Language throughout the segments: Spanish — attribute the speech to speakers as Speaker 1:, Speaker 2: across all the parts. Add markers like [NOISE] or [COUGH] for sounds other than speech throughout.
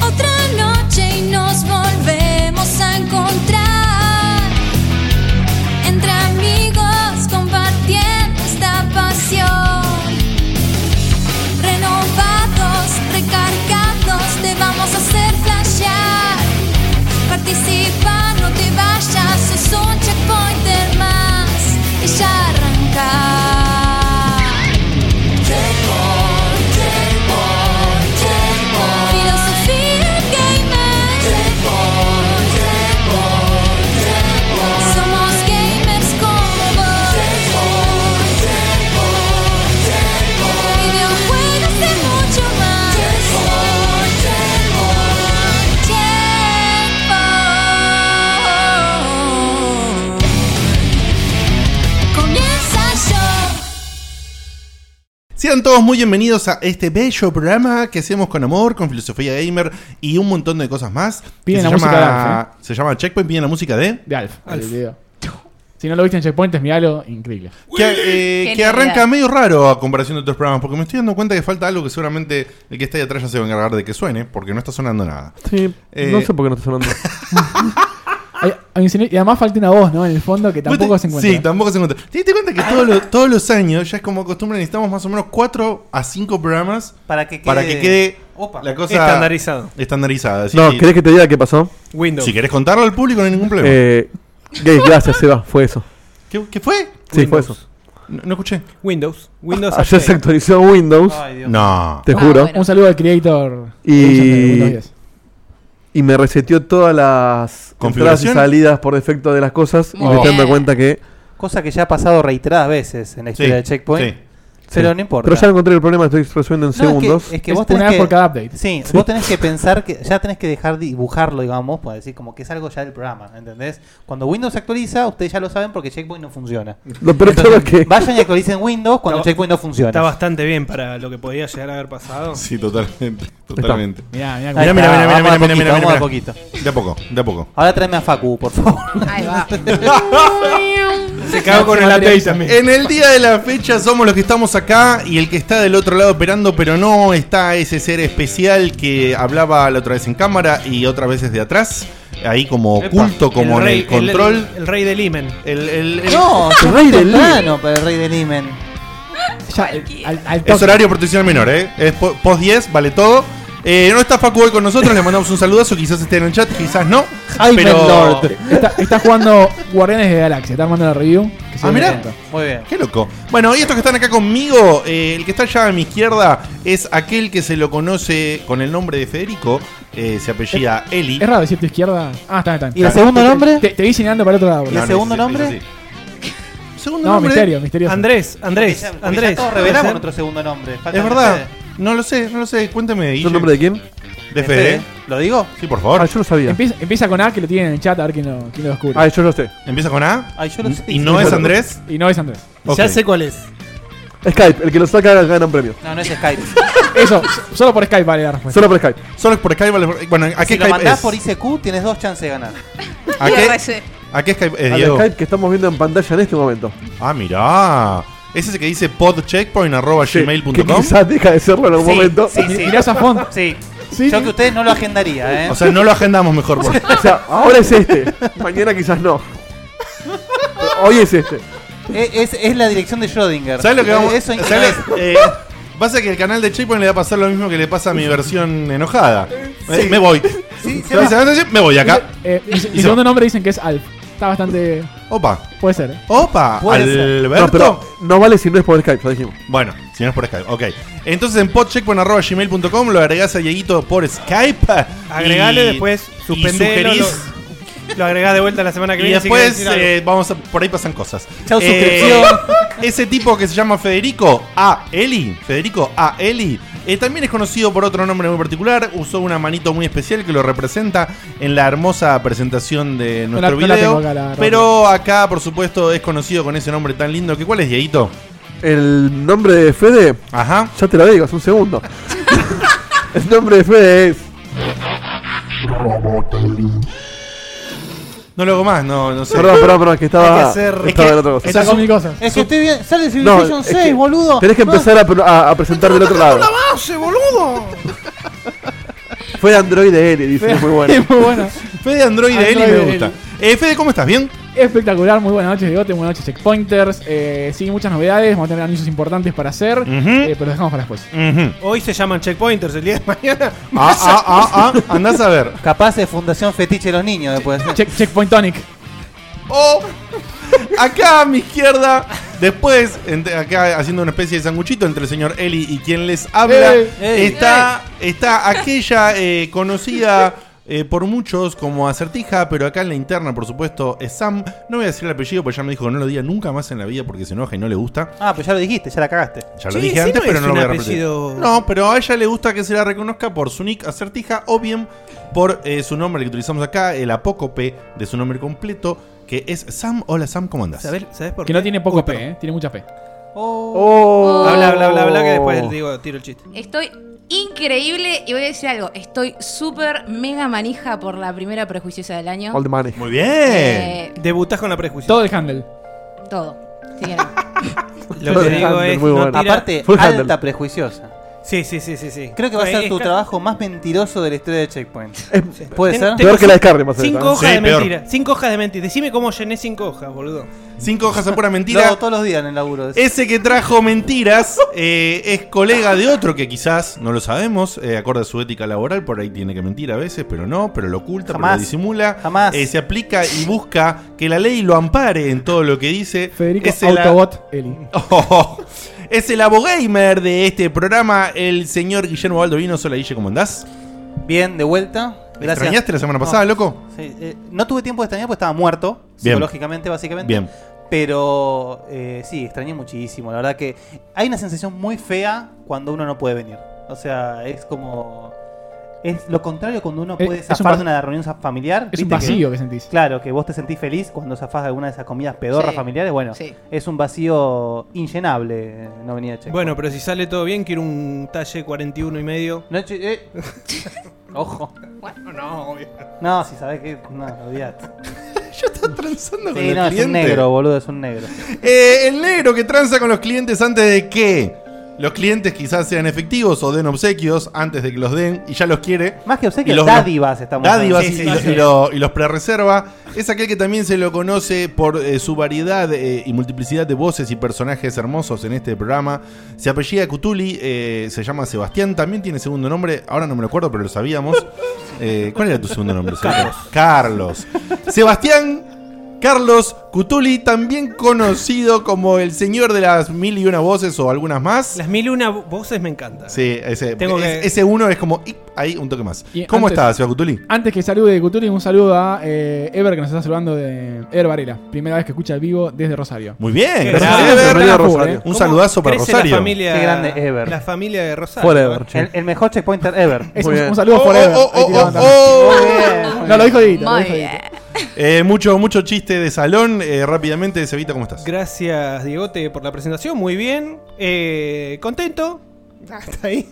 Speaker 1: Otra noche y nos volvemos a encontrar entre amigos compartiendo esta pasión. Renovados, recargados, te vamos a hacer flashear. Participa, no te vayas, es un checkpointer más y ya arrancar. Checkpoint, checkpoint, checkpoint. Filosofía gamer. Checkpoint, checkpoint, checkpoint. Somos gamers como vos. Checkpoint, checkpoint, checkpoint. Videojuegos de mucho más. Checkpoint, checkpoint, checkpoint. Comienza yo.
Speaker 2: Sean todos muy bienvenidos a este bello programa que hacemos con amor, con filosofía gamer y un montón de cosas más.
Speaker 3: Piden
Speaker 2: Que
Speaker 3: la
Speaker 2: se
Speaker 3: música
Speaker 2: llama,
Speaker 3: de Alf, ¿eh?
Speaker 2: Se llama Checkpoint, piden la música de...
Speaker 3: De Alf.
Speaker 2: Alf.
Speaker 3: el video. Si no lo viste en Checkpoint, es miralo, increíble.
Speaker 2: Que, eh, que
Speaker 4: Genialidad.
Speaker 2: arranca medio raro a comparación de otros programas, porque me estoy dando cuenta que falta algo que seguramente el que está ahí atrás ya se va a encargar de que suene, porque no está sonando nada.
Speaker 5: Sí,
Speaker 2: Eh,
Speaker 5: no sé por qué no está
Speaker 2: [LAUGHS]
Speaker 5: sonando.
Speaker 3: Hay- hay un cine- y además falta una voz, ¿no? En el fondo que tampoco
Speaker 2: Vos
Speaker 3: se
Speaker 2: te-
Speaker 3: encuentra.
Speaker 2: Sí, tampoco se encuentra. Tenete cuenta que todos los, todos los años, ya es como costumbre, necesitamos más o menos 4 a 5 programas
Speaker 6: Para que quede,
Speaker 2: para que quede
Speaker 6: Opa.
Speaker 2: la cosa
Speaker 6: estandarizado.
Speaker 2: estandarizada. Sí,
Speaker 5: No,
Speaker 2: sí.
Speaker 5: ¿querés que te diga qué pasó?
Speaker 6: Windows.
Speaker 2: Si querés contarlo al público, no hay ningún problema.
Speaker 5: Eh, gay, gracias, Seba. Fue eso.
Speaker 2: ¿Qué, qué fue?
Speaker 5: Sí, fue
Speaker 6: Windows.
Speaker 5: eso.
Speaker 2: No, no escuché.
Speaker 6: Windows. Windows
Speaker 5: Ayer se
Speaker 6: HP.
Speaker 5: actualizó Windows,
Speaker 6: Ay, Dios.
Speaker 2: No.
Speaker 5: te
Speaker 4: Ah,
Speaker 5: juro.
Speaker 4: bueno.
Speaker 3: Un saludo al creator.
Speaker 5: Y-
Speaker 3: de Windows 10.
Speaker 5: Y me reseteó todas las entradas y
Speaker 2: ¿Configuración?
Speaker 5: salidas por defecto de las cosas. Y
Speaker 4: Muy
Speaker 5: me estoy dando
Speaker 4: bien.
Speaker 5: cuenta que.
Speaker 6: Cosa que ya ha pasado reiteradas veces en la historia de Checkpoint.
Speaker 2: sí.
Speaker 6: Pero
Speaker 5: sí.
Speaker 6: no importa.
Speaker 5: Pero ya encontré el problema, estoy resolviendo en
Speaker 6: No, es que-
Speaker 5: segundos.
Speaker 6: Es que,
Speaker 3: Es
Speaker 6: vos tenés
Speaker 3: una vez
Speaker 6: que,
Speaker 3: por cada update.
Speaker 6: Sí, vos tenés que pensar que ya tenés que dejar de dibujarlo, digamos, para decir como que es algo ya del programa, ¿entendés? Cuando Windows se actualiza, ustedes ya lo saben porque Checkpoint no funciona.
Speaker 5: Lo peor de todo es que.
Speaker 6: Vayan y actualicen Windows cuando
Speaker 7: Está-
Speaker 6: Checkpoint no funciona.
Speaker 7: Está bastante bien para lo que podía llegar a haber pasado.
Speaker 2: Sí, totalmente. Totalmente.
Speaker 3: Mirá, mirá.
Speaker 6: Ahí
Speaker 3: cómo-
Speaker 2: Mirá, mirá,
Speaker 6: está,
Speaker 2: mirá, mirá,
Speaker 6: vamos de a
Speaker 2: mirá,
Speaker 6: poquito,
Speaker 2: mirá,
Speaker 6: vamos de
Speaker 2: mirá.
Speaker 6: poquito.
Speaker 2: De a poco, de a poco.
Speaker 7: Ah,
Speaker 6: Ahora tráeme a Facu, por favor.
Speaker 4: Ahí va.
Speaker 6: [LAUGHS]
Speaker 7: Se cagó con el update también.
Speaker 2: En el día de la fecha somos los que estamos acá y el que está del otro lado operando, pero no está ese ser especial que hablaba la otra vez en cámara y otras veces de atrás, ahí como oculto, [LAUGHS] como en el control.
Speaker 7: El, rey del Imen.
Speaker 2: El- el- el-
Speaker 6: No,
Speaker 5: El rey del
Speaker 6: plano para el rey del Imen.
Speaker 3: Ya, al, al
Speaker 2: es
Speaker 3: toque.
Speaker 2: horario protección al menor, ¿eh? Es po- post 10, vale todo. Eh, no está Facu hoy con nosotros, le mandamos un saludazo, quizás esté en el chat, quizás no.
Speaker 6: Jaime
Speaker 2: pero...
Speaker 6: Lord.
Speaker 3: Está, está jugando Guardianes de la Galaxia. Está armando la review. que se
Speaker 2: Ah,
Speaker 3: viene
Speaker 2: mirá.
Speaker 3: pronto.
Speaker 6: Muy bien.
Speaker 2: Qué loco. Bueno, y estos que están acá conmigo, eh, el que está allá a mi izquierda es aquel que se lo conoce con el nombre de Federico, eh, se apellida Eli.
Speaker 3: Es raro decir tu izquierda. Ah, está, está.
Speaker 6: ¿Y el segundo
Speaker 3: Te-
Speaker 6: nombre?
Speaker 3: Te, te vi señalando para el otro lado.
Speaker 6: ¿Y
Speaker 3: boludo.
Speaker 6: el segundo nombre?
Speaker 2: Segundo
Speaker 3: No,
Speaker 2: nombre.
Speaker 3: misterio, misterio.
Speaker 7: Andrés, Andrés,
Speaker 6: Porque ya- porque
Speaker 7: Andrés.
Speaker 6: ya todos revelamos nuestro segundo nombre. Faltan
Speaker 2: Es verdad.
Speaker 6: ustedes.
Speaker 2: No lo sé, no lo sé. Cuéntame.
Speaker 5: ¿Es
Speaker 2: Guille.
Speaker 5: el nombre de quién?
Speaker 2: De Fede.
Speaker 6: ¿Lo digo?
Speaker 2: Sí, por
Speaker 5: Ah,
Speaker 2: favor.
Speaker 5: yo lo sabía.
Speaker 3: Empieza, empieza con A, que lo tienen en el chat, a ver quién lo, quién lo descubre.
Speaker 5: Ah, yo lo sé.
Speaker 2: Empieza con A.
Speaker 6: Ay, yo lo sé.
Speaker 2: Y no es Andrés.
Speaker 3: Y no es Andrés.
Speaker 2: Ok.
Speaker 7: Ya sé cuál es.
Speaker 5: Skype, el que lo saca gana un premio.
Speaker 6: No, no es [LAUGHS] Skype.
Speaker 3: Eso, solo por Skype vale la respuesta.
Speaker 5: Solo por Skype.
Speaker 2: Solo es por Skype. vale por- Bueno, ¿a qué
Speaker 6: si lo
Speaker 2: Skype
Speaker 6: mandás
Speaker 2: es?
Speaker 6: por ICQ, tienes dos chances de ganar.
Speaker 2: ¿A qué,
Speaker 4: IRC.
Speaker 2: a qué Skype es,
Speaker 5: Al
Speaker 2: Diego?
Speaker 5: Skype que estamos viendo en pantalla en este momento.
Speaker 2: Ah, mirá. Es ese que dice podcheckpoint.gmail.com.
Speaker 5: Que quizás deja de serlo en algún
Speaker 6: Sí,
Speaker 5: momento.
Speaker 6: sí.
Speaker 3: Mir- Mirás a fondo.
Speaker 6: Sí.
Speaker 3: Sí.
Speaker 6: Yo que ustedes no lo agendaría, ¿eh?
Speaker 2: O sea, no lo agendamos mejor. Por...
Speaker 5: O sea, ahora es este. [LAUGHS] Mañana quizás no. Hoy es este.
Speaker 6: E- es, es la dirección de Schrödinger.
Speaker 2: ¿Sabes lo que
Speaker 6: Eh,
Speaker 2: vamos
Speaker 6: Eso en
Speaker 2: ¿sabes? Eh, Pasa que el canal de Checkpoint le va a pasar lo mismo que le pasa a mi versión enojada. Eh, Me voy.
Speaker 6: Sí, se
Speaker 2: Me
Speaker 6: va.
Speaker 2: voy, me voy acá.
Speaker 3: Eh, mi- mi
Speaker 2: Hizo-
Speaker 3: segundo nombre dicen que es Alf. Está bastante.
Speaker 2: Opa.
Speaker 3: Puede ser. ¿eh?
Speaker 2: Opa.
Speaker 6: Puede ser.
Speaker 2: Alberto.
Speaker 5: No, pero no vale si no es por Skype, ya dijimos.
Speaker 2: Bueno, si no es por Skype. Ok. Entonces en podcheckpoint.gmail.com lo agregás a Dieguito por Skype.
Speaker 7: Agregale
Speaker 2: y-
Speaker 7: después,
Speaker 2: y
Speaker 7: suspendelo.
Speaker 2: sugerís-
Speaker 7: lo-
Speaker 8: Lo agregás de vuelta la semana Ah, que
Speaker 2: Y
Speaker 8: viene. si
Speaker 2: después
Speaker 8: querés decir algo.
Speaker 2: eh, vamos a- por ahí pasan cosas.
Speaker 6: Chau,
Speaker 2: Eh,
Speaker 6: suscripción.
Speaker 2: [LAUGHS] ese tipo que se llama Federico A. Eli, Federico A. Eli, eh, también es conocido por otro nombre muy particular. Usó una manito muy especial que lo representa en la hermosa presentación de
Speaker 3: No la-
Speaker 2: nuestro
Speaker 3: no la
Speaker 2: video.
Speaker 3: tengo acá, la verdad.
Speaker 2: pero acá, por supuesto, es conocido con ese nombre tan lindo. Que, ¿Cuál es, Dieguito?
Speaker 5: El nombre de Fede,
Speaker 2: Ajá.
Speaker 5: ya te lo digo, es un segundo. [LAUGHS] el nombre de Fede es.
Speaker 2: No lo hago más, no, no sé.
Speaker 5: Perdón, perdón, perdón, que
Speaker 8: Hay
Speaker 5: estaba,
Speaker 8: que hacer-
Speaker 5: estaba
Speaker 8: es que-
Speaker 5: en otra cosa.
Speaker 3: Está con mil cosas.
Speaker 6: Es que estoy bien. Sale
Speaker 5: No,
Speaker 6: Civilization
Speaker 5: es
Speaker 6: 6,
Speaker 5: que
Speaker 6: boludo.
Speaker 5: Tenés que empezar a, a- a presentar del otro lado.
Speaker 8: base, boludo!
Speaker 5: Fue Android de Eli, dice, es muy bueno.
Speaker 3: Es muy bueno.
Speaker 2: Fede Android,
Speaker 3: Android
Speaker 2: Eli me
Speaker 3: Eli.
Speaker 2: gusta. Eh, Fede, ¿cómo estás? ¿Bien?
Speaker 3: Espectacular, muy buenas noches, Digote, buenas noches, Checkpointers. Eh, sí, muchas novedades, vamos a tener anuncios importantes para hacer, eh, pero los dejamos para después.
Speaker 2: Ujú.
Speaker 8: Hoy se llaman checkpointers, el día de
Speaker 5: [LAUGHS]
Speaker 8: mañana.
Speaker 2: Ah, ah, ah, ah.
Speaker 8: [LAUGHS]
Speaker 2: Andás a ver.
Speaker 6: [LAUGHS] Capaz de Fundación Fetiche de los Niños después.
Speaker 3: Check- Checkpoint Tonic.
Speaker 2: O acá a mi izquierda, después, ent- acá haciendo una especie de sanguchito entre el señor Eli y quien les habla,
Speaker 3: Ey,
Speaker 6: ey,
Speaker 2: está, está aquella eh, conocida eh, por muchos como acertija, pero acá en la interna, por supuesto, es Sam. No voy a decir el apellido porque ya me dijo que no lo diga nunca más en la vida porque se enoja y no le gusta.
Speaker 6: Ah, pues ya lo dijiste, ya la cagaste.
Speaker 2: Ya
Speaker 8: Sí,
Speaker 2: lo dije
Speaker 8: ese
Speaker 2: antes,
Speaker 8: no
Speaker 2: pero
Speaker 8: es
Speaker 2: no lo
Speaker 8: un
Speaker 2: voy a repetir.
Speaker 8: apellido-
Speaker 2: No, pero a ella le gusta que se la reconozca por su nick acertija o bien por eh, su nombre que utilizamos acá, el apócope de su nombre completo, que es Sam. Hola Sam, ¿cómo andás?
Speaker 8: ¿Sabés, sabés por
Speaker 3: Que
Speaker 8: qué?
Speaker 3: no tiene poco
Speaker 8: Uy,
Speaker 3: P,
Speaker 8: perdón.
Speaker 3: eh, tiene mucha P.
Speaker 6: Oh.
Speaker 5: Oh.
Speaker 8: Habla, habla, habla, habla, que después digo, tiro el chiste.
Speaker 4: Estoy increíble y voy a decir algo. Estoy súper mega manija por la primera prejuiciosa del año.
Speaker 5: All the money.
Speaker 2: Muy bien.
Speaker 4: Eh,
Speaker 8: Debutás con la prejuicio.
Speaker 3: Todo el handle.
Speaker 4: todo. Sí,
Speaker 6: [LAUGHS]
Speaker 4: que no.
Speaker 8: Lo que digo es.
Speaker 5: Muy
Speaker 8: no
Speaker 5: bueno.
Speaker 8: tira-
Speaker 6: Aparte,
Speaker 5: Full
Speaker 6: alta
Speaker 5: handle.
Speaker 6: prejuiciosa.
Speaker 8: Sí, sí, sí, sí, sí.
Speaker 6: Creo que va a
Speaker 8: Eh,
Speaker 6: ser tu
Speaker 8: es-
Speaker 6: trabajo más mentiroso de la historia de Checkpoint.
Speaker 5: Es
Speaker 6: ¿Puede
Speaker 8: Ten-
Speaker 6: ser?
Speaker 8: tengo
Speaker 5: Peor que la de Scarlett, más o
Speaker 8: Cinco
Speaker 5: menos.
Speaker 8: hojas
Speaker 2: Sí,
Speaker 8: de
Speaker 2: peor.
Speaker 8: mentira. Cinco hojas de mentira. Decime cómo llené cinco hojas, boludo. Eh.
Speaker 2: Cinco hojas a
Speaker 8: [LAUGHS]
Speaker 2: pura
Speaker 6: Lo hago
Speaker 2: mentira.
Speaker 6: todos los días en el laburo.
Speaker 2: Ese que trajo mentiras eh, es colega de otro que quizás no lo sabemos, eh, acorde a su ética laboral, por ahí tiene que mentir a veces, pero no, pero lo oculta, pero
Speaker 6: Jamás.
Speaker 2: lo disimula.
Speaker 6: Jamás.
Speaker 2: Eh, se aplica y busca que la ley lo ampare en todo lo que dice.
Speaker 3: Federico
Speaker 2: Es el a-
Speaker 3: Autobot Eli.
Speaker 2: Oh, [LAUGHS] es el abogamer de este programa, el señor Guillermo Baldovino. Hola Guille, ¿cómo andás?
Speaker 6: Bien, de vuelta.
Speaker 2: ¿Me
Speaker 6: Gracias.
Speaker 2: ¿Extrañaste la semana
Speaker 6: No.
Speaker 2: pasada, loco?
Speaker 6: Sí, eh, no tuve tiempo de extrañar porque estaba muerto,
Speaker 2: Bien.
Speaker 6: psicológicamente, básicamente.
Speaker 2: Bien.
Speaker 6: Pero eh, sí, extrañé muchísimo. La verdad que hay una sensación muy fea cuando uno no puede venir. O sea, es como. Es lo contrario cuando uno
Speaker 3: Eh,
Speaker 6: puede
Speaker 3: es un
Speaker 6: zafar
Speaker 3: va-
Speaker 6: de una reunión sa- familiar.
Speaker 3: Es un
Speaker 6: ¿viste que-
Speaker 3: vacío que sentís.
Speaker 6: claro, que vos te sentís feliz cuando zafás de alguna de esas comidas pedorras
Speaker 4: Sí.
Speaker 6: familiares. Bueno,
Speaker 4: Sí.
Speaker 6: es un vacío inllenable. eh, No venía Checkpoint.
Speaker 8: Bueno, pero si sale todo bien, quiero un talle 41 y medio.
Speaker 6: No, che-
Speaker 8: [LAUGHS]
Speaker 6: eh. Ojo.
Speaker 8: No, no, obvio.
Speaker 6: No, si sabés que. No,
Speaker 8: [LAUGHS]
Speaker 6: olvidate.
Speaker 2: Yo estaba transando
Speaker 6: Sí, no, es un negro, boludo, es un negro.
Speaker 2: [LAUGHS] Eh, el negro que tranza con los clientes antes de que los clientes quizás sean efectivos o den obsequios antes de que los den y ya los quiere.
Speaker 6: Más que obsequios,
Speaker 2: Y los-
Speaker 6: dádivas estamos
Speaker 2: Dádivas y, y
Speaker 6: hablando.
Speaker 2: lo- y lo- y los prerreserva. Es aquel que también se lo conoce por eh, su variedad eh, y multiplicidad de voces y personajes hermosos en este programa. Se apellida Cutuli, eh, se llama Sebastián, también tiene segundo nombre, ahora no me lo acuerdo, pero lo sabíamos. Eh, ¿Cuál era tu segundo nombre? Carlos. Carlos. Sebastián Carlos Cutuli, también conocido como el señor de las mil y una voces o algunas más.
Speaker 8: Las mil y una voces me encantan.
Speaker 2: Sí, ese,
Speaker 8: Tengo
Speaker 2: es-
Speaker 8: que-
Speaker 2: ese uno es como ¡ip! ahí un toque más.
Speaker 3: Y
Speaker 2: ¿Cómo
Speaker 3: antes-
Speaker 2: estás, Seba Cutuli?
Speaker 3: Antes que salude Cutuli, un saludo a eh, Ever que nos está saludando de Ever Varela. Primera vez que escucha el vivo desde Rosario.
Speaker 2: Muy bien,
Speaker 8: Qué
Speaker 2: gracias.
Speaker 8: grande.
Speaker 2: Ever.
Speaker 5: Bienvenido a
Speaker 3: Rafa,
Speaker 5: Rosario.
Speaker 2: Un
Speaker 8: ¿Cómo
Speaker 2: saludazo para
Speaker 8: crece
Speaker 2: Rosario.
Speaker 8: La familia,
Speaker 6: Qué grande, Ever.
Speaker 8: La familia de Rosario.
Speaker 5: Forever, che.
Speaker 6: El, el mejor checkpointer ever.
Speaker 3: Es
Speaker 5: Muy
Speaker 3: un,
Speaker 5: bien.
Speaker 3: un saludo
Speaker 2: ¿eh? Oh,
Speaker 3: por Ever.
Speaker 2: oh, oh,
Speaker 3: Ahí tiró
Speaker 2: oh,
Speaker 3: la
Speaker 4: [LAUGHS]
Speaker 3: ventana.
Speaker 2: oh,
Speaker 6: Muy bien, muy
Speaker 3: No, lo dijo Edito.
Speaker 4: Muy bien.
Speaker 2: Eh, mucho, mucho chiste de salón. Eh, rápidamente, Cevita, ¿cómo estás?
Speaker 8: Gracias, Diegote, por la presentación. Muy bien. Eh, contento. Hasta ahí.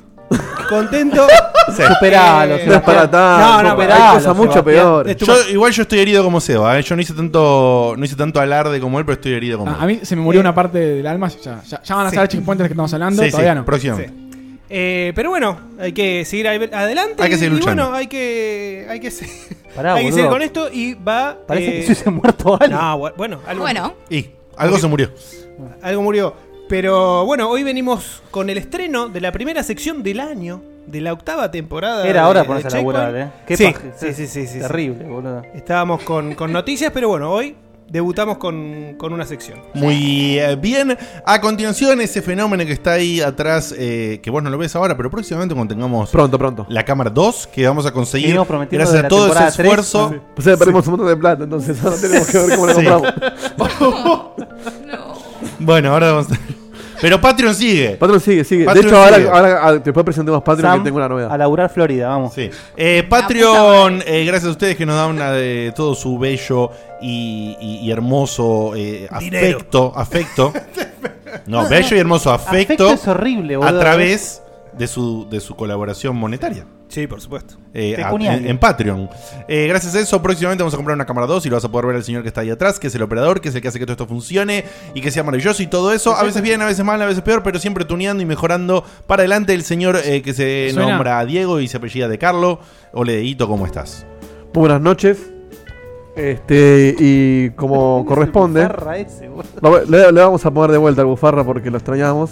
Speaker 8: contento.
Speaker 2: Ah, [LAUGHS] Sí.
Speaker 6: Superalo,
Speaker 8: Eh,
Speaker 5: No es para
Speaker 6: Sebastián.
Speaker 5: tanto.
Speaker 8: No, no,
Speaker 5: pero
Speaker 6: pará,
Speaker 5: hay cosas
Speaker 6: los
Speaker 5: mucho
Speaker 6: Sebastián.
Speaker 5: peores.
Speaker 8: tu-
Speaker 2: Yo, igual yo estoy herido como Seba, eh. yo no hice tanto no hice tanto alarde como él, pero estoy herido como
Speaker 3: Ah, a
Speaker 2: él.
Speaker 3: mí se me murió
Speaker 8: Eh.
Speaker 3: una parte del alma. Ya, ya- ya van a
Speaker 8: Sí.
Speaker 3: saber checkpointers que estamos hablando.
Speaker 2: Sí, sí,
Speaker 3: Todavía no.
Speaker 2: próximamente.
Speaker 8: Sí. Eh, pero bueno, hay que seguir ahí- adelante.
Speaker 2: Hay que
Speaker 8: y-
Speaker 2: seguir
Speaker 8: y,
Speaker 2: luchando.
Speaker 8: bueno, hay que, hay que, se-
Speaker 6: Pará,
Speaker 8: hay que
Speaker 6: boludo.
Speaker 8: seguir con esto y va.
Speaker 6: Parece
Speaker 8: eh,
Speaker 6: que se hubiese muerto alguien.
Speaker 8: no, bu- bueno, algo,
Speaker 4: Bueno,
Speaker 2: Y algo se murió.
Speaker 8: algo murió. Pero bueno, hoy venimos con el estreno de la primera sección del año, de la octava temporada.
Speaker 6: Era hora
Speaker 8: de-
Speaker 6: de ponerse a
Speaker 8: de Eh, Checkpoint.
Speaker 6: laburar, eh. Qué
Speaker 8: sí,
Speaker 6: paja,
Speaker 8: sí, sí, sí, sí, sí.
Speaker 6: Terrible, boludo.
Speaker 8: Estábamos con, con noticias, pero bueno, hoy debutamos con, con una sección.
Speaker 2: Muy eh, bien. A continuación, ese fenómeno que está ahí atrás, eh, que vos no lo ves ahora, pero próximamente cuando tengamos
Speaker 5: Pronto, pronto.
Speaker 2: la cámara 2, que vamos a conseguir,
Speaker 6: Venimos prometiendo
Speaker 2: gracias a
Speaker 6: desde la
Speaker 2: todo ese
Speaker 6: temporada tres.
Speaker 2: esfuerzo,
Speaker 5: O sea, perdimos un montón de plata, entonces ahora tenemos que ver cómo la
Speaker 2: Sí.
Speaker 5: compramos.
Speaker 2: [LAUGHS]
Speaker 9: No.
Speaker 2: Bueno, ahora vamos a... Pero Patreon sigue.
Speaker 5: Patreon sigue, sigue.
Speaker 2: Patreon
Speaker 5: de hecho, ahora,
Speaker 2: sigue.
Speaker 5: ahora ah, después presentemos Patreon
Speaker 6: Sam,
Speaker 5: que tengo una
Speaker 6: A
Speaker 5: novedad.
Speaker 6: laburar Florida, vamos.
Speaker 2: Sí. Eh, Patreon, eh, gracias a ustedes que nos dan una de todo su bello y, y- y hermoso eh,
Speaker 8: Dinero.
Speaker 2: afecto.
Speaker 8: [LAUGHS]
Speaker 2: Afecto. No, bello y hermoso afecto,
Speaker 6: es horrible, boludo. ¿eh?
Speaker 2: a través de su, de su colaboración monetaria.
Speaker 8: Sí, por supuesto.
Speaker 2: eh, a-
Speaker 6: Pecuniario.
Speaker 2: en, en Patreon. Eh, gracias a eso, próximamente vamos a comprar una cámara 2 y lo vas a poder ver al señor que está ahí atrás, que es el operador, que es el que hace que todo esto funcione y que sea maravilloso y todo eso. A veces bien, a veces mal, a veces peor, pero siempre tuneando y mejorando para adelante el señor eh, que se
Speaker 3: Suena.
Speaker 2: nombra Diego y se apellida de Carlo. Oledeito, ¿cómo estás?
Speaker 5: Muy Buenas noches. Este, y
Speaker 2: [LAUGHS]
Speaker 5: como corresponde,
Speaker 6: Barra ese, boludo.
Speaker 5: lo- le, le vamos a poner de vuelta al bufarra porque lo
Speaker 2: [LAUGHS]
Speaker 5: extrañamos.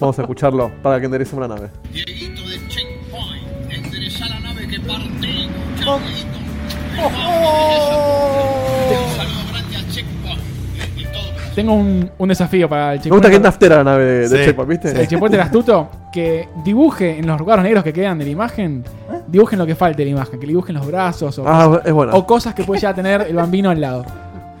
Speaker 5: Vamos a escucharlo para que enderece una nave.
Speaker 1: Dieguito de Checkpoint, endereza la nave que partí, Chaguito. Un saludo grande a Checkpoint y todo.
Speaker 3: Tengo un, un desafío para el
Speaker 5: Me gusta que es
Speaker 3: checkpoint.
Speaker 5: naftera la nave de, de
Speaker 2: Sí.
Speaker 5: Checkpoint, ¿viste?
Speaker 3: El checkpoint del
Speaker 5: [LAUGHS]
Speaker 3: astuto que dibuje en los lugares negros que quedan de la imagen, dibujen lo que falte de la imagen, que le dibujen los brazos o,
Speaker 5: ¿Eh? Ah, es buena.
Speaker 3: o cosas que puede ya tener el bambino al lado.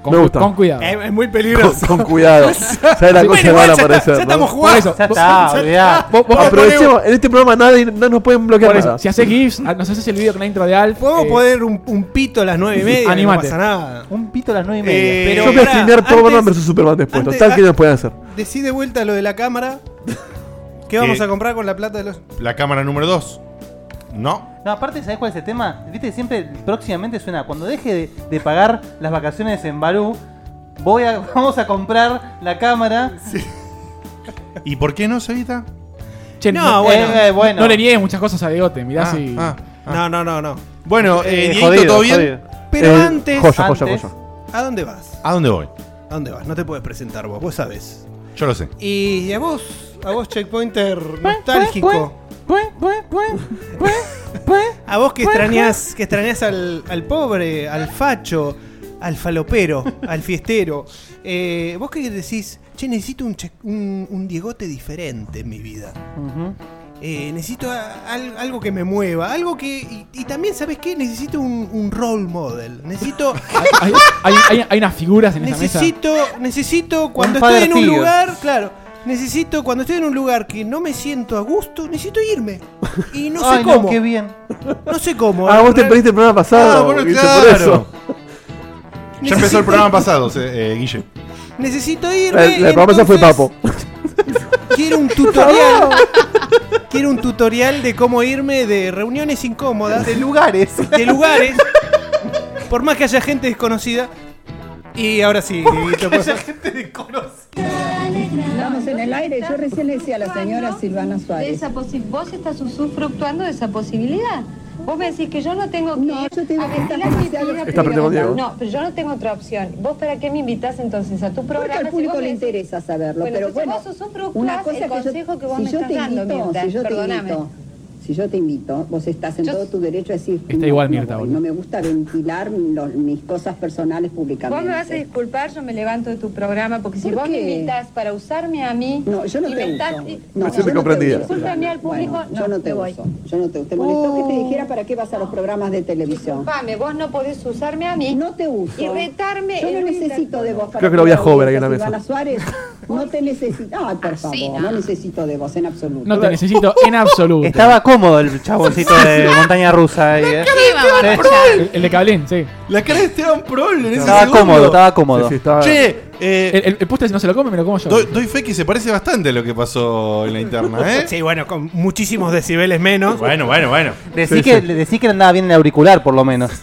Speaker 3: Con,
Speaker 5: Me
Speaker 3: cu-
Speaker 5: gusta.
Speaker 3: con cuidado.
Speaker 8: Es, es muy
Speaker 5: Con,
Speaker 8: peligroso.
Speaker 5: con
Speaker 3: [LAUGHS]
Speaker 5: cuidado. ¿Sabes la cosa
Speaker 8: Sí, bueno,
Speaker 5: que van a
Speaker 8: igual ya está-
Speaker 5: aparecer?
Speaker 8: ya
Speaker 5: ¿no?
Speaker 8: estamos
Speaker 3: Por
Speaker 8: jugando.
Speaker 3: eso,
Speaker 6: Ya está, olvidá.
Speaker 3: vos- vos-
Speaker 5: Aprovechemos, en este programa nadie, no nos pueden bloquear
Speaker 3: por eso,
Speaker 5: nada.
Speaker 3: si haces GIFs, a- nos haces el video con la intro de Alf.
Speaker 8: Podemos
Speaker 3: eh,
Speaker 8: poner un, un pito a las nueve y media. No
Speaker 3: Animate.
Speaker 8: pasa nada.
Speaker 6: Un pito a las nueve y media.
Speaker 8: Eh,
Speaker 5: Eh, Yo voy a
Speaker 8: pará,
Speaker 5: streamear todo
Speaker 8: antes-
Speaker 5: Batman vs Superman después.
Speaker 8: antes-
Speaker 5: Total, que
Speaker 8: ah-
Speaker 5: nos pueden hacer?
Speaker 8: Decí de vuelta lo de la cámara. ¿Qué vamos
Speaker 2: Eh,
Speaker 8: a comprar con la plata de los.?
Speaker 2: La cámara número 2. No.
Speaker 6: No, aparte, ¿sabés cuál es el tema? Viste, siempre próximamente suena. Cuando deje de, de pagar las vacaciones en Barú, voy a, [LAUGHS] vamos a comprar la cámara.
Speaker 2: ¿Y por qué no, Sevita?
Speaker 3: che,
Speaker 8: No,
Speaker 3: no,
Speaker 8: bueno,
Speaker 6: Eh, eh, bueno.
Speaker 3: no le niegues muchas cosas a Diegote, mirá
Speaker 2: Ah,
Speaker 3: si.
Speaker 2: ah, ah.
Speaker 8: No, no, no, no.
Speaker 2: Bueno, eh,
Speaker 5: Eh,
Speaker 2: Dieguito,
Speaker 5: jodido,
Speaker 2: ¿todo bien?
Speaker 5: jodido.
Speaker 8: Pero
Speaker 5: Eh,
Speaker 8: antes-
Speaker 5: Joya, joya,
Speaker 6: antes-
Speaker 5: joya.
Speaker 8: ¿A dónde vas?
Speaker 2: ¿A dónde voy?
Speaker 8: ¿A dónde vas? No te puedes presentar vos, vos sabés.
Speaker 2: Yo lo sé.
Speaker 8: Y a vos, a vos, checkpointer nostálgico. A vos que extrañás, que extrañás al, al pobre, al facho, al falopero, al fiestero. Eh, vos que decís, che, necesito un, che- un, un diegote diferente en mi vida.
Speaker 6: Ujú.
Speaker 8: Eh, necesito a- al- algo que me mueva, algo que... Y, y también, ¿sabes qué? Necesito un, un role model. Necesito...
Speaker 3: Hay, hay- hay- hay unas figuras en esa mesa.
Speaker 8: necesito, necesito cuando
Speaker 6: Un
Speaker 8: estoy en
Speaker 6: father
Speaker 8: un
Speaker 6: figure.
Speaker 8: lugar, claro, necesito cuando estoy en un lugar que no me siento a gusto, necesito irme. Y no sé
Speaker 6: Ay,
Speaker 8: cómo.
Speaker 6: qué bien.
Speaker 8: No sé cómo.
Speaker 5: Ah, vos te
Speaker 8: Re-
Speaker 5: perdiste el programa pasado.
Speaker 2: Ah, bueno,
Speaker 5: Guille,
Speaker 2: claro.
Speaker 5: por eso.
Speaker 2: Ya empezó el programa pasado, se- eh, Guille.
Speaker 8: Necesito
Speaker 5: El,
Speaker 8: irme.
Speaker 5: el programa pasado fue
Speaker 8: entonces
Speaker 5: Papo.
Speaker 8: Quiero un
Speaker 6: [LAUGHS] Oh.
Speaker 8: tutorial. quiero un tutorial de cómo irme de reuniones incómodas,
Speaker 6: De
Speaker 8: de,
Speaker 6: lugares.
Speaker 8: de lugares, por más que haya gente desconocida. Y ahora sí, Dieguito, pues-
Speaker 10: Estamos en el aire. Yo recién le decía a la señora Silvana
Speaker 4: de
Speaker 10: Suárez.
Speaker 4: esa posi- vos estás usufructuando de esa posibilidad. Vos me decís que yo no tengo que
Speaker 10: No,
Speaker 4: ir
Speaker 10: yo te digo
Speaker 4: a
Speaker 10: que está
Speaker 4: ventilar mi
Speaker 10: apreciando-
Speaker 4: vida privada.
Speaker 10: Está
Speaker 5: aprendiendo Diego.
Speaker 4: No, pero yo no tengo otra opción. ¿Vos para qué me invitás entonces a tu
Speaker 10: Porque
Speaker 4: programa?
Speaker 10: al
Speaker 4: si
Speaker 10: público
Speaker 4: vos me
Speaker 10: le
Speaker 4: decís-
Speaker 10: interesa saberlo,
Speaker 4: Bueno,
Speaker 10: pero bueno,
Speaker 4: entonces vos usufructuás
Speaker 10: una cosa
Speaker 4: el
Speaker 10: que
Speaker 4: consejo
Speaker 10: yo,
Speaker 4: que vos
Speaker 10: si
Speaker 4: me
Speaker 10: yo
Speaker 4: estás
Speaker 10: te
Speaker 4: dando,
Speaker 10: invito,
Speaker 4: Mirta,
Speaker 10: si yo te
Speaker 4: perdóname.
Speaker 10: invito, si yo te invito, vos estás en
Speaker 4: Yo-
Speaker 10: todo tu derecho a decir,
Speaker 3: Está igual, Mirta,
Speaker 10: no, voy,
Speaker 3: boludo.
Speaker 10: no me gusta ventilar los- mis cosas personales
Speaker 4: Vos me vas a
Speaker 10: públicamente.
Speaker 4: disculpar, yo me levanto de tu programa, porque si
Speaker 10: ¿Por
Speaker 4: vos me
Speaker 10: qué?
Speaker 4: invitás para usarme a mí
Speaker 10: No, yo no
Speaker 4: y
Speaker 10: te
Speaker 4: me
Speaker 10: uso.
Speaker 4: estás...
Speaker 10: No,
Speaker 5: Me
Speaker 10: yo
Speaker 5: siento
Speaker 10: no te
Speaker 5: comprendida.
Speaker 10: uso,
Speaker 4: Discúlpame
Speaker 10: Silvana.
Speaker 4: al público,
Speaker 10: Bueno,
Speaker 4: no,
Speaker 10: yo no te
Speaker 4: me voy.
Speaker 10: uso. Yo no te uso. Te molestó que te dijera para qué vas a los programas de televisión.
Speaker 4: Disculpame, vos no podés usarme a mí.
Speaker 10: No te uso.
Speaker 4: Y retarme
Speaker 10: Yo no
Speaker 4: en un
Speaker 10: necesito de vos. para
Speaker 5: Creo que lo voy a
Speaker 10: tener
Speaker 5: joven ahí en la
Speaker 10: audiencia,
Speaker 5: mesa.
Speaker 4: [LAUGHS]
Speaker 10: Silvana Suárez, no te necesito. Ay, por favor, no necesito de vos en absoluto.
Speaker 3: No te necesito en absoluto.
Speaker 6: Estaba cómodo el chaboncito de montaña rusa ahí, eh.
Speaker 9: Sí, vamos,
Speaker 3: El, el de Cablín, sí.
Speaker 2: La cara de Esteban Prol en ese
Speaker 6: Estaba
Speaker 2: segundo.
Speaker 6: cómodo, estaba cómodo.
Speaker 5: Sí, sí, estaba-
Speaker 2: Che, eh,
Speaker 3: El, el, el postre, si no se lo come, me lo como yo.
Speaker 2: doy, doy fe que se parece bastante a lo que pasó en la interna, ¿eh?
Speaker 8: [LAUGHS] Sí, bueno, con muchísimos decibeles menos.
Speaker 2: Bueno, bueno, bueno.
Speaker 6: Decí, que, decí que andaba bien el auricular, por lo menos.
Speaker 2: [LAUGHS]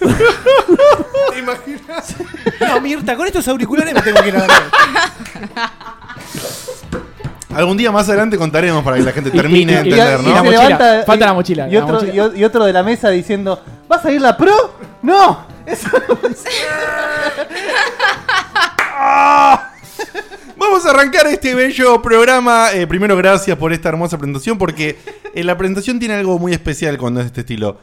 Speaker 8: No, Mirta, con estos auriculares me tengo que ir a dormir.
Speaker 2: Algún día más adelante contaremos para que la gente
Speaker 3: [LAUGHS] Y- y-
Speaker 2: termine de
Speaker 3: y- y-
Speaker 2: entender,
Speaker 3: y-
Speaker 2: ¿no?
Speaker 3: la
Speaker 6: se
Speaker 3: mochila.
Speaker 6: levanta-
Speaker 3: Falta la mochila,
Speaker 6: Y
Speaker 3: la
Speaker 6: otro,
Speaker 3: mochila.
Speaker 6: y o- y otro de la mesa diciendo: ¿Va a salir la pro? ¡No! Eso no es-
Speaker 2: Vamos a arrancar este bello programa. Eh, primero, gracias por esta hermosa presentación, porque eh, la presentación tiene algo muy especial cuando es de este estilo.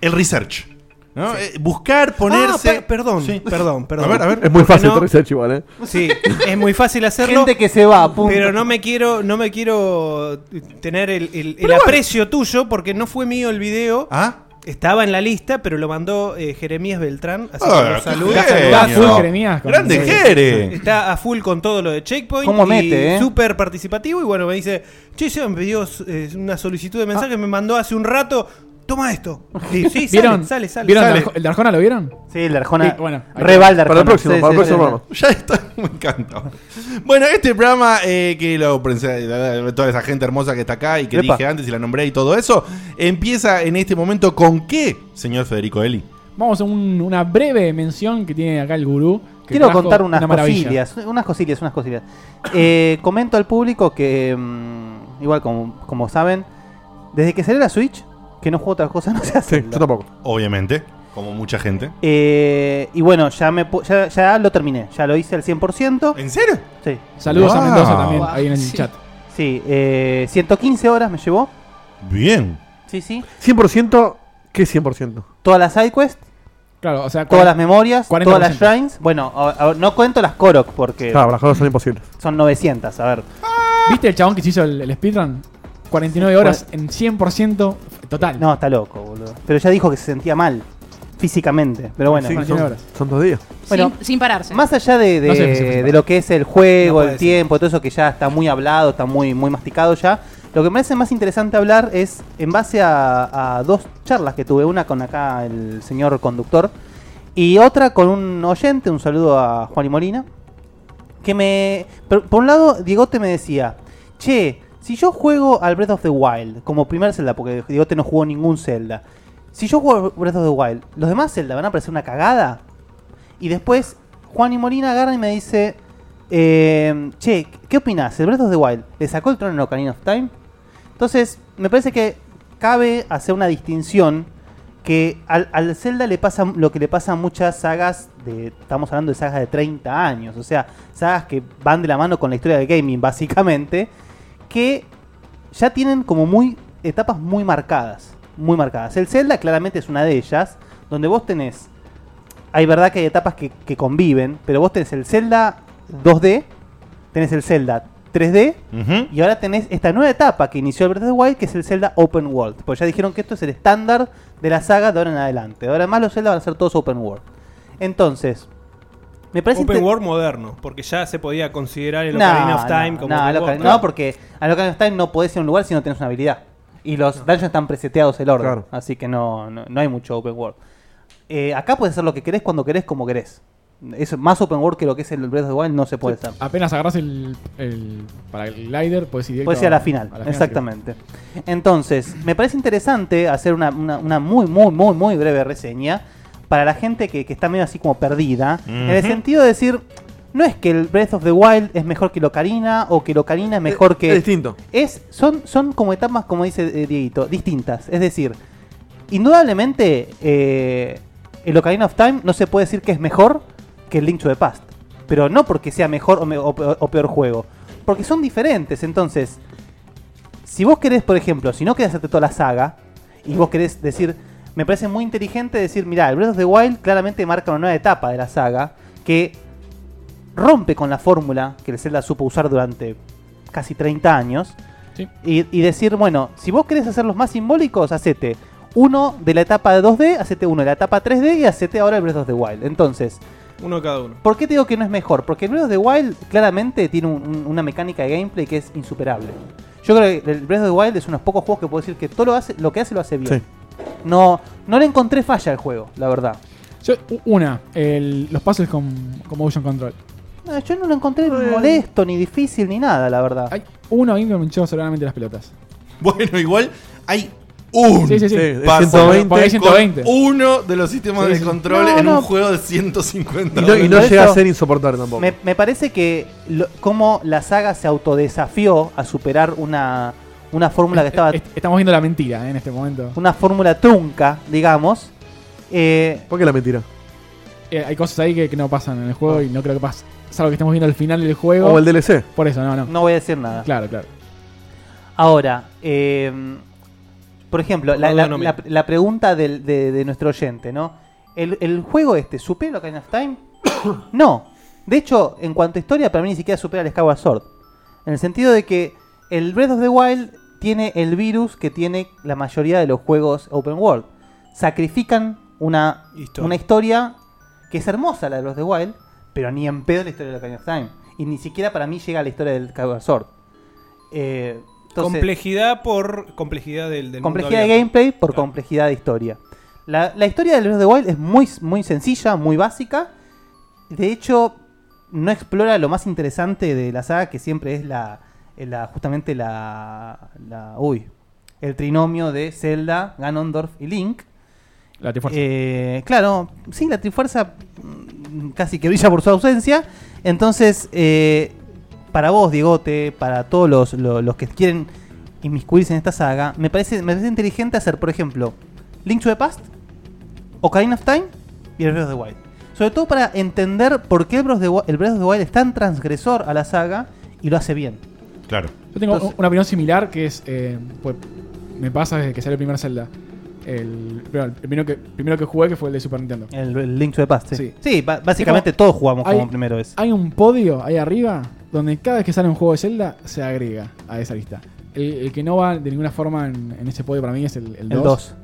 Speaker 2: El research. ¿no? Eh, buscar, ponerse.
Speaker 7: per- perdón, perdón, perdón.
Speaker 2: A ver, a ver.
Speaker 5: Es muy
Speaker 7: ¿Por qué
Speaker 5: fácil
Speaker 7: no?
Speaker 5: el research igual, ¿eh?
Speaker 7: Sí, es muy fácil hacerlo.
Speaker 6: Gente que se va, punto.
Speaker 7: Pero no me quiero, no me quiero tener el, el- el aprecio tuyo porque no fue mío el video.
Speaker 2: Ah.
Speaker 7: Estaba en la lista, pero lo mandó eh, Jeremías Beltrán. Así
Speaker 2: Ah,
Speaker 7: que
Speaker 2: qué
Speaker 7: lo saludo.
Speaker 2: genio.
Speaker 7: Está a full,
Speaker 3: Jeremías, con-
Speaker 2: Grande
Speaker 3: sí.
Speaker 2: Jere.
Speaker 7: Está a full con todo lo de Checkpoint.
Speaker 6: ¿Cómo
Speaker 7: y
Speaker 6: mete, eh?
Speaker 7: Súper participativo. Y bueno, me dice: Che, se me pidió eh, una solicitud de mensaje.
Speaker 6: Ah.
Speaker 7: Me mandó hace un rato. Toma esto. Sí,
Speaker 6: [LAUGHS]
Speaker 7: sí, sale,
Speaker 3: ¿Vieron?
Speaker 7: sale, sale.
Speaker 3: ¿Vieron el
Speaker 7: sale.
Speaker 3: Darjo- el de Arjona? ¿Lo vieron?
Speaker 6: Sí, el de Arjona.
Speaker 3: Sí, bueno, ahí
Speaker 6: Reval de
Speaker 5: Para
Speaker 6: Arjona.
Speaker 5: el próximo,
Speaker 6: Sí,
Speaker 5: para el
Speaker 6: sí,
Speaker 5: próximo
Speaker 6: sí,
Speaker 5: programa.
Speaker 2: Ya está, me encanta. Bueno, este programa eh, que lo toda esa gente hermosa que está acá y que
Speaker 6: Epa.
Speaker 2: dije antes y la nombré y todo eso, empieza en este momento con qué, señor Federico Eli.
Speaker 3: Vamos a un- una breve mención que tiene acá el gurú. que
Speaker 7: Quiero
Speaker 3: trajo
Speaker 6: contar unas
Speaker 3: maravilla.
Speaker 6: cosillas, unas cosillas, unas cosillas. Eh, comento al público que, mm, igual como, como saben, desde que salió la Switch, que no juego otra cosa, [LAUGHS] no se hace.
Speaker 5: Sí, yo tampoco.
Speaker 2: Obviamente, como mucha gente.
Speaker 6: Eh, y bueno, ya, me, pu- ya, ya lo terminé, ya lo hice al 100%.
Speaker 2: ¿En serio?
Speaker 6: Sí,
Speaker 3: Saludos a
Speaker 5: Ah.
Speaker 2: Wow.
Speaker 3: Mendoza también, ahí en el
Speaker 4: Sí.
Speaker 3: chat.
Speaker 6: sí, eh, 115 horas me llevó.
Speaker 2: Bien. [LAUGHS]
Speaker 6: Sí, sí.
Speaker 5: 100%, ¿qué 100%?
Speaker 6: Todas las sidequests,
Speaker 3: Claro, o sea,
Speaker 6: todas
Speaker 3: cuarenta-
Speaker 6: las memorias,
Speaker 3: 40%.
Speaker 6: todas las shrines. Bueno, a- a- no cuento las Korok porque
Speaker 5: Claro, las cosas son imposibles.
Speaker 6: son 900, a ver.
Speaker 3: ¿Viste el chabón que se hizo el, el speedrun? 49 horas en 100% total.
Speaker 6: No, está loco, boludo. Pero ya dijo que se sentía mal físicamente, pero bueno.
Speaker 5: Sí,
Speaker 3: imagino
Speaker 5: son,
Speaker 3: ahora.
Speaker 5: son dos días.
Speaker 6: Bueno,
Speaker 4: sin, sin pararse.
Speaker 6: Más allá de, de-
Speaker 3: No sé, sí, sí, sí.
Speaker 6: de lo que es el juego,
Speaker 7: No puede
Speaker 6: el tiempo, todo eso que ya está muy hablado, está muy, muy masticado ya, lo que me parece más interesante hablar es en base a, a dos charlas que tuve, una con acá el señor conductor y otra con un oyente, un saludo a Juan y Molina, que me... Por, por un lado, Diegote me decía, che, si yo juego al Breath of the Wild como primer Zelda, porque Diegote no jugó ningún Zelda, si yo juego al Breath of the Wild, ¿los demás Zelda van a parecer una cagada? Y después Juan y Molina agarran y me dice, eh, che, ¿qué opinás? ¿El Breath of the Wild le sacó el trono a Ocarina of Time? Entonces, me parece que cabe hacer una distinción que al, al Zelda le pasa lo que le pasa a muchas sagas de, estamos hablando de sagas de 30 años, o sea, sagas que van de la mano con la historia del gaming básicamente, que ya tienen como muy etapas muy marcadas, muy marcadas. El Zelda claramente es una de ellas, donde vos tenés hay verdad que hay etapas que, que conviven, pero vos tenés el Zelda 2D, tenés el Zelda 3D,
Speaker 2: Ujú.
Speaker 6: y ahora tenés esta nueva etapa que inició el Breath of the Wild, que es el Zelda Open World. Pues ya dijeron que esto es el estándar de la saga de ahora en adelante. Ahora más los Zelda van a ser todos Open World. Entonces, me parece
Speaker 7: Open
Speaker 6: inter-
Speaker 7: World moderno, porque ya se podía considerar el
Speaker 6: No,
Speaker 7: Ocarina of Time
Speaker 6: no,
Speaker 7: como
Speaker 6: no,
Speaker 7: Open
Speaker 6: al Ocarina-
Speaker 7: World.
Speaker 6: no, porque al Ocarina of Time no podés ir a un lugar si no tenés una habilidad. Y los dungeons están preseteados el orden.
Speaker 5: Claro.
Speaker 6: Así que no, no, no hay mucho open world. Eh, acá puedes hacer lo que querés, cuando querés, como querés. Es más open world que lo que es el Breath of the Wild, no se puede hacer.
Speaker 3: Apenas agarras el, el- para el glider, puedes ir directo
Speaker 6: Puede ser a la final, exactamente. Entonces, me parece interesante hacer una, una- una muy, muy, muy, muy breve reseña para la gente que, que está medio así como perdida. En el
Speaker 2: Ujú.
Speaker 6: sentido de decir, no es que el Breath of the Wild es mejor que Locarina o que Locarina es mejor que...
Speaker 5: Es distinto.
Speaker 6: es, son, son como etapas, como dice eh, Dieguito, distintas. Es decir, indudablemente eh, el Ocarina of Time no se puede decir que es mejor que el Link to the Past. Pero no porque sea mejor o, me- o peor, o peor juego. Porque son diferentes. Entonces, si vos querés, por ejemplo, si no querés hacerte toda la saga, y vos querés decir, me parece muy inteligente decir, mirá, el Breath of the Wild claramente marca una nueva etapa de la saga que rompe con la fórmula que el Zelda supo usar durante casi 30 años.
Speaker 3: Sí.
Speaker 6: Y, y decir, bueno, si vos querés hacerlos más simbólicos, hacete uno de la etapa de 2D, hacete uno de la etapa 3D y hacete ahora el Breath of the Wild. Entonces,
Speaker 7: Uno cada uno.
Speaker 6: ¿por qué te digo que no es mejor? Porque el Breath of the Wild claramente tiene un- un- una mecánica de gameplay que es insuperable. Yo creo que el Breath of the Wild es uno de los pocos juegos que puedo decir que todo lo, hace, lo que hace lo hace bien.
Speaker 5: Sí.
Speaker 6: No, no le encontré falla al juego, la verdad.
Speaker 3: Yo, u- una, el- los puzzles con, con motion control. Eh,
Speaker 6: No, yo no lo encontré ni molesto, ni difícil, ni nada, la verdad.
Speaker 3: Hay uno ahí que me hinchó solamente las pelotas.
Speaker 2: Bueno, igual hay un
Speaker 3: Sí, eh. sí, sí.
Speaker 5: Sí, es
Speaker 2: paso
Speaker 5: 120.
Speaker 3: Porque hay
Speaker 2: con
Speaker 3: 120.
Speaker 2: uno de los sistemas
Speaker 3: Sí,
Speaker 2: de
Speaker 3: sí.
Speaker 2: control
Speaker 6: No,
Speaker 2: en
Speaker 6: no.
Speaker 2: un juego de 150
Speaker 5: Y no, y no
Speaker 6: Por eso-
Speaker 5: llega a ser insoportable tampoco.
Speaker 6: Me, me parece que lo- como la saga se autodesafió a superar una, una fórmula que estaba.
Speaker 3: Est- Estamos viendo la mentira eh, en este momento.
Speaker 6: una fórmula trunca, digamos. eh,
Speaker 5: ¿Por qué la mentira?
Speaker 3: Eh, hay cosas ahí que, que no pasan en el juego y no creo que pase. Salvo que estamos viendo el final del juego.
Speaker 5: O el DLC.
Speaker 3: Por eso, no, no.
Speaker 6: no voy a decir nada.
Speaker 3: Claro, claro.
Speaker 6: Ahora, eh, Por ejemplo, la, la-
Speaker 7: Perdóname.
Speaker 6: la- la pregunta del- de, de nuestro oyente, ¿no? ¿El, el juego este supera Ocarina of Time? [COUGHS] no. De hecho, en cuanto a historia, para mí ni siquiera supera el Skyward Sword. En el sentido de que el Breath of the Wild tiene el virus que tiene la mayoría de los juegos open world. Sacrifican una
Speaker 7: Historia.
Speaker 6: una historia que es hermosa la de Breath of the Wild, pero ni en pedo la historia de Ocarina of Time. Y ni siquiera para mí llega a la historia del Skyward Sword. Eh, entonces-
Speaker 7: complejidad por complejidad del, del
Speaker 6: complejidad de
Speaker 7: mundo abierto.
Speaker 6: gameplay por complejidad de historia. La, la historia de Breath of the Wild es muy, muy sencilla, muy básica. De hecho, no explora lo más interesante de la saga, que siempre es la, la- justamente la, la- Uy. El trinomio de Zelda, Ganondorf y Link.
Speaker 3: La Trifuerza.
Speaker 6: Eh, claro, sí, la Trifuerza mm, casi que brilla por su ausencia. Entonces, eh, para vos, Diegote, para todos los, lo- los que quieren inmiscuirse en esta saga, me parece, me parece inteligente hacer, por ejemplo, Link to the Past, Ocarina of Time y el Breath of the Wild. Sobre todo para entender por qué el Breath of the Wi- el Breath of the Wild es tan transgresor a la saga y lo hace bien.
Speaker 2: Claro.
Speaker 3: Yo tengo
Speaker 6: Entonces-
Speaker 3: una opinión similar que es. eh, pues, me pasa desde que sale el primer Zelda. El, bueno, el primero, que, primero que jugué que fue el de Super Nintendo.
Speaker 6: El, el Link to the Past, sí.
Speaker 3: Sí.
Speaker 6: Sí, ba- básicamente todos jugamos
Speaker 3: Hay-
Speaker 6: como primero ese.
Speaker 3: Hay un podio ahí arriba donde cada vez que sale un juego de Zelda se agrega a esa lista. El, el que no va de ninguna forma en, en ese podio para mí es el, el 2.
Speaker 6: El 2.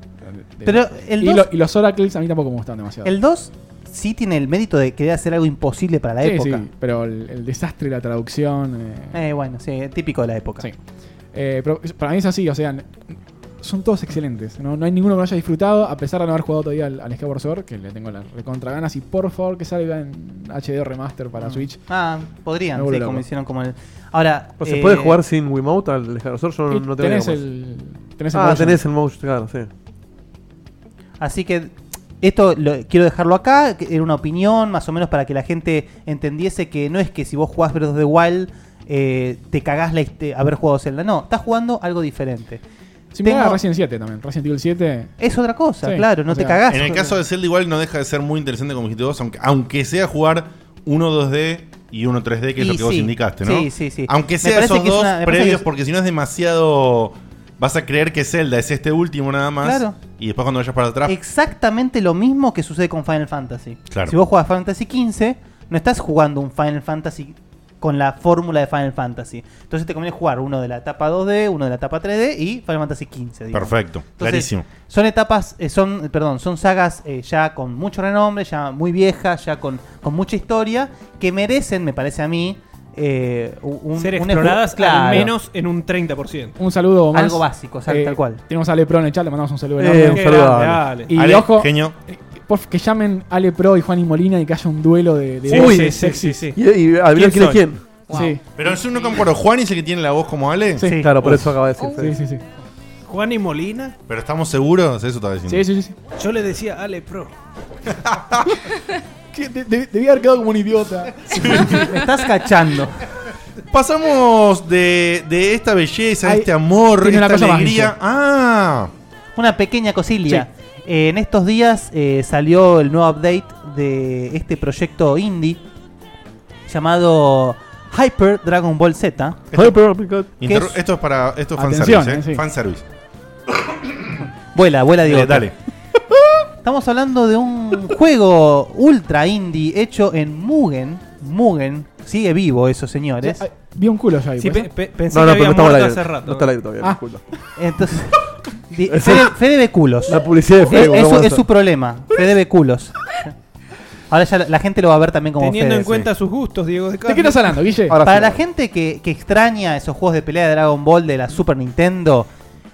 Speaker 3: De-
Speaker 6: Pero el
Speaker 3: y,
Speaker 6: 2
Speaker 3: lo- y los Oracles a mí tampoco me gustan demasiado.
Speaker 6: El 2 sí tiene el mérito de querer hacer algo imposible para la
Speaker 3: Sí,
Speaker 6: época.
Speaker 3: sí, pero el, el desastre, la traducción. eh,
Speaker 6: Eh, bueno, sí, típico de la época.
Speaker 3: Sí. Eh, pero es- para mí es así, o sea, n- son todos excelentes. No, No hay ninguno que no haya disfrutado, a pesar de no haber jugado todavía al, al Skyward Sword, que le tengo las recontra ganas. Y por favor que salga en HD Remaster para Switch.
Speaker 6: Ah,
Speaker 3: Me
Speaker 6: podrían,
Speaker 3: vuelvo
Speaker 6: sí, como
Speaker 3: loco.
Speaker 6: hicieron como el. Ahora.
Speaker 5: Pero Pues ¿Se
Speaker 6: eh,
Speaker 5: puede jugar sin Wiimote al Skyward Yo no,
Speaker 3: Y
Speaker 5: no tengo
Speaker 3: tenés,
Speaker 5: idea cómo
Speaker 3: el,
Speaker 5: es.
Speaker 3: tenés el
Speaker 5: Ah,
Speaker 3: motion.
Speaker 5: tenés el mouse, claro, sí.
Speaker 6: Así que esto lo- quiero dejarlo acá. que Era una opinión, más o menos, para que la gente entendiese que no es que si vos jugás Breath of the Wild eh, te cagás la, hist- haber jugado Zelda. No, estás jugando algo diferente.
Speaker 3: Similar
Speaker 6: Tengo-
Speaker 3: a Resident 7 también. Resident Evil 7.
Speaker 6: Es otra cosa,
Speaker 3: Sí,
Speaker 6: claro, no
Speaker 3: o
Speaker 6: te
Speaker 3: sea,
Speaker 6: cagás.
Speaker 2: En el caso de Zelda igual no deja de ser muy interesante como dijiste vos, aunque, aunque sea jugar uno 2D y uno 3D, que es
Speaker 6: Y
Speaker 2: lo que vos
Speaker 6: sí.
Speaker 2: indicaste, ¿no?
Speaker 6: Sí, sí, sí.
Speaker 2: Aunque
Speaker 6: Me
Speaker 2: sea
Speaker 6: parece
Speaker 2: esos
Speaker 6: que es
Speaker 2: dos
Speaker 6: una- me parece
Speaker 2: previos,
Speaker 6: que es-
Speaker 2: porque si no es demasiado... Vas a creer que Zelda es este último nada más.
Speaker 6: Claro.
Speaker 2: Y después cuando vayas para atrás...
Speaker 6: exactamente lo mismo que sucede con Final Fantasy.
Speaker 2: Claro.
Speaker 6: Si vos jugás Fantasy XV, no estás jugando un Final Fantasy con la fórmula de Final Fantasy. Entonces te conviene jugar uno de la etapa 2D, uno de la etapa 3D y Final Fantasy XV. digamos.
Speaker 2: Perfecto,
Speaker 6: Entonces,
Speaker 2: clarísimo.
Speaker 6: Son etapas, eh, son, perdón, son sagas eh, ya con mucho renombre, ya muy viejas, ya con, con mucha historia, que merecen, me parece a mí, eh, un,
Speaker 7: Ser
Speaker 6: un- un-
Speaker 7: exploradas
Speaker 6: claro,
Speaker 7: al menos en un 30%.
Speaker 3: Un saludo más. Eh,
Speaker 6: algo básico, o sea, tal cual.
Speaker 3: Tenemos a Ale Pro en el chat, le mandamos un saludo.
Speaker 5: Eh,
Speaker 3: enorme.
Speaker 5: un
Speaker 7: Qué
Speaker 5: saludo
Speaker 7: grande,
Speaker 5: a-
Speaker 7: Ale.
Speaker 3: Y
Speaker 2: Ale,
Speaker 3: ojo,
Speaker 2: genio.
Speaker 3: porf, que llamen Ale Pro y Juan y Molina y que haya un duelo de, de
Speaker 7: Sí,
Speaker 3: voces
Speaker 7: sí, sí,
Speaker 3: sexys.
Speaker 7: sí, sí.
Speaker 5: ¿Y, y al
Speaker 7: ¿Quién
Speaker 5: final quién es
Speaker 7: soy?
Speaker 5: quién?
Speaker 3: Sí,
Speaker 2: Pero yo no me acuerdo, ¿Juan es el que tiene la voz como Ale?
Speaker 3: Sí.
Speaker 5: Claro, por eso acaba de decir.
Speaker 3: sí,
Speaker 5: sí.
Speaker 3: sí, sí.
Speaker 7: Juan y Molina,
Speaker 2: ¿Pero estamos seguros? Eso estaba diciendo.
Speaker 3: Sí, sí, sí, sí.
Speaker 7: yo le decía Ale Pro.
Speaker 3: Que de- de- debía haber quedado como un idiota. [LAUGHS]
Speaker 6: Me estás cachando.
Speaker 2: Pasamos de, de esta belleza,
Speaker 3: Ay,
Speaker 2: este amor,
Speaker 3: tiene una
Speaker 2: esta
Speaker 3: cosa más,
Speaker 2: alegría.
Speaker 3: dice.
Speaker 2: ah,
Speaker 6: Una pequeña cosilla. Eh, en estos días eh, salió el nuevo update de este proyecto indie llamado Hyper Dragon Ball Z.
Speaker 5: Ay, pero, oh my God.
Speaker 2: interru-
Speaker 6: es-
Speaker 2: esto es para esto es
Speaker 3: Atención,
Speaker 2: fanservice, ¿eh?
Speaker 3: eh, sí.
Speaker 2: Fanservice.
Speaker 6: Vuela, vuela, digo.
Speaker 2: Dale, dale.
Speaker 6: Estamos hablando de un juego ultra indie hecho en Mugen. Mugen sigue vivo, esos señores.
Speaker 3: Ah, Vi un culo ya ahí.
Speaker 7: Sí,
Speaker 3: ¿puede
Speaker 7: pe-
Speaker 3: ser?
Speaker 7: pe- pensé
Speaker 5: No, no,
Speaker 7: que
Speaker 5: pero
Speaker 7: había
Speaker 5: no estamos
Speaker 7: muerto
Speaker 5: al
Speaker 7: hace
Speaker 5: aire.
Speaker 7: rato.
Speaker 5: No está al aire todavía,
Speaker 3: Ah.
Speaker 5: disculpa.
Speaker 6: Entonces, di- Fede, Fede Beculos.
Speaker 5: La publicidad de
Speaker 6: Es,
Speaker 5: Facebook.
Speaker 6: es
Speaker 5: ¿cómo
Speaker 6: su,
Speaker 5: va a
Speaker 6: es
Speaker 5: ser?
Speaker 6: su problema. Fede Beculos. Ahora ya la, la gente lo va a ver también como
Speaker 7: Teniendo
Speaker 6: Fede,
Speaker 7: en
Speaker 6: sí.
Speaker 7: cuenta sus gustos, Diego de
Speaker 3: ¿De qué
Speaker 7: Carlos.
Speaker 3: estás hablando, Guille?
Speaker 5: Ahora
Speaker 6: Para
Speaker 5: sí,
Speaker 6: la
Speaker 5: ahora.
Speaker 6: gente que, que extraña esos juegos de pelea de Dragon Ball de la Super Nintendo,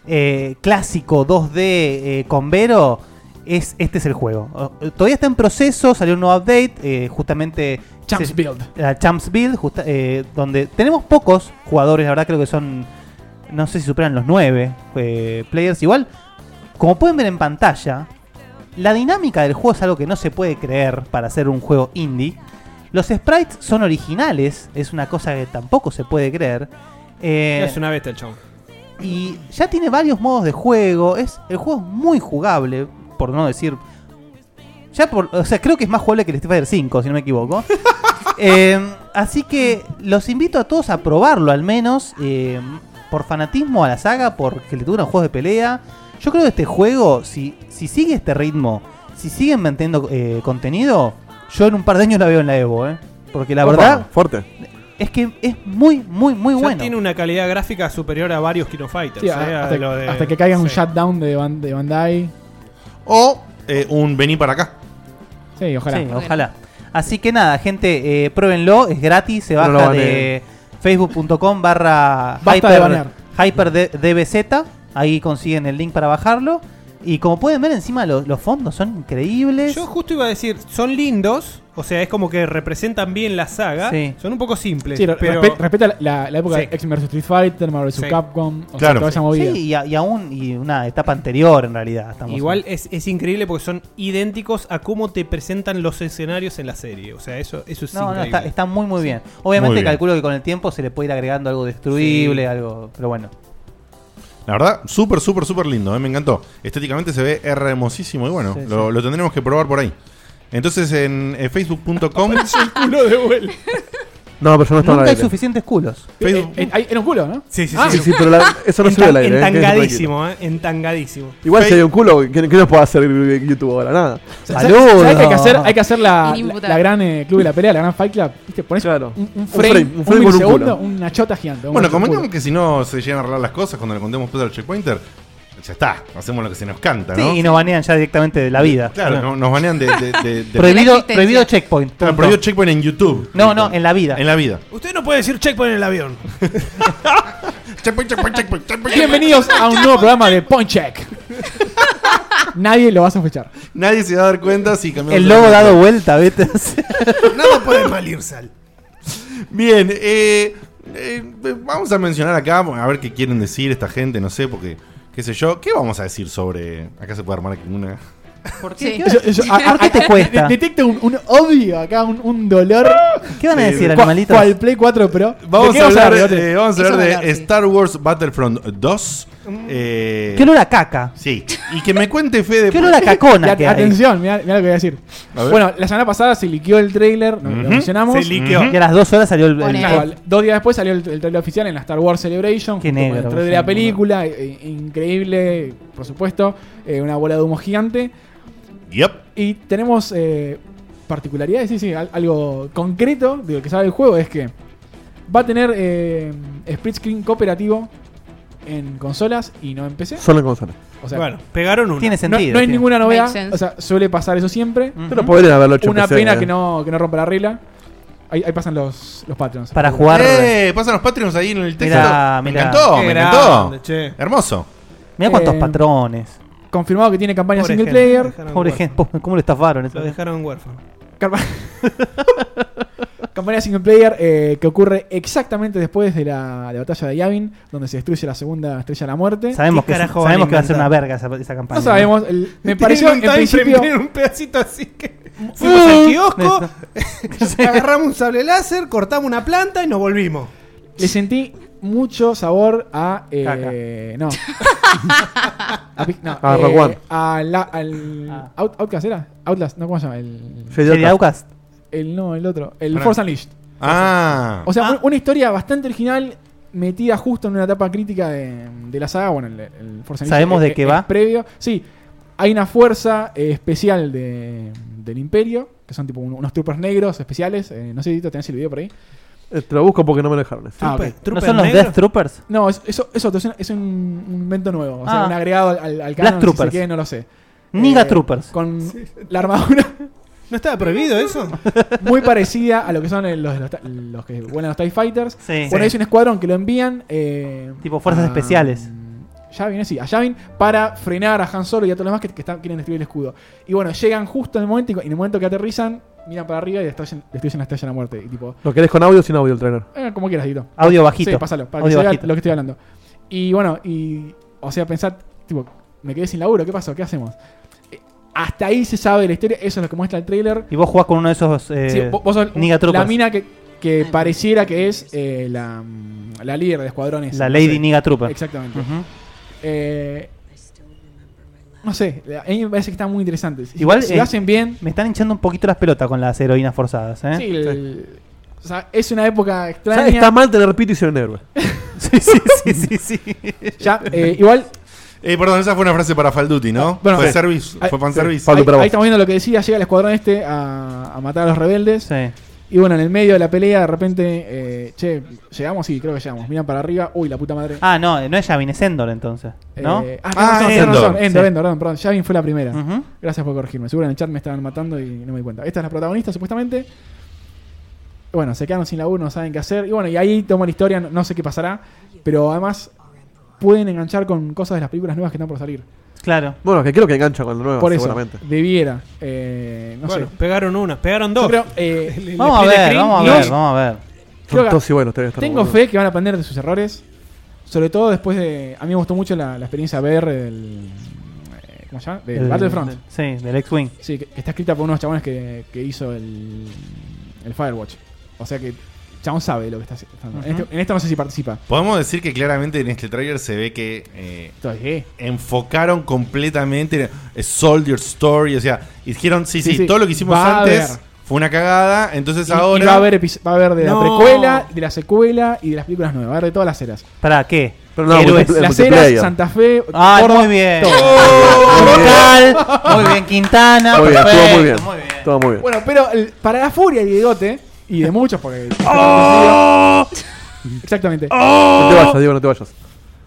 Speaker 6: eh, clásico 2D eh, con Vero, es, este es el juego. O- o- Todavía está en proceso, salió un nuevo update, eh, justamente
Speaker 3: Champs
Speaker 6: se-
Speaker 3: Build.
Speaker 6: la Champs Build, justa- eh, donde tenemos pocos jugadores, la verdad creo que son, no sé si superan los 9 players igual. Como pueden ver en pantalla, la dinámica del juego es algo que no se puede creer para ser un juego indie. Los sprites son originales, es una cosa que tampoco se puede creer. Eh,
Speaker 7: Es una bestia el chabón.
Speaker 6: Y ya tiene varios modos de juego. Es, el juego es muy jugable, por no decir. Ya por, o sea, creo que es más jugable que el Street Fighter V, si no
Speaker 5: [LAUGHS]
Speaker 6: me equivoco. Eh, así que los invito a todos a probarlo, al menos. eh, por fanatismo a la saga, porque le dura un juego de pelea. Yo creo que este juego, si, si sigue este ritmo, si siguen manteniendo eh, contenido, yo en un par de años la veo en la Evo, ¿eh? Porque la
Speaker 5: Opa,
Speaker 6: verdad.
Speaker 5: Fuerte.
Speaker 6: Es que es muy, muy, muy
Speaker 7: Ya
Speaker 6: bueno.
Speaker 7: Tiene una calidad gráfica superior a varios Kino Fighters.
Speaker 3: Sí,
Speaker 7: eh, a
Speaker 3: hasta,
Speaker 7: lo de-
Speaker 3: hasta que caiga un shutdown de, Ban- de Bandai.
Speaker 2: O eh, un vení para acá.
Speaker 3: Sí, ojalá.
Speaker 6: Sí, ojalá. Así que nada, gente, eh, pruébenlo, es gratis, se
Speaker 3: No
Speaker 6: baja
Speaker 3: lo baneen.
Speaker 6: de facebook.com barra
Speaker 3: Basta de banear.
Speaker 6: hyperdbz, ahí consiguen el link para bajarlo. Y como pueden ver encima lo- los fondos son increíbles.
Speaker 7: Yo justo iba a decir, son lindos, o sea, es como que representan bien la saga.
Speaker 6: Sí.
Speaker 7: Son un poco simples.
Speaker 3: Sí,
Speaker 7: pero
Speaker 3: respe- respeta la, la época
Speaker 7: Sí.
Speaker 3: de X-Men vs. Street Fighter, Marvel vs.
Speaker 7: Sí.
Speaker 3: Capcom, o sea,
Speaker 6: Claro.
Speaker 3: toda esa movida.
Speaker 6: Sí,
Speaker 7: [LAUGHS]
Speaker 6: y, a- y aún y una etapa anterior en realidad. Estamos
Speaker 7: igual es, es increíble porque son idénticos a cómo te presentan los escenarios en la serie. O sea, eso, eso es
Speaker 6: No, no,
Speaker 7: increíble.
Speaker 6: está, está muy muy bien.
Speaker 3: Eh,
Speaker 6: Obviamente
Speaker 7: Muy bien.
Speaker 6: calculo que con el tiempo se le puede ir agregando algo destruible,
Speaker 7: Sí.
Speaker 6: algo, pero bueno.
Speaker 2: La verdad, súper, súper, súper lindo. ¿eh? Me encantó. Estéticamente se ve hermosísimo y bueno,
Speaker 6: Sí,
Speaker 2: lo, lo tendremos que probar por ahí. Entonces en eh,
Speaker 3: [LAUGHS]
Speaker 2: facebook.com.
Speaker 3: el culo de vuelta.
Speaker 5: No, pero yo no estaba
Speaker 6: Nunca
Speaker 5: en el
Speaker 6: hay
Speaker 5: aire.
Speaker 6: suficientes culos.
Speaker 2: Facebook.
Speaker 3: Eh, eh, ahí era un culo, ¿no?
Speaker 7: Sí, sí,
Speaker 5: Ah, Sí, sí, pero la- eso no
Speaker 7: Enta-
Speaker 5: salió al aire. eh, quédese
Speaker 7: Entangadísimo, ¿eh? Entangadísimo.
Speaker 5: tranquilo. Igual si hay un culo, ¿qué, qué nos puede hacer YouTube ahora? Nada.
Speaker 3: ¿Sabes-
Speaker 5: Saludos.
Speaker 3: ¿Sabes que hay que hacer, hay que hacer la, la,
Speaker 4: Inimputable.
Speaker 3: la gran eh, club de la pelea, la gran Fight Club? ¿Viste? Ponés un, un frame, un,
Speaker 5: frame, un frame con un
Speaker 3: milisegundo,
Speaker 5: culo.
Speaker 3: una chota gigante. un
Speaker 2: Bueno,
Speaker 3: culo.
Speaker 2: comentamos que si no se llegan a arreglar las cosas cuando le contemos pues al checkpointer, ya está, hacemos lo que se nos canta,
Speaker 6: Sí,
Speaker 2: ¿no?
Speaker 6: y nos banean ya directamente de la vida.
Speaker 2: Claro, no- nos banean de. de-
Speaker 7: [LAUGHS]
Speaker 2: de- de-
Speaker 6: Prohibido, prohibido checkpoint.
Speaker 2: Claro,
Speaker 6: punto.
Speaker 2: prohibido checkpoint en YouTube.
Speaker 6: No, no, en la vida.
Speaker 2: En la vida.
Speaker 7: Usted no puede decir checkpoint en el avión.
Speaker 2: Checkpoint, checkpoint, checkpoint, checkpoint.
Speaker 3: Bienvenidos a un nuevo programa de Point Check. Nadie lo va a sospechar.
Speaker 2: Nadie se va a dar cuenta si cambiamos.
Speaker 6: El logo
Speaker 2: nombre.
Speaker 6: dado vuelta, vete.
Speaker 2: [LAUGHS]
Speaker 7: Nada puede mal ir, Sal.
Speaker 2: Bien, eh, eh, vamos a mencionar acá, a ver qué quieren decir esta gente, no sé, porque, qué sé yo, ¿qué vamos a decir sobre... Acá se puede armar aquí una...
Speaker 4: ¿Por qué?
Speaker 3: [LAUGHS] Yo- yo- a- a-
Speaker 6: ¿Por qué te
Speaker 3: a-
Speaker 6: cuesta?
Speaker 3: de- Detecto un, un odio acá, un, un dolor.
Speaker 6: ¿Qué van a
Speaker 2: Sí,
Speaker 6: decir,
Speaker 2: cu-
Speaker 6: animalitos?
Speaker 3: Cual Play 4 Pro. ¿De
Speaker 2: Vamos
Speaker 3: qué
Speaker 2: a hablar,
Speaker 3: Bigote?
Speaker 2: eh, vamos a
Speaker 4: Eso
Speaker 2: hablar de
Speaker 4: va a hablar, sí.
Speaker 2: Star Wars Battlefront 2.
Speaker 7: Mm.
Speaker 2: eh,
Speaker 6: ¿Qué olor a caca?
Speaker 2: Sí, y que me cuente Fede...
Speaker 6: ¿Qué olor a
Speaker 3: Y
Speaker 6: cacona
Speaker 3: at-
Speaker 6: que hay?
Speaker 3: atención, mirá, mirá lo que voy a decir.
Speaker 2: A ver.
Speaker 3: bueno, la semana pasada se liqueó el trailer, lo- lo
Speaker 2: Ujú,
Speaker 3: mencionamos.
Speaker 7: Se liqueó.
Speaker 6: Y a las dos horas salió el... el-
Speaker 4: Ponele.
Speaker 3: Claro, al- dos días después salió el, el trailer oficial en la Star Wars Celebration. junto
Speaker 6: Qué
Speaker 3: con
Speaker 6: negro,
Speaker 3: el trailer de
Speaker 6: sí,
Speaker 3: la película, eh, increíble, por supuesto. eh, una bola de humo gigante.
Speaker 2: Yep.
Speaker 3: Y tenemos eh, particularidades, sí, sí, al- algo concreto de lo que sabe el juego es que va a tener eh, split screen cooperativo en consolas y no en PC.
Speaker 5: Solo en consola.
Speaker 3: O sea,
Speaker 7: bueno, pegaron uno.
Speaker 6: Tiene
Speaker 3: no, no hay
Speaker 6: sentido. tiene.
Speaker 3: ninguna
Speaker 4: Makes
Speaker 3: novedad.
Speaker 4: sense.
Speaker 3: O sea, suele pasar eso siempre.
Speaker 6: Ujú.
Speaker 5: Pero podrían haberlo hecho en
Speaker 3: Una
Speaker 5: PC,
Speaker 3: pena
Speaker 5: eh.
Speaker 3: que no, que no rompa la regla. Ahí, ahí pasan los, los patrons.
Speaker 6: Para jugar...
Speaker 2: Eh, pasan los Patreons ahí en el texto.
Speaker 6: Mirá,
Speaker 2: me
Speaker 6: mirá.
Speaker 2: encantó,
Speaker 7: Qué
Speaker 2: me
Speaker 7: grande,
Speaker 2: encantó.
Speaker 7: che.
Speaker 2: Hermoso.
Speaker 6: Mira cuántos
Speaker 3: eh,
Speaker 6: patrones.
Speaker 3: Confirmado que tiene campaña
Speaker 7: Pobre
Speaker 3: single
Speaker 7: gente, lo
Speaker 3: player.
Speaker 7: dejaron
Speaker 6: Pobre
Speaker 7: huérfano.
Speaker 6: gente, po- ¿cómo lo estafaron? eso?
Speaker 7: Lo dejaron huérfano.
Speaker 3: Campa- Campaña single player eh, que ocurre exactamente después de la, la batalla de Yavin, donde se destruye la segunda estrella de la muerte.
Speaker 6: Sabemos,
Speaker 7: ¿Qué
Speaker 6: que,
Speaker 7: carajo van
Speaker 6: sabemos
Speaker 7: a
Speaker 6: que va a ser una
Speaker 7: inventar?
Speaker 6: verga esa, esa campaña.
Speaker 3: No sabemos, el- me pareció en
Speaker 7: Inventaba
Speaker 3: principio.
Speaker 7: imprimir [LAUGHS] un pedacito así que fuimos
Speaker 3: Mm.
Speaker 7: al kiosco, [LAUGHS] agarramos un sable láser, cortamos una planta y nos volvimos.
Speaker 3: Le sentí mucho sabor a. Eh, no. a, pi- no, eh,
Speaker 5: A Rogue Ah, One.
Speaker 3: a la- al.
Speaker 6: Ah.
Speaker 3: Out- Outcast era. Outlast, no, ¿cómo se llama? El,
Speaker 5: Fede
Speaker 6: Sería
Speaker 5: Oca.
Speaker 6: Aucas.
Speaker 3: el no, el otro. El
Speaker 2: Pará.
Speaker 3: Force Unleashed.
Speaker 2: Ah,
Speaker 3: O sea, un- una historia bastante original metida justo en una etapa crítica de, de la saga. Bueno, el, el Force Unleashed
Speaker 6: ¿Sabemos
Speaker 3: es-
Speaker 6: de qué
Speaker 3: es
Speaker 6: va?
Speaker 3: Previo. Sí, hay una fuerza eh, especial de- del Imperio, que son tipo un- unos troopers negros especiales. eh, no sé, Dito, ¿tenés el video por ahí?
Speaker 5: Eh, Te lo busco porque no me lo dejaron. ese.
Speaker 3: Ah, ok.
Speaker 7: Trooper-
Speaker 6: ¿No
Speaker 7: Trooper
Speaker 6: son los
Speaker 7: negro.
Speaker 6: Death Troopers?
Speaker 3: No, es- eso, eso es un- es un un invento nuevo. O sea,
Speaker 6: Ah.
Speaker 3: un agregado al- al, al
Speaker 6: Black
Speaker 3: canon, si se
Speaker 6: Troopers.
Speaker 3: quiere, no lo sé.
Speaker 6: Niga
Speaker 3: Eh,
Speaker 6: Troopers.
Speaker 3: Con la armadura
Speaker 7: [LAUGHS] ¿No estaba prohibido eso?
Speaker 3: [LAUGHS] muy parecida a lo que son eh, los, de los, ta- los que vuelan los TIE Fighters.
Speaker 6: Sí.
Speaker 3: Bueno, es un escuadrón que lo envían. eh,
Speaker 6: Tipo fuerzas
Speaker 3: a-
Speaker 6: especiales.
Speaker 3: Yavin, eh, sí, a Yavin para frenar a Han Solo y a todos los demás que, que están, quieren destruir el escudo. Y bueno, llegan justo en el momento y cu- en el momento que aterrizan, miran para arriba y destruyen, destruyen la estrella de la muerte. Y tipo,
Speaker 5: ¿Lo querés con audio o sin audio el trailer?
Speaker 3: eh, como quieras, Dito.
Speaker 6: Audio bajito.
Speaker 3: Sí, pásalo, para que
Speaker 6: Audio
Speaker 3: se vea
Speaker 6: bajito.
Speaker 3: lo que estoy hablando. Y bueno, y. O sea, pensad, tipo, me quedé sin laburo, ¿qué pasó? ¿Qué hacemos? Eh, Hasta ahí se sabe la historia, eso es lo que muestra el trailer.
Speaker 6: Y vos jugás con uno de esos eh,
Speaker 3: Sí, vos- vos sos
Speaker 6: Niga
Speaker 3: la
Speaker 6: Troopers.
Speaker 3: mina que, que pareciera que es eh, la, mm, la líder de escuadrones.
Speaker 6: La
Speaker 3: no
Speaker 6: Lady
Speaker 3: sé.
Speaker 6: Niga Trooper.
Speaker 3: Exactamente.
Speaker 6: Ujú.
Speaker 3: Eh, no sé, a mí me parece que está muy interesante. Si-
Speaker 6: Igual,
Speaker 3: si
Speaker 6: eh,
Speaker 3: lo hacen bien.
Speaker 6: Me están hinchando un poquito las pelotas con las heroínas forzadas, ¿eh?
Speaker 3: sí, el- o sea, es una época
Speaker 5: O sea,
Speaker 6: [LAUGHS]
Speaker 3: extraña.
Speaker 5: está mal tener pito y ser un héroe.
Speaker 6: sí, sí, sí, sí, sí.
Speaker 3: Ya, eh, igual Ah,
Speaker 2: Eh, perdón, esa fue una frase para Falduti, ¿no?
Speaker 3: Bueno,
Speaker 2: fue
Speaker 3: sí.
Speaker 2: service,
Speaker 3: Ahí-
Speaker 2: fue fanservice.
Speaker 3: Ahí, ahí estamos viendo lo que decía, llega el escuadrón este a, a matar a los rebeldes. Y bueno, en el medio de la pelea, de repente, eh, che, llegamos, sí, creo que llegamos. Miran para arriba, uy, la puta madre.
Speaker 6: Ah, no, no es Yavin, es Endor entonces. ¿No?
Speaker 3: Eh, ah, tenés razón, tenés razón. Endor,
Speaker 6: Sí.
Speaker 3: Endor, perdón, perdón. Yavin fue la primera.
Speaker 6: Ujú.
Speaker 3: Gracias por corregirme. Seguro en el chat me estaban matando y no me di cuenta. Esta es la protagonista, supuestamente. Bueno, se quedaron sin laburo, no saben qué hacer. Y bueno, y ahí toma la historia, no- no sé qué pasará. Pero además pueden enganchar con cosas de las películas nuevas que están por salir.
Speaker 6: Claro.
Speaker 5: Bueno, que creo que engancha con lo nuevo,
Speaker 3: Por eso,
Speaker 5: seguramente.
Speaker 3: debiera. Eh, no
Speaker 7: Bueno,
Speaker 3: sé.
Speaker 7: pegaron una, pegaron dos.
Speaker 3: Yo creo,
Speaker 7: [LAUGHS]
Speaker 3: eh,
Speaker 7: El- el
Speaker 6: Vamos a
Speaker 7: split
Speaker 6: ver,
Speaker 7: screen
Speaker 6: vamos
Speaker 7: no-
Speaker 6: a ver, vamos a ver.
Speaker 3: Creo que-
Speaker 5: Son todos iguales, ustedes están
Speaker 3: Tengo
Speaker 5: boludos.
Speaker 3: fe que van a aprender de sus errores. Sobre todo después de. A mí me gustó mucho la, la experiencia VR del. eh, ¿Cómo se llama? Del
Speaker 6: El-
Speaker 3: Battlefront.
Speaker 6: Sí, del X-Wing.
Speaker 3: Sí, que, que está escrita por unos chabones que, que hizo el, el Firewatch. O sea que el chabón sabe lo que está haciendo. en,
Speaker 6: Ujú.
Speaker 3: este- en esta no sé si participa.
Speaker 2: Podemos decir que claramente en este tráiler se ve que eh,
Speaker 3: Entonces,
Speaker 2: enfocaron completamente en Soldier Story. O sea, dijeron, sí, sí,
Speaker 3: Sí, sí,
Speaker 2: todo lo que hicimos
Speaker 3: va a
Speaker 2: antes
Speaker 3: haber.
Speaker 2: fue una cagada. Entonces
Speaker 3: Y- y
Speaker 2: ahora...
Speaker 3: va, a haber, epi- va a haber de
Speaker 7: No.
Speaker 3: la precuela, de la secuela y de las películas nuevas. Va a haber de todas las eras.
Speaker 6: ¿Para qué?
Speaker 5: Pero no,
Speaker 6: Héroes.
Speaker 5: multiple-
Speaker 3: Las
Speaker 5: multiplayer.
Speaker 3: eras, Santa Fe,
Speaker 6: Ah,
Speaker 3: Córdoba,
Speaker 6: muy bien.
Speaker 3: todo.
Speaker 6: Local, muy bien, Quintana.
Speaker 5: Muy bien,
Speaker 6: perfecto,
Speaker 5: todo muy bien. Todo muy bien.
Speaker 3: Bueno, pero el- para la furia de Diegote, y de muchos, porque.
Speaker 6: ¡Oh!
Speaker 3: Exactamente.
Speaker 5: No te vayas, Diego, no te vayas.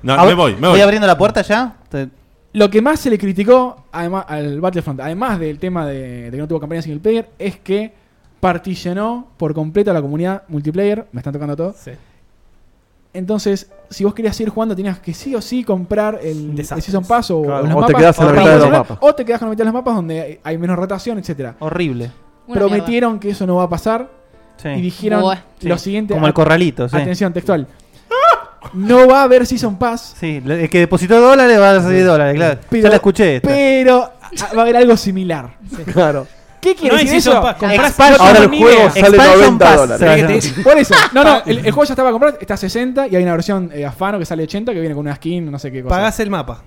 Speaker 2: No,
Speaker 6: A
Speaker 2: me
Speaker 6: ver,
Speaker 2: voy, me voy.
Speaker 6: Voy abriendo la puerta ya. Te-
Speaker 3: Lo que más se le criticó además, al Battlefront, además del tema de, de que no tuvo campaña single player, es que particionó por completo a la comunidad multiplayer. Me están tocando todo.
Speaker 7: Sí.
Speaker 3: Entonces, si vos querías seguir jugando, tenías que sí o sí comprar el, el
Speaker 7: Desastre.
Speaker 3: Season Pass o,
Speaker 5: Claro,
Speaker 3: o los
Speaker 5: o te
Speaker 3: mapas,
Speaker 5: quedás en la
Speaker 3: o
Speaker 5: mitad de los
Speaker 3: promocionar,
Speaker 5: mapas.
Speaker 3: o te quedás con la mitad de los mapas donde hay- hay menos rotación, etcétera.
Speaker 6: Horrible.
Speaker 4: Una
Speaker 3: Prometieron que eso no va a pasar
Speaker 6: Sí.
Speaker 3: y dijeron
Speaker 4: Buah.
Speaker 3: lo
Speaker 6: Sí,
Speaker 3: siguiente.
Speaker 6: Como el corralito, sí.
Speaker 3: Atención textual. [LAUGHS] No va a haber Season Pass.
Speaker 6: Sí, le- el que depositó dólares va a recibir dólares, claro. ya la escuché esta.
Speaker 3: Pero a- va a haber algo similar.
Speaker 5: Claro.
Speaker 3: ¿Qué
Speaker 7: No
Speaker 3: quiere
Speaker 7: hay
Speaker 3: decir
Speaker 7: Season
Speaker 3: eso?
Speaker 7: Pass, comprás
Speaker 6: Expansion-
Speaker 7: Pass.
Speaker 5: Ahora el
Speaker 7: Ni
Speaker 5: juego
Speaker 7: idea.
Speaker 5: sale
Speaker 6: Expansion
Speaker 5: 90
Speaker 6: Pass.
Speaker 5: dólares.
Speaker 7: Pero que te-
Speaker 3: Por
Speaker 6: [LAUGHS]
Speaker 3: eso, no, no, el, el juego ya estaba a comprar, está a 60 y hay una versión eh, afano que sale 80 que viene con una skin, no sé qué cosa.
Speaker 7: Pagás el mapa.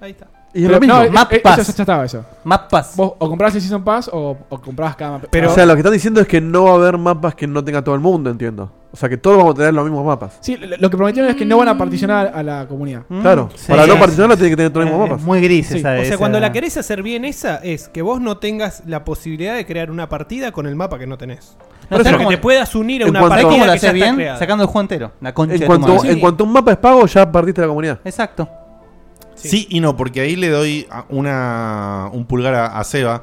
Speaker 7: Ahí está.
Speaker 5: Y es
Speaker 3: Pero
Speaker 5: lo mismo.
Speaker 3: no, eh,
Speaker 6: Map
Speaker 3: eh,
Speaker 6: Pass.
Speaker 3: Eso ya estaba eso.
Speaker 6: Map Pass.
Speaker 3: Vos o comprabas el Season Pass o, o comprabas cada mapa.
Speaker 7: Pero-
Speaker 5: o sea, lo que están diciendo es que no va a haber mapas que no tenga todo el mundo, entiendo. O sea, que todos vamos a tener los mismos mapas.
Speaker 3: sí, lo, lo que prometieron es que no van a particionar a la comunidad.
Speaker 6: Mm,
Speaker 5: Claro.
Speaker 6: sí,
Speaker 5: Para no
Speaker 6: es-
Speaker 5: participarla tiene que tener todos los mismos
Speaker 6: es- es
Speaker 5: mapas.
Speaker 6: Muy gris
Speaker 3: Sí,
Speaker 6: esa
Speaker 7: O sea,
Speaker 6: esa-
Speaker 7: cuando la querés hacer bien esa es que vos no tengas la posibilidad de crear una partida con el mapa que no tenés. o sea,
Speaker 6: No, ¿sabés
Speaker 7: que
Speaker 6: cómo-
Speaker 7: te puedas unir a
Speaker 5: en
Speaker 7: una
Speaker 5: cuanto-
Speaker 6: ¿sabés
Speaker 7: partida
Speaker 6: cómo
Speaker 7: que
Speaker 6: lo
Speaker 7: ya
Speaker 6: haces
Speaker 7: está
Speaker 6: bien?
Speaker 7: creada.
Speaker 6: Sacando el juego entero. La concha
Speaker 5: En
Speaker 6: de tu
Speaker 5: cuanto,
Speaker 6: madre.
Speaker 5: en cuanto un mapa es pago, ya partiste de la comunidad.
Speaker 6: Exacto.
Speaker 2: Sí. y no, porque ahí le doy a- una, un pulgar a, a Seba.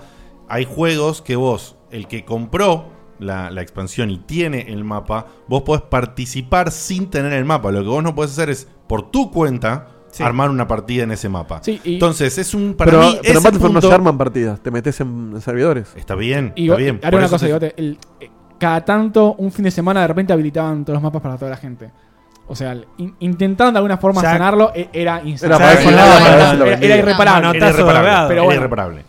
Speaker 2: Hay juegos que vos, el que compró la, la expansión y tiene el mapa, vos podés participar sin tener el mapa. Lo que vos no podés hacer es, por tu cuenta,
Speaker 7: Sí.
Speaker 2: armar una partida en ese mapa.
Speaker 3: Sí, y-
Speaker 2: Entonces, es un... Para
Speaker 5: pero
Speaker 2: mí,
Speaker 5: pero en
Speaker 2: ese
Speaker 5: Battlefield no
Speaker 2: punto-
Speaker 5: se arman partidas, te metes en, en servidores.
Speaker 2: Está bien,
Speaker 3: Y
Speaker 2: está
Speaker 3: yo-
Speaker 2: bien.
Speaker 3: haré
Speaker 2: Por
Speaker 3: una
Speaker 2: eso
Speaker 3: cosa,
Speaker 2: te-
Speaker 3: Diegote, el- eh, cada tanto, un fin de semana, de repente habilitaban todos los mapas para toda la gente. O sea, el- in- intentaron de alguna forma
Speaker 7: Ya-
Speaker 3: sanarlo, e- era insano.
Speaker 5: Era para
Speaker 7: ver si lo-
Speaker 3: Era-
Speaker 7: para ver
Speaker 3: era-
Speaker 5: si lo
Speaker 3: era
Speaker 5: vendía.
Speaker 3: irreparable.
Speaker 7: Manotazo
Speaker 2: Era irreparable.
Speaker 7: ahogado.
Speaker 2: Pero
Speaker 3: Pero bueno.
Speaker 2: irreparable.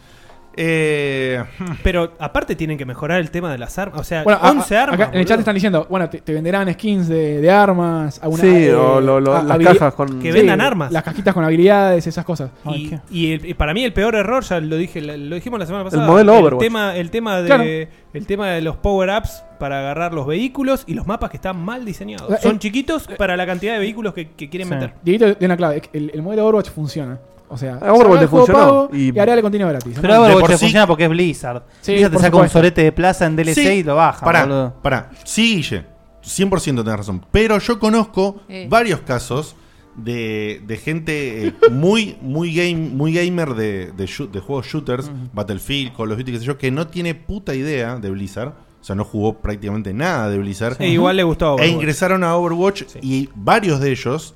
Speaker 2: Eh,
Speaker 3: hmm.
Speaker 7: Pero aparte tienen que mejorar el tema de las armas. O sea,
Speaker 3: Bueno, a-
Speaker 7: 11
Speaker 3: a-
Speaker 7: armas.
Speaker 3: acá en el chat
Speaker 7: boludo.
Speaker 3: están diciendo, bueno, te, te venderán skins de, de armas, alguna,
Speaker 5: sí,
Speaker 3: eh,
Speaker 5: o lo- lo-
Speaker 3: a-
Speaker 5: las
Speaker 3: habili-
Speaker 5: cajas con.
Speaker 7: que vendan armas.
Speaker 3: Las cajitas con habilidades, esas cosas.
Speaker 7: Y,
Speaker 6: Ay,
Speaker 7: y el- y para mí el peor error, ya lo dije, la- lo dijimos la semana pasada.
Speaker 5: modelo Overwatch.
Speaker 7: Tema, el, tema de,
Speaker 3: Claro.
Speaker 7: el tema de los power-ups para agarrar los vehículos y los mapas que están mal diseñados.
Speaker 3: O sea,
Speaker 7: Son
Speaker 3: eh,
Speaker 7: chiquitos para la cantidad de vehículos que, que quieren
Speaker 6: Sí.
Speaker 7: meter.
Speaker 3: Dieguito de una clave, el, el modelo Overwatch funciona. O sea,
Speaker 5: Ah, Overwatch
Speaker 3: saca el
Speaker 5: te
Speaker 3: juego
Speaker 5: funcionó,
Speaker 3: pago y,
Speaker 5: y-
Speaker 3: hará el contenido gratis. ¿no?
Speaker 6: Pero ahora
Speaker 2: por
Speaker 6: te
Speaker 2: sí-
Speaker 6: funciona porque es Blizzard.
Speaker 3: Sí,
Speaker 6: Blizzard te
Speaker 3: por
Speaker 6: saca un
Speaker 3: supuesto.
Speaker 6: sorete de plaza en DLC y lo baja.
Speaker 2: Pará,
Speaker 6: boludo.
Speaker 2: pará. Sí, Guille. 100% tenés razón. Pero yo conozco
Speaker 4: Eh.
Speaker 2: varios casos de, de gente eh, muy, muy, game, muy gamer de, de, shoot- de juegos shooters, Battlefield, Call of Duty, qué sé yo, que no tiene puta idea de Blizzard. O sea, no jugó prácticamente nada de Blizzard.
Speaker 7: E igual le gustó a
Speaker 2: E
Speaker 7: Overwatch.
Speaker 2: ingresaron a Overwatch y varios de ellos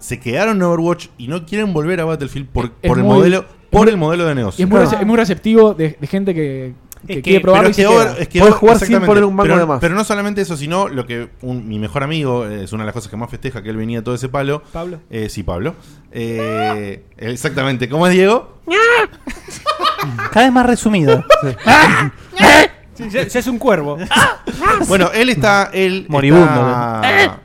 Speaker 2: se quedaron en Overwatch y no quieren volver a Battlefield por,
Speaker 3: Es
Speaker 2: por el
Speaker 3: muy-
Speaker 2: modelo por
Speaker 3: muy-
Speaker 2: el modelo de negocio.
Speaker 3: Y es muy, rece- es muy receptivo de, de gente que, que
Speaker 7: que-
Speaker 3: quiere
Speaker 7: pero
Speaker 3: probarlo y
Speaker 2: Pero es
Speaker 3: se
Speaker 2: que
Speaker 3: queda.
Speaker 2: Over- es que
Speaker 5: Podés
Speaker 2: Over-
Speaker 5: jugar sin
Speaker 2: exactamente.
Speaker 5: poner un banco
Speaker 2: pero,
Speaker 5: de más.
Speaker 2: Pero no solamente eso, sino lo que un- mi mejor amigo, eh, es una de las cosas que más festeja, que él venía todo ese palo.
Speaker 7: Pablo.
Speaker 2: Eh, sí, Pablo. Eh, exactamente. ¿Cómo es Diego?
Speaker 6: Cada vez
Speaker 2: [LAUGHS]
Speaker 6: más resumido.
Speaker 7: Sí, ya, ya es un cuervo.
Speaker 2: Bueno, él está. Él
Speaker 6: Moribundo,
Speaker 2: está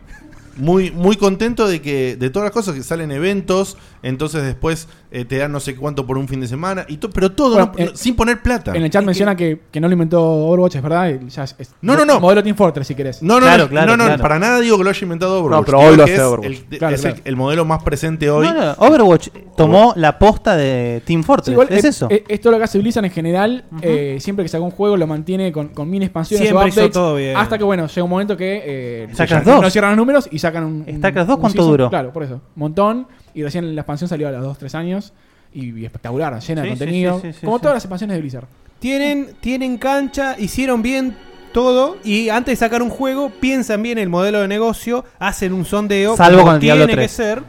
Speaker 2: Muy, muy contento de que de todas las cosas que salen eventos, entonces después eh, te dan no sé cuánto por un fin de semana, y to- pero todo
Speaker 3: Bueno,
Speaker 2: no- no-
Speaker 3: eh,
Speaker 2: sin poner plata.
Speaker 3: En el chat menciona que, que no lo inventó Overwatch, es verdad. Y ya es- es-
Speaker 2: No, no, no.
Speaker 3: Modelo Team Fortress, si querés.
Speaker 2: No, no, no, no, no, para nada digo que lo haya inventado Overwatch.
Speaker 3: No, pero
Speaker 2: Digo
Speaker 3: hoy lo
Speaker 2: que
Speaker 3: hace
Speaker 2: es
Speaker 3: Overwatch.
Speaker 2: El,
Speaker 3: Claro,
Speaker 2: es
Speaker 3: claro.
Speaker 2: el- el modelo más presente hoy.
Speaker 6: No, no, Overwatch tomó la posta de Team
Speaker 3: eh, Sí,
Speaker 6: Fortress.
Speaker 3: igual,
Speaker 6: es
Speaker 3: eh,
Speaker 6: eso.
Speaker 3: eh, es todo lo que hace Blizzard en general. eh, siempre que saca un juego lo mantiene con, con mil expansiones
Speaker 6: Siempre
Speaker 3: o
Speaker 6: hizo
Speaker 3: updates.
Speaker 6: todo bien.
Speaker 3: Hasta que, bueno, llega un momento que eh,
Speaker 6: Sacan
Speaker 3: no
Speaker 6: dos.
Speaker 3: cierran los números y sacan un.
Speaker 6: StarCraft 2
Speaker 3: un
Speaker 6: cuánto
Speaker 3: season.
Speaker 6: duró?
Speaker 3: Claro, por eso. Montón. Y recién la expansión salió a los 2-3 años. Y, y espectacular, llena
Speaker 8: Sí,
Speaker 3: de
Speaker 8: sí,
Speaker 3: contenido.
Speaker 8: sí, sí, sí,
Speaker 3: como
Speaker 8: sí.
Speaker 3: todas las expansiones de Blizzard.
Speaker 8: Tienen, tienen cancha, hicieron bien todo y antes de sacar un juego piensan bien el modelo de negocio, hacen un sondeo.
Speaker 6: Salvo
Speaker 8: como
Speaker 6: con el Diablo
Speaker 8: tiene
Speaker 6: 3.
Speaker 8: que ser.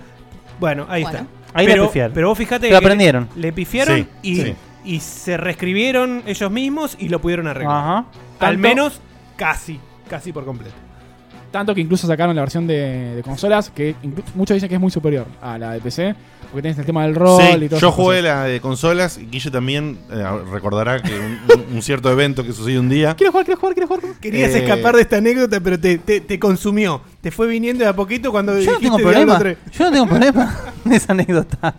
Speaker 8: Bueno, ahí
Speaker 6: Bueno.
Speaker 8: está.
Speaker 6: Ahí la
Speaker 8: pero,
Speaker 6: pifiaron.
Speaker 8: pero vos fíjate
Speaker 6: Pero
Speaker 8: que
Speaker 6: aprendieron.
Speaker 8: Le pifiaron
Speaker 6: Sí,
Speaker 8: y,
Speaker 6: sí.
Speaker 8: y se reescribieron ellos mismos y lo pudieron arreglar.
Speaker 6: Ajá.
Speaker 8: Al
Speaker 3: Tanto-
Speaker 8: menos casi, casi por completo.
Speaker 3: Tanto que incluso sacaron la versión de, de consolas, que inclu- muchos dicen que es muy superior a la de PC, porque tenés el tema del rol
Speaker 2: Sí,
Speaker 3: y todo
Speaker 2: yo jugué la de consolas y Guille también eh, recordará que un, un- un cierto evento que sucedió un día.
Speaker 3: Quiero jugar, quiero jugar, quiero jugar.
Speaker 8: Querías
Speaker 2: Eh,
Speaker 8: escapar de esta anécdota, pero te, te- te consumió. Te fue viniendo de a poquito cuando
Speaker 6: Yo no
Speaker 8: dijiste
Speaker 6: tengo
Speaker 8: Diablo
Speaker 6: problema.
Speaker 8: 3.
Speaker 6: Yo no tengo problema [LAUGHS] de esa anécdota.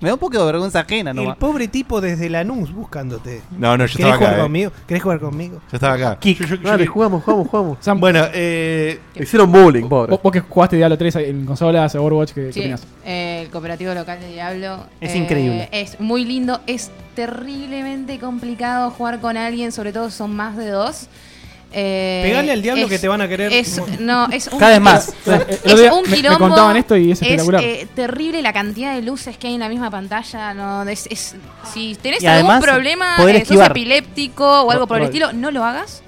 Speaker 6: Me da un poco de vergüenza ajena nomás.
Speaker 8: El pobre tipo desde Lanús buscándote.
Speaker 2: No, no, yo
Speaker 8: ¿Querés
Speaker 2: estaba acá,
Speaker 8: jugar
Speaker 2: eh.
Speaker 8: conmigo? ¿Querés jugar conmigo?
Speaker 2: Yo estaba acá. Yo- yo- yo-
Speaker 5: Dale, jugamos, jugamos, jugamos.
Speaker 2: Bueno, eh,
Speaker 5: Hicieron bullying, pobre.
Speaker 3: Vos, vos que jugaste Diablo 3 en consolas, Overwatch, ¿qué, qué
Speaker 4: Sí,
Speaker 3: opinás?
Speaker 4: eh, el cooperativo local de Diablo.
Speaker 3: Es
Speaker 4: eh,
Speaker 3: increíble.
Speaker 4: Es muy lindo, es terriblemente complicado jugar con alguien, sobre todo son más de dos. Eh,
Speaker 8: Pegale al diablo
Speaker 4: es-
Speaker 8: que te van a querer.
Speaker 4: es- no, es un,
Speaker 8: Cada vez más.
Speaker 4: es-
Speaker 8: El
Speaker 4: Es,
Speaker 8: otro día
Speaker 4: un
Speaker 8: me- me
Speaker 4: quilombo.
Speaker 8: contaban esto y es espectacular.
Speaker 4: eh, terrible la cantidad de luces que hay en la misma pantalla. No, es- es- si tenés
Speaker 6: Y
Speaker 4: algún
Speaker 6: además,
Speaker 4: problema,
Speaker 6: poder
Speaker 4: eh, sos
Speaker 6: esquivar.
Speaker 4: epiléptico o algo
Speaker 6: No,
Speaker 4: por el
Speaker 6: no.
Speaker 4: estilo, no lo hagas.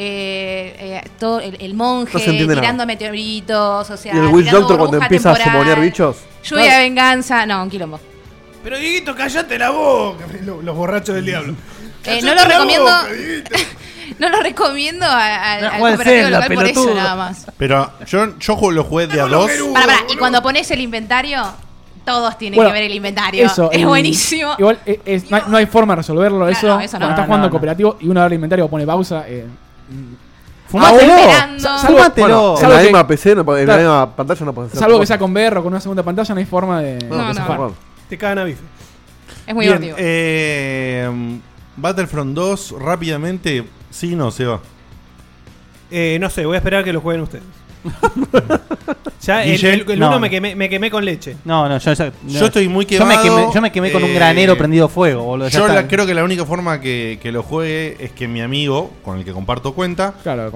Speaker 4: Eh, eh, todo el, el monje
Speaker 5: No se entiende nada.
Speaker 4: tirando meteoritos, o sea,
Speaker 5: y el Will
Speaker 4: tirando
Speaker 5: Doctor cuando
Speaker 4: burbuja
Speaker 5: empieza a
Speaker 4: temporal.
Speaker 5: sumonear bichos.
Speaker 4: Lluvia de venganza, no, un quilombo.
Speaker 8: Pero Dieguito, callate la boca. [LAUGHS] Lo- Los borrachos del diablo.
Speaker 4: Eh,
Speaker 8: Cállate
Speaker 4: no
Speaker 8: la
Speaker 4: lo recomiendo.
Speaker 8: boca,
Speaker 4: [LAUGHS] no lo recomiendo a- a-
Speaker 8: No,
Speaker 4: al
Speaker 2: juega al
Speaker 4: cooperativo
Speaker 2: Zelda,
Speaker 4: local por eso
Speaker 2: pelotudo.
Speaker 4: nada más.
Speaker 2: eh. Pero yo, yo ju- lo jugué de a dos.
Speaker 4: Para, para, y cuando pones el inventario, todos tienen
Speaker 3: Bueno,
Speaker 4: que ver el inventario. es
Speaker 3: el-
Speaker 4: buenísimo.
Speaker 3: Igual es- es- no, hay, no hay forma de resolverlo. eso,
Speaker 4: no, eso no.
Speaker 3: cuando
Speaker 4: No,
Speaker 3: estás jugando
Speaker 4: no, no.
Speaker 3: cooperativo y uno abre el inventario o pone pausa. Eh,
Speaker 6: ¡Fumátelo!
Speaker 3: Ah,
Speaker 6: Esperando.
Speaker 3: Sa- salvo-
Speaker 6: Fumátelo.
Speaker 3: bueno,
Speaker 5: en
Speaker 3: salvo
Speaker 5: la
Speaker 3: que-
Speaker 5: misma PC, no, en
Speaker 3: claro,
Speaker 5: la misma pantalla no puedes hacer.
Speaker 3: Salvo que
Speaker 5: cosas.
Speaker 3: sea con Berro, con una segunda pantalla, no hay forma de. de zafar.
Speaker 8: Te cagan a bife.
Speaker 4: Es muy
Speaker 2: Bien,
Speaker 4: divertido.
Speaker 2: eh, Battlefront 2, rápidamente. Sí, no, se va.
Speaker 8: Eh, no sé, voy a esperar que lo jueguen ustedes. ya, el,
Speaker 2: Guille,
Speaker 8: el- el
Speaker 2: no.
Speaker 8: uno me quemé, me quemé con leche.
Speaker 6: No, no, yo, ya-
Speaker 2: Yo estoy muy
Speaker 6: Yo
Speaker 2: quemado.
Speaker 6: me quemé, yo me quemé con un
Speaker 2: eh,
Speaker 6: granero prendido fuego, boludo. ya
Speaker 2: Yo
Speaker 6: está.
Speaker 2: la- creo que la única forma que, que lo juegue es que mi amigo, con el que comparto cuenta, eh,
Speaker 4: Claro.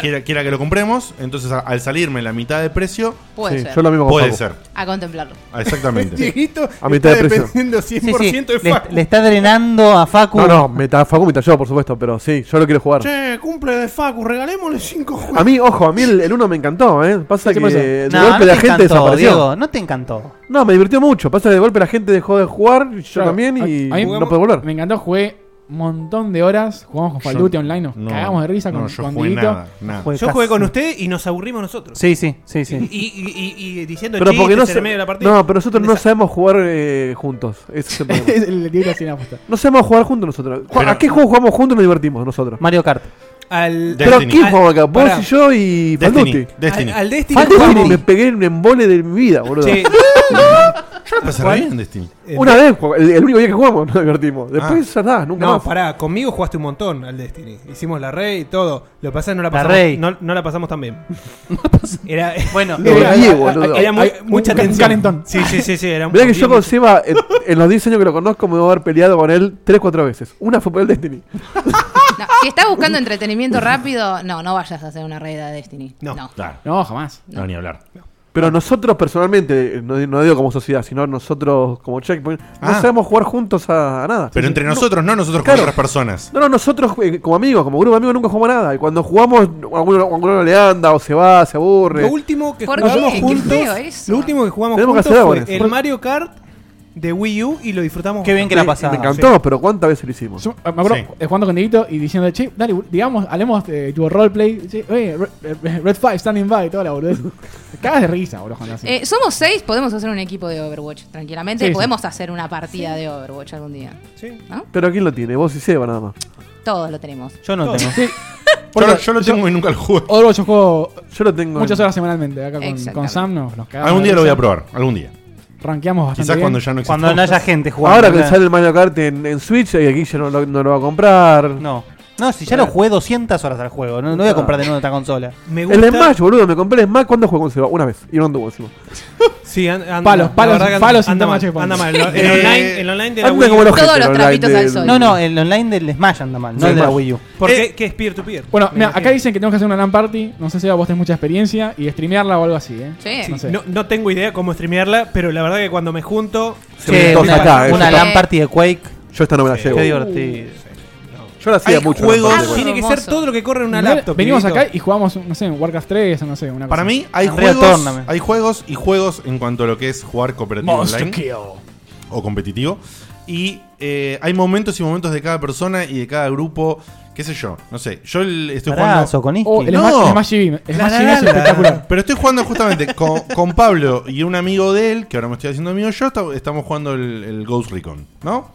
Speaker 2: Quiera, quiera que lo compremos. Entonces, a- al salirme la mitad de precio,
Speaker 4: Puede Sí, ser.
Speaker 5: yo lo mismo con
Speaker 2: puede
Speaker 5: Facu.
Speaker 2: ser.
Speaker 4: A contemplarlo.
Speaker 2: Ah, Exactamente.
Speaker 8: Dieguito
Speaker 5: A mitad de precio.
Speaker 6: Sí, sí, le, le está drenando a Facu.
Speaker 5: No, no, meta Facu, meta yo, por supuesto, pero sí, yo lo quiero jugar.
Speaker 8: Che, cumple de Facu, regalémosle cinco juegos.
Speaker 5: A mí, ojo, a mí el, el uno me encantó, ¿eh? Pasa
Speaker 6: ¿Qué
Speaker 5: que
Speaker 6: pasa?
Speaker 5: de
Speaker 6: No,
Speaker 5: golpe
Speaker 6: no
Speaker 5: la
Speaker 6: te
Speaker 5: gente
Speaker 6: encantó,
Speaker 5: desapareció.
Speaker 6: Diego, no te encantó.
Speaker 5: No, me divirtió mucho. Pasa que de golpe la gente dejó de jugar, yo
Speaker 3: Claro,
Speaker 5: también,
Speaker 3: a-
Speaker 5: y
Speaker 3: a mí
Speaker 5: no puedo volver.
Speaker 3: Me encantó, jugué un montón de horas. Jugamos con Falduti online, nos
Speaker 5: no,
Speaker 3: cagamos de risa
Speaker 5: no,
Speaker 3: con,
Speaker 5: yo
Speaker 3: con
Speaker 5: jugué
Speaker 3: Dieguito.
Speaker 5: nada, nada.
Speaker 8: Yo
Speaker 5: Casi.
Speaker 8: jugué con usted y nos aburrimos nosotros.
Speaker 5: Sí, sí, sí, sí.
Speaker 8: Y, y- y- y diciendo
Speaker 5: Pero porque no,
Speaker 8: chistes en
Speaker 5: se-
Speaker 8: el medio de la partida.
Speaker 5: no, pero nosotros no sabemos jugar eh, juntos. Ese es el problema.
Speaker 3: Es [LAUGHS] el Dieguito sin apostar.
Speaker 5: No sabemos jugar juntos nosotros. Ju-
Speaker 8: Pero-
Speaker 5: ¿A qué juego jugamos juntos y nos divertimos nosotros?
Speaker 6: Mario Kart.
Speaker 8: Al-
Speaker 5: ¿Pero
Speaker 8: Destiny.
Speaker 5: quién
Speaker 3: Ah,
Speaker 5: jugamos acá?
Speaker 8: Al-
Speaker 5: Vos
Speaker 8: pará.
Speaker 5: y yo y
Speaker 8: Destiny,
Speaker 5: Falduti.
Speaker 8: Destiny. Al- al Destiny
Speaker 5: Falduti
Speaker 8: jugamos.
Speaker 5: me pegué en un embole de mi vida, boludo. [LAUGHS]
Speaker 8: Sí. Eh,
Speaker 2: Yo la pasé re bien en Destiny.
Speaker 5: Una vez, jugamos, el, el único día que jugamos [LAUGHS] nos divertimos.
Speaker 8: Ah.
Speaker 5: Después ya está, nunca
Speaker 8: no,
Speaker 5: más.
Speaker 8: pará, conmigo jugaste un montón al Destiny. Hicimos la rey y todo. Lo que pasa es que no la pasamos,
Speaker 5: rey.
Speaker 8: No, no la pasamos
Speaker 5: [LAUGHS]
Speaker 8: tan bien. eh, [LAUGHS] era,
Speaker 6: [LAUGHS] bueno,
Speaker 5: Lo odié, boludo.
Speaker 8: era muy-
Speaker 5: Hay un
Speaker 8: mucha
Speaker 5: ca- un
Speaker 8: tensión.
Speaker 5: calentón.
Speaker 8: Sí, sí, sí, sí, era
Speaker 5: Mirá que
Speaker 8: muy-
Speaker 5: yo con Seba, eh, en los 10 años que lo conozco, me voy a haber peleado con él 3-4 veces. Una fue por el Destiny.
Speaker 4: No, si estás buscando entretenimiento rápido, no, no vayas a hacer una raid a Destiny. No.
Speaker 3: No, jamás.
Speaker 2: No, ni hablar.
Speaker 5: Pero nosotros personalmente, eh, no, di- no digo como sociedad, sino nosotros como checkpoint, no
Speaker 2: Ah.
Speaker 5: sabemos jugar juntos a, a nada.
Speaker 2: Pero entre
Speaker 5: No-
Speaker 2: nosotros, no nosotros con otras personas.
Speaker 5: No, no, nosotros eh, como amigos, como grupo de amigos nunca jugamos a nada. Y cuando jugamos, alguno, alguno le anda o se va, se aburre.
Speaker 8: Lo último que
Speaker 4: ¿Por
Speaker 8: jugamos
Speaker 4: qué? Qué
Speaker 8: juntos.
Speaker 4: feo eso. eh.
Speaker 8: Lo último que jugamos
Speaker 5: Tenemos que
Speaker 8: juntos
Speaker 5: hacer algo
Speaker 8: fue
Speaker 5: con eso.
Speaker 8: el Mario Kart de Wii U y lo disfrutamos.
Speaker 6: Qué bien que la pasaba.
Speaker 5: Me encantó, pero ¿cuántas veces lo hicimos?
Speaker 3: Yo me acuerdo eh, jugando con Dieguito y diciendo, che, dale, digamos, hablemos de tu roleplay. Che, oye, Red, eh, Red Five, Standing By, toda la boludez. [LAUGHS] Te cagas de risa, boludo, cuando así.
Speaker 4: Eh, somos seis, podemos hacer un equipo de Overwatch tranquilamente.
Speaker 3: Sí, sí.
Speaker 4: podemos hacer una partida de Overwatch algún día. ¿No?
Speaker 5: Pero ¿quién lo tiene? Vos y Seba nada más.
Speaker 4: Todos lo tenemos.
Speaker 6: Yo no tengo.
Speaker 3: Sí.
Speaker 2: Yo, lo- yo lo tengo y nunca lo jugué.
Speaker 3: Overwatch yo juego
Speaker 5: yo lo tengo
Speaker 3: muchas
Speaker 5: en-
Speaker 3: horas semanalmente acá con,
Speaker 4: Exactamente.
Speaker 3: con Sam. Nos, nos cagamos
Speaker 2: Algún
Speaker 3: de
Speaker 2: día lo voy
Speaker 3: risa.
Speaker 2: a probar, algún día.
Speaker 3: rankeamos bastante
Speaker 2: Quizás
Speaker 3: bien.
Speaker 2: cuando ya no Cuando [LAUGHS]
Speaker 6: no haya gente jugando,
Speaker 5: Ahora que
Speaker 6: claro.
Speaker 5: sale el Mario Kart en, en Switch, y aquí ya no lo, no lo va a comprar.
Speaker 6: No. No, si ya lo jugué 200 horas al juego, no, no voy a comprar de nuevo otra consola.
Speaker 7: Me
Speaker 5: El Smash, boludo, me compré el Smash cuando jugué con Seba, una vez, y no anduvo encima.
Speaker 7: Sí, an- anda
Speaker 5: Palos,
Speaker 7: mal. La
Speaker 5: palos,
Speaker 7: verdad que anda-
Speaker 5: palos sin
Speaker 7: anda
Speaker 5: tamaño de
Speaker 7: mal,
Speaker 5: palos.
Speaker 7: anda mal. El,
Speaker 5: Eh,
Speaker 7: online, el online de la
Speaker 5: anda
Speaker 7: Wii U.
Speaker 5: como los Todos gente, los el online trapitos al del- sol.
Speaker 6: No, no, el online del Smash anda mal, no
Speaker 5: Sí,
Speaker 6: el de la
Speaker 5: mal.
Speaker 6: Wii U.
Speaker 7: ¿Por
Speaker 2: Eh,
Speaker 7: qué? ¿Qué es peer-to-peer?
Speaker 3: Bueno,
Speaker 7: Me
Speaker 3: mira,
Speaker 7: imagino.
Speaker 3: acá dicen que tenemos que hacer una LAN party. No sé si vos tenés mucha experiencia y streamearla o algo así, ¿eh?
Speaker 7: Sí,
Speaker 3: No sé.
Speaker 7: no, no tengo idea cómo streamearla, pero la verdad que cuando me junto.
Speaker 5: Se me toca
Speaker 6: una-
Speaker 5: acá, eh,
Speaker 6: una
Speaker 5: yo-
Speaker 6: LAN party de Quake.
Speaker 5: Yo esta no me la llevo.
Speaker 6: Qué divertido.
Speaker 5: Yo la hacía
Speaker 2: Hay
Speaker 5: mucho.
Speaker 2: juegos-
Speaker 5: la parte,
Speaker 2: Ah,
Speaker 5: bueno.
Speaker 7: Tiene que ser todo lo que corre en una
Speaker 3: Igual
Speaker 7: laptop.
Speaker 3: Venimos
Speaker 7: Dieguito.
Speaker 3: acá y jugamos, no sé, Warcraft 3 o no sé, una
Speaker 2: Para
Speaker 3: cosa.
Speaker 2: mí hay
Speaker 6: Unreal
Speaker 2: juegos,
Speaker 6: Tournament.
Speaker 2: hay juegos y juegos en cuanto a lo que es jugar cooperativo
Speaker 3: Monster
Speaker 2: online o competitivo y eh, hay momentos y momentos de cada persona y de cada grupo, qué sé yo, no sé. Yo el- estoy
Speaker 6: Pará,
Speaker 2: jugando
Speaker 6: Sokoniski.
Speaker 3: Oh, el Smash,
Speaker 2: No.
Speaker 3: el Smash GB. El
Speaker 7: La, la,
Speaker 3: Smash GB
Speaker 7: la,
Speaker 3: es
Speaker 7: la.
Speaker 3: espectacular.
Speaker 2: Pero estoy jugando justamente con, con Pablo y un amigo de él, que ahora me estoy haciendo amigo yo, esta- estamos jugando el, el Ghost Recon, ¿no? La
Speaker 6: Uy,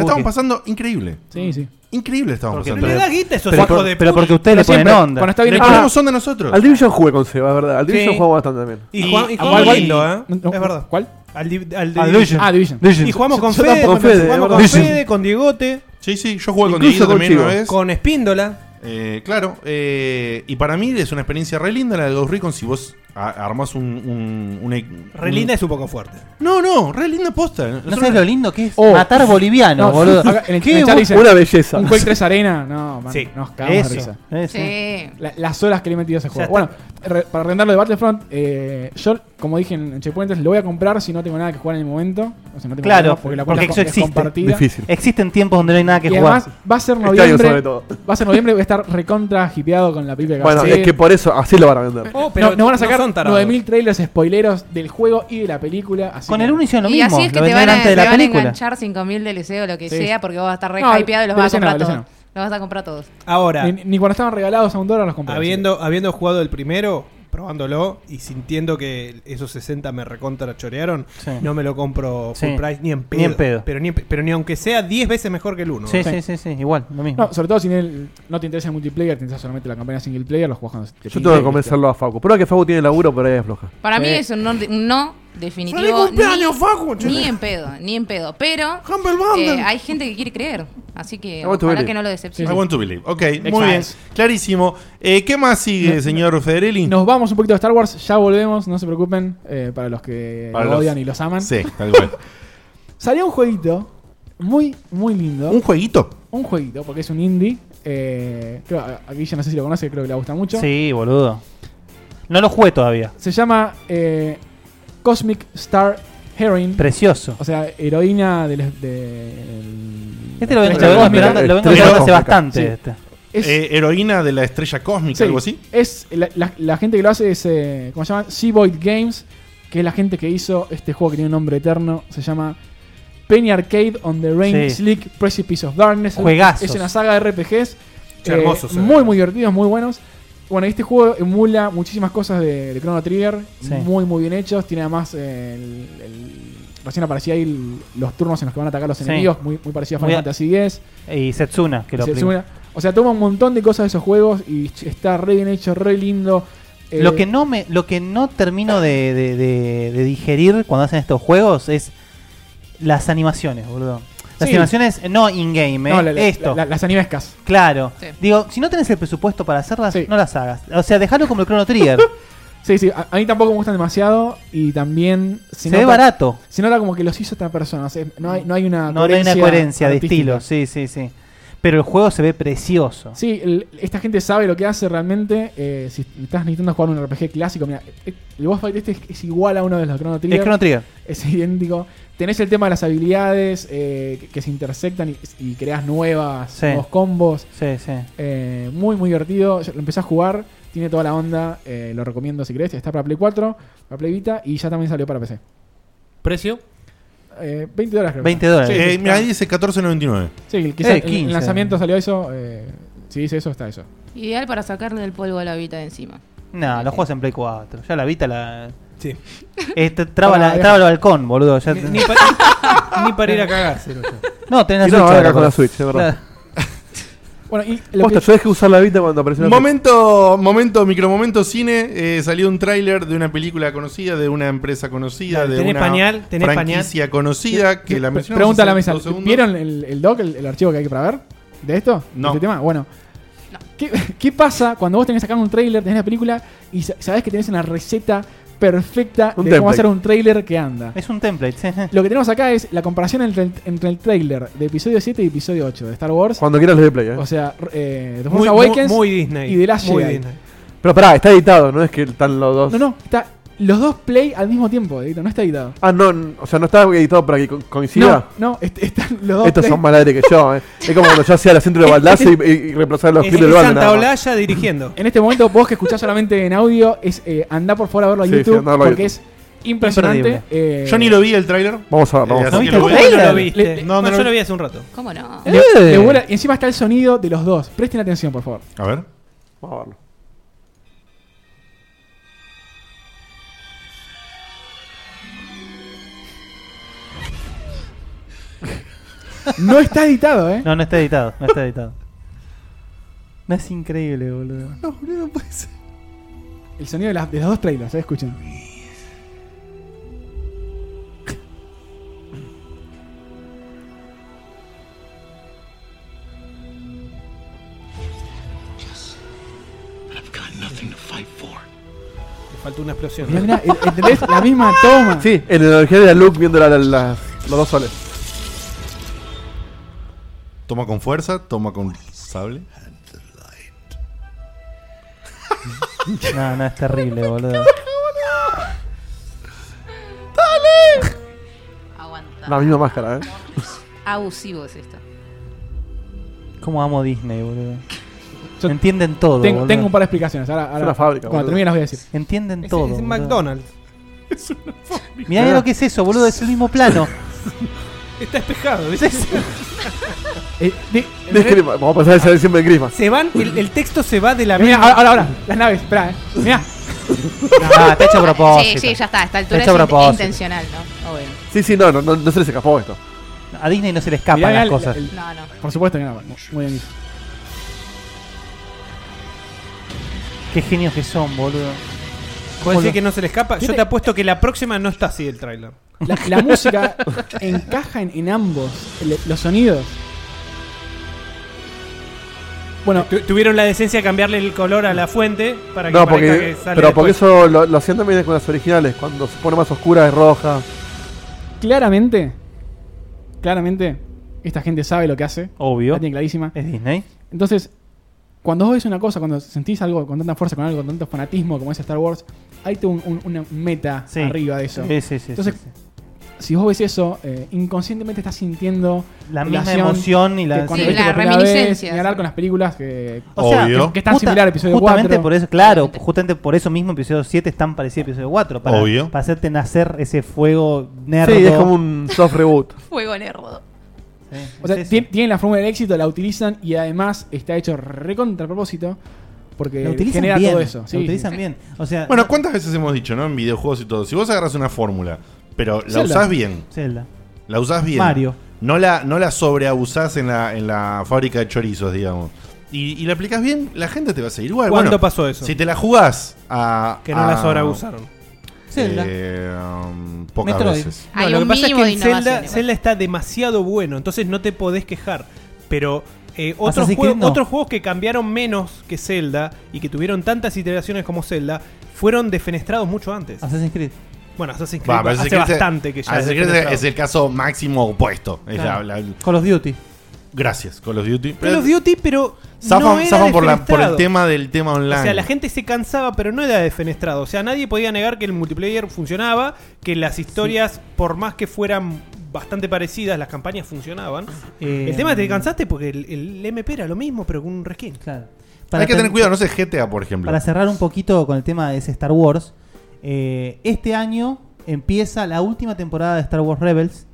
Speaker 2: estamos
Speaker 6: qué-
Speaker 2: pasando increíble.
Speaker 3: Sí, sí.
Speaker 2: Increíble estamos
Speaker 7: Porque no
Speaker 2: pasando.
Speaker 7: le da guita a esos
Speaker 6: Pero,
Speaker 7: hijos
Speaker 6: por-
Speaker 7: de
Speaker 6: pero
Speaker 7: puta.
Speaker 6: porque ustedes le
Speaker 3: Pero
Speaker 6: ponen
Speaker 3: siempre,
Speaker 6: onda.
Speaker 3: Cuando está bien
Speaker 2: Le
Speaker 3: hecho-
Speaker 2: ponemos onda nosotros.
Speaker 5: Al Division jugué con Seba, es verdad. Al Division jugué bastante también.
Speaker 7: Y, jugamos- y
Speaker 3: Ah,
Speaker 7: jugamos
Speaker 3: ¿cuál?
Speaker 7: lindo, ¿eh?
Speaker 3: No, no,
Speaker 7: es verdad.
Speaker 3: ¿Cuál?
Speaker 7: Al, di- al di-
Speaker 6: Al Division.
Speaker 3: Ah, Division.
Speaker 7: Y jugamos con
Speaker 5: Yo
Speaker 7: Fede,
Speaker 5: tampoco,
Speaker 7: con,
Speaker 5: Fede,
Speaker 7: jugamos
Speaker 5: es
Speaker 7: con
Speaker 5: verdad.
Speaker 7: Fede, con Diegote,
Speaker 2: Sí, sí, yo jugué
Speaker 5: Incluso
Speaker 2: con Dieguito
Speaker 5: con
Speaker 2: también una
Speaker 5: Chivo.
Speaker 2: vez.
Speaker 7: con Espíndola.
Speaker 2: Eh, claro, eh, y para mí es una experiencia re linda la de Ghost Recon si vos a- armás un... un, un- un-
Speaker 7: Relinda es un poco fuerte.
Speaker 2: No, no, re linda posta. Nosotros-
Speaker 6: No sabes lo lindo que es
Speaker 3: Oh.
Speaker 6: matar bolivianos,
Speaker 3: No,
Speaker 6: boludo.
Speaker 3: acá en el-
Speaker 6: Qué
Speaker 3: en el chat
Speaker 6: bu-
Speaker 3: dice-
Speaker 5: Una belleza.
Speaker 3: Un Quake 3 Arena. No, man,
Speaker 7: Sí,
Speaker 3: nos cagamos de
Speaker 6: Eso.
Speaker 3: risa.
Speaker 6: eso.
Speaker 4: Sí.
Speaker 3: La- las horas que le he metido a ese juego.
Speaker 7: está.
Speaker 3: Bueno, re- para rentarlo de Battlefront, eh, yo, como dije en en Checkpoints, lo voy a comprar si no tengo nada que jugar en el momento. O sea, no tengo
Speaker 6: Claro,
Speaker 3: nada, porque la cuenta es
Speaker 6: porque eso
Speaker 3: co- es
Speaker 6: existe.
Speaker 3: compartida.
Speaker 5: Difícil.
Speaker 6: Existen tiempos donde no hay nada que
Speaker 3: Y
Speaker 6: jugar. Este
Speaker 3: además, va a ser
Speaker 5: año
Speaker 3: noviembre.
Speaker 5: sobre todo.
Speaker 3: Va a ser noviembre, voy a estar recontra hipeado con la película que va a
Speaker 5: Bueno,
Speaker 3: salir.
Speaker 5: es que por eso así lo van a vender.
Speaker 7: Oh,
Speaker 3: No, nos van a sacar
Speaker 7: son tarados.
Speaker 3: 9000 trailers spoileros del juego y de la película. así
Speaker 6: Con
Speaker 3: que-
Speaker 6: el 1 hicieron lo
Speaker 4: y
Speaker 6: mismo.
Speaker 4: así es que
Speaker 6: lo
Speaker 4: te
Speaker 6: vendían
Speaker 4: van a,
Speaker 6: antes de
Speaker 4: te
Speaker 6: la
Speaker 4: van a
Speaker 6: película.
Speaker 4: enganchar 5.000 DLC o lo que
Speaker 3: Sí,
Speaker 4: sea, porque vos vas a estar re
Speaker 3: No,
Speaker 4: hypeado y los vas a
Speaker 3: DLC no,
Speaker 4: comprar
Speaker 3: DLC
Speaker 4: todos.
Speaker 3: no.
Speaker 4: Los vas a comprar todos.
Speaker 7: Ahora,
Speaker 3: Ni, ni cuando estaban regalados a un dólar los compré.
Speaker 7: habiendo, habiendo jugado el primero, probándolo y sintiendo que esos 60 me recontra chorearon,
Speaker 6: Sí.
Speaker 7: no me lo compro full
Speaker 6: Sí.
Speaker 7: price ni en pedo.
Speaker 6: Ni en pedo.
Speaker 7: Pero, ni, en pe- pero ni aunque sea 10 veces mejor que el 1.
Speaker 6: Sí, sí, sí, sí, igual, lo mismo.
Speaker 3: No, sobre todo si en el- no te interesa el multiplayer, te interesa solamente la campaña single player, los juegos cuando te
Speaker 5: Yo tengo que
Speaker 3: pinta, ¿viste?
Speaker 5: convencerlo a Facu. Prueba que Facu tiene laburo, pero ahí es floja.
Speaker 4: Para
Speaker 3: Sí.
Speaker 4: mí es un no, un no definitivo. Ni, ni en pedo, ni en pedo. Pero eh, hay gente que quiere creer. Así que
Speaker 5: I want to
Speaker 4: ojalá
Speaker 5: believe.
Speaker 4: que no lo
Speaker 2: I
Speaker 4: decepcione.
Speaker 2: want to believe. Ok, muy
Speaker 3: Exacto.
Speaker 2: bien. Clarísimo. Eh, ¿Qué más sigue, señor Federelli?
Speaker 3: Nos vamos un poquito de Star Wars, ya volvemos, no se preocupen, eh, para los que
Speaker 2: Para
Speaker 3: lo
Speaker 2: los-
Speaker 3: odian y los aman.
Speaker 2: Sí,
Speaker 7: [LAUGHS]
Speaker 2: tal cual.
Speaker 3: Salió un jueguito muy, muy lindo.
Speaker 2: ¿Un jueguito?
Speaker 3: Un jueguito, porque es un indie. Eh, creo, a a Guille no sé si lo conoce, creo que le gusta mucho.
Speaker 6: Sí, boludo. No lo jugué todavía.
Speaker 3: Se llama eh, Cosmic Star Heroine.
Speaker 6: Precioso.
Speaker 3: O sea, heroína del. del-
Speaker 6: Este lo vengo,
Speaker 3: estrella
Speaker 6: lo vengo
Speaker 3: cósmica.
Speaker 6: esperando, lo vengo
Speaker 2: Tres
Speaker 6: esperando hace
Speaker 5: ojos,
Speaker 6: bastante.
Speaker 3: sí.
Speaker 6: este.
Speaker 3: Es-
Speaker 2: Eh, heroína de la estrella cósmica,
Speaker 3: sí,
Speaker 2: algo así.
Speaker 3: Es, la, la- la gente que lo hace es. eh, ¿Cómo se llama? Seaboyd Games, que es la gente que hizo este juego que tiene un nombre eterno. Se llama Penny Arcade on the Rain
Speaker 6: Sí.
Speaker 3: Slick Precipice of Darkness.
Speaker 6: Juegazos.
Speaker 3: Es una saga de RPGs.
Speaker 7: Qué hermosos, eh.
Speaker 3: muy, muy divertidos, muy buenos. Bueno, este juego emula muchísimas cosas de, de Chrono Trigger.
Speaker 6: Sí.
Speaker 3: Muy, muy bien hechos. Tiene además eh, el- el- Recién aparecía ahí el- los turnos en los que van a atacar los
Speaker 6: Sí.
Speaker 3: enemigos, muy, muy parecido a
Speaker 6: Muy
Speaker 3: Final
Speaker 6: a-
Speaker 3: Fantasy X.
Speaker 6: Y Setsuna, que lo
Speaker 3: Se-
Speaker 6: aplica.
Speaker 3: se une- o sea, toma un montón de cosas de esos juegos y ch- está re bien hecho, re lindo. Eh,
Speaker 6: Lo que no me, lo que no termino de, de- de- de digerir cuando hacen estos juegos es las animaciones, boludo. Las
Speaker 3: Sí.
Speaker 6: animaciones, eh, no in-game, eh,
Speaker 3: no, la- la-
Speaker 6: esto.
Speaker 3: la- las animescas.
Speaker 6: claro.
Speaker 4: Sí.
Speaker 6: Digo, si no tenés el presupuesto para hacerlas,
Speaker 3: Sí.
Speaker 6: no las hagas. O sea, dejalo como el Chrono Trigger.
Speaker 3: [LAUGHS] Sí, sí, a, a mí tampoco me gustan demasiado y también.
Speaker 6: Se ve barato.
Speaker 3: Se nota como que los hizo esta persona. o sea, no, hay, no hay una
Speaker 6: No, no hay una coherencia de
Speaker 3: artística.
Speaker 6: estilo, sí, sí, sí. Pero el juego se ve precioso.
Speaker 3: Sí, el- esta gente sabe lo que hace realmente. eh, si estás necesitando jugar un RPG clásico, mira, eh, el boss fight este es, es igual a uno de los Chrono
Speaker 6: El
Speaker 3: Trigger.
Speaker 6: Chrono Trigger.
Speaker 3: es idéntico. Tenés el tema de las habilidades eh, que, que se intersectan y, y creas nuevas,
Speaker 6: Sí.
Speaker 3: nuevos combos.
Speaker 6: Sí, sí.
Speaker 3: Eh, muy, muy divertido. Yo lo empecé a jugar. Tiene toda la onda. eh, lo recomiendo si querés. Está para Play 4, para Play Vita y ya también salió para PC.
Speaker 7: ¿Precio?
Speaker 3: Eh, 20 dólares creo.
Speaker 6: 20 dólares.
Speaker 2: Eh, mira, ahí dice 14.99.
Speaker 3: Sí, el- quizá
Speaker 6: Eh,
Speaker 3: el-
Speaker 6: 15.
Speaker 3: el lanzamiento salió eso. eh, si dice eso,
Speaker 6: [LAUGHS]
Speaker 3: está eso.
Speaker 4: Ideal para sacarle el polvo a la vida de encima.
Speaker 6: No, los juegos en Play 4. Ya la Vita la.
Speaker 7: Sí.
Speaker 6: Este, traba,
Speaker 3: Para,
Speaker 6: la,
Speaker 3: deja.
Speaker 6: traba el balcón, boludo.
Speaker 7: [LAUGHS]
Speaker 6: ya-
Speaker 7: Ni,
Speaker 6: [LAUGHS]
Speaker 7: ni pa- ni para ir a cagarse. no sé.
Speaker 6: no, tenés
Speaker 5: Y
Speaker 6: la
Speaker 5: no,
Speaker 6: Switch
Speaker 5: ahora con la
Speaker 6: ahora, [LAUGHS] boludo.
Speaker 5: Switch, es verdad.
Speaker 3: Bueno, y lo
Speaker 5: Posta,
Speaker 3: que-
Speaker 5: yo dejé usar la vita cuando apareció la
Speaker 2: Momento, momento, micromomento cine. eh, salió un tráiler de una película conocida, de una empresa conocida,
Speaker 8: Dale,
Speaker 2: de
Speaker 8: tenés
Speaker 2: una
Speaker 8: pañal, tenés pañal.
Speaker 2: franquicia conocida que la
Speaker 3: Pre-
Speaker 2: mencionamos
Speaker 3: Pregunta a
Speaker 2: hace
Speaker 3: la mesa.
Speaker 2: dos segundos.
Speaker 3: ¿Vieron el, el doc, el, el archivo que hay que para ver? ¿De esto? ¿De
Speaker 2: No.
Speaker 3: este tema? Bueno. ¿Qué, [LAUGHS] qué pasa cuando vos tenés acá un trailer, tenés la película y sa- sabés que tenés una receta perfecta
Speaker 6: Un
Speaker 3: de cómo
Speaker 6: template.
Speaker 3: hacer un trailer que anda?
Speaker 6: Es un template, sí.
Speaker 3: Lo que tenemos acá es la comparación entre el, entre el trailer de episodio 7 y episodio 8 de Star Wars.
Speaker 5: Cuando quieras le doy play, eh.
Speaker 3: O sea, r- eh, The
Speaker 5: Muy-
Speaker 3: Force
Speaker 5: muy-
Speaker 3: Awakens
Speaker 5: muy Disney.
Speaker 3: y The Last
Speaker 5: Muy
Speaker 3: Jedi.
Speaker 5: Disney. Pero pará, está editado, no es que están los dos.
Speaker 3: No, no, está los dos play al mismo tiempo, Edito, no está editado.
Speaker 5: Ah, no, n- o sea, no está editado para que co- coincida.
Speaker 3: No, no, est- están los dos
Speaker 5: Estos
Speaker 3: play.
Speaker 5: son más aire que yo, eh. Es como cuando yo hacía la centro de baldazo y, y, y reemplazaba los kilos de balda. nada más.
Speaker 8: dirigiendo.
Speaker 3: En este momento, vos que escuchás solamente en audio, es eh, andá por favor a verlo a
Speaker 5: Sí,
Speaker 3: YouTube
Speaker 5: sí, andá a verlo a
Speaker 3: porque
Speaker 5: YouTube.
Speaker 3: es impresionante. eh,
Speaker 2: Imperdible. Yo ni lo vi el tráiler.
Speaker 5: Vamos a ver,
Speaker 2: Eh,
Speaker 5: vamos
Speaker 2: así
Speaker 5: a ver.
Speaker 2: que lo voy a-
Speaker 8: No lo viste.
Speaker 3: Le- le-
Speaker 8: No, no
Speaker 3: bueno,
Speaker 8: lo-
Speaker 3: yo lo
Speaker 8: vi hace un rato.
Speaker 4: ¿Cómo no?
Speaker 3: Le-
Speaker 5: Eh.
Speaker 3: le vuela- y encima está el sonido de los dos. Presten atención, por favor.
Speaker 2: A ver.
Speaker 5: Vamos a verlo.
Speaker 3: No está editado, ¿eh?
Speaker 6: No, no está editado, no está editado. No es increíble, boludo.
Speaker 3: No, no puede ser. El sonido de, las- de los dos trailers, ¿eh? escuchen.
Speaker 8: Le faltó una explosión.
Speaker 3: Mirá, mirá,
Speaker 8: e-,
Speaker 3: el- ¿entendés? La misma toma.
Speaker 5: Sí, en la energía de Luke viendo la- la- la- los dos soles. [LAUGHS]
Speaker 2: Toma con fuerza, toma con sable.
Speaker 6: No, no,
Speaker 8: [LAUGHS]
Speaker 6: es terrible, boludo.
Speaker 5: La misma máscara, eh.
Speaker 4: Abusivo es esto.
Speaker 6: ¿Cómo amo Disney, boludo? Entienden todo.
Speaker 3: Tengo,
Speaker 6: boludo.
Speaker 3: tengo un par de explicaciones. Ahora, ahora
Speaker 6: una fábrica,
Speaker 3: cuando
Speaker 6: boludo.
Speaker 3: termine las voy a decir.
Speaker 6: Entienden todo.
Speaker 8: Es
Speaker 3: [LAUGHS]
Speaker 6: boludo.
Speaker 8: McDonald's.
Speaker 6: Mirá lo que es eso, boludo. Es el mismo plano.
Speaker 8: [LAUGHS] Está espejado, ¿viste?
Speaker 5: [LAUGHS]
Speaker 3: Eh,
Speaker 5: Es que vamos a pasar el saber siempre en Grisma.
Speaker 8: Se van, el, el texto se va de la
Speaker 3: Mirá, ahora, ahora, ahora. Las naves, espera, ¿eh? Mirá.
Speaker 6: Ah, está hecho a
Speaker 4: Sí,
Speaker 6: propósito.
Speaker 4: sí, ya está. A esta
Speaker 6: Está
Speaker 4: altura es
Speaker 6: hecho a
Speaker 4: in-
Speaker 6: propósito.
Speaker 4: intencional, ¿no? Obvio.
Speaker 5: Sí, sí, no, no, no, no se les escapó esto.
Speaker 6: A Disney no se le escapan
Speaker 3: Mirá, mirá
Speaker 6: las
Speaker 3: el-
Speaker 6: cosas.
Speaker 3: el-
Speaker 4: No, no.
Speaker 3: Por supuesto que no. Muy bien. dicho.
Speaker 6: Qué genios que son, boludo.
Speaker 8: Puedes decir
Speaker 6: Boludo.
Speaker 8: que no se le escapa. Yo
Speaker 3: ¿Viste?
Speaker 8: te apuesto que la próxima no está así el tráiler.
Speaker 3: La, la
Speaker 8: [LAUGHS]
Speaker 3: música [LAUGHS] eh, encaja en, en ambos. el- los sonidos. Bueno,
Speaker 8: Tu- tuvieron la decencia de cambiarle el color a la fuente para que
Speaker 5: No,
Speaker 8: parezca
Speaker 5: porque.
Speaker 8: que sale
Speaker 5: Pero porque
Speaker 8: después.
Speaker 5: eso lo, lo hacían también con las originales. Cuando se pone más oscura es roja.
Speaker 3: claramente, claramente, esta gente sabe lo que hace.
Speaker 6: Obvio.
Speaker 3: La tiene clarísima.
Speaker 6: Es Disney.
Speaker 3: Entonces, cuando vos ves una cosa, cuando sentís algo con tanta fuerza, con algo, con tanto fanatismo como es Star Wars, hay tu- un, un- una meta
Speaker 6: Sí.
Speaker 3: arriba de eso.
Speaker 6: Sí, sí, sí,
Speaker 3: Entonces,
Speaker 6: sí,
Speaker 3: si vos ves eso, eh, inconscientemente estás sintiendo
Speaker 6: La misma emoción y la-
Speaker 3: que cuando
Speaker 6: Sí,
Speaker 3: viste
Speaker 4: la
Speaker 3: por primera vez,
Speaker 4: reminiscencia,
Speaker 3: ni hablar
Speaker 4: sí.
Speaker 3: con las películas que,
Speaker 6: O sea, Obvio.
Speaker 3: que, que están
Speaker 6: Justa-
Speaker 3: similar a episodio
Speaker 6: justamente
Speaker 3: 4.
Speaker 6: por eso, claro, justamente por eso mismo episodio 7 es tan parecido a episodio 4. Para,
Speaker 2: Obvio.
Speaker 6: para hacerte nacer ese fuego nerdo.
Speaker 5: Sí, es como un soft
Speaker 6: [LAUGHS]
Speaker 5: reboot.
Speaker 4: Fuego nerdo.
Speaker 6: Sí,
Speaker 3: O sea,
Speaker 6: es eso.
Speaker 3: tien- tienen la fórmula del éxito, la utilizan y además está hecho recontra a propósito porque
Speaker 6: Lo utilizan
Speaker 3: genera
Speaker 6: bien,
Speaker 3: todo eso. Sí,
Speaker 6: lo utilizan bien. O sea,
Speaker 2: Bueno, ¿cuántas veces hemos dicho, no? En videojuegos y todo. Si vos agarras una fórmula, pero la
Speaker 3: Zelda.
Speaker 2: usás bien,
Speaker 6: Zelda.
Speaker 2: la usás bien.
Speaker 6: Mario.
Speaker 2: No la, no la sobreabusás en la, en la fábrica de chorizos, digamos. Y, y la aplicás bien, la gente te va a seguir igual.
Speaker 8: ¿Cuándo
Speaker 2: Bueno,
Speaker 8: pasó eso?
Speaker 2: Si te la jugás a.
Speaker 8: Que no
Speaker 2: a-
Speaker 8: la sobreabusaron.
Speaker 6: Zelda.
Speaker 2: eh, um, pocas
Speaker 8: Metroid.
Speaker 2: veces.
Speaker 4: Hay
Speaker 8: lo
Speaker 4: un
Speaker 8: que pasa es
Speaker 4: mínimo
Speaker 8: que
Speaker 4: de
Speaker 8: en
Speaker 4: innovación
Speaker 8: Zelda,
Speaker 4: igual.
Speaker 8: Zelda está demasiado bueno, entonces no te podés quejar. Pero eh, otros,
Speaker 6: Assassin's
Speaker 8: juegos-
Speaker 6: Creed no.
Speaker 8: otros juegos que cambiaron menos que Zelda y que tuvieron tantas iteraciones como Zelda fueron defenestrados mucho antes.
Speaker 6: Assassin's Creed.
Speaker 8: Bueno, Assassin's Creed
Speaker 2: Va, pero
Speaker 8: hace
Speaker 2: Assassin's Creed es-
Speaker 8: bastante que ya es
Speaker 2: Assassin's Creed
Speaker 8: defenestrado.
Speaker 2: es el caso máximo opuesto. Es
Speaker 6: Claro.
Speaker 2: la- la-
Speaker 6: Call of Duty.
Speaker 2: gracias, Call of Duty.
Speaker 8: Call of Duty, pero
Speaker 2: Zafan,
Speaker 8: no era
Speaker 2: zafan por, la- por el
Speaker 8: defenestrado.
Speaker 2: tema del tema online.
Speaker 8: O sea, la gente se cansaba, pero no era defenestrado. O sea, nadie podía negar que el multiplayer funcionaba, que las historias, por más que fueran bastante parecidas, las campañas funcionaban.
Speaker 6: Eh,
Speaker 8: el tema es que te cansaste porque el, el MP era lo mismo, pero con un reskin.
Speaker 6: Claro.
Speaker 2: Hay que
Speaker 6: ten-
Speaker 2: tener cuidado, no sé, GTA, por ejemplo.
Speaker 6: Para cerrar un poquito con el tema de ese Star Wars, eh, este año empieza la última temporada de Star Wars Rebels,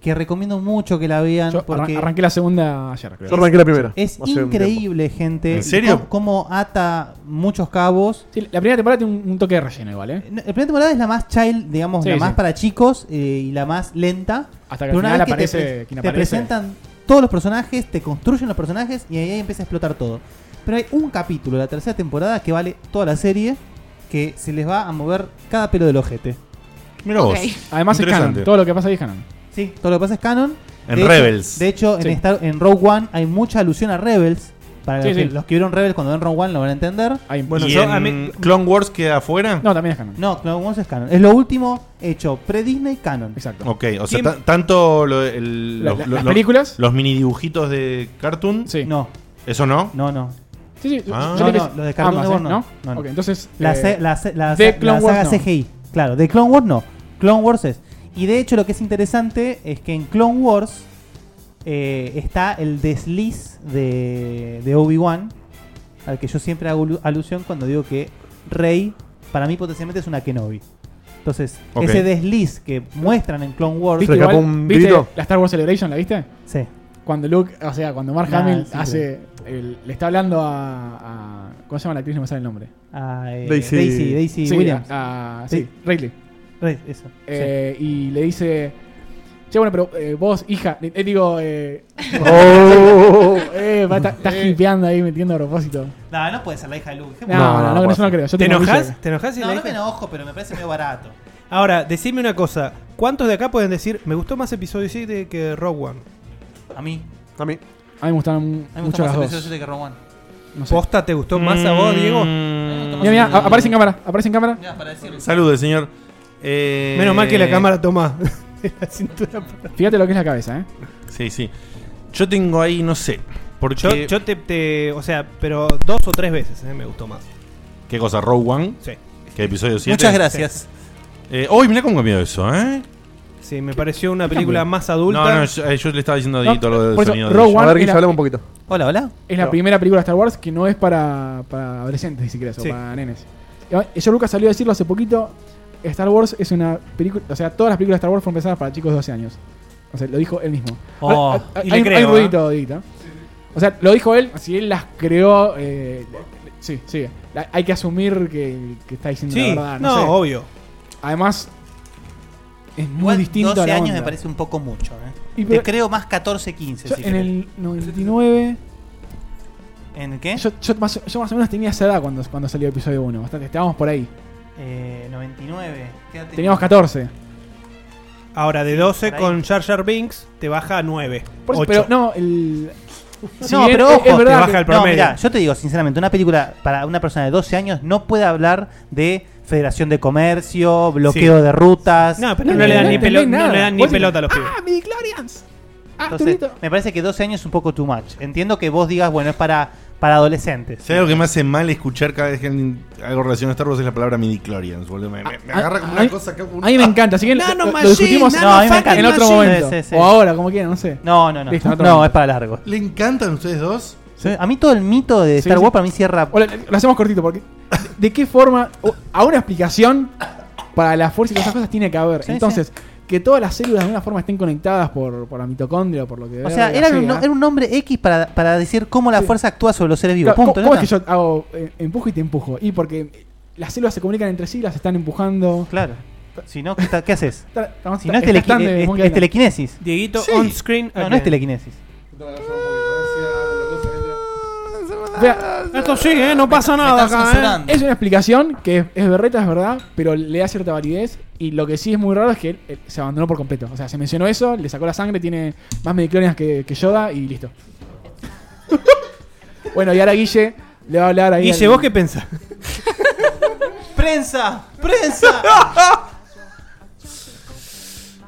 Speaker 6: que recomiendo mucho que la vean
Speaker 3: Yo arran-
Speaker 6: porque
Speaker 3: arranqué la segunda ayer, creo.
Speaker 5: Yo arranqué la primera.
Speaker 6: es
Speaker 5: hace un
Speaker 6: increíble, gente.
Speaker 2: ¿En serio?
Speaker 6: Cómo, cómo ata muchos cabos.
Speaker 3: Sí, la primera temporada tiene un, un toque de relleno igual, ¿eh?
Speaker 6: No, La primera temporada es la más child, digamos,
Speaker 3: Sí,
Speaker 6: la
Speaker 3: sí.
Speaker 6: más para chicos eh, y la más lenta.
Speaker 3: Hasta que
Speaker 6: Pero
Speaker 3: al
Speaker 6: una
Speaker 3: final
Speaker 6: vez que
Speaker 3: aparece
Speaker 6: te pre-
Speaker 3: quien
Speaker 6: te,
Speaker 3: aparece.
Speaker 6: presentan todos los personajes, te construyen los personajes y ahí, ahí empieza a explotar todo. Pero hay un capítulo de la tercera temporada que vale toda la serie, que se les va a mover cada pelo del ojete.
Speaker 2: Mira vos. Ok.
Speaker 3: Además es canon. Todo lo que pasa ahí es canon.
Speaker 6: Sí, todo lo que pasa es canon.
Speaker 2: En
Speaker 6: De hecho-
Speaker 2: Rebels.
Speaker 6: de hecho,
Speaker 2: Sí.
Speaker 6: en, Star- en Rogue One hay mucha alusión a Rebels. Para
Speaker 2: Sí,
Speaker 6: los, Que,
Speaker 2: sí.
Speaker 6: los que vieron Rebels cuando ven Rogue One lo van a entender.
Speaker 2: ¿Y en Clone Wars queda afuera?
Speaker 3: No, también es canon.
Speaker 6: No, Clone Wars es canon. Es lo último hecho pre-Disney canon.
Speaker 3: Exacto.
Speaker 2: Ok, o sea,
Speaker 6: ¿Quién-
Speaker 2: ta- tanto lo- el-
Speaker 6: La-
Speaker 2: los-
Speaker 6: la-
Speaker 2: los-
Speaker 6: las películas?
Speaker 2: Los mini dibujitos de Cartoon.
Speaker 3: Sí.
Speaker 6: No.
Speaker 2: ¿Eso no?
Speaker 6: No, no.
Speaker 3: Sí, sí.
Speaker 2: Ah.
Speaker 3: yo- yo
Speaker 6: No,
Speaker 3: le que-
Speaker 6: no, los de Cartoon
Speaker 3: ambas,
Speaker 6: Network
Speaker 3: ¿eh?
Speaker 6: no. No, no.
Speaker 3: Ok, entonces.
Speaker 6: La,
Speaker 3: eh,
Speaker 6: se- la se- la
Speaker 3: de
Speaker 6: sa-
Speaker 3: Clone
Speaker 6: la
Speaker 3: Wars
Speaker 6: saga
Speaker 3: no.
Speaker 6: CGI. Claro, de Clone Wars no. Clone Wars es. Y de hecho, lo que es interesante es que en Clone Wars eh, está el desliz de, de Obi-Wan, al que yo siempre hago alu- alusión cuando digo que Rey, para mí potencialmente es una Kenobi. Entonces,
Speaker 5: Ok.
Speaker 6: ese desliz que muestran en Clone Wars.
Speaker 3: ¿Viste, igual- ¿viste la Star Wars Celebration? ¿La viste?
Speaker 6: Sí.
Speaker 3: Cuando Luke, o sea, cuando Mark
Speaker 6: Nah,
Speaker 3: Hamill
Speaker 6: sí,
Speaker 3: hace. el- le está hablando a, a- ¿Cómo se llama la actriz? No me sale el nombre.
Speaker 6: A, eh, Daisy- Daisy- Daisy
Speaker 3: Sí,
Speaker 6: Williams.
Speaker 3: a- a- sí,
Speaker 6: Sí.
Speaker 3: Ridley.
Speaker 6: Ray- eso, sí.
Speaker 3: Eh, Y le dice. Che, bueno, pero eh, vos, hija. eh, digo.
Speaker 6: [LAUGHS]
Speaker 3: Eh,
Speaker 5: Oh.
Speaker 3: [LAUGHS] eh, va, está- está hipeando ahí, metiendo a propósito.
Speaker 6: No, no puede ser la hija de Luke.
Speaker 3: No, no, no, no,
Speaker 7: puede
Speaker 3: eso no
Speaker 7: ser.
Speaker 3: creo. Yo
Speaker 7: ¿Te
Speaker 3: tengo
Speaker 7: enojas?
Speaker 3: juicio.
Speaker 7: ¿Te enojas? si
Speaker 6: No,
Speaker 7: la
Speaker 6: no
Speaker 7: hija-
Speaker 6: me enojo, pero me parece medio barato.
Speaker 7: Ahora, decime una cosa. ¿Cuántos de acá pueden decir, me gustó más episodio 7 que Rogue One?
Speaker 6: A mí.
Speaker 5: A mí.
Speaker 3: A mí me gustaron
Speaker 6: A mí me
Speaker 3: mucho
Speaker 6: gusta
Speaker 3: las
Speaker 6: más
Speaker 3: dos.
Speaker 6: episodio 7 que Rogue One.
Speaker 3: No sé.
Speaker 7: ¿Posta te gustó más a vos, Diego?
Speaker 3: Mira, mira, a- aparece en cámara. Aparece en cámara.
Speaker 2: Saludos, señor. Eh,
Speaker 7: Menos mal que la cámara toma [LAUGHS] de la cintura.
Speaker 3: Fíjate lo que es la cabeza, ¿eh?
Speaker 2: Sí, sí. Yo tengo ahí, no sé. Porque,
Speaker 7: Yo, yo te, te- O sea, pero dos o tres veces eh, me gustó más.
Speaker 2: ¿Qué cosa? ¿Rogue One?
Speaker 7: Sí.
Speaker 2: ¿Qué episodio 7?
Speaker 7: Muchas gracias.
Speaker 2: Eh, hoy, mirá cómo cambió eso, ¿eh?
Speaker 7: Sí, me pareció una película más adulta.
Speaker 2: No, no, yo, eh, yo le estaba diciendo a Dieguito lo del
Speaker 3: por eso,
Speaker 2: sonido.
Speaker 3: Rogue
Speaker 2: de
Speaker 3: One
Speaker 2: ellos.
Speaker 3: es la-
Speaker 6: Hola, hola.
Speaker 3: Es la
Speaker 2: No.
Speaker 3: primera película de Star Wars que no es para, para adolescentes, ni siquiera,
Speaker 7: Sí.
Speaker 3: o para nenes. Y Yo Lucas salió a decirlo hace poquito. Star Wars es una película. O sea, todas las películas de Star Wars fueron pensadas para chicos de 12 años. O sea, lo dijo él mismo.
Speaker 6: Oh,
Speaker 3: Ahora, a- a-
Speaker 7: y
Speaker 3: hay,
Speaker 7: le
Speaker 3: un-
Speaker 7: creo,
Speaker 3: hay un
Speaker 7: ¿eh?
Speaker 3: ruidito, Dieguito. O sea, lo dijo él. Si él las creó. eh, le- le- sí, sí. La- hay que asumir que, que está diciendo
Speaker 7: Sí,
Speaker 3: la verdad.
Speaker 7: no,
Speaker 3: sé.
Speaker 7: obvio.
Speaker 3: Además, es muy
Speaker 6: Igual
Speaker 3: distinto
Speaker 6: 12
Speaker 3: a la
Speaker 6: años
Speaker 3: onda.
Speaker 6: me parece un poco mucho. ¿eh?
Speaker 3: Y
Speaker 6: Te
Speaker 3: pero-
Speaker 6: creo más 14, 15.
Speaker 3: Yo
Speaker 6: si
Speaker 3: en
Speaker 6: querés.
Speaker 3: el 99.
Speaker 6: ¿En el qué?
Speaker 3: Yo, yo más, yo más o menos tenía esa edad cuando, cuando salió episodio 1. Bastante, estábamos por ahí.
Speaker 6: Eh, 99. ¿qué edad
Speaker 3: Teníamos 14.
Speaker 7: Ahora, de 12 con Jar Jar Binks te baja a 9.
Speaker 3: Por eso-
Speaker 7: 8.
Speaker 3: pero no, el. si
Speaker 6: no,
Speaker 3: bien
Speaker 6: pero
Speaker 3: es-
Speaker 6: ojo,
Speaker 3: es verdad
Speaker 6: te
Speaker 3: que-
Speaker 6: baja el promedio. yo te digo sinceramente, una película para una persona de 12 años no puede hablar de Federación de Comercio, bloqueo
Speaker 7: Sí.
Speaker 6: de rutas. eh,
Speaker 7: No, pero no, le dan ni,
Speaker 6: pelota.
Speaker 7: pelo- no le dan ni
Speaker 6: Vos-
Speaker 7: pelota a los pibes.
Speaker 3: ¡Ah, midichlorians! ¡Ah,
Speaker 6: Entonces,
Speaker 3: Arturito!
Speaker 6: me parece que 12 años es un poco too much. Entiendo que vos digas, bueno, es para, para adolescentes.
Speaker 2: ¿Sabes lo que me hace mal escuchar cada vez que alguien- algo relacionado a Star Wars es la palabra midichlorians, boludo? Me, me- me agarra como
Speaker 3: a
Speaker 2: una
Speaker 3: mí-
Speaker 2: cosa que...
Speaker 3: A mí me encanta, así que lo- lo,
Speaker 2: Nanomachine,
Speaker 3: discutimos
Speaker 2: No, a mí me
Speaker 3: en
Speaker 2: encanta.
Speaker 3: otro
Speaker 2: Nanomachine.
Speaker 3: momento.
Speaker 6: Sí, sí, sí.
Speaker 3: O ahora, como quieran, no sé.
Speaker 6: No, no, no.
Speaker 3: Listo, en otro
Speaker 6: no,
Speaker 3: momento.
Speaker 6: es para largo.
Speaker 2: ¿Le encantan ustedes dos?
Speaker 6: Sí, A mí todo el mito de
Speaker 3: Sí,
Speaker 6: Star
Speaker 3: sí.
Speaker 6: Wars para mí cierra.
Speaker 3: O lo, lo hacemos cortito, porque. ¿De qué forma? o- a una explicación para la fuerza y todas esas cosas tiene que haber.
Speaker 6: Sí,
Speaker 3: Entonces, que todas las células de alguna forma estén conectadas por, por la mitocondria o por lo que
Speaker 6: O sea, era un,
Speaker 3: sea.
Speaker 6: era un nombre X para, para decir cómo la fuerza actúa sobre los seres vivos.
Speaker 3: Claro, ¿cómo-
Speaker 6: Punto. ya
Speaker 3: ¿Cómo es
Speaker 6: está.
Speaker 3: que yo hago eh, empujo y te empujo? Y porque las células se comunican entre sí, las están empujando.
Speaker 6: Claro. Si no, ¿qué, está- qué haces?
Speaker 3: [LAUGHS] Está- estamos-
Speaker 6: si no es,
Speaker 3: está-
Speaker 6: telequi-
Speaker 3: están de
Speaker 6: es- es
Speaker 3: Monkey Island.
Speaker 6: telequinesis.
Speaker 7: Dieguito, on screen.
Speaker 6: No, no es telequinesis.
Speaker 3: Vea,
Speaker 7: Esto sí, ¿eh? No pasa nada
Speaker 6: estás
Speaker 7: acá, ¿eh?
Speaker 6: censurando.
Speaker 3: es una explicación que es, es berreta, es verdad, pero le da cierta validez. Y lo que sí es muy raro es que él, él se abandonó por completo. O sea, se mencionó eso, le sacó la sangre, tiene más mediclonias que, que Yoda y listo. [LAUGHS] bueno, y ahora Guille le va a hablar ahí.
Speaker 7: Guille,
Speaker 3: al-
Speaker 7: ¿vos qué pensás?
Speaker 6: ¡Prensa! ¡Prensa!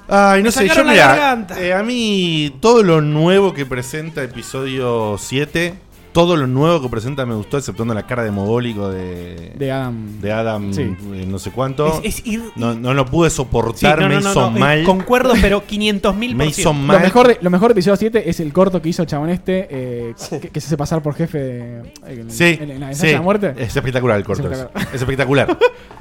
Speaker 2: Ay, no
Speaker 7: Me
Speaker 2: sé, yo
Speaker 7: sacaron la
Speaker 2: mira,
Speaker 7: garganta.
Speaker 2: eh, a mí todo lo nuevo que presenta episodio 7, todo lo nuevo que presenta me gustó, exceptuando la cara de mogólico de,
Speaker 3: De Adam.
Speaker 2: de Adam,
Speaker 3: Sí.
Speaker 2: eh, no sé cuánto.
Speaker 7: Es- es ir-
Speaker 2: no, no lo pude
Speaker 7: Sí,
Speaker 2: soportar, me hizo
Speaker 7: eh,
Speaker 2: mal.
Speaker 7: Concuerdo,
Speaker 2: [LAUGHS]
Speaker 7: pero 500 mil
Speaker 2: Me hizo mal.
Speaker 3: Lo mejor, de, lo mejor de episodio 7 es el corto que hizo el chabón este, eh, que, que se hace pasar por jefe de, en-
Speaker 2: Sí,
Speaker 3: en, en la
Speaker 2: sí.
Speaker 3: Estrella de la muerte.
Speaker 2: Es espectacular el corto.
Speaker 3: Es espectacular.
Speaker 2: ese.
Speaker 3: [LAUGHS]
Speaker 2: Es espectacular.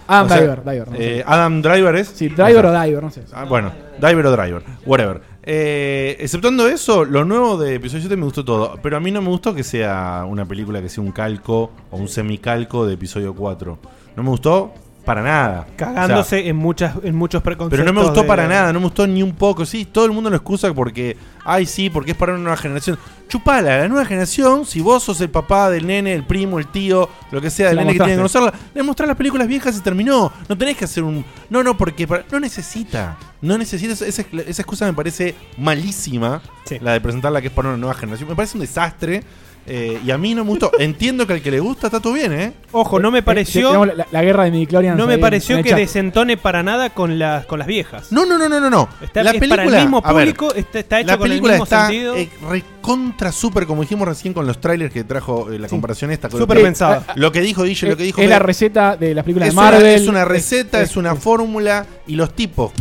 Speaker 3: Adam
Speaker 2: O sea,
Speaker 3: Driver, Driver, no sé.
Speaker 2: eh, Adam Driver es. Sí,
Speaker 3: Driver o Diver, no sé.
Speaker 2: Ah, bueno, Diver o Driver, whatever. Eh, exceptuando eso, lo nuevo de episodio 7 me gustó todo. Pero a mí no me gustó que sea una película que sea un calco o un semicalco de episodio 4. No me gustó para nada. O sea,
Speaker 7: Cagándose en, muchas, en muchos preconceptos.
Speaker 2: pero no me gustó
Speaker 7: de-
Speaker 2: para nada, no me gustó ni un poco. Sí, todo el mundo lo excusa porque, ay, sí, porque es para una nueva generación. Chupala, la nueva generación, si vos sos el papá del nene, el primo, el tío, lo que sea,
Speaker 7: Se
Speaker 2: del
Speaker 7: la
Speaker 2: nene que tiene que
Speaker 7: mostraste.
Speaker 2: conocerla, le mostrás las películas viejas y terminó. No tenés que hacer un. No, no, porque para- no necesita. No necesita. Esa, esa- esa excusa me parece malísima, la de presentarla que es para una nueva generación. Me parece un desastre. eh, y a mí no me gustó. Entiendo que al que le gusta está todo bien, ¿eh?
Speaker 7: Ojo, no me pareció-
Speaker 3: Digamos, la, la guerra de Midichlorians.
Speaker 7: No
Speaker 3: ahí
Speaker 7: me
Speaker 3: en-
Speaker 7: pareció
Speaker 3: en el
Speaker 7: que
Speaker 3: chat.
Speaker 7: desentone para nada con las, con las viejas.
Speaker 2: No, no, no, no, no, no.
Speaker 7: Está- es para el mismo
Speaker 2: a ver,
Speaker 7: público, está- está hecho
Speaker 2: la
Speaker 7: con el
Speaker 2: película
Speaker 7: mismo
Speaker 2: está,
Speaker 7: sentido.
Speaker 2: eh, recontra super, como dijimos recién con los trailers que trajo eh, la comparación esta. Con
Speaker 3: Súper
Speaker 2: Eh,
Speaker 3: pensado.
Speaker 2: Lo que dijo Guille, lo que
Speaker 3: Es-
Speaker 2: dijo
Speaker 3: Eh, Es la
Speaker 2: Pedro.
Speaker 3: receta de las películas
Speaker 2: es
Speaker 3: de
Speaker 2: una-
Speaker 3: Marvel.
Speaker 2: es una receta, es, una fórmula y los tipos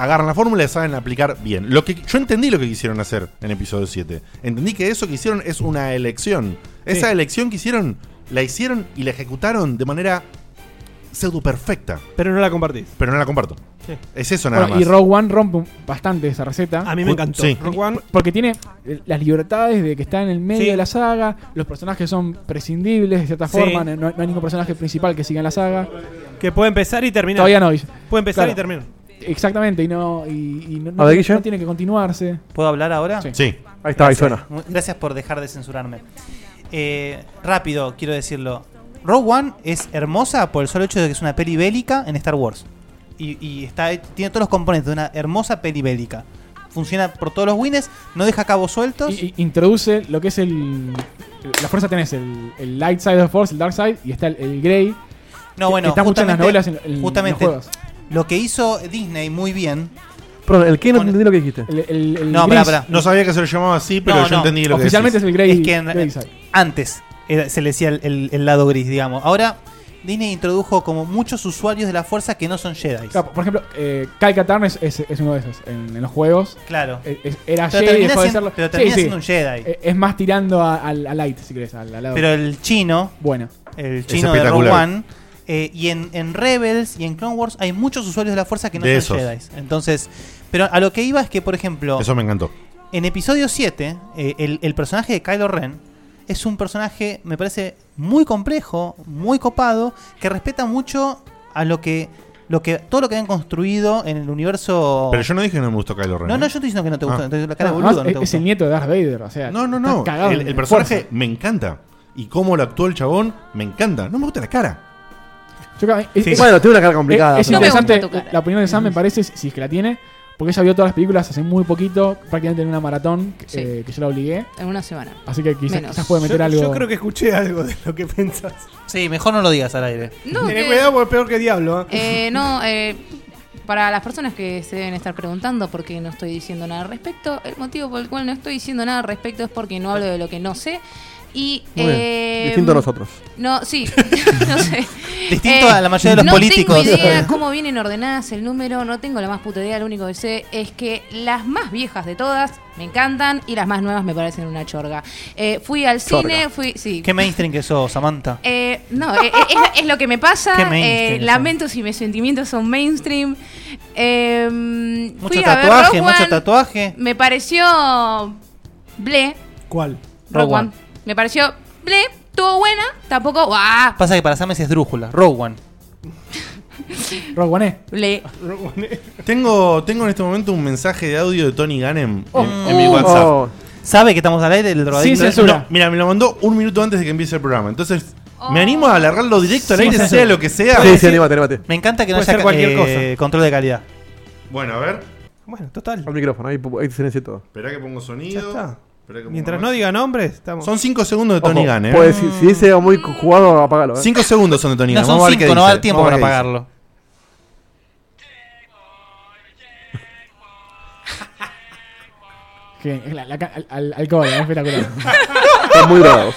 Speaker 2: agarran la fórmula y la saben aplicar bien. Lo que yo entendí lo que quisieron hacer en episodio 7. Entendí que eso que hicieron es una elección. Esa
Speaker 7: Sí.
Speaker 2: elección que hicieron la hicieron y la ejecutaron de manera pseudo perfecta.
Speaker 7: Pero no la compartís.
Speaker 2: Pero no la comparto.
Speaker 7: Sí.
Speaker 2: Es eso nada
Speaker 3: Bueno,
Speaker 2: más.
Speaker 3: Y Rogue One rompe un- bastante esa receta.
Speaker 7: A mí me encantó.
Speaker 2: Sí.
Speaker 7: Rogue One-
Speaker 3: Porque tiene eh, las libertades de que está en el medio
Speaker 7: Sí.
Speaker 3: de la saga, los personajes son prescindibles de cierta
Speaker 7: Sí.
Speaker 3: forma, no, no hay ningún personaje principal que siga en la saga.
Speaker 7: Que puede empezar y terminar.
Speaker 3: Todavía no.
Speaker 7: Puede empezar
Speaker 3: Claro.
Speaker 7: y terminar.
Speaker 3: Exactamente, y no, y, y no, no
Speaker 5: A ver,
Speaker 3: tiene-
Speaker 5: Guille.
Speaker 3: no tiene que continuarse.
Speaker 6: ¿Puedo hablar ahora?
Speaker 3: Sí.
Speaker 2: Sí.
Speaker 5: Ahí está, ahí
Speaker 6: Gracias.
Speaker 5: suena.
Speaker 6: Mu- Gracias por dejar de censurarme. Eh, rápido, quiero decirlo. Rogue One es hermosa por el solo hecho de que es una peli bélica en Star Wars. Y, y está, tiene todos los componentes de una hermosa peli bélica. Funciona por todos los wins, no deja cabos sueltos.
Speaker 3: Y- y introduce lo que es el. La fuerza tenés el, el light side of the force, el dark side, y está el, el grey.
Speaker 6: no,
Speaker 3: que-
Speaker 6: bueno,
Speaker 3: que está mucho en las
Speaker 6: justamente,
Speaker 3: novelas, en, en- en
Speaker 6: justamente
Speaker 3: los juegos.
Speaker 6: lo que hizo Disney muy bien.
Speaker 5: Perdón, el que no entendí lo que dijiste.
Speaker 3: El, el- el
Speaker 6: No,
Speaker 3: gris.
Speaker 6: pará, pará.
Speaker 2: No sabía que se lo llamaba así, pero
Speaker 6: No,
Speaker 2: yo
Speaker 6: no.
Speaker 2: entendí lo
Speaker 3: Oficialmente
Speaker 2: que
Speaker 3: es el grey.
Speaker 6: es que en-
Speaker 3: grey side.
Speaker 6: antes era- se le decía el, el- el lado gris, digamos. Ahora Disney introdujo como muchos usuarios de la fuerza que no son Jedi.
Speaker 3: Claro, por ejemplo, eh, Kyle Katarn es, es- es uno de esos en, en los juegos.
Speaker 6: Claro.
Speaker 3: Eh, es- era
Speaker 6: Pero
Speaker 3: Jedi
Speaker 6: termina
Speaker 3: dejó de
Speaker 6: siendo-
Speaker 3: serlo.
Speaker 6: pero termina siendo un Jedi.
Speaker 3: Eh, es más tirando a- al a light, si querés, al, al lado.
Speaker 6: Pero el chino,
Speaker 3: bueno.
Speaker 6: el
Speaker 2: Es
Speaker 6: chino de Rogue
Speaker 2: espectacular.
Speaker 6: One. eh, y en, en Rebels y en Clone Wars hay muchos usuarios de la fuerza que no
Speaker 2: De
Speaker 6: son
Speaker 2: esos.
Speaker 6: Jedi. Entonces, pero a lo que iba es que, por ejemplo,
Speaker 2: decís. Eso me encantó.
Speaker 6: en episodio 7, eh, el, el personaje de Kylo Ren es un personaje, me parece, muy complejo, muy copado, que respeta mucho a lo que. Lo que todo lo que han construido en el universo.
Speaker 2: Pero yo no dije que no me gustó Kylo Ren.
Speaker 6: Oh. no, no, yo no
Speaker 2: ¿eh?
Speaker 6: estoy diciendo que no te gusta.
Speaker 2: Ah.
Speaker 6: entonces la cara de
Speaker 3: No,
Speaker 6: boludo
Speaker 3: además,
Speaker 6: no te
Speaker 3: es, es
Speaker 6: gusta.
Speaker 3: el nieto de Darth Vader, o sea.
Speaker 2: No, no,
Speaker 3: está
Speaker 2: no.
Speaker 3: cagado
Speaker 2: El,
Speaker 3: en
Speaker 2: el personaje
Speaker 3: fuerza.
Speaker 2: me encanta. Y cómo lo actuó el chabón, me encanta. No me gusta la cara.
Speaker 3: Yo ca- es-
Speaker 7: Sí.
Speaker 3: es-
Speaker 5: Bueno, tiene una cara complicada.
Speaker 3: Es, es
Speaker 5: pero-
Speaker 4: No me
Speaker 3: interesante
Speaker 4: gusta tu cara.
Speaker 3: la opinión de Sam, me parece, si si es que la tiene. Porque ella vio todas las películas hace muy poquito, prácticamente en una maratón que-
Speaker 4: Sí.
Speaker 3: eh, que yo la obligué.
Speaker 4: En una semana.
Speaker 3: Así que quizás,
Speaker 4: Menos.
Speaker 3: quizás puede
Speaker 7: Yo,
Speaker 3: meter algo.
Speaker 7: yo creo que escuché algo de lo que pensás.
Speaker 6: Sí, mejor no lo digas al aire.
Speaker 4: No,
Speaker 7: Tené
Speaker 4: que-
Speaker 7: cuidado porque es peor que Diablo. ¿eh?
Speaker 4: Eh, no, eh, para las personas que se deben estar preguntando por qué no estoy diciendo nada al respecto, el motivo por el cual no estoy diciendo nada al respecto es porque no hablo de lo que no sé. Y,
Speaker 5: Muy bien.
Speaker 4: eh,
Speaker 5: Distinto a nosotros.
Speaker 4: No, sí,
Speaker 5: [LAUGHS]
Speaker 4: [LAUGHS] no sé. Eh,
Speaker 6: Distinto a la mayoría de los
Speaker 4: no
Speaker 6: políticos.
Speaker 4: tengo idea
Speaker 6: [LAUGHS]
Speaker 4: cómo vienen ordenadas el número, no tengo la más puta idea, lo único que sé es que las más viejas de todas me encantan y las más nuevas me parecen una chorga. Eh, fui al
Speaker 5: Chorga.
Speaker 4: cine, fui, sí.
Speaker 6: Qué mainstream que sos, Samantha.
Speaker 4: Eh, no, eh, eh, es, es lo que me pasa.
Speaker 6: [LAUGHS] Qué mainstream
Speaker 4: eh,
Speaker 6: eso.
Speaker 4: lamento si mis sentimientos son mainstream. Eh,
Speaker 6: Mucho
Speaker 4: fui a ver
Speaker 6: tatuaje,
Speaker 4: Rogue
Speaker 6: mucho
Speaker 4: One.
Speaker 6: tatuaje.
Speaker 4: Me pareció. Ble.
Speaker 7: ¿Cuál?
Speaker 6: Rogue
Speaker 4: Rogue One.
Speaker 6: One.
Speaker 4: Me pareció. Ble. Estuvo buena. Tampoco. ¡guau!
Speaker 6: Pasa que para Sam es esdrújula. Rogue One.
Speaker 3: Rogue One es.
Speaker 4: Ble.
Speaker 2: Tengo, tengo en este momento un mensaje de audio de Tony Gannem en, en mi
Speaker 4: Oh.
Speaker 2: WhatsApp.
Speaker 5: Oh,
Speaker 6: ¿Sabe que estamos al aire el drogadicto?
Speaker 3: Sí, censura.
Speaker 2: No, mira, me lo mandó un minuto antes de que empiece el programa. Entonces, me animo a alargarlo directo al aire, sea lo que sea.
Speaker 5: Sí, sí, anímate, anímate.
Speaker 6: Me encanta que no
Speaker 7: Puede
Speaker 6: haya
Speaker 7: ser cualquier
Speaker 6: eh, control de calidad.
Speaker 2: Bueno, a ver.
Speaker 7: Bueno, total.
Speaker 5: Al micrófono, ahí, ahí silencié todo.
Speaker 2: Espera que pongo sonido.
Speaker 7: Ya está.
Speaker 2: Esperá que pongo
Speaker 7: Mientras
Speaker 2: más.
Speaker 7: no diga nombres, estamos.
Speaker 2: Son 5 segundos de Tony ¿eh?
Speaker 5: Ojo,
Speaker 2: Gannem.
Speaker 5: puede- si, si dice muy jugado, apágalo. eh.
Speaker 2: 5 segundos son de Tony
Speaker 6: No
Speaker 2: Gannem.
Speaker 6: son
Speaker 2: Vamos a ver qué
Speaker 6: cinco, no va a
Speaker 2: dice.
Speaker 6: dar tiempo
Speaker 2: Vamos a
Speaker 6: para
Speaker 2: ver qué dice.
Speaker 6: pagarlo.
Speaker 3: Que, es la- la ca- al- al- alcohol, es espectacular.
Speaker 4: [LAUGHS]
Speaker 5: Están muy drogados.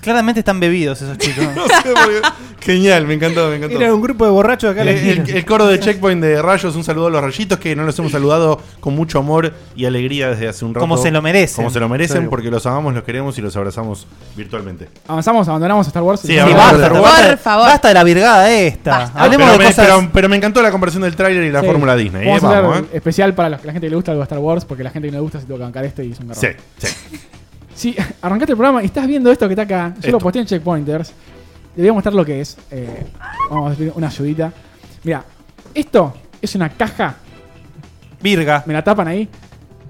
Speaker 6: Claramente están bebidos esos
Speaker 2: [LAUGHS]
Speaker 6: chicos.
Speaker 2: [LAUGHS] No sé por qué. Genial, me encantó, me encantó.
Speaker 7: Era un grupo de borrachos acá.
Speaker 2: El,
Speaker 7: en la esquina.
Speaker 2: el- el coro de Checkpoint de Rayos, un saludo a los rayitos que no los hemos saludado con mucho amor y alegría desde hace un rato.
Speaker 6: Como se lo merecen.
Speaker 2: Como se lo merecen,
Speaker 5: Sí.
Speaker 2: porque los amamos, los queremos y los abrazamos virtualmente.
Speaker 3: Avanzamos, abandonamos Star Wars.
Speaker 2: Sí,
Speaker 6: Sí,
Speaker 2: Ahora,
Speaker 6: basta,
Speaker 2: ahora,
Speaker 6: basta,
Speaker 4: por favor.
Speaker 6: basta de la virgada esta.
Speaker 4: Basta.
Speaker 6: Hablemos
Speaker 2: pero,
Speaker 6: de
Speaker 2: me,
Speaker 6: cosas.
Speaker 2: pero- pero me encantó la comparación del tráiler y la
Speaker 3: Sí.
Speaker 2: fórmula Disney. eh,
Speaker 3: Vamos a
Speaker 2: Vamos,
Speaker 3: hacer
Speaker 2: eh.
Speaker 3: especial para los- la gente que le gusta algo de Star Wars, porque la gente que no le gusta se tuvo que bancar esto y es un garrón.
Speaker 2: Sí, sí.
Speaker 3: [LAUGHS] Si arrancaste el programa y estás viendo esto que está acá, yo
Speaker 2: Esto.
Speaker 3: lo posté en Checkpointers. Les voy a mostrar lo que es. eh, vamos a hacer una ayudita. Mira, esto es una caja.
Speaker 8: Virga.
Speaker 3: Me la tapan ahí.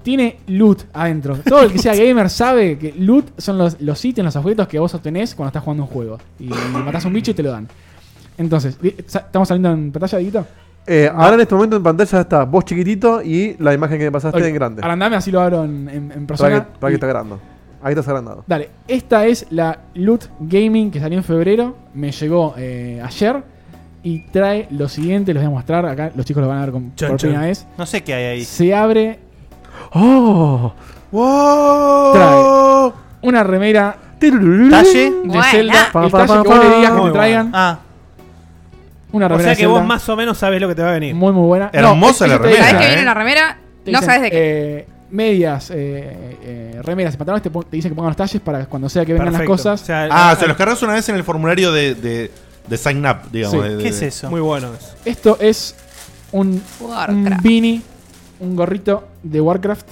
Speaker 3: Tiene loot adentro. Todo el que
Speaker 5: [LAUGHS]
Speaker 3: sea gamer sabe que loot son los, los ítems, los objetos que vos obtenés cuando estás jugando un juego. Y matás a un bicho y te lo dan. Entonces, di- sa- ¿estamos saliendo en pantalla, Dieguito?
Speaker 5: Eh, Ahora en este momento en pantalla está vos chiquitito y la imagen que me pasaste
Speaker 3: Ok,
Speaker 5: en grande.
Speaker 3: Agrandame, así lo abro en, en- en persona.
Speaker 5: Para que, para que
Speaker 3: Y-
Speaker 5: está agrando. Ahí estás agrandado.
Speaker 3: Dale, esta es la Loot Gaming que salió en febrero. Me llegó eh, ayer. Y trae lo siguiente, les voy a mostrar. Acá los chicos lo van a ver con-
Speaker 8: Chon,
Speaker 3: por
Speaker 8: chon.
Speaker 3: primera vez.
Speaker 8: No sé qué hay ahí.
Speaker 3: Se abre.
Speaker 5: ¡Oh!
Speaker 8: ¡Wow!
Speaker 3: Trae una remera.
Speaker 8: ¿Talle?
Speaker 3: De
Speaker 8: Buena.
Speaker 3: Zelda.
Speaker 8: Pa,
Speaker 3: el
Speaker 8: pa,
Speaker 3: talle
Speaker 8: pa,
Speaker 3: que vos
Speaker 8: pa.
Speaker 3: le digas que
Speaker 8: Muy
Speaker 3: te traigan.
Speaker 8: Ah.
Speaker 3: Una
Speaker 8: O
Speaker 3: remera.
Speaker 8: sea que
Speaker 3: de Zelda.
Speaker 8: vos más o menos sabés lo que te va a venir.
Speaker 3: Muy, muy buena.
Speaker 2: Hermosa la remera,
Speaker 4: Sabés que viene una remera, no sabes de qué.
Speaker 3: ¿eh? medias, eh, eh, remeras y pantalones te, pon- te dicen que pongan los talles para cuando sea que vengan
Speaker 2: Perfecto.
Speaker 3: las cosas.
Speaker 2: ah, se los cargas una vez en el formulario de, de, de sign up, digamos.
Speaker 3: Sí.
Speaker 2: de- de-
Speaker 3: ¿Qué es eso?
Speaker 8: Muy bueno eso.
Speaker 3: Esto es un, un
Speaker 4: Warcraft.
Speaker 3: beanie, un gorrito de Warcraft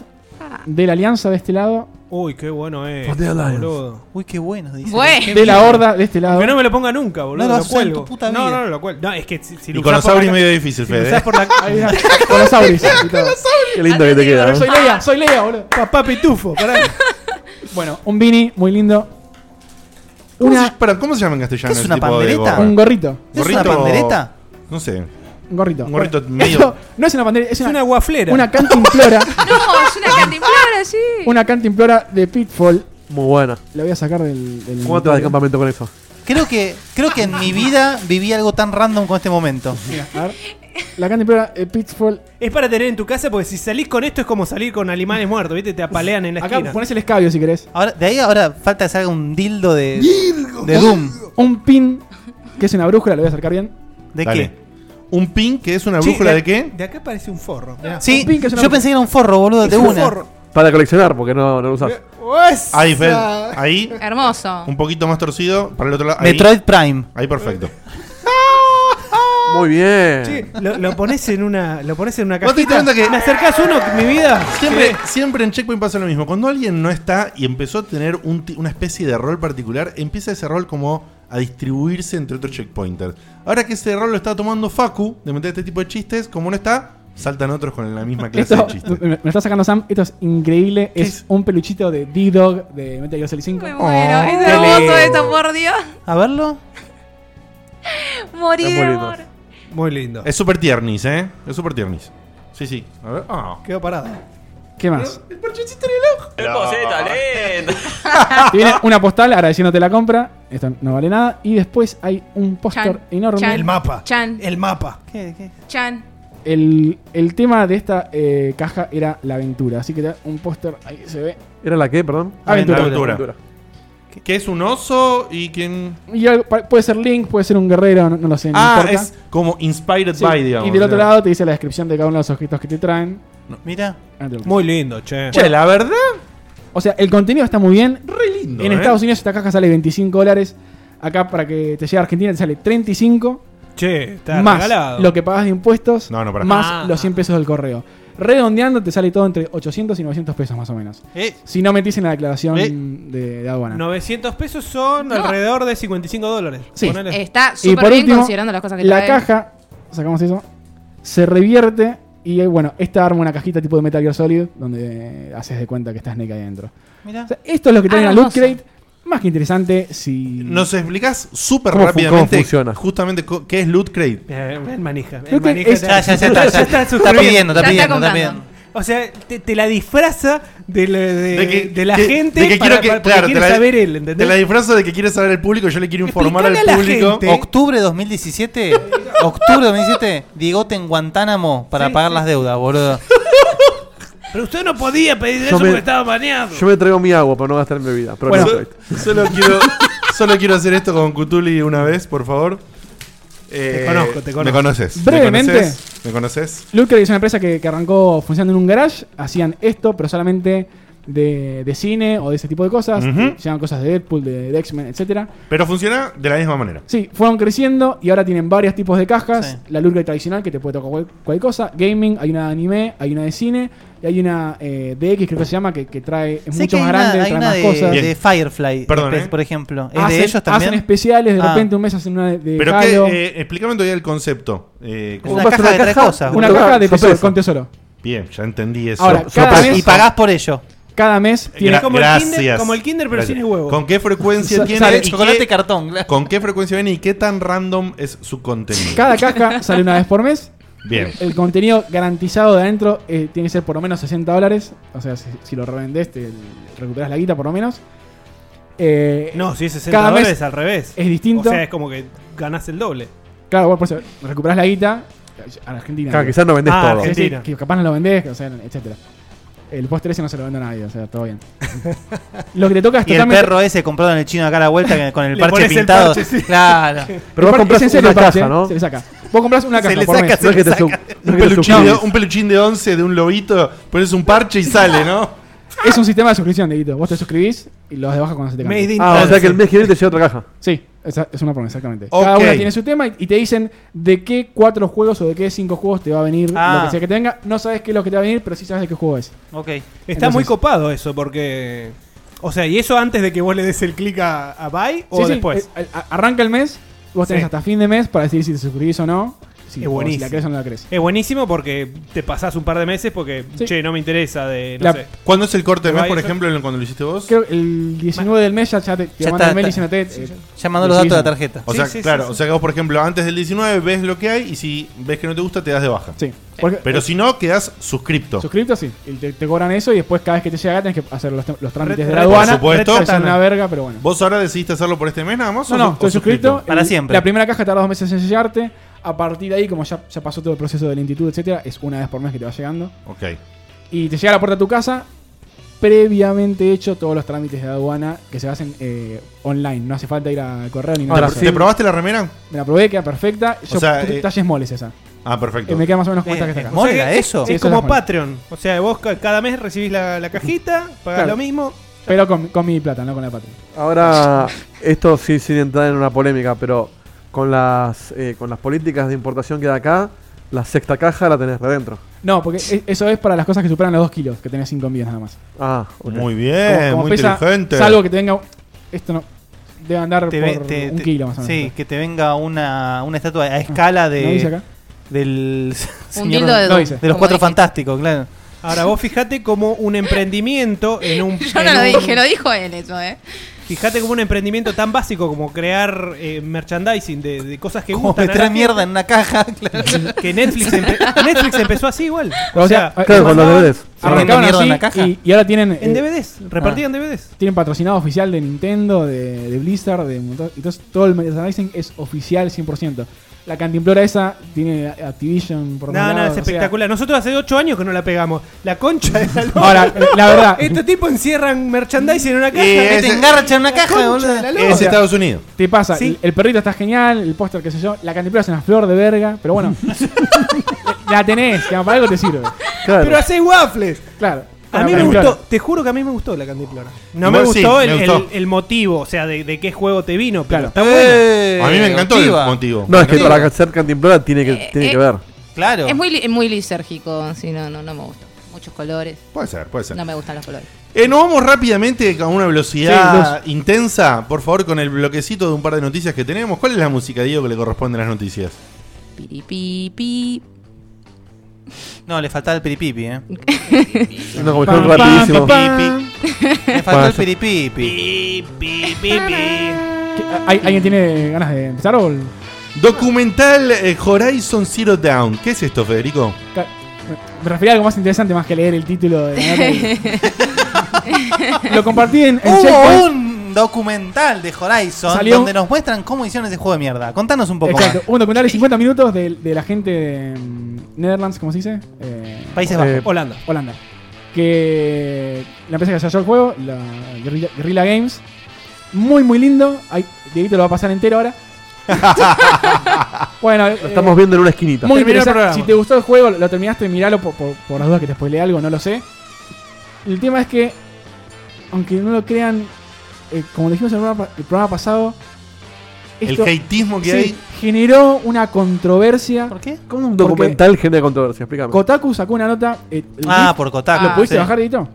Speaker 3: de la Alianza de este lado,
Speaker 8: Uy, qué bueno es.
Speaker 3: For the Alliance.
Speaker 8: boludo. Uy, qué bueno, dice.
Speaker 4: Bueno.
Speaker 8: Qué
Speaker 3: de la
Speaker 8: bien.
Speaker 3: Horda de este lado.
Speaker 8: Que eh, no me lo ponga nunca,
Speaker 3: No
Speaker 8: boludo.
Speaker 3: lo
Speaker 8: lo,
Speaker 3: haces en
Speaker 8: cuelgo.
Speaker 3: tu puta
Speaker 8: No,
Speaker 3: vida.
Speaker 8: no, no, lo cuelgo. No, es que si, si
Speaker 2: Y
Speaker 8: lo
Speaker 2: con los
Speaker 8: usás por
Speaker 2: auris
Speaker 8: la-
Speaker 2: medio difícil,
Speaker 8: si lo
Speaker 2: Fede,
Speaker 8: usás
Speaker 2: ¿eh?
Speaker 8: por la-
Speaker 3: Ahí va.
Speaker 8: [LAUGHS]
Speaker 3: Con los auris.
Speaker 5: Qué lindo que te queda.
Speaker 3: Soy
Speaker 5: ¿eh?
Speaker 3: Leia, soy Leia,
Speaker 8: [LAUGHS]
Speaker 3: boludo.
Speaker 8: Papá Pitufo, pará.
Speaker 3: Bueno, un beanie muy lindo.
Speaker 2: ¿Cómo,
Speaker 3: Una-
Speaker 2: se, pará, ¿Cómo se llama en castellano?
Speaker 3: ¿Qué es
Speaker 2: el
Speaker 3: una
Speaker 2: tipo de
Speaker 3: pandereta?
Speaker 2: gorra?
Speaker 3: Un gorrito.
Speaker 2: ¿Es una pandereta? No sé.
Speaker 3: Un gorrito.
Speaker 2: Un gorrito
Speaker 3: Bueno,
Speaker 2: medio-
Speaker 3: esto no es una pandereta, es una,
Speaker 8: guaflera.
Speaker 3: Una
Speaker 2: [LAUGHS]
Speaker 3: cantimplora.
Speaker 4: No,
Speaker 6: [LAUGHS]
Speaker 4: es una cantimplora, sí.
Speaker 3: una cantimplora de Pitfall.
Speaker 5: Muy buena.
Speaker 3: La voy a sacar del. del
Speaker 5: ¿Cómo te vas de campamento con eso?
Speaker 6: Creo que, creo que en mi vida viví algo tan random con este momento.
Speaker 3: A ver. La cantimplora de Pitfall.
Speaker 8: Es para tener en tu casa porque si salís con esto es como salir con animales muertos, ¿viste? Te apalean en la
Speaker 3: Acá
Speaker 8: esquina.
Speaker 3: pones el escabio si querés.
Speaker 6: Ahora, de ahí ahora falta que salga un dildo de, de Doom.
Speaker 3: Un pin, que es una brújula, lo voy a acercar bien. eh,
Speaker 6: ¿De
Speaker 2: Dale. ¿Un pin que es una
Speaker 8: Sí,
Speaker 2: brújula de qué?
Speaker 8: De acá parece un forro. mirá.
Speaker 6: Sí,
Speaker 3: Un pin que es una-
Speaker 6: yo pensé que era un forro, boludo,
Speaker 8: Es
Speaker 6: de
Speaker 8: un
Speaker 6: una.
Speaker 8: forro.
Speaker 5: Para coleccionar, porque no, no lo usas.
Speaker 2: Ahí, Fede. Ahí,
Speaker 4: Hermoso.
Speaker 2: un poquito más torcido. Para el otro lado. ahí.
Speaker 6: Metroid Prime.
Speaker 2: Ahí, [LAUGHS] perfecto.
Speaker 5: Muy bien.
Speaker 8: Sí, lo, lo pones en una lo pones en una
Speaker 2: ¿Vos te diste
Speaker 8: cajita.
Speaker 2: cuenta que-
Speaker 8: ¿Me acercás uno, mi vida?
Speaker 2: Siempre, siempre en Checkpoint pasa lo mismo. Cuando alguien no está y empezó a tener un ti- una especie de rol particular, empieza ese rol como a distribuirse entre otros checkpointers. Ahora que ese rol lo está tomando Facu, de meter este tipo de chistes, como no está, saltan otros con la misma clase
Speaker 3: Esto,
Speaker 2: de chistes.
Speaker 3: me, me está sacando Sam, esto es increíble. Es, un peluchito de D-Dog de Metal Gear Solid 5.
Speaker 4: Me muero.
Speaker 2: Oh,
Speaker 4: es
Speaker 2: qué
Speaker 4: hermoso
Speaker 2: lindo.
Speaker 4: esto, por Dios.
Speaker 6: A verlo.
Speaker 4: Morí
Speaker 2: Están
Speaker 4: de
Speaker 2: muy
Speaker 4: amor.
Speaker 8: Muy lindo.
Speaker 2: Es super tiernis, ¿eh? Es super tiernis. Sí, sí. A ver. Ah.
Speaker 8: Quedó parada.
Speaker 3: ¿Qué más?
Speaker 1: talento!
Speaker 3: Te viene una postal agradeciéndote la compra. Esto no vale nada. Y después hay un póster
Speaker 4: Chan,
Speaker 3: enorme.
Speaker 4: chan,
Speaker 8: El mapa.
Speaker 4: Chan,
Speaker 8: El mapa.
Speaker 6: ¿Qué, qué?
Speaker 4: chan.
Speaker 3: El, el tema de esta eh, caja era la aventura. Así que te da un póster, ahí se ve.
Speaker 5: ¿Era la qué, perdón?
Speaker 3: Aventura.
Speaker 2: Aventura. Que es un oso y quien.
Speaker 3: Y algo- pa- puede ser Link, puede ser un guerrero, no, no lo sé. no
Speaker 2: Ah,
Speaker 3: importa.
Speaker 2: es como inspired
Speaker 3: Sí,
Speaker 2: by, digamos.
Speaker 3: Y del otro
Speaker 2: ¿no?
Speaker 3: lado te dice la descripción de cada uno de los objetos que te traen.
Speaker 6: Mira.
Speaker 3: Ah, te lo-
Speaker 8: [LAUGHS] Muy lindo, che.
Speaker 2: Che, la verdad,
Speaker 3: O sea, el contenido está muy bien.
Speaker 2: re lindo.
Speaker 3: en
Speaker 2: ¿eh?
Speaker 3: Estados Unidos esta caja sale 25 dólares. Acá para que te llegue a Argentina te sale 35.
Speaker 8: Che, está
Speaker 3: más
Speaker 8: regalado.
Speaker 3: lo que pagas de impuestos.
Speaker 2: No, no, pará.
Speaker 3: más
Speaker 8: Ah.
Speaker 3: los 100 pesos del correo. Redondeando te sale todo entre 800 y 900 pesos más o menos.
Speaker 8: Eh,
Speaker 3: Si no metís en la declaración
Speaker 8: Eh.
Speaker 3: de, de aduana.
Speaker 8: 900 pesos son
Speaker 4: No.
Speaker 8: alrededor de 55 dólares.
Speaker 3: Sí.
Speaker 8: Ponele.
Speaker 4: Está
Speaker 3: y
Speaker 4: súper
Speaker 3: por
Speaker 4: bien
Speaker 3: último,
Speaker 4: considerando las cosas que
Speaker 3: la
Speaker 4: trae.
Speaker 3: caja, sacamos eso, se revierte y eh, bueno, esta arma una cajita tipo de Metal Gear Solid donde eh, haces de cuenta que estás Snake ahí adentro.
Speaker 6: Mira.
Speaker 3: O sea, esto es lo que trae
Speaker 4: Ah,
Speaker 3: la Loot
Speaker 4: hermoso.
Speaker 3: Crate. Más que interesante si...
Speaker 2: Nos explicás súper
Speaker 5: ¿Cómo fu-
Speaker 2: rápidamente
Speaker 5: cómo funciona?
Speaker 2: justamente co- qué es Loot Crate.
Speaker 8: Eh, el manija.
Speaker 3: Creo
Speaker 8: El
Speaker 3: que
Speaker 8: manija
Speaker 3: es- [LAUGHS]
Speaker 8: te- [LAUGHS]
Speaker 6: Ya, ya, ya está, ya está. Está
Speaker 8: suscribiendo.
Speaker 6: pidiendo, está
Speaker 4: Ya está
Speaker 6: pidiendo, está
Speaker 4: comprando.
Speaker 6: pidiendo.
Speaker 8: O sea, te, te la disfraza de, la- de,
Speaker 2: De que-
Speaker 8: de la
Speaker 2: que-
Speaker 8: gente
Speaker 2: de que quiero
Speaker 8: para-
Speaker 2: que-
Speaker 8: para- porque
Speaker 2: claro,
Speaker 8: quiere
Speaker 2: te la-
Speaker 8: saber él,
Speaker 2: Te
Speaker 8: ¿entendés?
Speaker 2: la disfrazo de que quiere saber el público, yo le quiero informar al
Speaker 8: Explicale a la
Speaker 2: público.
Speaker 8: gente.
Speaker 6: Octubre 2017. Octubre 2017. Diegote en Guantánamo para
Speaker 8: Sí,
Speaker 6: pagar
Speaker 8: sí.
Speaker 6: las deudas, boludo.
Speaker 8: Pero usted no podía pedir eso
Speaker 5: me-
Speaker 8: porque estaba baneado.
Speaker 5: Yo me traigo mi agua para no gastar en bebida. Pero
Speaker 3: Bueno.
Speaker 5: no estoy.
Speaker 2: Oh, Solo quiero, solo quiero hacer esto con Cutuli una vez, por favor. Eh,
Speaker 8: Te conozco, te conozco.
Speaker 2: ¿Me conoces?
Speaker 3: Brevemente.
Speaker 2: ¿Me conoces? ¿Me conoces?
Speaker 3: Loot Crate es una empresa que, que arrancó funcionando en un garage. Hacían esto, pero solamente de, de cine o de ese tipo de cosas.
Speaker 2: Ujú.
Speaker 3: Llegan cosas de Deadpool, de, de X-Men, etcétera.
Speaker 2: Pero funciona de la misma manera.
Speaker 3: Sí, fueron creciendo y ahora tienen varios tipos de cajas. La Lurga tradicional, que te puede tocar cual- cualquier cosa. Gaming, hay una de anime, hay una de cine. Y hay una eh, DX, creo que se llama, que, que trae, es
Speaker 6: Sé
Speaker 3: mucho
Speaker 6: que hay
Speaker 3: más
Speaker 6: una-
Speaker 3: grande,
Speaker 6: hay
Speaker 3: trae
Speaker 6: una
Speaker 3: más
Speaker 6: de-
Speaker 3: cosas. Ah,
Speaker 6: de Firefly,
Speaker 2: Perdón,
Speaker 6: espe-
Speaker 2: ¿eh?
Speaker 6: por ejemplo. ¿Es
Speaker 3: Hacen-
Speaker 6: de ellos también?
Speaker 3: Hacen especiales, de
Speaker 6: Ah.
Speaker 3: repente un mes hacen una de- de
Speaker 2: Pero que,
Speaker 3: Halo.
Speaker 2: eh, explícame todavía el concepto. Eh,
Speaker 6: una caja de tres cosas,
Speaker 3: Una
Speaker 6: boludo.
Speaker 3: caja de
Speaker 6: Sorpresa.
Speaker 3: tesoro, con tesoro.
Speaker 2: Bien, ya entendí eso.
Speaker 3: Ahora, cada mes,
Speaker 6: por ello.
Speaker 3: Cada mes tiene
Speaker 2: Gra- gracias. Gracias. ¿Con qué frecuencia
Speaker 3: Sa-
Speaker 2: tiene?
Speaker 3: sale-
Speaker 2: y
Speaker 3: chocolate
Speaker 2: qué-
Speaker 6: cartón, claro.
Speaker 2: ¿Con qué frecuencia viene y qué tan random es su contenido?
Speaker 3: [LAUGHS] Cada caja sale una vez por mes.
Speaker 2: Bien.
Speaker 3: El contenido garantizado de adentro eh, tiene que ser por lo menos 60 dólares. O sea, si, si lo revendés, te recuperás la guita por lo menos. Eh,
Speaker 8: No, si es 60
Speaker 3: cada mes
Speaker 8: dólares al revés.
Speaker 3: Es distinto.
Speaker 8: O sea, es como que ganás el doble.
Speaker 3: Claro, bueno, por eso, recuperás la guita a la Argentina.
Speaker 5: Claro, quizás no vendés Ah, todo. Argentina.
Speaker 3: Sí, sí, que capaz no lo vendés, o sea, etcétera. El postre ese no se lo vende a nadie, o sea, todo bien. lo que te toca es
Speaker 6: Y el
Speaker 3: totalmente-
Speaker 6: perro ese comprado en el chino acá a la vuelta que- con el
Speaker 3: Le
Speaker 6: parche
Speaker 3: pones el
Speaker 6: pintado.
Speaker 3: parche, sí.
Speaker 6: Claro.
Speaker 3: El parche- es en serio el parche, Se le saca. Vos comprás una caja
Speaker 2: Se le
Speaker 3: por
Speaker 2: saca,
Speaker 3: mes.
Speaker 2: se le saca. un, peluchín de, un peluchín de 11 de un lobito, pones un parche y sale, ¿no?
Speaker 3: [LAUGHS] Es un sistema de suscripción, Dieguito. Vos te suscribís y lo das de baja cuando se te
Speaker 5: Made
Speaker 3: cambie.
Speaker 5: in Ah, o Italy. sea que el mes que viene te llega otra caja.
Speaker 3: Sí, esa es una promo, exactamente.
Speaker 5: Ok.
Speaker 3: Cada una tiene su tema y, y te dicen de qué cuatro juegos o de qué cinco juegos te va a venir
Speaker 8: Ah.
Speaker 3: lo que sea que te venga. No sabes qué es lo que te va a venir, pero sí sabes de qué juego es.
Speaker 6: Ok.
Speaker 8: Está
Speaker 3: Entonces-
Speaker 8: muy copado eso, porque. O sea, ¿y eso antes de que vos le des el clic a, a Buy o
Speaker 3: Sí, sí,
Speaker 8: después?
Speaker 3: eh, a- arranca el mes, vos tenés
Speaker 8: Sí.
Speaker 3: hasta fin de mes para decidir si te suscribís o no. Si,
Speaker 8: es
Speaker 3: o
Speaker 8: buenísimo.
Speaker 3: si la crees o no la crees.
Speaker 8: Es buenísimo porque te pasás un par de meses porque, che, no me interesa de. No
Speaker 3: La-
Speaker 8: sé.
Speaker 2: ¿Cuándo es el corte de mes, por
Speaker 8: Buy-
Speaker 2: ejemplo, en lo- cuando lo hiciste vos?
Speaker 3: Creo que el 19 del mes ya, ya te, te
Speaker 2: Ya
Speaker 3: mandan
Speaker 2: está,
Speaker 3: el mail
Speaker 2: está.
Speaker 3: diciéndote. eh, decidís o no.
Speaker 2: O sea, claro, o sea que vos, por ejemplo, antes del 19 ves lo que hay y si ves que no te gusta, te das de baja.
Speaker 3: Sí. Porque-
Speaker 2: Pero si no, quedás suscripto.
Speaker 3: Suscripto, sí. Y te, te cobran eso y después cada vez que te llega acá tenés que hacer los, los trámites de la
Speaker 2: Por
Speaker 3: aduana.
Speaker 2: supuesto.
Speaker 3: que son una verga, pero bueno.
Speaker 2: ¿Vos ahora decidiste hacerlo por este mes nada más?
Speaker 3: No,
Speaker 2: o
Speaker 3: no,
Speaker 2: su- o
Speaker 3: estoy suscrito. El- La primera caja tarda dos meses en llegarte. A partir de ahí, como ya, ya pasó todo el proceso de lentitud, etcétera, es una vez por mes que te va llegando.
Speaker 2: Ok.
Speaker 3: Y te llega a la puerta de tu casa, previamente hecho todos los trámites de aduana que se hacen eh, online. No hace falta ir al correo ni nada.
Speaker 2: Ahora, Ah, ¿te probaste la remera?
Speaker 3: Me la probé, queda perfecta. Yo
Speaker 2: O sea,
Speaker 3: puse
Speaker 2: eh,
Speaker 3: talles moles esa.
Speaker 2: Ah, perfecto.
Speaker 3: Eh, me queda más o menos cuenta
Speaker 8: Eh,
Speaker 3: que está
Speaker 8: eh,
Speaker 3: acá.
Speaker 8: o sea que es-
Speaker 3: Sí,
Speaker 8: Es
Speaker 3: son las
Speaker 8: como
Speaker 3: moles.
Speaker 8: Patreon. O sea, vos ca- cada mes recibís la, la cajita, pagás
Speaker 3: Claro.
Speaker 8: lo mismo.
Speaker 3: Pero con, con mi plata, no con la patria.
Speaker 5: Ahora, esto sí sin entrar en una polémica, pero con las eh, con las políticas de importación que da acá, la sexta caja la tenés adentro.
Speaker 3: No, porque e- eso es para las cosas que superan los 2 kilos, que tenés 5 envíos nada más.
Speaker 5: Ah, ok.
Speaker 2: Muy bien, muy inteligente.
Speaker 3: Salvo que te venga. Esto no. Debe andar
Speaker 6: Te ve-
Speaker 3: por
Speaker 6: te-
Speaker 3: un
Speaker 6: te-
Speaker 3: kilo más o menos.
Speaker 6: Sí, que te venga una, una estatua a escala
Speaker 3: ¿no dice
Speaker 6: de.
Speaker 3: acá?
Speaker 6: Del. señor-
Speaker 3: dildo de
Speaker 6: no,
Speaker 3: Don.
Speaker 6: de los
Speaker 3: Como
Speaker 6: cuatro
Speaker 3: dije.
Speaker 6: fantásticos, claro.
Speaker 8: Ahora vos fijate como un emprendimiento en un.
Speaker 4: Yo no
Speaker 8: en
Speaker 4: lo
Speaker 8: un-
Speaker 4: dije, lo dijo él eso, ¿eh?
Speaker 8: Fijate como un emprendimiento tan básico como crear eh, merchandising de, de cosas que
Speaker 6: Como
Speaker 8: gustan. a la
Speaker 6: meter
Speaker 8: gente.
Speaker 6: mierda en una caja, [LAUGHS] claro.
Speaker 8: Que Netflix, empe- Netflix empezó así igual.
Speaker 3: Pero, o sea,
Speaker 5: claro, con los
Speaker 3: mandaban-
Speaker 5: DVDs.
Speaker 3: Arrancaban
Speaker 5: Metiendo mierda
Speaker 3: así
Speaker 5: en la caja.
Speaker 3: Y, y ahora tienen. eh, ah,
Speaker 8: En DVDs, repartían DVDs.
Speaker 3: Tienen patrocinado oficial de Nintendo, de, de Blizzard, de. un montón- Entonces todo el merchandising es oficial 100%. La cantimplora esa tiene Activision por
Speaker 8: No,
Speaker 3: todos
Speaker 8: no,
Speaker 3: lados,
Speaker 8: es
Speaker 3: o sea,
Speaker 8: espectacular. Nosotros hace 8 años que no la pegamos. La concha de la lora.
Speaker 3: Ahora, la verdad-
Speaker 8: Este tipo encierran merchandising en una caja.
Speaker 2: Eh,
Speaker 8: que
Speaker 2: ese-
Speaker 8: la concha de la lora.
Speaker 2: Es Estados Unidos.
Speaker 3: Te pasa,
Speaker 8: Sí.
Speaker 3: el, el perrito está genial, el póster, qué sé yo, la cantimplora es una flor de verga, pero
Speaker 8: [LAUGHS]
Speaker 3: bueno, la tenés, que para algo te sirve.
Speaker 8: Pero hace waffles.
Speaker 3: Claro.
Speaker 8: A
Speaker 3: Con
Speaker 8: mí
Speaker 3: la
Speaker 8: me
Speaker 3: cantimplora.
Speaker 8: gustó, te juro que a mí me gustó la cantimplora. No me
Speaker 2: Igual sí,
Speaker 8: gustó,
Speaker 2: me
Speaker 8: el, el-
Speaker 2: gustó.
Speaker 8: el motivo, o sea, de, de qué juego te vino, pero está
Speaker 2: Eh,
Speaker 8: bueno.
Speaker 2: A mí me encantó el Motiva. motivo.
Speaker 5: No, es que
Speaker 2: Motiva.
Speaker 5: para ser cantimplora tiene que, tiene
Speaker 4: eh,
Speaker 5: que ver.
Speaker 6: Claro.
Speaker 4: Es muy, li- muy lisérgico, sí, no, no, no me gusta. Muchos colores.
Speaker 2: Puede ser, puede ser.
Speaker 4: No me gustan los colores.
Speaker 2: Eh, nos vamos rápidamente a una velocidad intensa, por favor, con el bloquecito de un par de noticias que tenemos. ¿Cuál es la música, Diego, que le corresponde a las noticias?
Speaker 4: Piripi, pi.
Speaker 6: No, le faltaba el piripipi, eh.
Speaker 5: [LAUGHS] No, como dijeron rapidísimo.
Speaker 6: Le faltó el
Speaker 5: Pasa.
Speaker 6: piripipi.
Speaker 3: ¿Qué, ¿Hay, ¿Alguien tiene ganas de empezar o...? el-
Speaker 2: Documental eh, Horizon Zero Down. ¿Qué es esto, Federico?
Speaker 3: ca- me- Me refería a algo más interesante más que leer el título de la
Speaker 8: [LAUGHS]
Speaker 3: nota. Lo compartí en, en
Speaker 6: Hubo
Speaker 3: Checkpoint.
Speaker 6: un documental de Horizon
Speaker 3: Salió-
Speaker 6: donde nos muestran cómo hicieron ese juego de mierda. Contanos un poco
Speaker 3: Exacto,
Speaker 6: más.
Speaker 3: un documental de 50 minutos de, de la gente de mm, Netherlands, ¿cómo se dice? Eh,
Speaker 6: Países
Speaker 3: eh,
Speaker 6: Bajos.
Speaker 8: Holanda.
Speaker 3: Holanda. Que la empresa que desarrolló el juego, la Guerrilla, Guerrilla Games. Muy, muy lindo. Ahí, Dieguito lo va a pasar entero
Speaker 5: [LAUGHS]
Speaker 3: ahora. bueno, eh,
Speaker 5: Lo estamos viendo en una esquinita.
Speaker 3: Muy
Speaker 5: Terminó el
Speaker 3: interesante.
Speaker 5: programa.
Speaker 3: Si te gustó el juego, lo terminaste, miralo por, por- por las dudas que te spoileé algo, no lo sé. El tema es que aunque no lo crean, eh, como lo dijimos en el programa, el programa pasado,
Speaker 2: El hateismo que hay.
Speaker 3: generó una controversia. ¿Por qué? ¿Cómo
Speaker 5: Un documental genera controversia, explícame.
Speaker 3: Kotaku sacó una nota. eh, el
Speaker 5: Ah,
Speaker 3: GIF-
Speaker 5: por Kotaku,
Speaker 3: ¿Lo pudiste
Speaker 5: sí.
Speaker 3: bajar, Edito?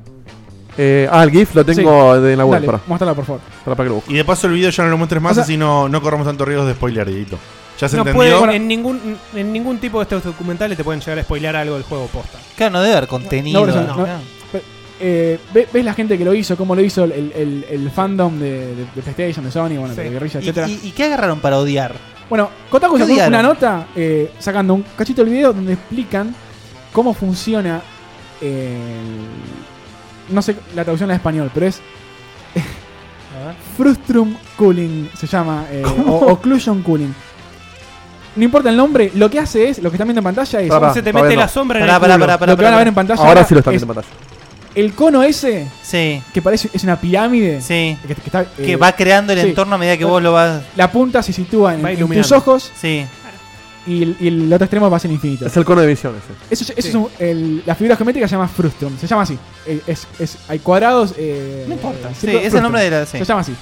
Speaker 5: Eh, ah, el GIF lo tengo
Speaker 3: Sí.
Speaker 5: de la web.
Speaker 3: Dale,
Speaker 5: pará.
Speaker 3: Muéstrala, por favor.
Speaker 5: Pará, para que lo busque.
Speaker 2: Y de paso el video ya no lo muestres más,
Speaker 5: O sea-
Speaker 2: así no, no corramos tantos riesgos de spoiler, Dieguito. Ya se
Speaker 8: No
Speaker 2: entendió.
Speaker 8: puede- en, ningún, en ningún tipo de estos documentales te pueden llegar a spoilear algo del juego posta.
Speaker 6: Claro, no debe haber
Speaker 3: No,
Speaker 6: contenido.
Speaker 3: pero, o sea, no, pero, eh, ve- ¿Ves la gente que lo hizo? ¿Cómo lo hizo el, el- el- el fandom de, de- de PlayStation, de Sony, bueno,
Speaker 6: Sí.
Speaker 3: de Guerrilla,
Speaker 6: ¿Y-
Speaker 3: etcétera?
Speaker 6: y, y qué agarraron para odiar?
Speaker 3: Bueno, Kotaku
Speaker 6: ¿Qué
Speaker 3: sacó
Speaker 6: odiaron?
Speaker 3: una nota eh, sacando un cachito del video donde explican cómo funciona eh, el- No sé la traducción al español, pero es... Frustrum Cooling se llama, eh,
Speaker 8: ¿Cómo?
Speaker 3: o Occlusion Cooling. No importa el nombre, lo que hace es, lo que están viendo en pantalla es...
Speaker 5: Pará, Se te todavía mete no. la sombra en el
Speaker 3: Pará, pará,
Speaker 5: culo.
Speaker 3: pará, pará,
Speaker 5: Lo que van a
Speaker 3: pará.
Speaker 5: ver en pantalla Ahora ahora sí lo están
Speaker 3: es
Speaker 5: viendo en pantalla.
Speaker 3: El cono ese, que parece es una pirámide, que, está, eh,
Speaker 6: Que va creando el
Speaker 3: sí.
Speaker 6: entorno a medida que vos lo vas.
Speaker 3: La punta se sitúa en,
Speaker 6: Va
Speaker 3: en tus
Speaker 6: iluminando.
Speaker 3: ojos.
Speaker 6: Sí.
Speaker 3: Y el, y el otro extremo va a ser infinito.
Speaker 5: Es el cono de visión ese.
Speaker 3: Eso, eso es un- el- la figura geométrica se llama frustrum. Se llama así. Eh, Es, es- hay cuadrados. eh,
Speaker 6: No importa.
Speaker 3: eh,
Speaker 6: Sí,
Speaker 3: círculos,
Speaker 6: es el
Speaker 3: frustrum.
Speaker 6: nombre de la- sí.
Speaker 3: Se llama así.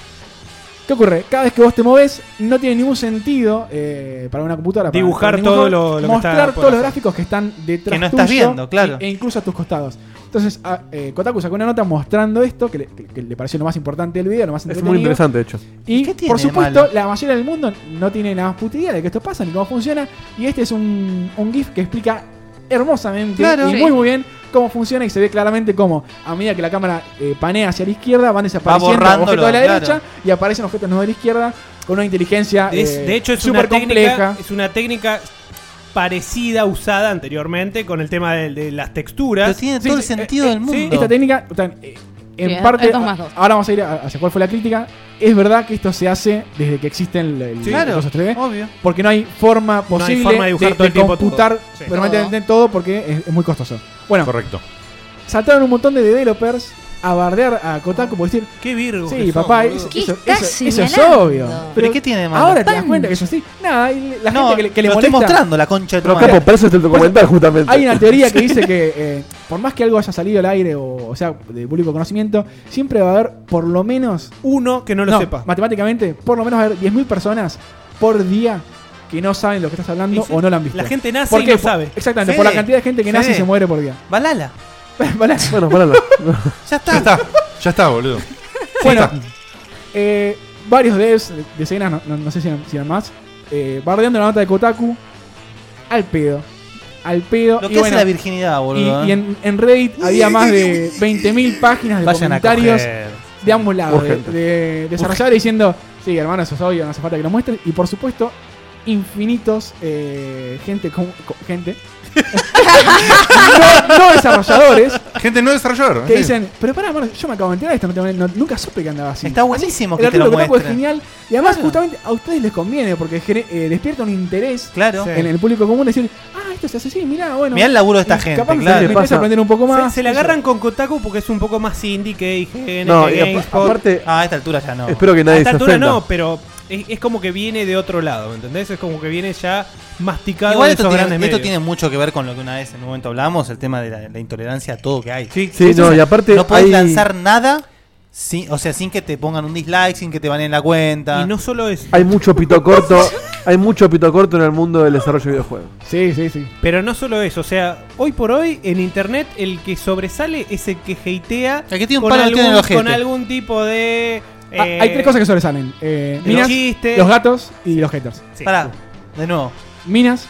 Speaker 3: ¿Qué ocurre? Cada vez que vos te moves, no tiene ningún sentido eh, para una computadora. para-
Speaker 8: Dibujar
Speaker 3: para ningún
Speaker 8: todo
Speaker 3: juego,
Speaker 8: lo- lo que
Speaker 3: Mostrar
Speaker 8: está por
Speaker 3: todos los
Speaker 8: hacer.
Speaker 3: gráficos que están detrás.
Speaker 6: Que no estás
Speaker 3: tuyo
Speaker 6: viendo, claro.
Speaker 3: Y- e incluso a tus costados. Entonces, a- eh, Kotaku sacó una nota mostrando esto, que le, que- que le pareció lo más importante del video, lo más
Speaker 5: Es
Speaker 3: entretenido.
Speaker 5: muy interesante, de hecho.
Speaker 3: Y
Speaker 6: ¿Qué tiene
Speaker 3: por
Speaker 6: de
Speaker 3: supuesto,
Speaker 6: malo?
Speaker 3: la mayoría del mundo no tiene nada más puta idea de que esto pasa ni cómo funciona. Y este es un, un GIF que explica hermosamente
Speaker 6: Claro.
Speaker 3: y
Speaker 6: Sí.
Speaker 3: muy muy bien cómo funciona y se ve claramente cómo a medida que la cámara eh, panea hacia la izquierda van desapareciendo
Speaker 6: borrándolo,
Speaker 3: objetos de la
Speaker 6: claro.
Speaker 3: derecha y aparecen objetos nuevos de la izquierda con una inteligencia
Speaker 8: Es-
Speaker 3: eh,
Speaker 8: de hecho, es una,
Speaker 3: súper
Speaker 8: técnica,
Speaker 3: compleja.
Speaker 8: es una técnica parecida, usada anteriormente con el tema de, de las texturas.
Speaker 3: Sí, sí, eh, eh, sí, Esta
Speaker 8: Esta
Speaker 3: técnica, o sea, eh, en
Speaker 8: Sí,
Speaker 3: parte,
Speaker 8: es dos más dos.
Speaker 3: ahora vamos a ir a- hacia cuál fue la crítica. Es verdad que esto se hace desde que existen el- el-
Speaker 6: Sí,
Speaker 3: las
Speaker 6: claro,
Speaker 3: cosas 3D,
Speaker 6: obvio.
Speaker 3: porque no hay forma posible
Speaker 8: forma de dibujar todo el tiempo todo.
Speaker 3: computar
Speaker 8: Sí.
Speaker 3: permanentemente todo porque es, es muy costoso. Bueno,
Speaker 2: Correcto.
Speaker 3: saltaron un montón de developers a bardear a Kotaku por decir,
Speaker 8: qué virgo.
Speaker 3: Sí, papá,
Speaker 8: boludo.
Speaker 3: eso,
Speaker 8: ¿Qué
Speaker 3: eso-
Speaker 8: estás
Speaker 3: eso- eso es
Speaker 8: señalando?
Speaker 3: obvio.
Speaker 8: Pero
Speaker 3: Pero
Speaker 8: ¿qué tiene de malo?
Speaker 3: Ahora te das
Speaker 8: Pan.
Speaker 3: cuenta que eso sí. Nada, y la
Speaker 6: No,
Speaker 3: gente que le, que le
Speaker 6: lo estoy
Speaker 3: molesta-
Speaker 6: mostrando, la concha de tu
Speaker 5: Pero
Speaker 6: madre.
Speaker 5: capo, para eso es el documental, justamente.
Speaker 3: Hay una teoría que dice que eh, por más que algo haya salido al aire o, o sea de público conocimiento, siempre va a haber por lo menos
Speaker 8: uno que no lo sepa.
Speaker 3: Matemáticamente, por lo menos va a haber 10.000 personas por día que no saben lo que estás hablando
Speaker 8: Y sí,
Speaker 3: o no lo han visto.
Speaker 8: la gente nace
Speaker 3: ¿Por
Speaker 8: y
Speaker 3: qué?
Speaker 8: no
Speaker 3: Por-
Speaker 8: sabe.
Speaker 3: Exactamente,
Speaker 8: Fede,
Speaker 3: por la cantidad de gente que nace y
Speaker 8: Fede.
Speaker 3: se muere por día. [LAUGHS]
Speaker 6: Balala.
Speaker 5: Bueno, parala.
Speaker 2: Ya está, ya está, boludo.
Speaker 3: Bueno, eh, varios devs, decenas, no, no- no sé si eran, si eran más, eh, bardeando la nota de Kotaku al pedo. Al pedo. y
Speaker 6: Lo que hace
Speaker 3: bueno,
Speaker 6: la virginidad, boludo. ¿eh?
Speaker 3: Y, y en, en Reddit había más
Speaker 6: [LAUGHS]
Speaker 3: de 20.000 páginas de
Speaker 6: Vayan a
Speaker 3: comentarios
Speaker 6: coger.
Speaker 3: de ambos lados, de,
Speaker 6: Urgente.
Speaker 3: de desarrolladores diciendo, sí, hermano, eso es obvio, no hace falta que lo muestres. Y por supuesto, infinitos eh, gente, con, con- gente [LAUGHS] no, no desarrolladores.
Speaker 2: Gente no ¿eh? desarrolladora.
Speaker 3: Que
Speaker 2: sí.
Speaker 3: dicen, pero pará, hermano, yo me acabo de enterar de esto, no tengo- no- nunca supe que andaba así.
Speaker 6: Está buenísimo
Speaker 3: Así,
Speaker 6: que
Speaker 3: el
Speaker 6: te lo
Speaker 3: artículo de Kotaku es
Speaker 6: muestren.
Speaker 3: genial. Y además, justamente a ustedes les conviene, porque gene- eh, despierta un interés
Speaker 6: Claro.
Speaker 3: en el público común. Decir, ah, esto se hace así, mirá, bueno.
Speaker 6: Mirá el laburo de esta
Speaker 3: Y
Speaker 6: gente,
Speaker 3: capaz me-
Speaker 6: claro.
Speaker 3: me
Speaker 6: ¿Qué
Speaker 3: interesa
Speaker 6: pasa?
Speaker 3: aprender un poco más.
Speaker 8: Se, se la agarran con Kotaku porque es un poco más indie que IGN,
Speaker 5: No,
Speaker 8: que
Speaker 5: y apa-
Speaker 8: GameSpot.
Speaker 5: aparte-
Speaker 6: Ah, a esta altura ya no.
Speaker 5: Espero que nadie
Speaker 8: a esta
Speaker 5: se
Speaker 8: altura
Speaker 5: ofenda.
Speaker 8: no, pero es, es como que viene de otro lado, ¿me entendés? Es como que viene ya masticado
Speaker 6: Igual
Speaker 8: de
Speaker 6: esto
Speaker 8: esos
Speaker 6: tiene,
Speaker 8: grandes
Speaker 6: esto
Speaker 8: medios.
Speaker 6: tiene mucho que ver con lo que una vez en un momento hablamos, el tema de la, la intolerancia a todo que hay.
Speaker 8: Sí,
Speaker 5: Sí, no, y aparte
Speaker 6: No puedes
Speaker 5: hay-
Speaker 6: lanzar nada, sin, o sea, sin que te pongan un dislike, sin que te baneen la cuenta.
Speaker 8: Y no solo eso.
Speaker 5: Hay mucho pito corto. Hay mucho pito corto en el mundo del desarrollo de videojuegos.
Speaker 3: Sí, sí, sí.
Speaker 8: Pero no solo eso, o sea, hoy por hoy en internet el que sobresale es el que hatea
Speaker 6: El que tiene un
Speaker 8: con,
Speaker 6: palo
Speaker 8: algún,
Speaker 6: tiene el ojete.
Speaker 8: con algún tipo de...
Speaker 3: Ah,
Speaker 8: eh,
Speaker 3: hay tres cosas que sobresalen: eh,
Speaker 8: los
Speaker 3: minas,
Speaker 8: chistes.
Speaker 3: los gatos y los haters.
Speaker 6: Pará, de nuevo.
Speaker 3: Minas,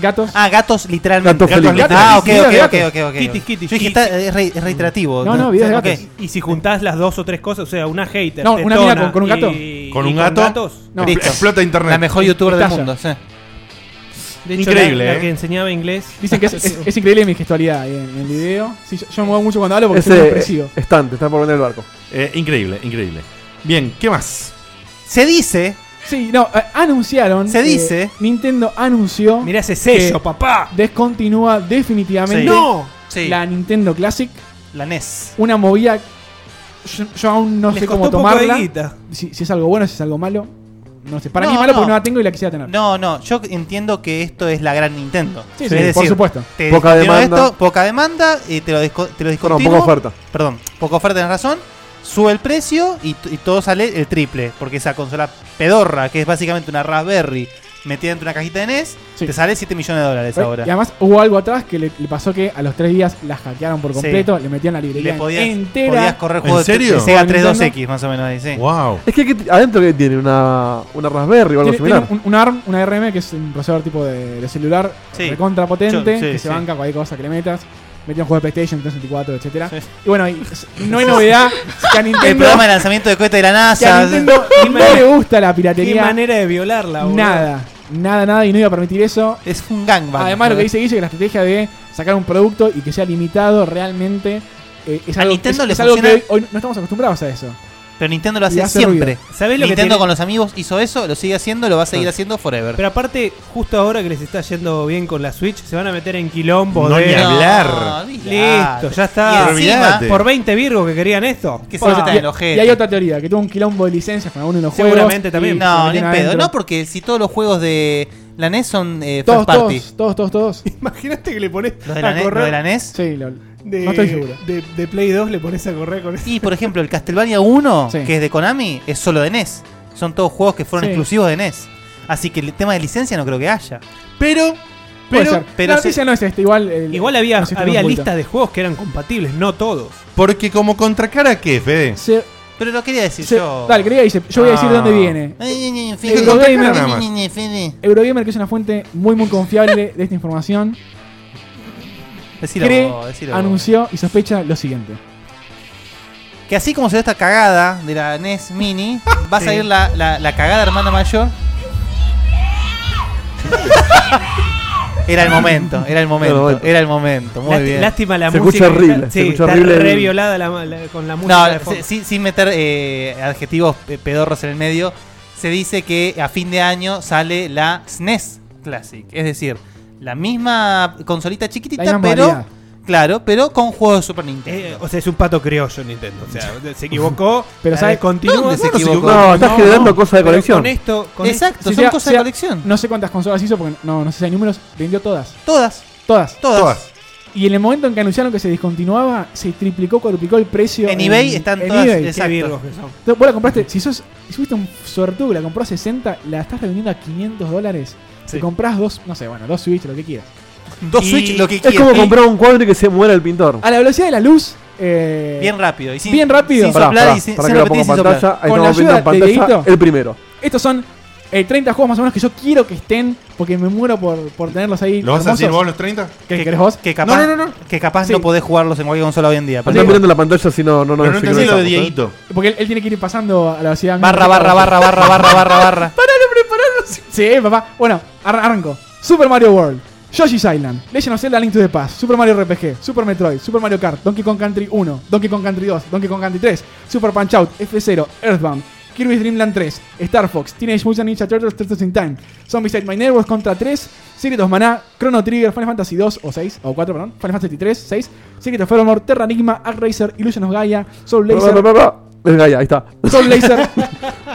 Speaker 3: gatos.
Speaker 6: Ah, gatos literalmente.
Speaker 3: Gatos felices.
Speaker 6: Ah, ok,
Speaker 3: Videos
Speaker 6: ok,
Speaker 3: de
Speaker 6: ok,
Speaker 3: gatos.
Speaker 6: ok. ok.
Speaker 8: Kitties, kitties,
Speaker 6: Yo dije,
Speaker 8: kitties.
Speaker 6: está- es, re- es reiterativo.
Speaker 8: No, no,
Speaker 6: O
Speaker 8: videos
Speaker 6: sea,
Speaker 8: de
Speaker 6: ok.
Speaker 8: gatos. Y si juntás las dos o tres cosas, o sea, una hater.
Speaker 3: No, una mina
Speaker 8: tetona
Speaker 3: con, con un gato.
Speaker 8: y-
Speaker 2: Con
Speaker 8: y
Speaker 2: un gato.
Speaker 8: gatos.
Speaker 3: No.
Speaker 2: Listo. Explota internet.
Speaker 6: La mejor youtuber del
Speaker 3: Estalla.
Speaker 6: mundo, sí.
Speaker 8: De hecho,
Speaker 2: Increíble,
Speaker 8: la, la
Speaker 2: eh.
Speaker 8: que
Speaker 2: [LAUGHS]
Speaker 8: enseñaba inglés.
Speaker 3: Dicen que es,
Speaker 8: [LAUGHS]
Speaker 3: es- es increíble mi gestualidad ahí en, en el video. Sí, yo, yo me muevo mucho cuando hablo porque soy muy
Speaker 5: Ese
Speaker 3: expresivo.
Speaker 5: estante, está por vender el barco.
Speaker 2: Eh, increíble, increíble. Bien, ¿qué más?
Speaker 6: Se dice.
Speaker 3: Sí, no, eh, anunciaron.
Speaker 6: Se
Speaker 3: eh,
Speaker 6: dice-
Speaker 3: Nintendo anunció.
Speaker 8: Mirá ese sello, papá.
Speaker 3: Descontinúa definitivamente.
Speaker 6: Sí. No. Sí.
Speaker 3: La Nintendo Classic.
Speaker 6: La E NES.
Speaker 3: Una movida. Yo, yo aún no
Speaker 8: Les
Speaker 3: sé cómo
Speaker 8: costó un poco de
Speaker 3: tomarla.
Speaker 8: guita.
Speaker 3: Si, si es algo bueno, si es algo malo. No sé. Para
Speaker 6: No,
Speaker 3: mí es malo
Speaker 6: no.
Speaker 3: porque no la tengo y la quisiera tener.
Speaker 6: No, no, yo entiendo que esto es la gran Nintendo.
Speaker 3: Sí,
Speaker 6: Es
Speaker 3: sí, por supuesto.
Speaker 6: te
Speaker 5: Poca
Speaker 6: descontinúo
Speaker 5: demanda.
Speaker 6: esto, poca demanda, y te lo, disco- te
Speaker 5: Bueno,
Speaker 6: lo discontinúo.
Speaker 5: poca oferta.
Speaker 6: Perdón, poca oferta, tenés razón. Sube el precio y, t- y todo sale el triple. Porque esa consola pedorra, que es básicamente una Raspberry metida dentro de una cajita de NES, te sale 7 millones de dólares ahora.
Speaker 3: Y además hubo algo atrás que le, le pasó que a los tres días la hackearon por
Speaker 6: Sí.
Speaker 3: completo, le metían la librería
Speaker 6: Le podías,
Speaker 3: entera.
Speaker 6: podías correr juegos de- de Sega 32X más o menos ahí, sí.
Speaker 2: Wow.
Speaker 5: Es que, que adentro que tiene una, una Raspberry o algo
Speaker 3: Tiene,
Speaker 5: similar.
Speaker 3: tiene un, un ARM, una RM, que es un procesador tipo de, de celular
Speaker 5: Sí.
Speaker 3: recontra potente,
Speaker 5: Yo- sí,
Speaker 3: que se
Speaker 5: sí.
Speaker 3: banca cualquier cosa que le metas. Metían juegos de PlayStation, 64, etcétera Y bueno, y s- no hay novedad que a Nintendo.
Speaker 6: El programa de lanzamiento de cohete de la
Speaker 3: que a
Speaker 6: NASA.
Speaker 3: Nintendo no le gusta la piratería.
Speaker 7: Qué manera de violarla, boludo.
Speaker 3: Nada, nada, nada, y no iba a permitir eso.
Speaker 6: Es un gangbang.
Speaker 3: Además, lo
Speaker 7: ¿no?
Speaker 3: que dice Guille, que la estrategia de sacar un producto y que sea limitado realmente eh, es algo,
Speaker 6: Nintendo
Speaker 3: es-
Speaker 6: le
Speaker 3: es algo
Speaker 6: funciona-
Speaker 3: que hoy no estamos acostumbrados a eso.
Speaker 6: Pero Nintendo lo
Speaker 3: Y
Speaker 6: hace
Speaker 3: hace
Speaker 6: siempre.
Speaker 3: ruido. ¿Sabés lo que
Speaker 6: Nintendo
Speaker 3: tiene-
Speaker 6: con los amigos hizo eso, lo sigue haciendo, lo va a seguir
Speaker 7: Ah.
Speaker 6: haciendo forever.
Speaker 7: Pero aparte, justo ahora que les está yendo bien con la Switch, se van a meter en quilombo
Speaker 6: No,
Speaker 7: de...
Speaker 6: ni hablar. No, olvidate.
Speaker 7: Listo, ya está.
Speaker 6: Y encima- Olvidate.
Speaker 7: Ah, Por 20 virgos que querían esto.
Speaker 6: Que se
Speaker 3: Bueno,
Speaker 6: meta
Speaker 3: y-
Speaker 6: en el ojete.
Speaker 3: Y hay otra teoría, que tuvo un quilombo de licencias con alguno de los juegos.
Speaker 6: Seguramente
Speaker 3: y
Speaker 6: también.
Speaker 3: se lo
Speaker 6: No, ni
Speaker 3: metieron
Speaker 6: en pedo.
Speaker 3: adentro.
Speaker 6: No, porque si todos los juegos de la NES son eh,
Speaker 3: Todos,
Speaker 6: first party.
Speaker 3: todos, todos, todos, todos.
Speaker 7: [LAUGHS] Imagínate que le pones
Speaker 6: ¿Los de la
Speaker 7: a
Speaker 6: NES?
Speaker 7: correr-
Speaker 6: ¿Los de la E NES?
Speaker 3: Sí, lo-
Speaker 7: de-
Speaker 3: no estoy
Speaker 6: Eh,
Speaker 3: seguro.
Speaker 7: De, de Play 2 le pones a correr con eso.
Speaker 6: Y por ejemplo, el Castlevania 1, que es de Konami, es solo de NES. Son todos juegos que fueron
Speaker 3: Sí.
Speaker 6: exclusivos de NES. Así que el tema de licencia no creo que haya.
Speaker 2: Pero.
Speaker 3: Puede
Speaker 6: Pero-
Speaker 3: ser.
Speaker 6: pero
Speaker 3: la
Speaker 6: se-
Speaker 3: noticia no es este, igual. el-
Speaker 7: Igual había,
Speaker 3: nos estamos
Speaker 7: había
Speaker 3: vuelta.
Speaker 7: listas de juegos que eran compatibles, no todos.
Speaker 2: Porque como contracara qué, Fede.
Speaker 3: Se-
Speaker 6: Pero lo
Speaker 7: Eh,
Speaker 6: quería decir
Speaker 3: se-
Speaker 6: yo.
Speaker 3: Dale, quería decir, yo voy a decir de
Speaker 2: Ah.
Speaker 3: dónde viene.
Speaker 6: Fede,
Speaker 3: Eurogamer,
Speaker 2: nada más.
Speaker 3: Eurogamer, que es una fuente muy, muy confiable de esta información,
Speaker 6: Decilo
Speaker 3: cree,
Speaker 6: vos, decilo vos.
Speaker 3: anunció y sospecha lo siguiente.
Speaker 6: Que así como se ve esta cagada de la NES Mini, va a
Speaker 3: Sí.
Speaker 6: salir la, la- la cagada hermana mayor. era el momento, era el momento, era el momento. Muy
Speaker 7: Lásti-
Speaker 6: bien.
Speaker 7: Lástima la música. que está- sí, está re violada la, la- con la música. de
Speaker 6: No,
Speaker 7: fondo.
Speaker 6: si- sin, sin meter eh, adjetivos pe- pedorros en el medio, se dice que a fin de año sale la SNES Classic. Es decir, la misma consolita chiquitita,
Speaker 3: La misma
Speaker 6: pero.
Speaker 3: modalidad.
Speaker 6: Claro, pero con juegos de Super Nintendo.
Speaker 7: Eh, o sea, es un pato criollo Nintendo. O
Speaker 6: [LAUGHS]
Speaker 7: sea, se equivocó.
Speaker 6: Pero
Speaker 7: la
Speaker 6: ¿sabe
Speaker 7: descontinúa.
Speaker 6: dónde se
Speaker 7: No,
Speaker 6: equivocó?
Speaker 5: No, estás generando cosas de
Speaker 7: pero
Speaker 5: colección.
Speaker 7: Con esto, con
Speaker 6: Exacto,
Speaker 7: esto-
Speaker 3: Sí,
Speaker 6: son
Speaker 3: sea-
Speaker 6: cosas de
Speaker 3: sea-
Speaker 6: colección.
Speaker 3: No sé cuántas consolas hizo, porque no, no sé si hay números. Vendió todas.
Speaker 6: Todas.
Speaker 3: Todas.
Speaker 6: Todas. Todas.
Speaker 3: Y en el momento en que anunciaron que se descontinuaba, se triplicó, cuadruplicó el precio.
Speaker 6: En eBay están
Speaker 3: en
Speaker 6: todas,
Speaker 3: eBay.
Speaker 6: exacto. Qué virgos
Speaker 7: que son.
Speaker 3: Entonces, vos la compraste, si sos, si fuiste un sortudo que la compró a 60, la estás revendiendo a 500 dólares. Te compras dos, no sé, bueno, dos Switch, lo que quieras.
Speaker 6: [LAUGHS] Dos Switch, lo que Ah,
Speaker 5: Es como comprar un cuadro y que se muera el pintor.
Speaker 3: A la velocidad de la luz. eh,
Speaker 6: Bien rápido. Y sin,
Speaker 3: bien rápido.
Speaker 6: Sin
Speaker 5: Pará,
Speaker 6: soplar
Speaker 5: pará,
Speaker 6: y sin,
Speaker 5: pará
Speaker 6: sin
Speaker 5: que lo
Speaker 6: repetir,
Speaker 5: pongo
Speaker 6: sin
Speaker 5: en pantalla.
Speaker 6: soplar.
Speaker 5: Ahí
Speaker 3: Con
Speaker 5: estamos
Speaker 3: la
Speaker 5: viendo en
Speaker 3: ayuda de
Speaker 5: pantalla
Speaker 3: Dieguito.
Speaker 5: el primero.
Speaker 3: Estos son eh, 30 juegos más o menos que yo quiero que estén, porque me muero por, por tenerlos ahí.
Speaker 2: ¿Lo vas a
Speaker 3: hermosos.
Speaker 2: decir vos los 30?
Speaker 3: ¿Qué querés vos?
Speaker 6: Que capaz,
Speaker 3: No, no, no, no.
Speaker 6: Que capaz
Speaker 3: Sí.
Speaker 6: no podés jugarlos en cualquier consola hoy en día.
Speaker 5: Andá mirando la pantalla si no, no nos ¿eh?
Speaker 2: Pero no entendí lo de Dieguito.
Speaker 3: Porque él, él tiene que ir pasando a la velocidad.
Speaker 6: Barra, barra, barra, barra, barra, barra, barra.
Speaker 3: Sí, papá. Bueno, ar- arranco. Super Mario World, Yoshi's Island, Legend of Zelda Link to the Past, Super Mario RPG, Super Metroid, Super Mario Kart, Donkey Kong Country 1, Donkey Kong Country 2, Donkey Kong Country 3, Super Punch Out, F0, Earthbound, Kirby's Dream Land 3, Star Fox, Teenage Mutant Ninja Turtles, Turtles in Time, Zombieside My Neighbors contra 3, Secret of Mana, Chrono Trigger, Final Fantasy 2 o 6, o 4, perdón, Final Fantasy 3, 6, Secret of Evermore, Terra Enigma, Racer, Illusion of Gaia, Soul Blazer,
Speaker 5: Venga, ya, ahí está.
Speaker 3: Soul Blazer,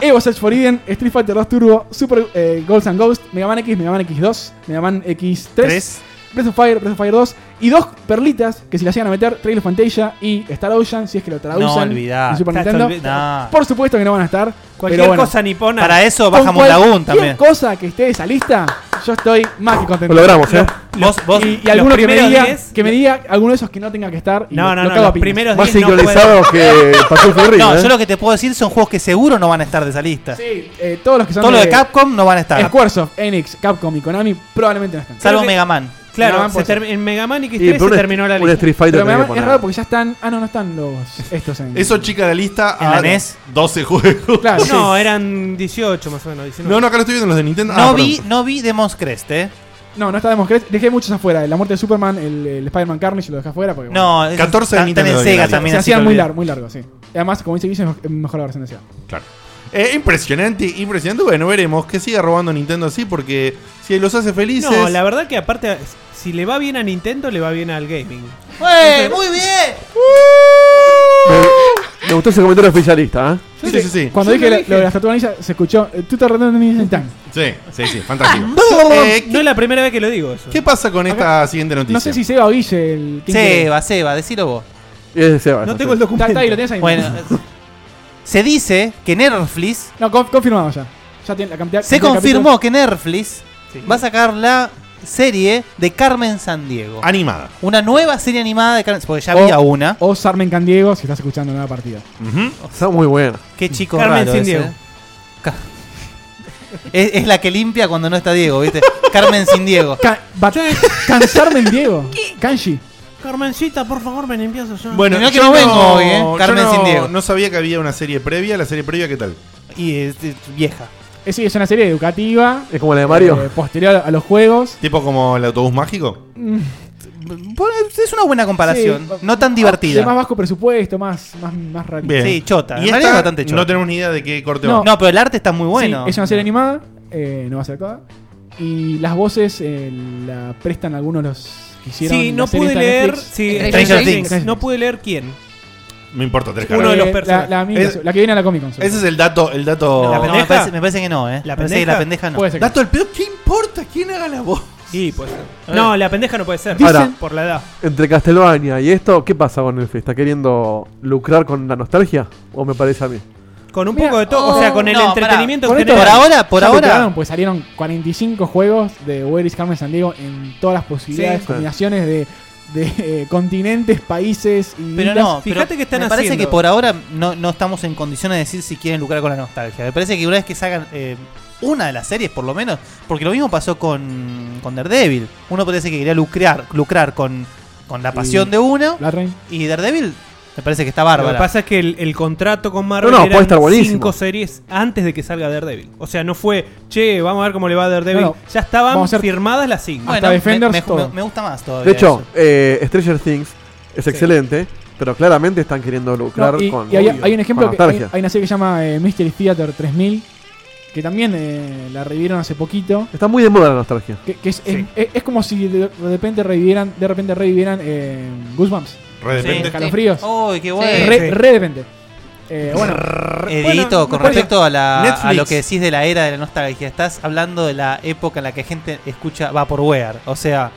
Speaker 3: Evo Search for Eden, Street Fighter 2 Turbo, Super eh, Ghosts and Ghosts, Mega Man X, Mega Man X2, Mega Man X3,
Speaker 6: Tres.
Speaker 3: Breath of Fire, Breath of Fire 2 y dos perlitas que si las llegan a meter, Trail of Fantasia y Star Ocean, si es que lo traducen
Speaker 6: No, olvidá.
Speaker 3: en Super
Speaker 6: Está
Speaker 3: Nintendo.
Speaker 6: olvidá.
Speaker 3: Por supuesto que no van a estar.
Speaker 7: Cualquier
Speaker 3: pero bueno.
Speaker 7: cosa nipona.
Speaker 6: Para eso
Speaker 3: Con
Speaker 6: baja Mondragón
Speaker 3: cualquier
Speaker 6: también.
Speaker 3: cosa que esté de esa lista, yo estoy más que contento.
Speaker 5: Lo logramos, ¿eh?
Speaker 6: Vos, vos,
Speaker 3: Y, y
Speaker 7: Los
Speaker 3: alguno que me,
Speaker 7: primeros
Speaker 3: diga,
Speaker 7: diez-
Speaker 3: que me diga alguno de esos que no tenga que estar. y
Speaker 7: No,
Speaker 3: lo-
Speaker 7: no,
Speaker 3: lo
Speaker 7: no,
Speaker 3: cago a
Speaker 7: los
Speaker 3: piñas.
Speaker 7: primeros
Speaker 5: Más
Speaker 7: 10 no
Speaker 5: sincronizados que pasó el Ferri.
Speaker 6: no,
Speaker 5: ¿eh?
Speaker 6: yo lo que te puedo decir son juegos que seguro no van a estar de esa
Speaker 3: [LAUGHS]
Speaker 6: lista.
Speaker 3: Sí, eh, todos los que son
Speaker 6: Todo lo de Capcom no van a estar.
Speaker 3: Squaresoft, Enix, Capcom y Konami probablemente no están.
Speaker 6: Salvo
Speaker 7: Creo que-
Speaker 6: Mega Man.
Speaker 3: Mega
Speaker 7: Claro,
Speaker 3: Man
Speaker 7: se
Speaker 3: puede
Speaker 7: termi- en Mega Man y
Speaker 5: Sí, pero
Speaker 7: X3 se
Speaker 5: un-
Speaker 7: terminó la
Speaker 5: un
Speaker 7: lista.
Speaker 5: Street Fighter
Speaker 3: Pero Mega
Speaker 5: tenés que
Speaker 3: Man- es
Speaker 5: poner.
Speaker 3: raro porque ya están. Ah, no, no están los estos en.
Speaker 2: Eso chica la lista
Speaker 6: ¿En la
Speaker 7: E
Speaker 2: a
Speaker 6: NES?
Speaker 2: 12 juegos.
Speaker 3: Claro.
Speaker 7: No, eran 18 más o menos. 19.
Speaker 2: No, no, acá lo estoy viendo los de Nintendo.
Speaker 6: No
Speaker 2: Ah,
Speaker 6: vi,
Speaker 2: perdón.
Speaker 6: no vi Demon's Crest, eh.
Speaker 3: No, no está Demon's Crest. Dejé muchos afuera. La muerte de Superman, el, el Spider-Man Carnage lo dejé afuera. Porque, bueno,
Speaker 6: No, esos
Speaker 2: 14 de
Speaker 6: están- están
Speaker 2: Nintendo
Speaker 6: en Sega
Speaker 2: Daily.
Speaker 6: también.
Speaker 3: se
Speaker 6: así
Speaker 3: hacían
Speaker 6: que
Speaker 3: muy
Speaker 6: olvidate.
Speaker 3: largo, muy largo, sí. Y además, como dice Guille, es me- mejor la versión de Sega.
Speaker 2: Claro. Eh, impresionante, impresionante. Bueno, veremos que siga robando Nintendo así porque si los hace felices.
Speaker 7: No, la verdad que aparte, si le va bien a Nintendo, le va bien al gaming.
Speaker 6: ¡Wey! ¡Muy bien!
Speaker 5: [LAUGHS] Me gustó ese comentario oficialista, ¿eh?
Speaker 3: Yo dije- Cuando
Speaker 7: Yo
Speaker 3: dije,
Speaker 7: lo
Speaker 3: la-
Speaker 7: dije.
Speaker 3: lo de las tatuanillas, se escuchó. eh, Tú te arreglas en tan.
Speaker 2: Sí, sí, sí, fantástico. Eh,
Speaker 7: No es la primera vez que lo digo eso.
Speaker 2: ¿Qué pasa con esta siguiente noticia?
Speaker 3: No sé si Seba o Guille. El, ¿quién quiere?
Speaker 6: Seba, Seba, decilo vos.
Speaker 5: Y es de Seba.
Speaker 7: No
Speaker 5: esa,
Speaker 7: tengo el
Speaker 3: Está,
Speaker 5: sí.
Speaker 7: documento.
Speaker 3: está ahí, lo tenés ahí. [LAUGHS]
Speaker 6: Bueno, Se dice que Netflix.
Speaker 3: No, con- confirmado ya. Ya tiene la cantidad.
Speaker 6: Se
Speaker 3: cantidad de
Speaker 6: confirmó
Speaker 3: capítulos.
Speaker 6: que Netflix va a sacar la serie de Carmen Sandiego.
Speaker 2: Animada.
Speaker 6: Una nueva serie animada de Carmen. Porque ya
Speaker 5: Oh.
Speaker 6: había
Speaker 3: O-
Speaker 6: una.
Speaker 3: O Sarmen Candiego, si estás escuchando nueva
Speaker 6: [LAUGHS]
Speaker 3: partida.
Speaker 5: Está muy buena.
Speaker 6: Qué chico
Speaker 3: Carmen
Speaker 6: raro
Speaker 3: sin
Speaker 6: ese,
Speaker 3: Diego.
Speaker 6: ¿eh? Ca- [LAUGHS] Es, es la que limpia cuando no está Diego, ¿viste? Carmen sin Diego.
Speaker 3: Cansarme en [LAUGHS] Diego. Kanji.
Speaker 7: Carmencita, por favor, me limpias allá.
Speaker 2: Bueno,
Speaker 6: Mirá que
Speaker 2: yo
Speaker 6: no vengo hoy, ¿eh?
Speaker 2: yo
Speaker 6: Carmen
Speaker 2: no-
Speaker 6: sin Diego.
Speaker 2: No sabía que había una serie previa. ¿La serie previa qué tal?
Speaker 6: Y es, vieja.
Speaker 3: Es, sí, es una serie educativa.
Speaker 5: Es como la de
Speaker 2: Mario.
Speaker 3: eh, posterior a los juegos.
Speaker 2: ¿Tipo como el autobús mágico?
Speaker 3: Mm,
Speaker 6: Bueno, pues, Es una buena comparación.
Speaker 3: sí.
Speaker 6: no tan
Speaker 3: De
Speaker 6: divertida.
Speaker 3: más bajo presupuesto, más, más, más rarito.
Speaker 2: Bien.
Speaker 6: Sí, chota. En
Speaker 2: Y
Speaker 6: realidad
Speaker 2: esta,
Speaker 6: es bastante chota.
Speaker 2: No tenemos ni idea de qué corte
Speaker 3: No.
Speaker 2: va.
Speaker 6: No, pero el arte está muy bueno.
Speaker 3: Sí, es una serie animada, eh, no va a ser actuada. Y las voces eh, la prestan algunos los que hicieron.
Speaker 7: Sí, no
Speaker 3: la serie
Speaker 7: pude
Speaker 3: esta
Speaker 7: leer.
Speaker 3: Netflix.
Speaker 7: sí,
Speaker 3: Eh,
Speaker 7: Stranger Things. No pude leer quién.
Speaker 2: No importa, tres
Speaker 7: Uno de
Speaker 2: carajos.
Speaker 7: los
Speaker 3: Eh,
Speaker 7: personajes.
Speaker 3: La, la amiga,
Speaker 2: Es-
Speaker 3: la que viene a la Comic Con. seguro.
Speaker 2: Ese es el dato. El dato
Speaker 6: No, me,
Speaker 7: pendeja?
Speaker 6: parece, me parece que no, ¿eh?
Speaker 7: ¿La
Speaker 6: Me parece que
Speaker 7: pendeja?
Speaker 6: la pendeja no.
Speaker 3: Puede ser que
Speaker 2: Dato del pedo. ¿Qué importa? ¿Quién haga la voz?
Speaker 7: Sí, puede ser. [LAUGHS] No, la pendeja no puede ser.
Speaker 5: Dicen- Ahora.
Speaker 7: por la edad.
Speaker 5: Entre Castlevania y esto, ¿qué pasa con Netflix? ¿Está queriendo lucrar con la nostalgia? ¿O me parece a mí?
Speaker 7: Con un
Speaker 3: Mira,
Speaker 7: poco de todo. o sea, con el
Speaker 6: Oh, no,
Speaker 7: entretenimiento
Speaker 3: Con
Speaker 7: en
Speaker 3: esto-
Speaker 7: general.
Speaker 6: Por ahora, por
Speaker 3: ya
Speaker 6: ahora.
Speaker 3: lucraron, Pues salieron 45 juegos de Where is Carmen San Diego en todas las posibilidades,
Speaker 7: Sí.
Speaker 3: combinaciones de, de, eh, continentes, países y.
Speaker 6: Pero
Speaker 3: islas.
Speaker 6: no,
Speaker 7: Fíjate
Speaker 6: pero
Speaker 7: que están
Speaker 6: me parece
Speaker 7: haciendo.
Speaker 6: que por ahora no, no estamos en condiciones de decir si quieren lucrar con la nostalgia. Me parece que una vez que salgan eh, una de las series, por lo menos, porque lo mismo pasó con, con Daredevil. Uno parece que quería lucrar, lucrar con, con la pasión
Speaker 3: Y-
Speaker 6: de uno
Speaker 3: Blood Rain.
Speaker 6: y Daredevil me parece que está
Speaker 7: Lo que
Speaker 6: bárbara.
Speaker 7: pasa es que el, el contrato con Marvel
Speaker 5: No, no,
Speaker 7: eran
Speaker 5: puede estar buenísimo.
Speaker 7: cinco series antes de que salga Daredevil. O sea, no fue, che, vamos a ver cómo le va a Daredevil.
Speaker 3: No, no.
Speaker 7: Ya estaban
Speaker 3: Vamos a hacer-
Speaker 7: firmadas las cinco.
Speaker 3: hasta
Speaker 6: me-
Speaker 3: Defenders
Speaker 6: me, me-
Speaker 3: todo.
Speaker 6: me gusta más todavía.
Speaker 5: De hecho,
Speaker 6: eso.
Speaker 5: eh, Stranger Things es excelente, pero claramente están queriendo lucrar
Speaker 3: No, y,
Speaker 5: con,
Speaker 3: y hay,
Speaker 5: con
Speaker 3: hay un ejemplo, que, hay,
Speaker 5: nostalgia.
Speaker 3: hay una serie que se llama eh, Mystery Theater 3000, que también eh, la revivieron hace poquito.
Speaker 5: Está muy de moda la nostalgia.
Speaker 3: Que, que es, es, es como si de, de repente revivieran, de repente revivieran eh, Goosebumps.
Speaker 2: Re de
Speaker 6: Sí.
Speaker 2: repente.
Speaker 3: Calofríos.
Speaker 6: Uy, qué bueno.
Speaker 4: Sí.
Speaker 3: Re,
Speaker 7: Sí.
Speaker 3: re de repente. Eh, bueno,
Speaker 6: Eh,
Speaker 3: bueno,
Speaker 6: Dieguito,
Speaker 3: me
Speaker 6: con
Speaker 3: parece-
Speaker 6: respecto a, la, a
Speaker 2: Netflix.
Speaker 6: lo que decís de la era de la nostalgia, estás hablando de la época en la que gente escucha Vaporware. O sea,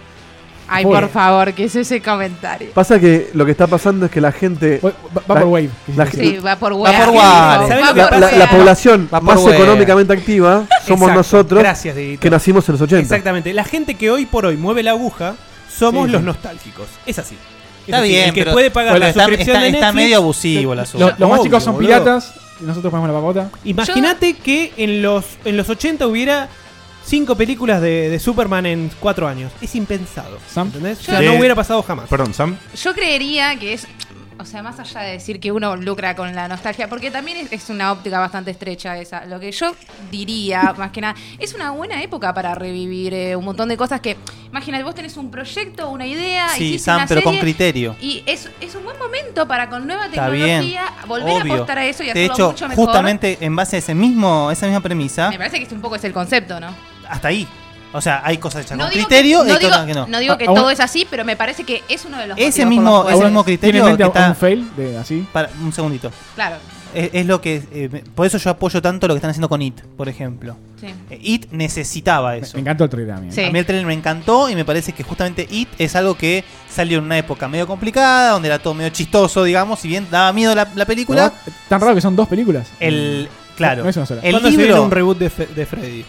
Speaker 4: Ay,
Speaker 3: Bueno.
Speaker 4: por favor, que es ese comentario.
Speaker 5: Pasa que lo que está pasando es que la gente.
Speaker 3: va- va- Vaporwave. que
Speaker 5: la
Speaker 3: se
Speaker 5: gente-
Speaker 4: Sí, [LAUGHS] va por hueá.
Speaker 6: por hueá.
Speaker 7: ¿Sabes
Speaker 4: Va
Speaker 7: lo que
Speaker 5: la,
Speaker 4: por
Speaker 5: la-
Speaker 4: hueá.
Speaker 5: la población
Speaker 6: Va por
Speaker 5: más
Speaker 6: hueá.
Speaker 5: económicamente activa somos
Speaker 7: Exacto.
Speaker 5: nosotros
Speaker 7: Gracias, Dieguito.
Speaker 5: que nacimos en los 80.
Speaker 7: Exactamente. La gente que hoy por hoy mueve la aguja somos
Speaker 3: Sí,
Speaker 7: los
Speaker 3: sí.
Speaker 7: nostálgicos. Es así. Es
Speaker 6: está
Speaker 7: así,
Speaker 6: bien.
Speaker 7: El que
Speaker 6: pero-
Speaker 7: puede pagar
Speaker 6: pero
Speaker 7: la
Speaker 6: está,
Speaker 7: suscripción
Speaker 6: está-
Speaker 7: de
Speaker 6: está
Speaker 7: Netflix.
Speaker 6: medio abusivo la
Speaker 3: Lo-
Speaker 6: suya.
Speaker 3: los más
Speaker 7: Obvio,
Speaker 3: chicos son
Speaker 7: boludo.
Speaker 3: piratas y nosotros ponemos la papota.
Speaker 7: Imagínate que en los, en los 80 hubiera cinco películas de, de Superman en cuatro años. Es impensado.
Speaker 3: Sam.
Speaker 7: ¿Entendés? O sea,
Speaker 2: Sí.
Speaker 7: no hubiera pasado jamás.
Speaker 2: Perdón, Sam.
Speaker 4: Yo creería que es. O sea, más allá de decir que uno lucra con la nostalgia, porque también es, es una óptica bastante estrecha esa. Lo que yo
Speaker 6: [LAUGHS]
Speaker 4: diría, más que nada, es una buena época para revivir eh, un montón de cosas que. Imagínate, vos tenés un proyecto, una idea.
Speaker 6: Sí,
Speaker 4: Ah, hiciste
Speaker 6: Sam,
Speaker 4: una
Speaker 6: pero con
Speaker 4: serie,
Speaker 6: criterio.
Speaker 4: Y es, es un buen momento para con nueva
Speaker 6: Está bien.
Speaker 4: tecnología volver
Speaker 6: Obvio.
Speaker 4: a apostar a eso y
Speaker 6: de
Speaker 4: hacerlo
Speaker 6: hecho,
Speaker 4: mucho mejor.
Speaker 6: justamente en base a ese mismo, esa misma premisa,
Speaker 4: Me parece que este un poco es el concepto, ¿no?
Speaker 6: hasta ahí. O sea, hay cosas hechas
Speaker 4: No
Speaker 6: con
Speaker 4: digo
Speaker 6: criterio
Speaker 4: que-
Speaker 6: y
Speaker 4: no
Speaker 6: hay
Speaker 4: digo,
Speaker 6: cosas que no. Ah,
Speaker 4: no digo que
Speaker 3: Aún-
Speaker 4: todo es así, pero me parece que es uno de los motivos
Speaker 6: Ese
Speaker 4: por
Speaker 6: mismo-
Speaker 4: los cuales-
Speaker 6: ese
Speaker 3: Ahora,
Speaker 6: mismo criterio
Speaker 3: ¿Tienen en mente
Speaker 6: que
Speaker 3: a-
Speaker 6: está-
Speaker 3: un fail de así?
Speaker 6: Para, un segundito.
Speaker 4: Claro,
Speaker 6: Es, es lo que. eh, me- por eso yo apoyo tanto lo que están haciendo con It, por ejemplo.
Speaker 4: sí.
Speaker 6: Eh, It necesitaba
Speaker 3: Me,
Speaker 6: eso.
Speaker 3: me encantó el trailer a mí.
Speaker 4: Sí.
Speaker 6: A mí el trailer me encantó y me parece que justamente It es algo que salió en una época medio complicada, donde era todo medio chistoso, digamos, si bien daba miedo la, la película,
Speaker 3: ¿No? Tan raro que son dos películas.
Speaker 6: el... Claro.
Speaker 3: No es una sola.
Speaker 6: El
Speaker 7: ¿Cuándo se viene
Speaker 6: libro...
Speaker 7: un reboot de, Fe- de Freddy?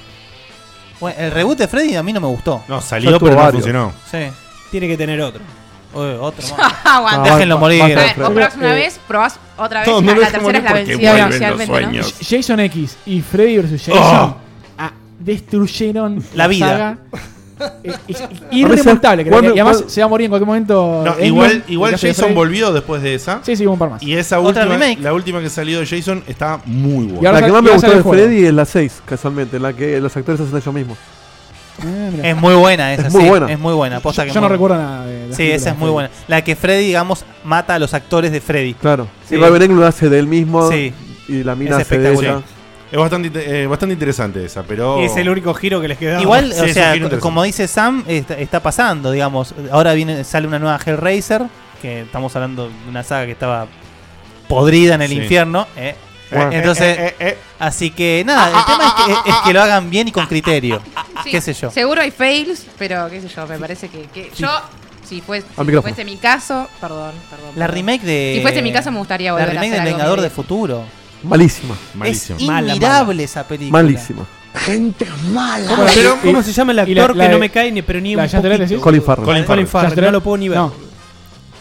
Speaker 6: Bueno, el reboot de Freddy a mí no me gustó.
Speaker 2: No,
Speaker 5: Yo
Speaker 2: salió,
Speaker 5: tuve
Speaker 2: pero no
Speaker 5: varios.
Speaker 2: funcionó.
Speaker 6: Sí.
Speaker 7: Tiene que tener otro.
Speaker 6: Uy, otro
Speaker 4: [LAUGHS]
Speaker 6: [LAUGHS] más.
Speaker 4: Aguanta.
Speaker 5: Ah,
Speaker 6: Déjenlo
Speaker 5: va-
Speaker 6: morir.
Speaker 5: basta de
Speaker 4: Ah,
Speaker 5: Freddy.
Speaker 4: o probás una
Speaker 3: Eh,
Speaker 4: vez, probás otra vez.
Speaker 2: Todos
Speaker 4: y
Speaker 2: no
Speaker 4: la,
Speaker 2: lo
Speaker 4: la
Speaker 2: dejemos
Speaker 4: tercera es la
Speaker 2: porque
Speaker 4: vencida
Speaker 2: vuelven los
Speaker 4: oficialmente, ¿no?
Speaker 2: sueños.
Speaker 3: Jason X y Freddy vs. Jason ah, destruyeron
Speaker 6: La vida.
Speaker 3: saga. Eh, [LAUGHS] es
Speaker 5: A veces,
Speaker 3: Irremontable, creo. Y
Speaker 5: ¿cuándo-
Speaker 3: además
Speaker 5: cuándo-
Speaker 3: se va a morir en cualquier momento.
Speaker 2: No,
Speaker 3: Englund,
Speaker 2: igual
Speaker 3: el que
Speaker 2: igual
Speaker 3: hace de
Speaker 2: Jason
Speaker 3: Freddy.
Speaker 2: volvió después de esa.
Speaker 3: Sí, sí, hubo un par más.
Speaker 2: Y esa
Speaker 6: Otra
Speaker 2: última,
Speaker 6: remake.
Speaker 2: la última que salió de Jason está muy
Speaker 3: Y
Speaker 2: buena.
Speaker 3: ahora
Speaker 5: La que
Speaker 3: sale-
Speaker 5: más me
Speaker 3: ahora
Speaker 5: gustó
Speaker 3: sale
Speaker 5: de
Speaker 3: el juego.
Speaker 5: Freddy es la 6, casualmente, en la que los actores hacen ellos mismos.
Speaker 3: Ah, mirá.
Speaker 6: Es muy buena esa,
Speaker 5: Es muy
Speaker 6: sí,
Speaker 5: buena.
Speaker 6: Es muy buena. posta
Speaker 3: yo
Speaker 6: que
Speaker 3: yo no
Speaker 6: muy-
Speaker 3: recuerdo nada de las
Speaker 6: Sí, esa
Speaker 3: películas,
Speaker 6: es muy buena. La que Freddy, digamos, mata a los actores de Freddy.
Speaker 5: Claro.
Speaker 6: Sí.
Speaker 5: Y Robin Englund hace de él mismo.
Speaker 6: Sí.
Speaker 5: Y la mina
Speaker 6: Es
Speaker 5: hace de ella.
Speaker 6: espectacular.
Speaker 2: Es bastante, inte- eh, bastante interesante esa, pero.
Speaker 7: Es el único giro que les quedaba.
Speaker 6: Igual,
Speaker 2: Sí, es
Speaker 6: o
Speaker 2: un
Speaker 6: sea,
Speaker 2: giro interesante.
Speaker 6: como dice Sam, está, está pasando, digamos. Ahora viene, sale una nueva Hellraiser, que estamos hablando de una saga que estaba podrida en el
Speaker 2: Sí.
Speaker 6: infierno. eh.
Speaker 5: Bueno.
Speaker 6: Entonces,
Speaker 2: Eh, eh, eh, Ah, eh.
Speaker 6: así que nada, el tema es que, es que lo hagan bien y con criterio.
Speaker 4: Sí,
Speaker 6: Ah, qué sé yo.
Speaker 4: Seguro hay fails, pero qué sé yo, me parece que, que yo, si, fues- si
Speaker 5: micrófono.
Speaker 4: fuese mi caso, perdón, perdón.
Speaker 6: La
Speaker 4: perdón.
Speaker 6: remake de.
Speaker 4: Si fuese mi caso, me gustaría
Speaker 6: La
Speaker 4: volver a
Speaker 6: remake
Speaker 4: hacer
Speaker 6: del
Speaker 4: algo
Speaker 6: Vengador
Speaker 4: medio-
Speaker 6: de Futuro.
Speaker 5: Malísima.
Speaker 2: Malísima.
Speaker 6: Es inmirable esa película.
Speaker 5: Malísima.
Speaker 6: Gente mala.
Speaker 8: ¿Cómo, pero- ¿cómo se llama el
Speaker 3: y la-
Speaker 8: actor
Speaker 3: la
Speaker 8: que
Speaker 3: de-
Speaker 8: no me cae ni, pero ni
Speaker 3: la
Speaker 8: un
Speaker 3: de Judge Dredd,
Speaker 8: poquito?
Speaker 3: decís?
Speaker 5: Colin Farrell.
Speaker 8: Colin Farrell.
Speaker 3: Judge Dredd.
Speaker 8: No lo puedo ni ver.
Speaker 3: No.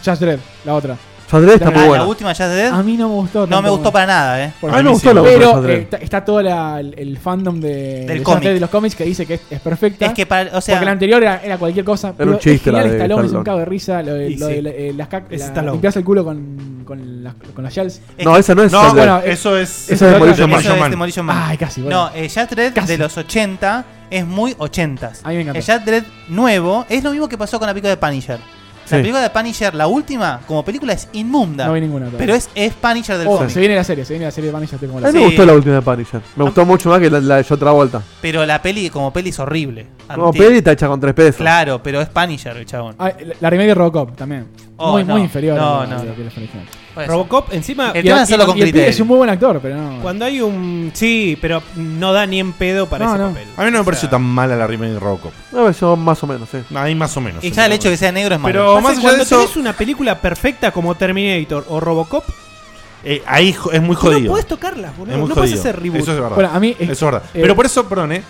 Speaker 3: Judge Dredd, la otra.
Speaker 5: Judge Dredd está
Speaker 3: También.
Speaker 5: muy buena.
Speaker 6: La última ya de
Speaker 3: A mí no me gustó.
Speaker 6: No me
Speaker 3: tampoco.
Speaker 6: gustó para nada, eh.
Speaker 5: A mí me gustó la otra de
Speaker 3: Pero
Speaker 5: Judge
Speaker 3: eh,
Speaker 5: Dredd.
Speaker 3: está, está todo la- el, el fandom de, de Judge
Speaker 6: cómic.
Speaker 3: Dredd de los cómics que dice que es, es perfecta.
Speaker 6: Es que para- o sea-
Speaker 3: porque la anterior era, era cualquier cosa. pero
Speaker 5: un chiste
Speaker 3: Es genial,
Speaker 5: la de
Speaker 3: Stallone es un
Speaker 5: Stallone.
Speaker 3: cago de risa. Lo de,
Speaker 8: Y
Speaker 3: lo
Speaker 8: sí.
Speaker 3: de la- eh, las cac-
Speaker 8: Es
Speaker 3: la-
Speaker 8: Stallone.
Speaker 3: limpiarse el culo con, con, las, con las shells.
Speaker 5: No, esa no es
Speaker 2: No,
Speaker 5: Judge Dredd.
Speaker 2: bueno,
Speaker 3: eh,
Speaker 2: eso es.
Speaker 3: esa es Demolition
Speaker 2: Man.
Speaker 6: Eso es Demolition Man.
Speaker 3: Ay, casi. Bueno.
Speaker 6: No, el Judge Dredd
Speaker 3: Casi. pues.
Speaker 6: de los 80 es muy 80s.
Speaker 3: A mí me encantó.
Speaker 6: El Judge Dredd nuevo es lo mismo que pasó con la película de Punisher.
Speaker 5: Sí.
Speaker 6: La película de Punisher, la última, como película es inmunda.
Speaker 3: No vi ninguna. todavía.
Speaker 6: pero es, es Punisher del
Speaker 3: Oh,
Speaker 6: cómic.
Speaker 3: se viene la serie, se viene la serie de Vanilla. estoy como
Speaker 5: A
Speaker 3: la
Speaker 5: mí me
Speaker 6: Sí.
Speaker 5: gustó la última de Punisher. Me gustó mucho más que la, la de Yo Travolta.
Speaker 6: Pero la peli como peli es horrible.
Speaker 5: Como
Speaker 6: Anti-
Speaker 5: peli está hecha con tres pesos.
Speaker 6: Claro, pero es Punisher el chabón.
Speaker 3: Ah, la- la remake de Robocop también.
Speaker 6: Oh,
Speaker 3: muy,
Speaker 6: no.
Speaker 3: muy inferior
Speaker 6: No,
Speaker 3: a la-
Speaker 6: no,
Speaker 3: a la
Speaker 6: no.
Speaker 3: que la original.
Speaker 6: Puede ser.
Speaker 8: Robocop, encima,
Speaker 6: El
Speaker 3: Y
Speaker 6: tema
Speaker 3: a-
Speaker 6: es hacerlo con
Speaker 3: y- y el pibe
Speaker 6: criterio.
Speaker 3: es un muy buen actor, pero no.
Speaker 8: cuando hay un. Sí, pero no da ni en pedo para
Speaker 3: No,
Speaker 8: ese
Speaker 3: no.
Speaker 8: papel.
Speaker 2: A mí no me pareció
Speaker 8: O sea,
Speaker 2: tan mala la remake de Robocop.
Speaker 5: No, eso más o menos, sí.
Speaker 2: Ahí más o menos.
Speaker 6: Y ya el hecho de que sea negro es malo.
Speaker 2: Pero-
Speaker 8: pasa
Speaker 2: más
Speaker 8: que
Speaker 2: allá de
Speaker 8: cuando
Speaker 2: eso-
Speaker 8: tenés una película perfecta como Terminator o Robocop,
Speaker 2: Eh, ahí jo- es muy
Speaker 8: no
Speaker 2: jodido.
Speaker 8: podés tocarla, boludo.
Speaker 2: es muy jodido.
Speaker 8: no podés hacer reboot.
Speaker 2: Eso es verdad.
Speaker 3: Bueno, a mí.
Speaker 2: Eso es verdad.
Speaker 3: eh,
Speaker 2: Pero por eso, perdón, eh,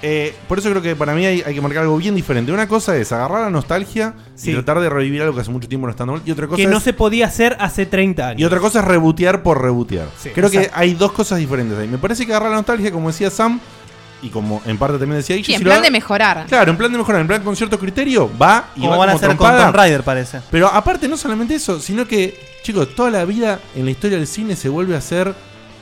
Speaker 2: eh, por eso creo que para mí hay, hay que marcar algo bien diferente. Una cosa es agarrar la nostalgia
Speaker 8: Sí.
Speaker 2: y tratar de revivir algo que hace mucho tiempo no está normal. Y otra cosa
Speaker 8: que
Speaker 2: es,
Speaker 8: no se podía hacer hace 30 años.
Speaker 2: y otra cosa es rebotear por rebotear.
Speaker 8: Sí,
Speaker 2: creo que
Speaker 8: exacto.
Speaker 2: hay dos cosas diferentes ahí. Me parece que agarrar la nostalgia, como decía Sam, y como en parte también decía
Speaker 4: Sí,
Speaker 2: Guille,
Speaker 4: en
Speaker 2: si lo
Speaker 4: plan
Speaker 2: agar-
Speaker 4: de mejorar.
Speaker 2: Claro, en plan de mejorar, en plan con cierto criterio, va y
Speaker 6: como
Speaker 2: va
Speaker 6: van a
Speaker 2: como
Speaker 6: hacer
Speaker 2: trompada.
Speaker 6: con Tomb Raider, parece.
Speaker 2: Pero aparte, no solamente eso, sino que, chicos, toda la vida en la historia del cine se vuelve a hacer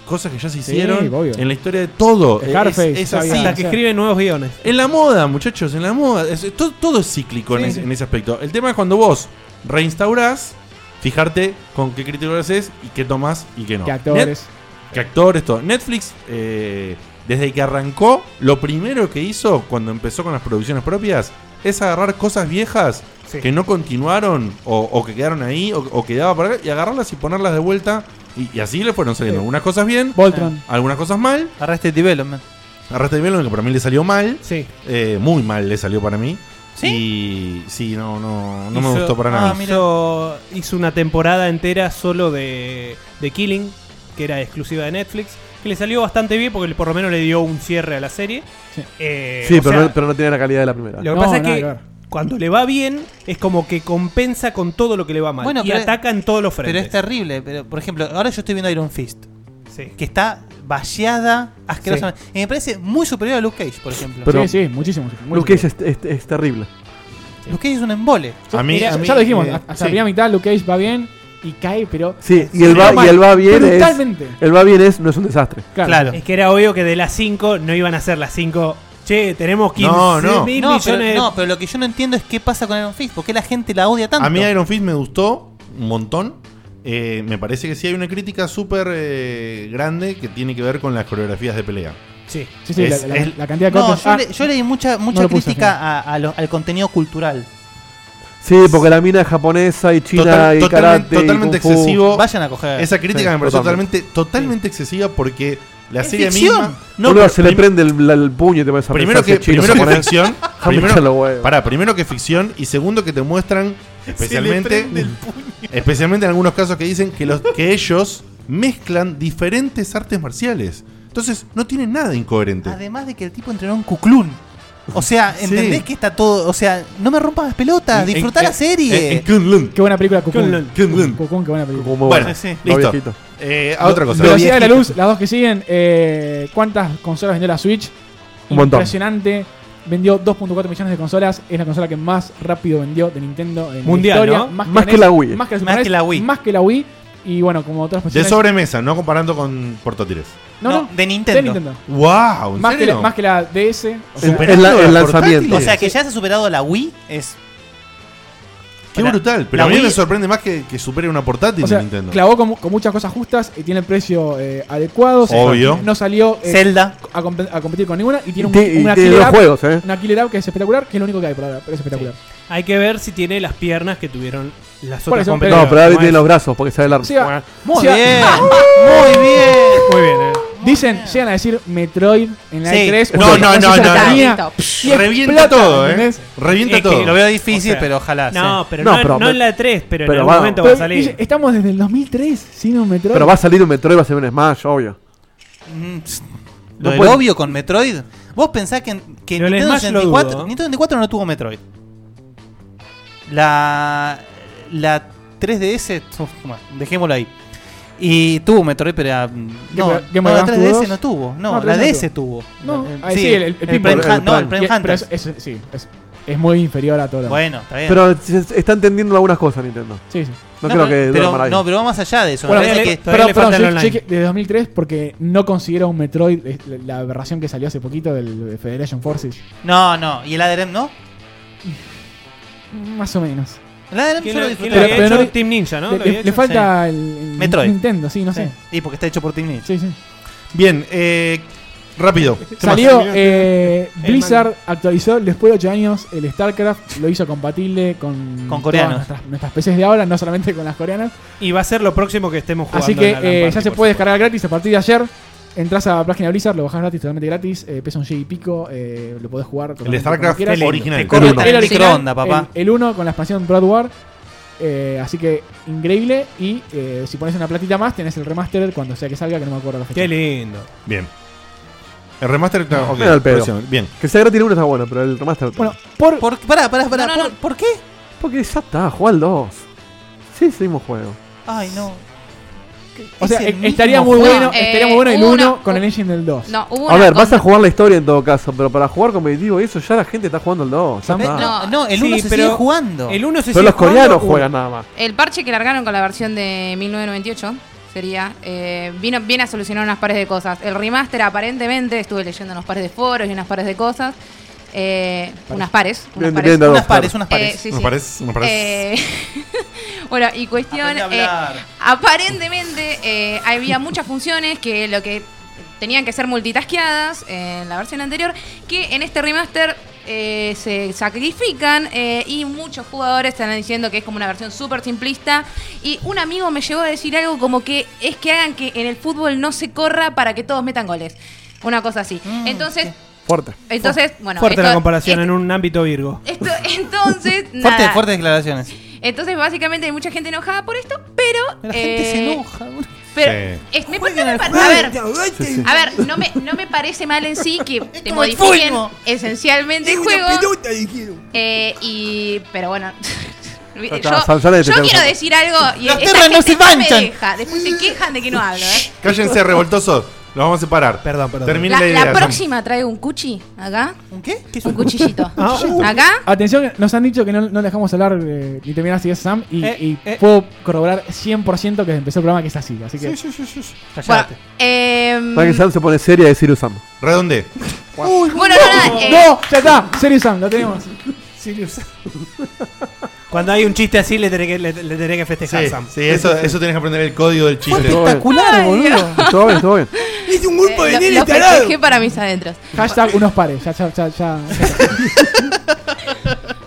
Speaker 2: cosas que ya se
Speaker 3: Sí,
Speaker 2: hicieron.
Speaker 3: obvio.
Speaker 2: En la historia de todo. Es,
Speaker 3: Scarface,
Speaker 2: es
Speaker 3: está
Speaker 2: así.
Speaker 3: bien.
Speaker 8: Hasta que escribe nuevos guiones.
Speaker 2: En la moda, muchachos, en la moda. Es- todo, todo es cíclico en, ese, en ese aspecto. El tema es cuando vos reinstaurás, fijarte con qué criterio lo haces y qué tomás y qué no.
Speaker 3: que actores.
Speaker 2: Net- qué actores, todo. Netflix, eh, desde que arrancó, lo primero que hizo cuando empezó con las producciones propias es agarrar cosas viejas
Speaker 8: Sí.
Speaker 2: que no continuaron o, o que quedaron ahí o, o quedaba para acá y agarrarlas y ponerlas de vuelta. Y, y así le fueron saliendo.
Speaker 3: Sí.
Speaker 2: Algunas cosas bien, eh,
Speaker 3: Voltron.
Speaker 2: algunas cosas mal.
Speaker 6: Arrested Development.
Speaker 2: Arrastre bien lo que para mí le salió mal.
Speaker 8: Sí.
Speaker 2: Eh, muy mal le salió para mí.
Speaker 6: ¿Sí?
Speaker 2: Y sí, no, no, no me
Speaker 8: Hizo-
Speaker 2: gustó para
Speaker 6: ah,
Speaker 2: nada.
Speaker 6: mira.
Speaker 8: Hizo, hizo una temporada entera solo de, de Killing, que era exclusiva de Netflix, que le salió bastante bien porque por lo menos le dio un cierre a la serie.
Speaker 3: Sí.
Speaker 8: Eh,
Speaker 5: Sí,
Speaker 8: o
Speaker 5: pero,
Speaker 8: sea,
Speaker 5: no, pero no tiene la calidad de la primera.
Speaker 8: Lo que
Speaker 3: No,
Speaker 8: pasa es
Speaker 3: nada
Speaker 8: que,
Speaker 3: que ver.
Speaker 8: cuando le va bien, es como que compensa con todo lo que le va mal.
Speaker 6: Bueno,
Speaker 8: y
Speaker 6: pero-
Speaker 8: ataca en todos los
Speaker 6: Pero
Speaker 8: frentes.
Speaker 6: es terrible. Pero, por ejemplo, ahora yo estoy viendo Iron Fist.
Speaker 8: Sí.
Speaker 6: Que está vaciada, asquerosamente. Y me parece muy superior a Luke Cage, por ejemplo.
Speaker 5: Pero-
Speaker 3: sí, sí, muchísimo. muchísimo.
Speaker 5: Luke Cage es, es- es terrible.
Speaker 6: Luke Cage es un embole.
Speaker 2: A mí,
Speaker 3: Ya-
Speaker 2: a mí-
Speaker 3: ya lo dijimos,
Speaker 2: eh,
Speaker 3: hasta
Speaker 2: sí.
Speaker 3: la primera mitad Luke Cage va bien y cae, pero.
Speaker 5: Sí, y él va,
Speaker 3: Mal.
Speaker 5: y él va bien es.
Speaker 3: Brutalmente.
Speaker 5: El va bien es, no es un desastre.
Speaker 3: Claro.
Speaker 6: Claro.
Speaker 8: Es que era obvio que de las 5 no iban a ser las 5. Che, tenemos 15
Speaker 2: No, no.
Speaker 8: mil
Speaker 6: No
Speaker 8: millones.
Speaker 6: pero, no, pero lo que yo no entiendo es qué pasa con Iron Fist. ¿Por qué la gente la odia tanto?
Speaker 2: A mí Iron Fist me gustó un montón. Eh, me parece que sí hay una crítica súper eh, grande que tiene que ver con las coreografías de pelea.
Speaker 8: Sí.
Speaker 3: Sí, sí,
Speaker 2: Es-
Speaker 3: la, la-
Speaker 2: es-
Speaker 3: la cantidad de
Speaker 6: No,
Speaker 3: cortes.
Speaker 6: yo,
Speaker 3: Ah,
Speaker 6: le- yo leí mucha, mucha
Speaker 3: lo puse,
Speaker 6: crítica a- a lo- al contenido cultural.
Speaker 5: Sí, porque la mina es japonesa y china
Speaker 2: Total-
Speaker 5: y
Speaker 2: totalmente-
Speaker 5: karate. y
Speaker 2: totalmente
Speaker 5: kung fu.
Speaker 2: excesivo.
Speaker 6: Vayan a coger.
Speaker 2: Esa crítica
Speaker 5: Sí,
Speaker 2: me pareció
Speaker 5: totalmente.
Speaker 2: totalmente, totalmente excesiva porque la
Speaker 6: Es
Speaker 2: serie
Speaker 6: ficción.
Speaker 2: misma. No,
Speaker 5: Boludo,
Speaker 2: pero
Speaker 5: se le
Speaker 2: prim-
Speaker 5: prende el, la- el puño y te vas a
Speaker 2: primero
Speaker 5: pensar
Speaker 2: que,
Speaker 5: si es chino,
Speaker 2: primero que
Speaker 5: japonés. [LAUGHS]
Speaker 2: ficción.
Speaker 5: Déjame echar los
Speaker 2: primero,
Speaker 5: huevos.
Speaker 2: pará, primero que ficción y segundo que te muestran especialmente especialmente en algunos casos que dicen que los que ellos mezclan diferentes artes marciales. Entonces, no tiene nada incoherente.
Speaker 6: Además de que el tipo entrenó en Cuclún. O sea, ¿entendés
Speaker 2: Sí.
Speaker 6: que está todo? O sea, no me rompas las pelotas,
Speaker 2: En-
Speaker 6: disfrutá
Speaker 2: en-
Speaker 6: la serie.
Speaker 2: en- en Kunlun.
Speaker 3: Qué buena película, Cocoon.
Speaker 8: Kunlun.
Speaker 2: Kunlun.
Speaker 3: Cocoon, qué buena película.
Speaker 5: Como
Speaker 2: Bueno,
Speaker 5: bueno,
Speaker 6: sí, sí.
Speaker 5: lo
Speaker 2: listo.
Speaker 5: viejito.
Speaker 2: Eh, a otra cosa.
Speaker 6: Lo-
Speaker 3: Velocidad de la luz, las dos que siguen. eh, ¿Cuántas consolas vendió la Switch?
Speaker 5: Un montón.
Speaker 3: Impresionante. Vendió 2.4 millones de consolas. Es la consola que más rápido vendió de Nintendo en
Speaker 8: Mundial,
Speaker 3: la historia.
Speaker 8: ¿no?
Speaker 5: Más que la
Speaker 3: NES,
Speaker 5: Wii.
Speaker 3: Más que la, Super
Speaker 6: Más que
Speaker 3: NES,
Speaker 6: la Wii.
Speaker 3: Más que la Wii. Y bueno, como otras
Speaker 2: de
Speaker 3: posiciones.
Speaker 2: sobremesa, no comparando con portátiles.
Speaker 3: No, no.
Speaker 6: de
Speaker 3: de
Speaker 6: Nintendo.
Speaker 3: Nintendo.
Speaker 2: Wow, Ah, ¿en
Speaker 3: Más que,
Speaker 2: serio?
Speaker 3: la, más que la DS. o sea,
Speaker 5: El,
Speaker 2: Superando
Speaker 5: el la- el
Speaker 2: los
Speaker 5: lanzamiento.
Speaker 2: portátiles.
Speaker 6: O sea, que ya se ha superado la Wii es.
Speaker 2: Qué
Speaker 6: la-
Speaker 2: brutal. Pero
Speaker 6: la
Speaker 2: a mí
Speaker 6: Wii-
Speaker 2: me sorprende más que, que supere una portátil
Speaker 3: o sea,
Speaker 2: de Nintendo.
Speaker 3: clavó con, con muchas cosas justas y tiene el precio eh, adecuado. O sea,
Speaker 2: Obvio.
Speaker 3: No salió eh,
Speaker 6: Zelda.
Speaker 3: a, comp- a competir con ninguna y tiene un,
Speaker 5: Y- y
Speaker 3: una
Speaker 5: tiene
Speaker 3: killer
Speaker 5: dos
Speaker 3: app-
Speaker 5: juegos, ¿eh?
Speaker 3: una killer app que es espectacular, que es lo único que hay por ahora, pero es espectacular.
Speaker 8: Hay que ver si tiene las piernas que tuvieron las
Speaker 3: Por
Speaker 8: otras
Speaker 3: eso,
Speaker 8: competencias.
Speaker 3: [LAUGHS]
Speaker 5: No, pero ahora tiene los brazos porque sale el arma.
Speaker 3: Siga.
Speaker 6: Muy
Speaker 3: siga-
Speaker 6: bien. Muy bien.
Speaker 8: Muy bien, eh.
Speaker 3: Dicen, llegan a decir Metroid en la E
Speaker 11: Sí.
Speaker 3: E3.
Speaker 11: No,
Speaker 3: cuando
Speaker 11: no,
Speaker 3: se
Speaker 11: no, no,
Speaker 3: cercanía,
Speaker 11: no.
Speaker 3: y explota, ¿entendés?
Speaker 11: eh. Revienta todo. lo veo difícil, pero ojalá,
Speaker 8: No,
Speaker 11: sí.
Speaker 8: pero
Speaker 5: No,
Speaker 8: no,
Speaker 5: pero
Speaker 8: no
Speaker 5: me-
Speaker 8: en la 3, pero,
Speaker 5: pero
Speaker 8: en algún
Speaker 5: va-
Speaker 8: momento va
Speaker 5: Pero
Speaker 8: a salir.
Speaker 3: Dice, Estamos desde el 2003 sin un Metroid.
Speaker 5: Pero va a salir un Metroid, va a ser un Smash, obvio.
Speaker 11: mm, Lo
Speaker 5: No
Speaker 11: del
Speaker 5: puede-
Speaker 11: obvio con Metroid. Vos pensás que, que
Speaker 8: Lo del
Speaker 11: Nintendo,
Speaker 8: Smash lo
Speaker 11: 64,
Speaker 8: dudo.
Speaker 11: Nintendo 64 no tuvo Metroid. La, la 3DS, uf, bueno, dejémoslo ahí. Y tuvo Metroid, pero era, no,
Speaker 3: Boy- Game
Speaker 11: no,
Speaker 3: Boy
Speaker 11: la
Speaker 3: Advance
Speaker 11: 3DS
Speaker 3: tuvo
Speaker 11: no
Speaker 3: dos.
Speaker 11: tuvo. No,
Speaker 3: No,
Speaker 11: la
Speaker 3: 3DS
Speaker 11: DS tuvo.
Speaker 3: No,
Speaker 11: Eh,
Speaker 3: ah, sí, el- el Pinball.
Speaker 11: Prime
Speaker 5: El
Speaker 11: Hunt- No, el
Speaker 5: Prime.
Speaker 11: Prime
Speaker 3: Y-
Speaker 11: Hunter.
Speaker 3: pero eso- eso- sí, es, es muy inferior a todo. lo
Speaker 11: Bueno,
Speaker 3: demás.
Speaker 11: está bien.
Speaker 5: Pero se- se- está entendiendo algunas cosas Nintendo.
Speaker 3: Sí, sí.
Speaker 5: No,
Speaker 11: No,
Speaker 5: creo
Speaker 11: pero-
Speaker 5: que
Speaker 11: pero-
Speaker 5: duerman ahí.
Speaker 11: no, pero va más allá de eso.
Speaker 3: Bueno,
Speaker 11: Me parece
Speaker 3: eh,
Speaker 11: que-
Speaker 3: perdón,
Speaker 11: todavía le
Speaker 3: perdón,
Speaker 11: falta el
Speaker 3: yo
Speaker 11: online.
Speaker 3: chequeé desde 2003 porque no considera un Metroid eh, la, la aberración que salió hace poquito del de Federation Forces.
Speaker 11: No, no. ¿Y el ADRM E no?
Speaker 3: Más o menos.
Speaker 11: El ADRM
Speaker 8: ¿Quién
Speaker 11: yo lo
Speaker 8: lo-
Speaker 11: disfruté.
Speaker 8: quién lo había hecho? Team Ninja, ¿no?
Speaker 3: Le,
Speaker 8: Lo había
Speaker 3: le-
Speaker 8: hecho.
Speaker 3: le falta
Speaker 11: Sí.
Speaker 3: el, el
Speaker 11: Metroid.
Speaker 3: Nintendo, sí, no sé.
Speaker 11: Y porque está hecho por Team Ninja.
Speaker 3: Sí, sí.
Speaker 2: Bien, eh, rápido.
Speaker 3: Salió,
Speaker 2: ¿Qué más?
Speaker 3: eh,
Speaker 11: El
Speaker 3: Blizzard actualizó después de 8 años el StarCraft, lo hizo compatible con,
Speaker 8: Con coreanos.
Speaker 3: todas nuestras, nuestras PCs de ahora, no solamente con las coreanas.
Speaker 8: Y va a ser lo próximo que estemos jugando.
Speaker 3: Así que
Speaker 8: en la LAN
Speaker 3: eh, ya
Speaker 8: party,
Speaker 3: se
Speaker 8: por
Speaker 3: puede descargar gratis a partir de ayer. Entras a la página de Blizzard, lo bajas gratis, totalmente gratis, eh, pesa un GB y pico, eh, lo podés jugar. totalmente
Speaker 2: StarCraft
Speaker 3: cuando quieras.
Speaker 2: el original.
Speaker 3: El
Speaker 2: Te corta
Speaker 3: original,
Speaker 2: el microondas, papá.
Speaker 3: El 1 con la expansión Broad War. eh, así que increíble. Y eh, si pones una platita más, tenés el remaster cuando sea que salga, que no me acuerdo la fecha.
Speaker 8: Qué lindo.
Speaker 2: Bien. El remaster está. ok,
Speaker 5: Me da el pedo.
Speaker 2: versión, Bien.
Speaker 5: Que sea gratis el uno está bueno, pero el remaster.
Speaker 3: Bueno, por.
Speaker 11: por pará, pará, pará. por, por qué?
Speaker 5: Porque ya está, juega al 2. Sí, seguimos juego.
Speaker 11: Ay, no.
Speaker 3: O
Speaker 11: Es
Speaker 3: sea,
Speaker 11: el
Speaker 6: e-
Speaker 3: eh,
Speaker 11: mismo
Speaker 3: estaría muy,
Speaker 11: juego. Eh,
Speaker 3: bueno, estaría muy bueno el
Speaker 4: hubo
Speaker 3: 1
Speaker 4: una-
Speaker 3: con el engine del 2.
Speaker 4: No, hubo
Speaker 5: A
Speaker 4: una
Speaker 5: ver, vas
Speaker 4: cosa-
Speaker 5: a jugar la historia en todo caso, pero para jugar competitivo y eso ya la gente está jugando al 2. ya está.
Speaker 4: No,
Speaker 11: no, el
Speaker 8: Sí,
Speaker 11: uno se
Speaker 8: pero
Speaker 11: sigue jugando.
Speaker 8: El 1 se
Speaker 5: pero
Speaker 8: sigue
Speaker 5: los coreanos
Speaker 8: jugando,
Speaker 5: juegan nada más.
Speaker 4: El parche que largaron con la versión de 1998 sería. eh, vino, viene a solucionar unas pares de cosas. El remaster, aparentemente, estuve leyendo unos pares de foros y unas pares de cosas. eh, unas pares. Unas
Speaker 5: Bien,
Speaker 4: pares.
Speaker 5: bien, dado,
Speaker 11: Unas pares, unas pares.
Speaker 4: Eh, sí,
Speaker 2: Unas
Speaker 4: sí.
Speaker 2: pares, unas pares.
Speaker 4: Eh, [LAUGHS] bueno, y cuestión.
Speaker 11: Aprende a
Speaker 4: eh,
Speaker 11: hablar.
Speaker 4: aparentemente, eh, había muchas funciones que lo que tenían que ser multitasqueadas en la versión anterior, que en este remaster eh, se sacrifican eh, y muchos jugadores están diciendo que es como una versión súper simplista. Y un amigo me llegó a decir algo como que es que hagan que en el fútbol no se corra para que todos metan goles. Una cosa así.
Speaker 11: Mm,
Speaker 4: entonces,
Speaker 5: Fuerte.
Speaker 4: entonces, bueno.
Speaker 8: Fuerte
Speaker 4: esto-
Speaker 8: la comparación en un ámbito virgo.
Speaker 4: esto- [LAUGHS] entonces,
Speaker 11: Fuerte,
Speaker 4: nada.
Speaker 11: fuertes declaraciones.
Speaker 4: Entonces, básicamente hay mucha gente enojada por esto, pero. eh,
Speaker 11: La gente se enoja.
Speaker 4: Pero es- me- no me pa- a ver, a ver, no me, no me parece mal
Speaker 11: [LAUGHS]
Speaker 4: en sí que te
Speaker 11: como el
Speaker 4: modifiquen
Speaker 11: fútbol.
Speaker 4: esencialmente el juego. Eh, y. Pero bueno. Yo,
Speaker 5: está, sal- sale de
Speaker 4: [LAUGHS] yo
Speaker 5: este
Speaker 4: quiero
Speaker 5: tema.
Speaker 4: decir algo y
Speaker 11: Los
Speaker 4: esta
Speaker 11: terras no
Speaker 4: gente
Speaker 11: se
Speaker 4: me
Speaker 11: manchan.
Speaker 4: deja. Después se quejan de que no hablo, ¿eh?
Speaker 2: Cállense, revoltosos. Los vamos a separar.
Speaker 7: Perdón, perdón.
Speaker 4: La,
Speaker 2: Termina la,
Speaker 4: la
Speaker 2: idea. Sam.
Speaker 4: próxima traigo un cuchi acá.
Speaker 11: ¿Un qué? ¿Qué
Speaker 4: Un cuchillito.
Speaker 8: Ah, uh.
Speaker 4: Acá.
Speaker 3: Atención, nos han dicho que no, no dejamos hablar eh, ni terminar si es Sam y,
Speaker 8: Eh,
Speaker 3: y
Speaker 8: eh.
Speaker 3: puedo corroborar 100% que empezó el programa que es así. Así que
Speaker 4: Bueno,
Speaker 11: Callate.
Speaker 4: em,
Speaker 5: Para que Sam se pone seria y decir Usam.
Speaker 2: Redonde.
Speaker 4: bueno, no, nada, eh,
Speaker 3: ¡No! ¡Ya está! Serio Sam, lo
Speaker 2: [LAUGHS]
Speaker 3: tenemos.
Speaker 8: Cuando hay un chiste así, le tenés que, le, le tenés que festejar,
Speaker 2: Sí,
Speaker 8: Sam. Este-
Speaker 2: sí, eso, eso tenés que aprender el código del chiste.
Speaker 5: Todo bien.
Speaker 11: Espectacular, boludo.
Speaker 5: Todo bien, todo bien.
Speaker 4: Ah,
Speaker 7: Es un grupo de
Speaker 4: Eh, lo-
Speaker 7: nenes
Speaker 4: lo
Speaker 7: tarados.
Speaker 4: festejé para mis adentros.
Speaker 3: Hashtag unos pares. Ya, ya, ya, ya.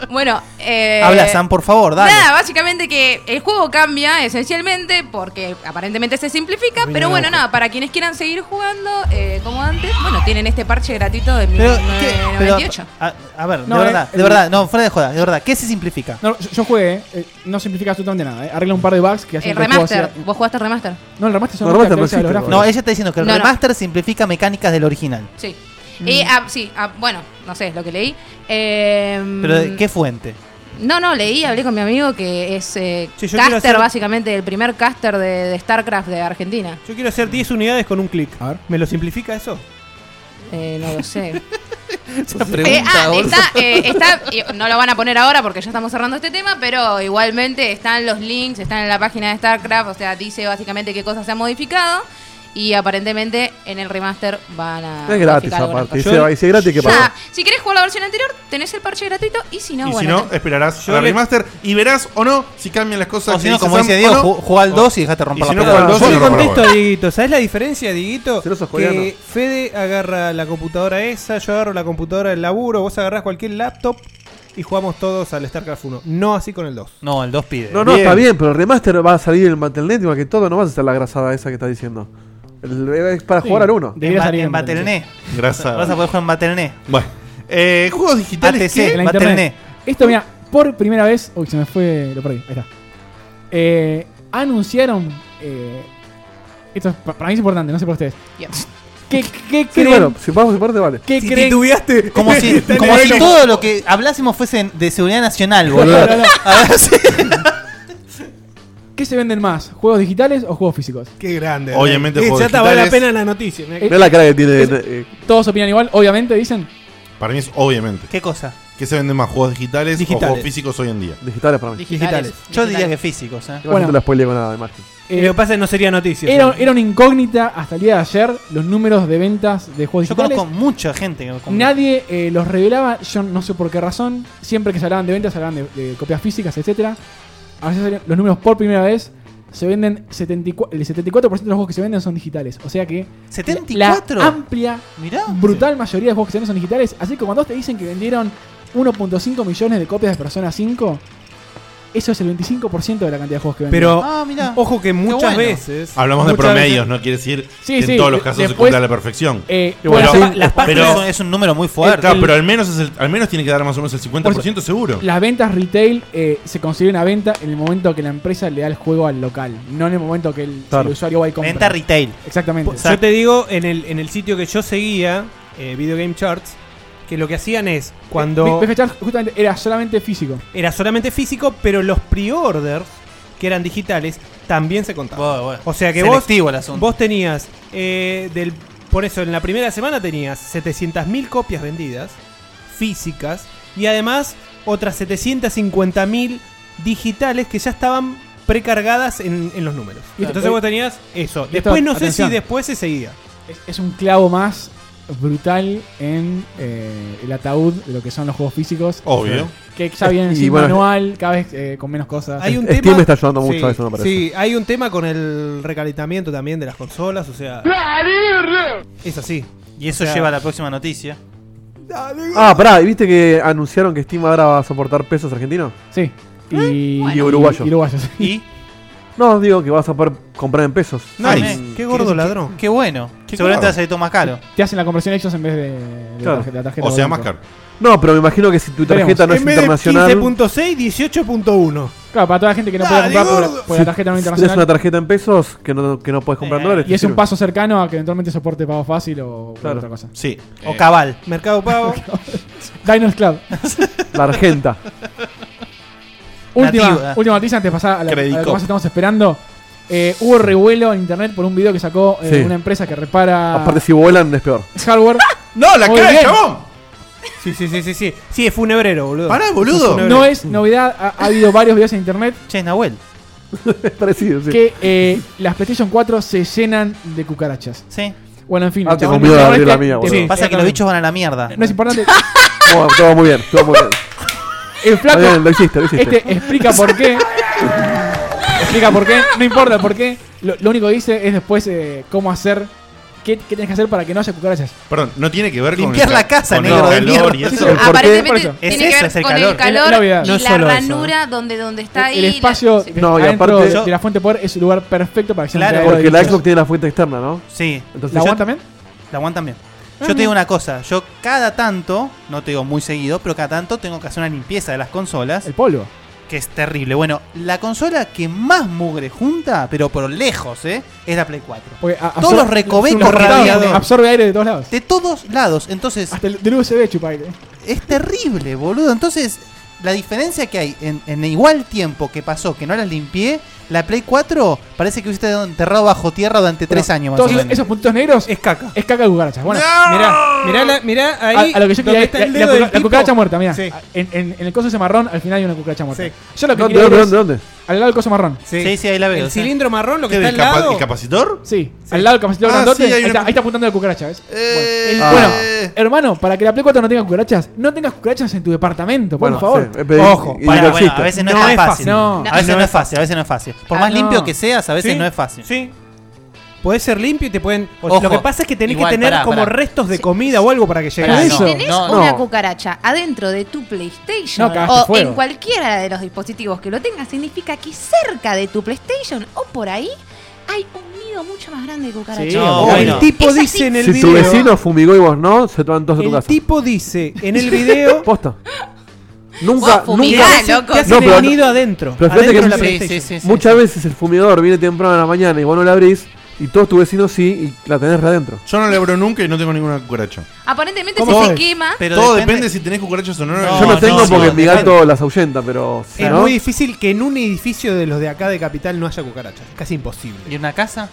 Speaker 4: Bueno, eh,
Speaker 11: Habla, Sam, por favor, dale.
Speaker 4: Nada, básicamente que el juego cambia esencialmente porque aparentemente se simplifica,
Speaker 8: Arruina
Speaker 4: pero
Speaker 8: el
Speaker 4: bueno,
Speaker 8: ojo.
Speaker 4: nada, para quienes quieran seguir jugando eh, como antes, bueno, tienen este parche gratuito de
Speaker 11: Pero, ¿qué? Pero,
Speaker 4: 1998.
Speaker 11: a, a ver,
Speaker 3: No,
Speaker 11: de
Speaker 3: eh,
Speaker 11: verdad,
Speaker 3: el-
Speaker 11: de verdad, no, fuera de joda, de verdad, ¿qué se simplifica?
Speaker 3: No, yo, yo jugué, eh, no simplifica absolutamente nada. eh. Arregla un par de bugs que hacen
Speaker 4: El
Speaker 3: que el juego
Speaker 4: remaster,
Speaker 3: sea-
Speaker 4: vos jugaste el remaster.
Speaker 3: No, el remaster son
Speaker 5: No, el
Speaker 3: los caracteres
Speaker 5: remaster no
Speaker 3: de los
Speaker 5: existe,
Speaker 3: gráficos.
Speaker 11: No, ella está diciendo que el
Speaker 4: No, no.
Speaker 11: remaster simplifica mecánicas del original.
Speaker 4: Sí. Y, ah, sí, ah, bueno, no sé, es lo que leí. Em,
Speaker 11: Pero ¿de qué fuente?
Speaker 4: No, no, leí, hablé con mi amigo que es eh,
Speaker 8: Sí, yo quiero
Speaker 4: caster,
Speaker 8: hacer-
Speaker 4: básicamente, el primer caster de, de StarCraft de Argentina.
Speaker 8: Yo quiero hacer 10 unidades con un clic.
Speaker 3: A ver.
Speaker 8: ¿Me lo simplifica eso?
Speaker 4: Eh, no lo
Speaker 8: [LAUGHS]
Speaker 4: sé.
Speaker 11: Esa
Speaker 4: Eh,
Speaker 11: pregunta,
Speaker 4: ah,
Speaker 11: boludo.
Speaker 4: está, eh, está- eh, no lo van a poner ahora porque ya estamos cerrando este tema, pero igualmente están los links, están en la página de StarCraft, o sea, dice básicamente qué cosas se han modificado y aparentemente en el remaster van a...
Speaker 5: Es gratis
Speaker 4: modificar algunas
Speaker 5: aparte. Y
Speaker 4: cosas.
Speaker 5: si y si es gratis, ¿qué
Speaker 4: O sea,
Speaker 5: pasa?
Speaker 4: si querés jugar la versión anterior, tenés el parche gratuito y si no,
Speaker 2: y si
Speaker 4: bueno...
Speaker 2: no, esperarás
Speaker 8: Yo
Speaker 2: a la
Speaker 8: le-
Speaker 2: remaster y verás o no si cambian las cosas.
Speaker 11: O
Speaker 2: que
Speaker 11: si no, como
Speaker 2: Sam
Speaker 11: dice
Speaker 2: o
Speaker 11: Diego,
Speaker 2: no.
Speaker 11: ju- jugá al 2 y dejate romper
Speaker 2: Y si
Speaker 11: la
Speaker 2: no,
Speaker 11: pelota.
Speaker 2: jugá al dos,
Speaker 8: Yo
Speaker 2: sí,
Speaker 8: le
Speaker 2: Romero,
Speaker 8: contesto a
Speaker 2: Romero.
Speaker 8: Dieguito. ¿Sabes la diferencia, Dieguito?
Speaker 5: Si no sos
Speaker 8: Que
Speaker 5: coreano.
Speaker 8: Fede agarra la computadora esa, yo agarro la computadora del laburo, vos agarrás cualquier laptop y jugamos todos al StarCraft 1. No así con el 2.
Speaker 11: No, el 2 pide.
Speaker 5: No, no,
Speaker 2: Bien.
Speaker 5: está bien, pero el remaster va a salir el Battle.net igual que todo, no vas a hacer la grasada esa que estás diciendo. El- Es para jugar al 1.
Speaker 6: En, ba- en Battle.net.
Speaker 2: Grasa.
Speaker 6: Vas a poder jugar en Battle.net.
Speaker 2: Bueno. Eh, juegos digitales
Speaker 6: ATC,
Speaker 3: En la
Speaker 6: Battle.net.
Speaker 3: internet. Esto, mira, por primera vez. Uy, se me fue. Lo perdí. Ahí está. Eh, anunciaron. eh, esto es, pa- para mí es importante, no sé por ustedes. ¿Qué, qué
Speaker 5: Sí,
Speaker 3: creen?
Speaker 5: bueno, si vamos de parte, vale.
Speaker 3: ¿Qué
Speaker 6: Si
Speaker 3: creen?
Speaker 6: titubeaste, [LAUGHS] Como si, como si todo lo que hablásemos fuese de seguridad nacional, boludo.
Speaker 3: No, no, no.
Speaker 6: A ver si-
Speaker 3: [LAUGHS] ¿Qué se venden más? ¿Juegos digitales o juegos físicos?
Speaker 8: Qué grande. Eh,
Speaker 2: Obviamente,
Speaker 8: ya
Speaker 2: juegos
Speaker 8: está, vale la
Speaker 2: digitales.
Speaker 8: pena la noticia. mirá
Speaker 5: Ve la cara que tiene.
Speaker 3: Es-
Speaker 5: eh,
Speaker 3: Todos opinan igual, obviamente, dicen.
Speaker 2: Para mí es obviamente.
Speaker 6: ¿Qué cosa?
Speaker 2: ¿Qué se venden más? ¿Juegos digitales, o
Speaker 5: Digitales.
Speaker 2: juegos físicos hoy en día?
Speaker 5: Digitales para mí.
Speaker 8: Digitales.
Speaker 6: Yo diría que físicos, ¿eh?
Speaker 5: Igual No te la spoileé con nada, imagen.
Speaker 8: Y lo que pasa es que no sería noticia.
Speaker 3: eh, Era, era una incógnita hasta el día de ayer los números de ventas de juegos
Speaker 6: Yo
Speaker 3: digitales.
Speaker 6: conozco mucha gente que compra.
Speaker 3: Nadie eh, los revelaba, yo no sé por qué razón. Siempre que se hablaban de ventas, se hablaban de, de copias físicas, etc. A veces salían los números por primera vez. Se venden 74, el 74% de los juegos que se venden son digitales. O sea que
Speaker 6: ¿74?
Speaker 3: la amplia,
Speaker 6: Mirá.
Speaker 3: brutal mayoría de juegos que se venden son digitales. Así que cuando te dicen que vendieron 1.5 millones de copias de Persona 5, eso es el 25% de la cantidad de juegos que venden.
Speaker 8: Pero
Speaker 6: Ah, mirá.
Speaker 8: ojo que muchas
Speaker 6: bueno.
Speaker 8: veces.
Speaker 2: Hablamos de
Speaker 8: muchas
Speaker 2: promedios,
Speaker 8: veces-
Speaker 2: no quiere decir
Speaker 3: Sí,
Speaker 2: que en
Speaker 3: sí,
Speaker 2: todos los
Speaker 3: de-
Speaker 2: casos se
Speaker 3: después-
Speaker 2: cumpla a la perfección.
Speaker 3: Eh,
Speaker 2: Pero-
Speaker 3: bueno,
Speaker 2: pero-
Speaker 3: las- las
Speaker 6: páginas
Speaker 2: pero-
Speaker 6: son- es un número muy fuerte.
Speaker 2: Claro,
Speaker 6: El-
Speaker 2: pero al menos, es el- al menos tiene que dar más o menos el 50% seguro.
Speaker 3: Las ventas retail eh, se considera una venta en el momento que la empresa le da el juego al local, no en el momento que el,
Speaker 5: Claro.
Speaker 3: el usuario va y compra.
Speaker 6: Venta retail.
Speaker 3: Exactamente.
Speaker 8: Yo te digo, en el, en el sitio que yo seguía, eh, Video Game Charts, que lo que hacían es cuando.
Speaker 3: Ve- Ve- Charles justamente era solamente físico.
Speaker 8: era solamente físico, pero los pre-orders, que eran digitales, también se contaban. O sea que vos,
Speaker 6: Selectivo el asunto.
Speaker 8: vos tenías, eh, del, por eso en la primera semana tenías 700.000 copias vendidas, físicas, y además otras 750.000 digitales que ya estaban precargadas en, en los números.
Speaker 3: Y esto-
Speaker 8: Entonces vos tenías eso. Después no sé si
Speaker 3: atención.
Speaker 8: después se seguía.
Speaker 3: Es, es un clavo más brutal en eh, el ataúd de lo que son los juegos físicos.
Speaker 2: Obvio.
Speaker 3: Que ya vienen
Speaker 5: Y
Speaker 3: sin
Speaker 5: bueno,
Speaker 3: manual, cada vez eh, con menos cosas.
Speaker 8: Hay un
Speaker 5: Steam
Speaker 8: tema-
Speaker 5: está ayudando mucho
Speaker 8: Sí,
Speaker 5: a eso, me parece.
Speaker 8: Sí, hay un tema con el recalentamiento también de las consolas, o sea, es así.
Speaker 6: Y eso
Speaker 8: O sea,
Speaker 6: lleva a la próxima noticia.
Speaker 5: Ah, pará, ¿y ¿viste que anunciaron que Steam ahora va a soportar pesos argentinos?
Speaker 3: Sí. Y,
Speaker 5: Y uruguayos.
Speaker 3: y uruguayos.
Speaker 6: ¿Y?
Speaker 5: No, digo que vas a poder comprar en pesos.
Speaker 6: Nice.
Speaker 8: Qué gordo ladrón.
Speaker 6: Qué bueno.
Speaker 2: Qué
Speaker 6: Seguramente
Speaker 2: caro.
Speaker 6: va a salir todo más caro.
Speaker 3: Te hacen la conversión ellos en vez de, de
Speaker 5: Claro.
Speaker 3: la tarjeta, la tarjeta
Speaker 2: O sea,
Speaker 3: de
Speaker 2: más
Speaker 3: banco.
Speaker 2: caro.
Speaker 5: No, pero me imagino que si tu tarjeta no es
Speaker 8: en vez de
Speaker 5: internacional.
Speaker 8: 15.6, 18.1.
Speaker 3: Claro, para toda la gente que no
Speaker 2: Ah,
Speaker 3: puede
Speaker 8: Dale,
Speaker 3: comprar por, la-
Speaker 8: gordo.
Speaker 3: por la tarjeta no
Speaker 5: si
Speaker 3: internacional.
Speaker 5: tenés una tarjeta en pesos que no, que no
Speaker 2: Eh,
Speaker 5: puedes comprar en dólares.
Speaker 3: Y es un
Speaker 5: sirve.
Speaker 3: paso cercano a que eventualmente soporte pago fácil o o otra cosa.
Speaker 2: Sí.
Speaker 6: O
Speaker 2: Eh,
Speaker 6: cabal.
Speaker 3: [LAUGHS]
Speaker 8: Mercado Pago.
Speaker 3: Dinos
Speaker 2: [LAUGHS]
Speaker 3: Club. [LAUGHS]
Speaker 5: La argenta.
Speaker 3: última,
Speaker 6: Nativa.
Speaker 3: última noticia antes de pasar a la, a la que
Speaker 2: Credicop.
Speaker 3: más estamos esperando. Eh, hubo revuelo en internet por un video que sacó eh,
Speaker 5: Sí.
Speaker 3: una empresa que repara
Speaker 5: Aparte, si vuelan es peor.
Speaker 3: hardware.
Speaker 2: [LAUGHS] ¡No, la
Speaker 3: Muy
Speaker 2: cara de
Speaker 3: bien.
Speaker 2: chabón!
Speaker 8: Sí, sí, sí, sí, sí. Sí, es funebrero, boludo.
Speaker 2: ¡Pará, boludo!
Speaker 8: Muy
Speaker 3: No
Speaker 8: bien.
Speaker 3: es novedad, ha, ha habido varios videos en internet
Speaker 6: Che, Nahuel.
Speaker 5: [LAUGHS] Es parecido, sí.
Speaker 3: que eh, las PlayStation 4 se llenan de cucarachas.
Speaker 6: Sí.
Speaker 3: Bueno, en fin,
Speaker 5: Ah,
Speaker 3: chabón,
Speaker 5: tengo miedo de
Speaker 3: chabón
Speaker 5: abrir
Speaker 3: este
Speaker 5: la mía,
Speaker 3: te-
Speaker 5: boludo.
Speaker 3: sí,
Speaker 6: Pasa que los bichos van a la mierda.
Speaker 3: No es
Speaker 6: [LAUGHS]
Speaker 3: importante.
Speaker 5: Bueno, todo muy bien, todo muy bien.
Speaker 3: El
Speaker 5: Está bien, lo
Speaker 3: flaco
Speaker 5: hiciste, lo hiciste.
Speaker 3: Este explica por qué. explica por qué. No importa por qué. Lo, lo único que dice es después eh, cómo hacer. Qué, qué tienes que hacer para que no haya cucarachas?
Speaker 2: Perdón, no tiene que ver con.
Speaker 6: Limpiar
Speaker 2: el
Speaker 6: la casa,
Speaker 2: con el
Speaker 6: negro de
Speaker 2: calor y
Speaker 6: mierda.
Speaker 2: eso.
Speaker 5: ¿Por qué?
Speaker 3: Por
Speaker 4: Aparentemente
Speaker 3: eso.
Speaker 4: tiene
Speaker 6: Es
Speaker 4: que
Speaker 6: eso,
Speaker 4: ver
Speaker 6: es el
Speaker 4: con
Speaker 6: calor.
Speaker 4: el calor
Speaker 3: Es la obviedad.
Speaker 4: y
Speaker 8: No
Speaker 4: la
Speaker 8: solo eso,
Speaker 4: ranura donde, donde está ahí.
Speaker 3: el
Speaker 4: la-
Speaker 3: espacio
Speaker 4: sí.
Speaker 5: No, y
Speaker 3: adentro
Speaker 5: aparte-
Speaker 3: de,
Speaker 5: Yo-
Speaker 3: de la fuente de poder es el lugar perfecto para que
Speaker 6: Claro,
Speaker 3: se
Speaker 5: Porque la Xbox tiene la fuente externa, ¿no?
Speaker 6: Sí.
Speaker 5: Entonces,
Speaker 3: ¿La
Speaker 5: yo-
Speaker 3: One también? Ah,
Speaker 6: La aguantan también. Yo te digo una cosa, yo cada tanto, no te digo muy seguido, pero cada tanto tengo que hacer una limpieza de las consolas,
Speaker 3: El polvo.
Speaker 6: que es terrible. Bueno, la consola que más mugre junta, pero por lejos, ¿eh? es la Play 4.
Speaker 3: Porque a-
Speaker 6: Todos
Speaker 3: absor-
Speaker 6: los recovecos
Speaker 3: absorbe-
Speaker 6: radiadores.
Speaker 3: Absorbe aire de todos lados.
Speaker 6: De todos lados, entonces
Speaker 3: Hasta el del USB chupa aire.
Speaker 6: es terrible, boludo. Entonces, la diferencia que hay en, en igual tiempo que pasó que no las limpié, la Play 4 parece que hubiese estado enterrado bajo tierra durante tres años más o
Speaker 3: Todos
Speaker 6: menos.
Speaker 3: esos puntitos negros
Speaker 8: Es caca.
Speaker 3: es caca de cucarachas. Bueno,
Speaker 8: Mirá, mirá, la- mirá ahí.
Speaker 3: Ah, a, a lo que yo
Speaker 8: donde
Speaker 3: quería
Speaker 8: está el
Speaker 3: la,
Speaker 8: dedo
Speaker 3: la
Speaker 8: del
Speaker 3: cuca- la
Speaker 8: tipo.
Speaker 3: cucaracha muerta, mira.
Speaker 8: Sí.
Speaker 3: En, en- en el coso ese marrón, al final hay una cucaracha muerta.
Speaker 8: Sí.
Speaker 3: Yo lo que
Speaker 5: ¿Dónde,
Speaker 3: quería
Speaker 5: dónde,
Speaker 3: ver
Speaker 5: dónde,
Speaker 3: es-
Speaker 5: dónde?
Speaker 3: al lado del coso marrón.
Speaker 6: Sí, sí, ahí la veo.
Speaker 8: El
Speaker 6: sí.
Speaker 8: cilindro marrón, lo que
Speaker 2: ¿Qué,
Speaker 8: está
Speaker 2: del
Speaker 8: al
Speaker 2: capa-
Speaker 8: lado.
Speaker 2: ¿El capacitor?
Speaker 3: Sí, al lado del capacitor
Speaker 2: Ah,
Speaker 3: grandote.
Speaker 2: sí, hay
Speaker 3: ahí,
Speaker 2: una
Speaker 3: está,
Speaker 2: cuc-
Speaker 3: ahí está apuntando la cucaracha, ¿ves?
Speaker 2: Eh,
Speaker 5: Ah.
Speaker 3: Bueno, hermano, para que la Play 4 no tenga cucarachas, no tengas cucarachas en tu departamento, por
Speaker 5: Bueno,
Speaker 3: favor.
Speaker 5: sí, eh, pero-
Speaker 6: Ojo,
Speaker 5: y- y
Speaker 6: pará,
Speaker 5: no
Speaker 6: bueno,
Speaker 5: existe.
Speaker 6: a veces no,
Speaker 8: No
Speaker 6: es tan
Speaker 8: es
Speaker 6: fácil.
Speaker 8: fácil.
Speaker 3: No.
Speaker 6: A veces
Speaker 8: No
Speaker 6: no,
Speaker 8: es
Speaker 6: es fácil, a veces no es fácil. Por
Speaker 3: Ah,
Speaker 6: más
Speaker 3: no.
Speaker 6: limpio que seas, a veces
Speaker 8: Sí,
Speaker 6: no es fácil.
Speaker 8: Sí. Podés ser limpio y te pueden. o-
Speaker 6: Ojo,
Speaker 8: lo que pasa es que tenés
Speaker 11: igual,
Speaker 8: que tener
Speaker 11: pará,
Speaker 8: como
Speaker 11: pará.
Speaker 8: restos de comida o algo para que llegue
Speaker 5: Pará,
Speaker 8: a
Speaker 5: no.
Speaker 8: eso.
Speaker 4: Tenés
Speaker 5: no.
Speaker 4: una
Speaker 5: No.
Speaker 4: cucaracha adentro de tu PlayStation
Speaker 3: No, cagaste
Speaker 4: o
Speaker 3: fuego.
Speaker 4: en cualquiera de los dispositivos que lo tengas, significa que cerca de tu PlayStation o por ahí hay un nido fumiga mucho más grande que cucaracha.
Speaker 5: Sí,
Speaker 8: No,
Speaker 5: bueno.
Speaker 8: el tipo
Speaker 5: Es así.
Speaker 8: dice en el
Speaker 5: si
Speaker 8: video.
Speaker 5: tu vecino fumigó y vos no, se te van todos de tu
Speaker 8: El
Speaker 5: casa.
Speaker 8: tipo dice en
Speaker 5: [LAUGHS]
Speaker 8: el video.
Speaker 5: Posta. Nunca,
Speaker 8: Vos
Speaker 5: nunca.
Speaker 8: fumigá, loco. Te hacen el nido adentro,
Speaker 5: Pero fíjate
Speaker 8: adentro
Speaker 5: que
Speaker 8: de la
Speaker 5: sí,
Speaker 8: PlayStation.
Speaker 5: sí, sí, sí, muchas veces el fumigador viene temprano en la mañana y vos no la abrís y todos tus vecinos sí y la tenés re adentro.
Speaker 2: Yo no le abro nunca y no tengo ninguna cucaracha.
Speaker 4: Aparentemente
Speaker 2: ¿Cómo?
Speaker 4: si se
Speaker 2: Todo-
Speaker 4: quema.
Speaker 2: todo depende... si tenés cucarachas o no.
Speaker 5: Yo no tengo porque mi gato las ahuyenta, pero si
Speaker 8: Es
Speaker 5: no.
Speaker 8: muy difícil que en un edificio de los de acá de Capital no haya cucarachas. Es casi imposible.
Speaker 11: ¿Y una casa?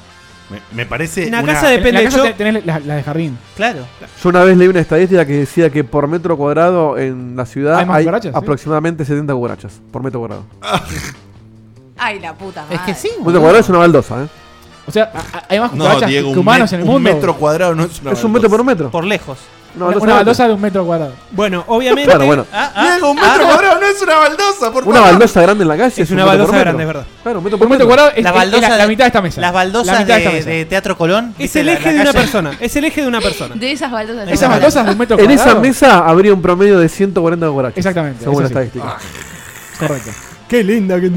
Speaker 2: Me, me parece.
Speaker 8: Una
Speaker 2: una-
Speaker 8: casa depende.
Speaker 3: En la casa
Speaker 8: yo-
Speaker 3: te- tenés la, la de jardín.
Speaker 8: Claro.
Speaker 5: Yo una vez leí una estadística que decía que por metro cuadrado en la ciudad
Speaker 3: Hay
Speaker 5: hay,
Speaker 3: más cucarachas, sí.
Speaker 5: aproximadamente 70 cucarachas por metro cuadrado.
Speaker 4: Ay, la puta madre.
Speaker 11: Es que sí.
Speaker 5: Un metro cuadrado es una baldosa, ¿eh?
Speaker 3: O sea, hay más
Speaker 2: No, Diego, un, met- un metro cuadrado no es una
Speaker 5: Es un metro por metro.
Speaker 11: Por lejos.
Speaker 5: Una
Speaker 3: una,
Speaker 5: baldosa
Speaker 3: una
Speaker 5: grande.
Speaker 3: baldosa de un metro cuadrado.
Speaker 8: [LAUGHS] Bueno, obviamente.
Speaker 5: Claro,
Speaker 2: [LAUGHS]
Speaker 5: bueno.
Speaker 6: Ah,
Speaker 2: Diego, un metro cuadrado no es una baldosa, por
Speaker 5: Una
Speaker 2: favor.
Speaker 5: baldosa grande en la calle.
Speaker 8: Es una
Speaker 5: un metro por
Speaker 8: baldosa
Speaker 5: metro.
Speaker 8: grande, es verdad.
Speaker 5: Claro, un metro
Speaker 3: Un
Speaker 5: por
Speaker 3: metro
Speaker 5: metro.
Speaker 3: cuadrado es,
Speaker 11: La
Speaker 3: es-
Speaker 11: baldosa
Speaker 3: es la, la
Speaker 11: de-
Speaker 3: mitad de esta mesa.
Speaker 11: Las
Speaker 3: La
Speaker 11: baldosas
Speaker 3: mitad de esta
Speaker 11: de,
Speaker 3: mesa.
Speaker 11: de Teatro Colón.
Speaker 8: Es
Speaker 11: ¿viste?
Speaker 8: el
Speaker 11: La-
Speaker 8: eje
Speaker 11: la
Speaker 8: de una
Speaker 11: calle.
Speaker 8: persona. Es el eje de una persona.
Speaker 4: De esas baldosas.
Speaker 3: Esas baldosas de un metro
Speaker 5: En
Speaker 3: cuadrado.
Speaker 5: esa mesa habría un promedio de 140 cucarachas.
Speaker 3: Exactamente,
Speaker 5: Según la
Speaker 3: eso sí.
Speaker 5: estadística.
Speaker 8: Ah,
Speaker 3: Correcto.
Speaker 8: Qué linda que.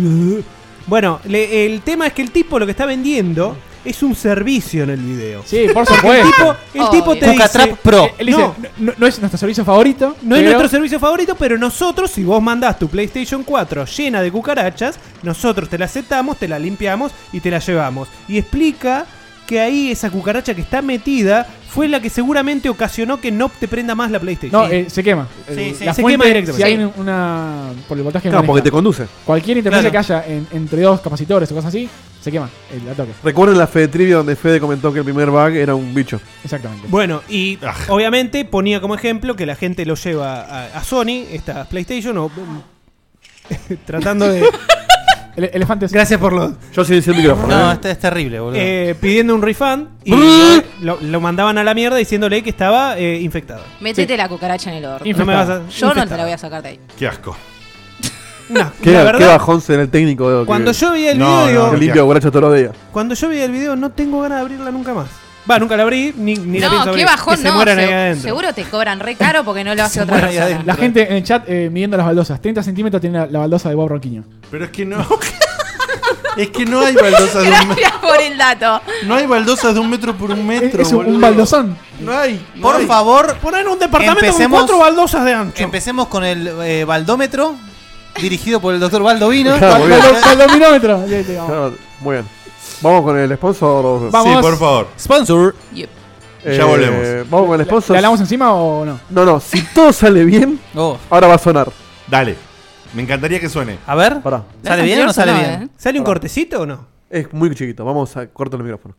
Speaker 8: Bueno, le- el tema es que el tipo lo que está vendiendo es un servicio en el video.
Speaker 3: Sí, por
Speaker 8: Porque
Speaker 3: supuesto.
Speaker 8: El tipo, el tipo te dice.
Speaker 11: Cucatrap Pro.
Speaker 3: Él dice,
Speaker 8: No.
Speaker 3: no. no- no es nuestro servicio favorito.
Speaker 8: No es
Speaker 3: pero-
Speaker 8: nuestro servicio favorito, pero nosotros, si vos mandás tu PlayStation 4 llena de cucarachas, nosotros te la aceptamos, te la limpiamos y te la llevamos. Y explica que ahí esa cucaracha que está metida fue la que seguramente ocasionó que no te prenda más la PlayStation.
Speaker 3: No, eh, se quema.
Speaker 11: Sí,
Speaker 3: Eh,
Speaker 11: sí,
Speaker 3: la
Speaker 8: se
Speaker 3: fuente,
Speaker 8: quema
Speaker 3: Si
Speaker 8: directamente.
Speaker 3: hay
Speaker 8: Sí.
Speaker 3: una. Por el voltaje que
Speaker 5: Claro, porque
Speaker 3: maneja.
Speaker 5: te conduce.
Speaker 3: Cualquier interferencia
Speaker 8: Claro.
Speaker 3: que haya en- entre dos capacitores o cosas así, se quema el ataque.
Speaker 5: Recuerden la Fede Trivia donde Fede comentó que el primer bug era un bicho.
Speaker 3: Exactamente.
Speaker 8: Bueno, y
Speaker 2: Ah.
Speaker 8: obviamente ponía como ejemplo que la gente lo lleva a, a Sony, estas PlayStation, o mm, [LAUGHS] tratando de...
Speaker 3: Ele- elefantes.
Speaker 8: Gracias por lo...
Speaker 5: Yo soy el micrófono.
Speaker 11: No,
Speaker 5: ¿eh?
Speaker 11: este es terrible, boludo.
Speaker 8: eh, pidiendo un refund y lo, lo mandaban a la mierda diciéndole que estaba eh, infectado.
Speaker 4: Métete la cucaracha en el horno.
Speaker 8: No me vas a-
Speaker 4: Yo no te la
Speaker 8: infectada.
Speaker 4: voy a sacar de ahí.
Speaker 2: Qué
Speaker 8: [LAUGHS]
Speaker 2: asco.
Speaker 8: No,
Speaker 5: Qué,
Speaker 8: la
Speaker 5: qué
Speaker 8: verdad,
Speaker 5: bajón será el técnico. de- que-
Speaker 8: cuando yo veía el
Speaker 2: No,
Speaker 8: video,
Speaker 2: no,
Speaker 8: digo,
Speaker 5: que limpia borracho todos los días.
Speaker 8: cuando yo veía el video, no tengo ganas de abrirla nunca más. Va, nunca la abrí, ni, ni la pienso
Speaker 4: No, qué
Speaker 8: abrir.
Speaker 4: bajón,
Speaker 8: que se
Speaker 4: no.
Speaker 8: mueran ahí
Speaker 4: se-
Speaker 8: adentro.
Speaker 4: Seguro te cobran re caro porque
Speaker 8: [LAUGHS]
Speaker 4: no lo hace otra
Speaker 11: mueran ahí
Speaker 4: persona.
Speaker 11: adentro.
Speaker 3: La gente en el chat eh, midiendo las baldosas. 30 centímetros tiene la, la baldosa de Bob Ronquiño.
Speaker 2: Pero es que no. es que no hay baldosas de un metro.
Speaker 4: Gracias por el dato.
Speaker 2: No hay baldosas de un metro por un
Speaker 3: Es,
Speaker 2: metro.
Speaker 3: es un, un
Speaker 2: boludo.
Speaker 3: baldosón.
Speaker 2: No hay. no
Speaker 11: Por
Speaker 2: hay.
Speaker 11: favor,
Speaker 8: Poner un
Speaker 11: departamento con Empecemos- cuatro
Speaker 8: baldosas de ancho.
Speaker 11: empecemos con el eh, baldómetro, dirigido por el doctor Baldovino.
Speaker 5: Claro, muy bien.
Speaker 3: Baldo- Baldominómetro. Sí, sí, vamos.
Speaker 5: Claro, muy bien. Vamos con el sponsor.
Speaker 3: Vamos.
Speaker 2: Sí, por favor.
Speaker 11: Sponsor.
Speaker 2: ya volvemos.
Speaker 5: Eh, Vamos con
Speaker 3: ¿Le
Speaker 5: el sponsor.
Speaker 3: hablamos encima o no?
Speaker 5: No, no, si todo sale bien,
Speaker 11: Oh,
Speaker 5: ahora va a sonar.
Speaker 2: Dale. Me encantaría que suene.
Speaker 11: a ver,
Speaker 5: Pará.
Speaker 11: ¿sale bien o no eh? sale bien?
Speaker 8: ¿Sale un cortecito o no?
Speaker 5: Es muy chiquito. Vamos a cortar el micrófono.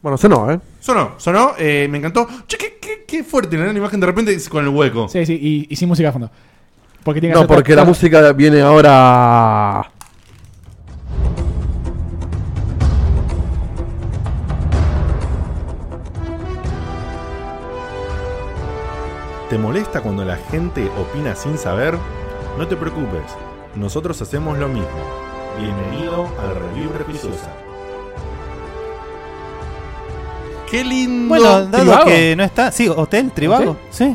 Speaker 5: Bueno, sonó, ¿eh?
Speaker 2: Sonó, sonó, eh, me encantó. Che, qué, qué- qué fuerte, ¿no? La imagen de repente con el hueco.
Speaker 3: Sí, sí, y, y sin música de fondo. Porque tiene que
Speaker 5: No,
Speaker 3: hacer
Speaker 5: porque la
Speaker 3: todo-
Speaker 5: música viene ahora.
Speaker 2: ¿Te molesta cuando la gente opina sin saber? No te preocupes, nosotros hacemos lo mismo. Bienvenido al Review Religiosa. Qué lindo.
Speaker 11: Bueno, dado
Speaker 3: ¿Tribago?
Speaker 11: que no está. Sí, hotel, tribago. Sí.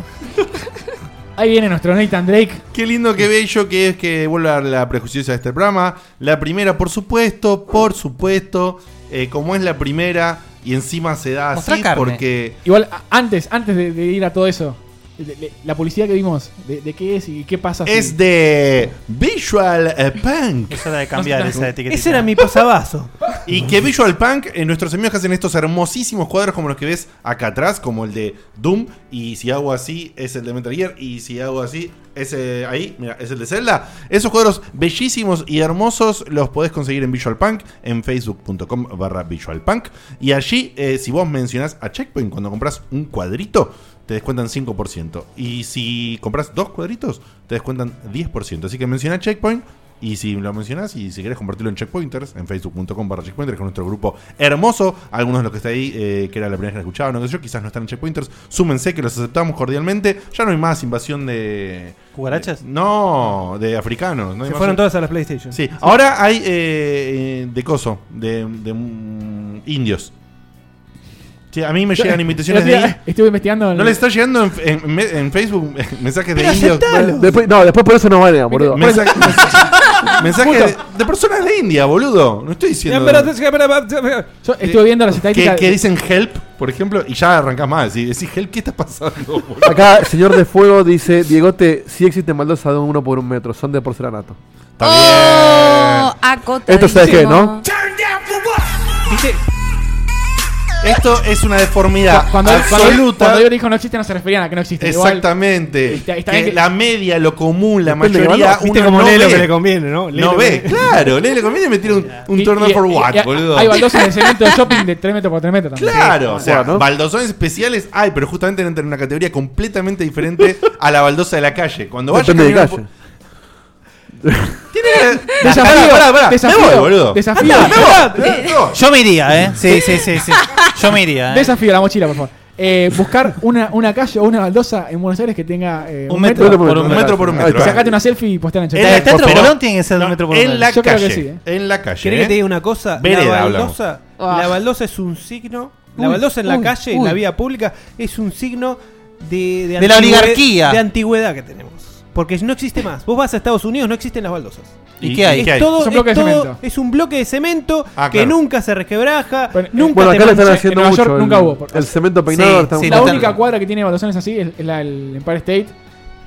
Speaker 3: Ahí viene nuestro Nathan Drake.
Speaker 2: Qué lindo, qué bello que es que vuelva la prejuiciosa de este programa. La primera, por supuesto, por supuesto. eh, como es la primera y encima se da
Speaker 11: Mostrá
Speaker 2: así
Speaker 11: carne.
Speaker 2: porque...
Speaker 3: Igual, a- antes, antes de, de ir a todo eso, de- de- la publicidad que vimos, de, de qué es y qué pasa? si-
Speaker 2: Es de Visual eh, Punk.
Speaker 11: Es hora de cambiar esa etiqueta.
Speaker 8: Ese era mi posavasos.
Speaker 2: Y que Visual Punk, eh, nuestros amigos que hacen estos hermosísimos cuadros como los que ves acá atrás, como el de Doom. Y si hago así, es el de Metal Gear. Y si hago así, ese ahí, mira, es el de Zelda. Esos cuadros bellísimos y hermosos los podés conseguir en Visual Punk, en facebook.com barra Visual Punk. Y allí, eh, si vos mencionás a Checkpoint cuando compras un cuadrito, te descuentan 5%. Y si compras dos cuadritos, te descuentan 10%. Así que menciona Checkpoint. Y si lo mencionás y si querés compartirlo en Checkpointers, en facebook.com barra Checkpointers, con nuestro grupo hermoso, algunos de los que está ahí, eh, que era la primera vez que la escuchaban, no sé yo, quizás no están en Checkpointers, súmense que los aceptamos cordialmente. Ya no hay más invasión de... ¿Cucarachas? no, de africanos. No hay
Speaker 8: Se
Speaker 2: más-
Speaker 8: fueron todas a la PlayStation.
Speaker 2: Sí, ahora hay eh, eh, de coso, de, de, mm, indios. Sí, a mí me llegan invitaciones de... ahí.
Speaker 3: eh, Estuve investigando. en-
Speaker 2: ¿No les está llegando en, en- en Facebook [LAUGHS] eh, mensajes de
Speaker 3: Pero
Speaker 2: indios?
Speaker 3: aceptalo.
Speaker 5: Después- no, después por eso nos banean, boludo.
Speaker 2: Mensaje, [LAUGHS] mensaje de, de personas de India, boludo. No estoy diciendo. Eh,
Speaker 3: Yo estuve viendo las
Speaker 2: que,
Speaker 3: estadísticas.
Speaker 2: que dicen help, por ejemplo, y ya arrancás mal. Si decís help, ¿qué está pasando, boludo?
Speaker 5: Acá, señor de fuego dice, Diegote, sí existen baldosas de uno por un metro, son de porcelanato.
Speaker 4: Oh, acotadísimo.
Speaker 5: Esto sabes qué, ¿no?
Speaker 8: ¿Viste?
Speaker 2: Esto es una deformidad
Speaker 3: Cu- Cuando, cuando-
Speaker 2: absoluta.
Speaker 3: cuando yo dijo no existe, no se referían a que no existe.
Speaker 2: Exactamente.
Speaker 3: Está- está
Speaker 2: que
Speaker 3: bien que-
Speaker 2: la media, lo común, la
Speaker 3: Depende de
Speaker 2: mayoría.
Speaker 3: valor. Viste
Speaker 2: uno
Speaker 3: como
Speaker 2: no
Speaker 3: lee lo
Speaker 2: ve.
Speaker 3: que le conviene, ¿no? Lee
Speaker 2: no
Speaker 3: lo
Speaker 2: ve,
Speaker 3: que-
Speaker 2: claro. Lee lo que conviene y me tira un, un turn
Speaker 3: turno
Speaker 2: off for what, boludo.
Speaker 3: eh, Hay baldosas de cemento de shopping de 3 metros por 3 metros también.
Speaker 2: Claro, o sea, baldosones especiales hay, pero justamente entran en una categoría completamente diferente a la baldosa de la calle. Cuando vayas
Speaker 5: Depende de
Speaker 2: caminando
Speaker 5: calle.
Speaker 2: Pará,
Speaker 3: Desafío,
Speaker 2: pará, pará.
Speaker 3: desafío,
Speaker 2: Me voy, boludo.
Speaker 3: desafío.
Speaker 2: Andá, me voy.
Speaker 11: Yo me iría, ¿eh? Sí, sí, sí, sí. Yo me iría, ¿eh?
Speaker 3: Desafío la mochila, por favor. Eh, buscar una, una calle o una baldosa en Buenos Aires que tenga eh,
Speaker 11: Un metro por un metro.
Speaker 2: por un
Speaker 3: Ahí
Speaker 2: metro,
Speaker 3: está.
Speaker 2: eh.
Speaker 3: Sacate una selfie y posteala en
Speaker 2: En la-
Speaker 3: Twitter.
Speaker 2: Teatro
Speaker 3: Pero-
Speaker 2: Colón tiene que ser un
Speaker 3: no,
Speaker 2: metro por metro.
Speaker 3: En la
Speaker 2: Yo creo que
Speaker 3: calle.
Speaker 2: sí, eh. En la calle,
Speaker 8: ¿Querés
Speaker 2: ¿eh?
Speaker 8: que te diga una cosa?
Speaker 2: Vereda,
Speaker 8: la
Speaker 2: hablamos.
Speaker 8: baldosa,
Speaker 2: Ah.
Speaker 8: la baldosa es un signo. La
Speaker 2: Uy,
Speaker 8: baldosa en la
Speaker 2: uy,
Speaker 8: calle, en
Speaker 2: uy.
Speaker 8: la vía pública, es un signo de,
Speaker 11: De la
Speaker 8: antigüe-
Speaker 11: oligarquía.
Speaker 8: De antigüedad que tenemos. Porque no existe más. Vos vas a Estados Unidos, no existen las baldosas.
Speaker 11: ¿Y qué hay?
Speaker 8: Es,
Speaker 11: ¿Qué hay?
Speaker 8: Todo,
Speaker 11: Es un bloque
Speaker 8: es
Speaker 11: de
Speaker 8: todo-
Speaker 11: cemento.
Speaker 8: es un bloque de cemento
Speaker 11: Ah,
Speaker 8: que
Speaker 11: claro.
Speaker 8: nunca se resquebraja. nunca
Speaker 5: bueno,
Speaker 8: te
Speaker 5: acá le están
Speaker 8: mancha-
Speaker 5: haciendo
Speaker 8: en Nueva
Speaker 5: mucho.
Speaker 8: York
Speaker 5: el,
Speaker 8: nunca hubo. por-
Speaker 5: el cemento peinado está
Speaker 3: la única cuadra que tiene baldosones así es, es la del Empire State,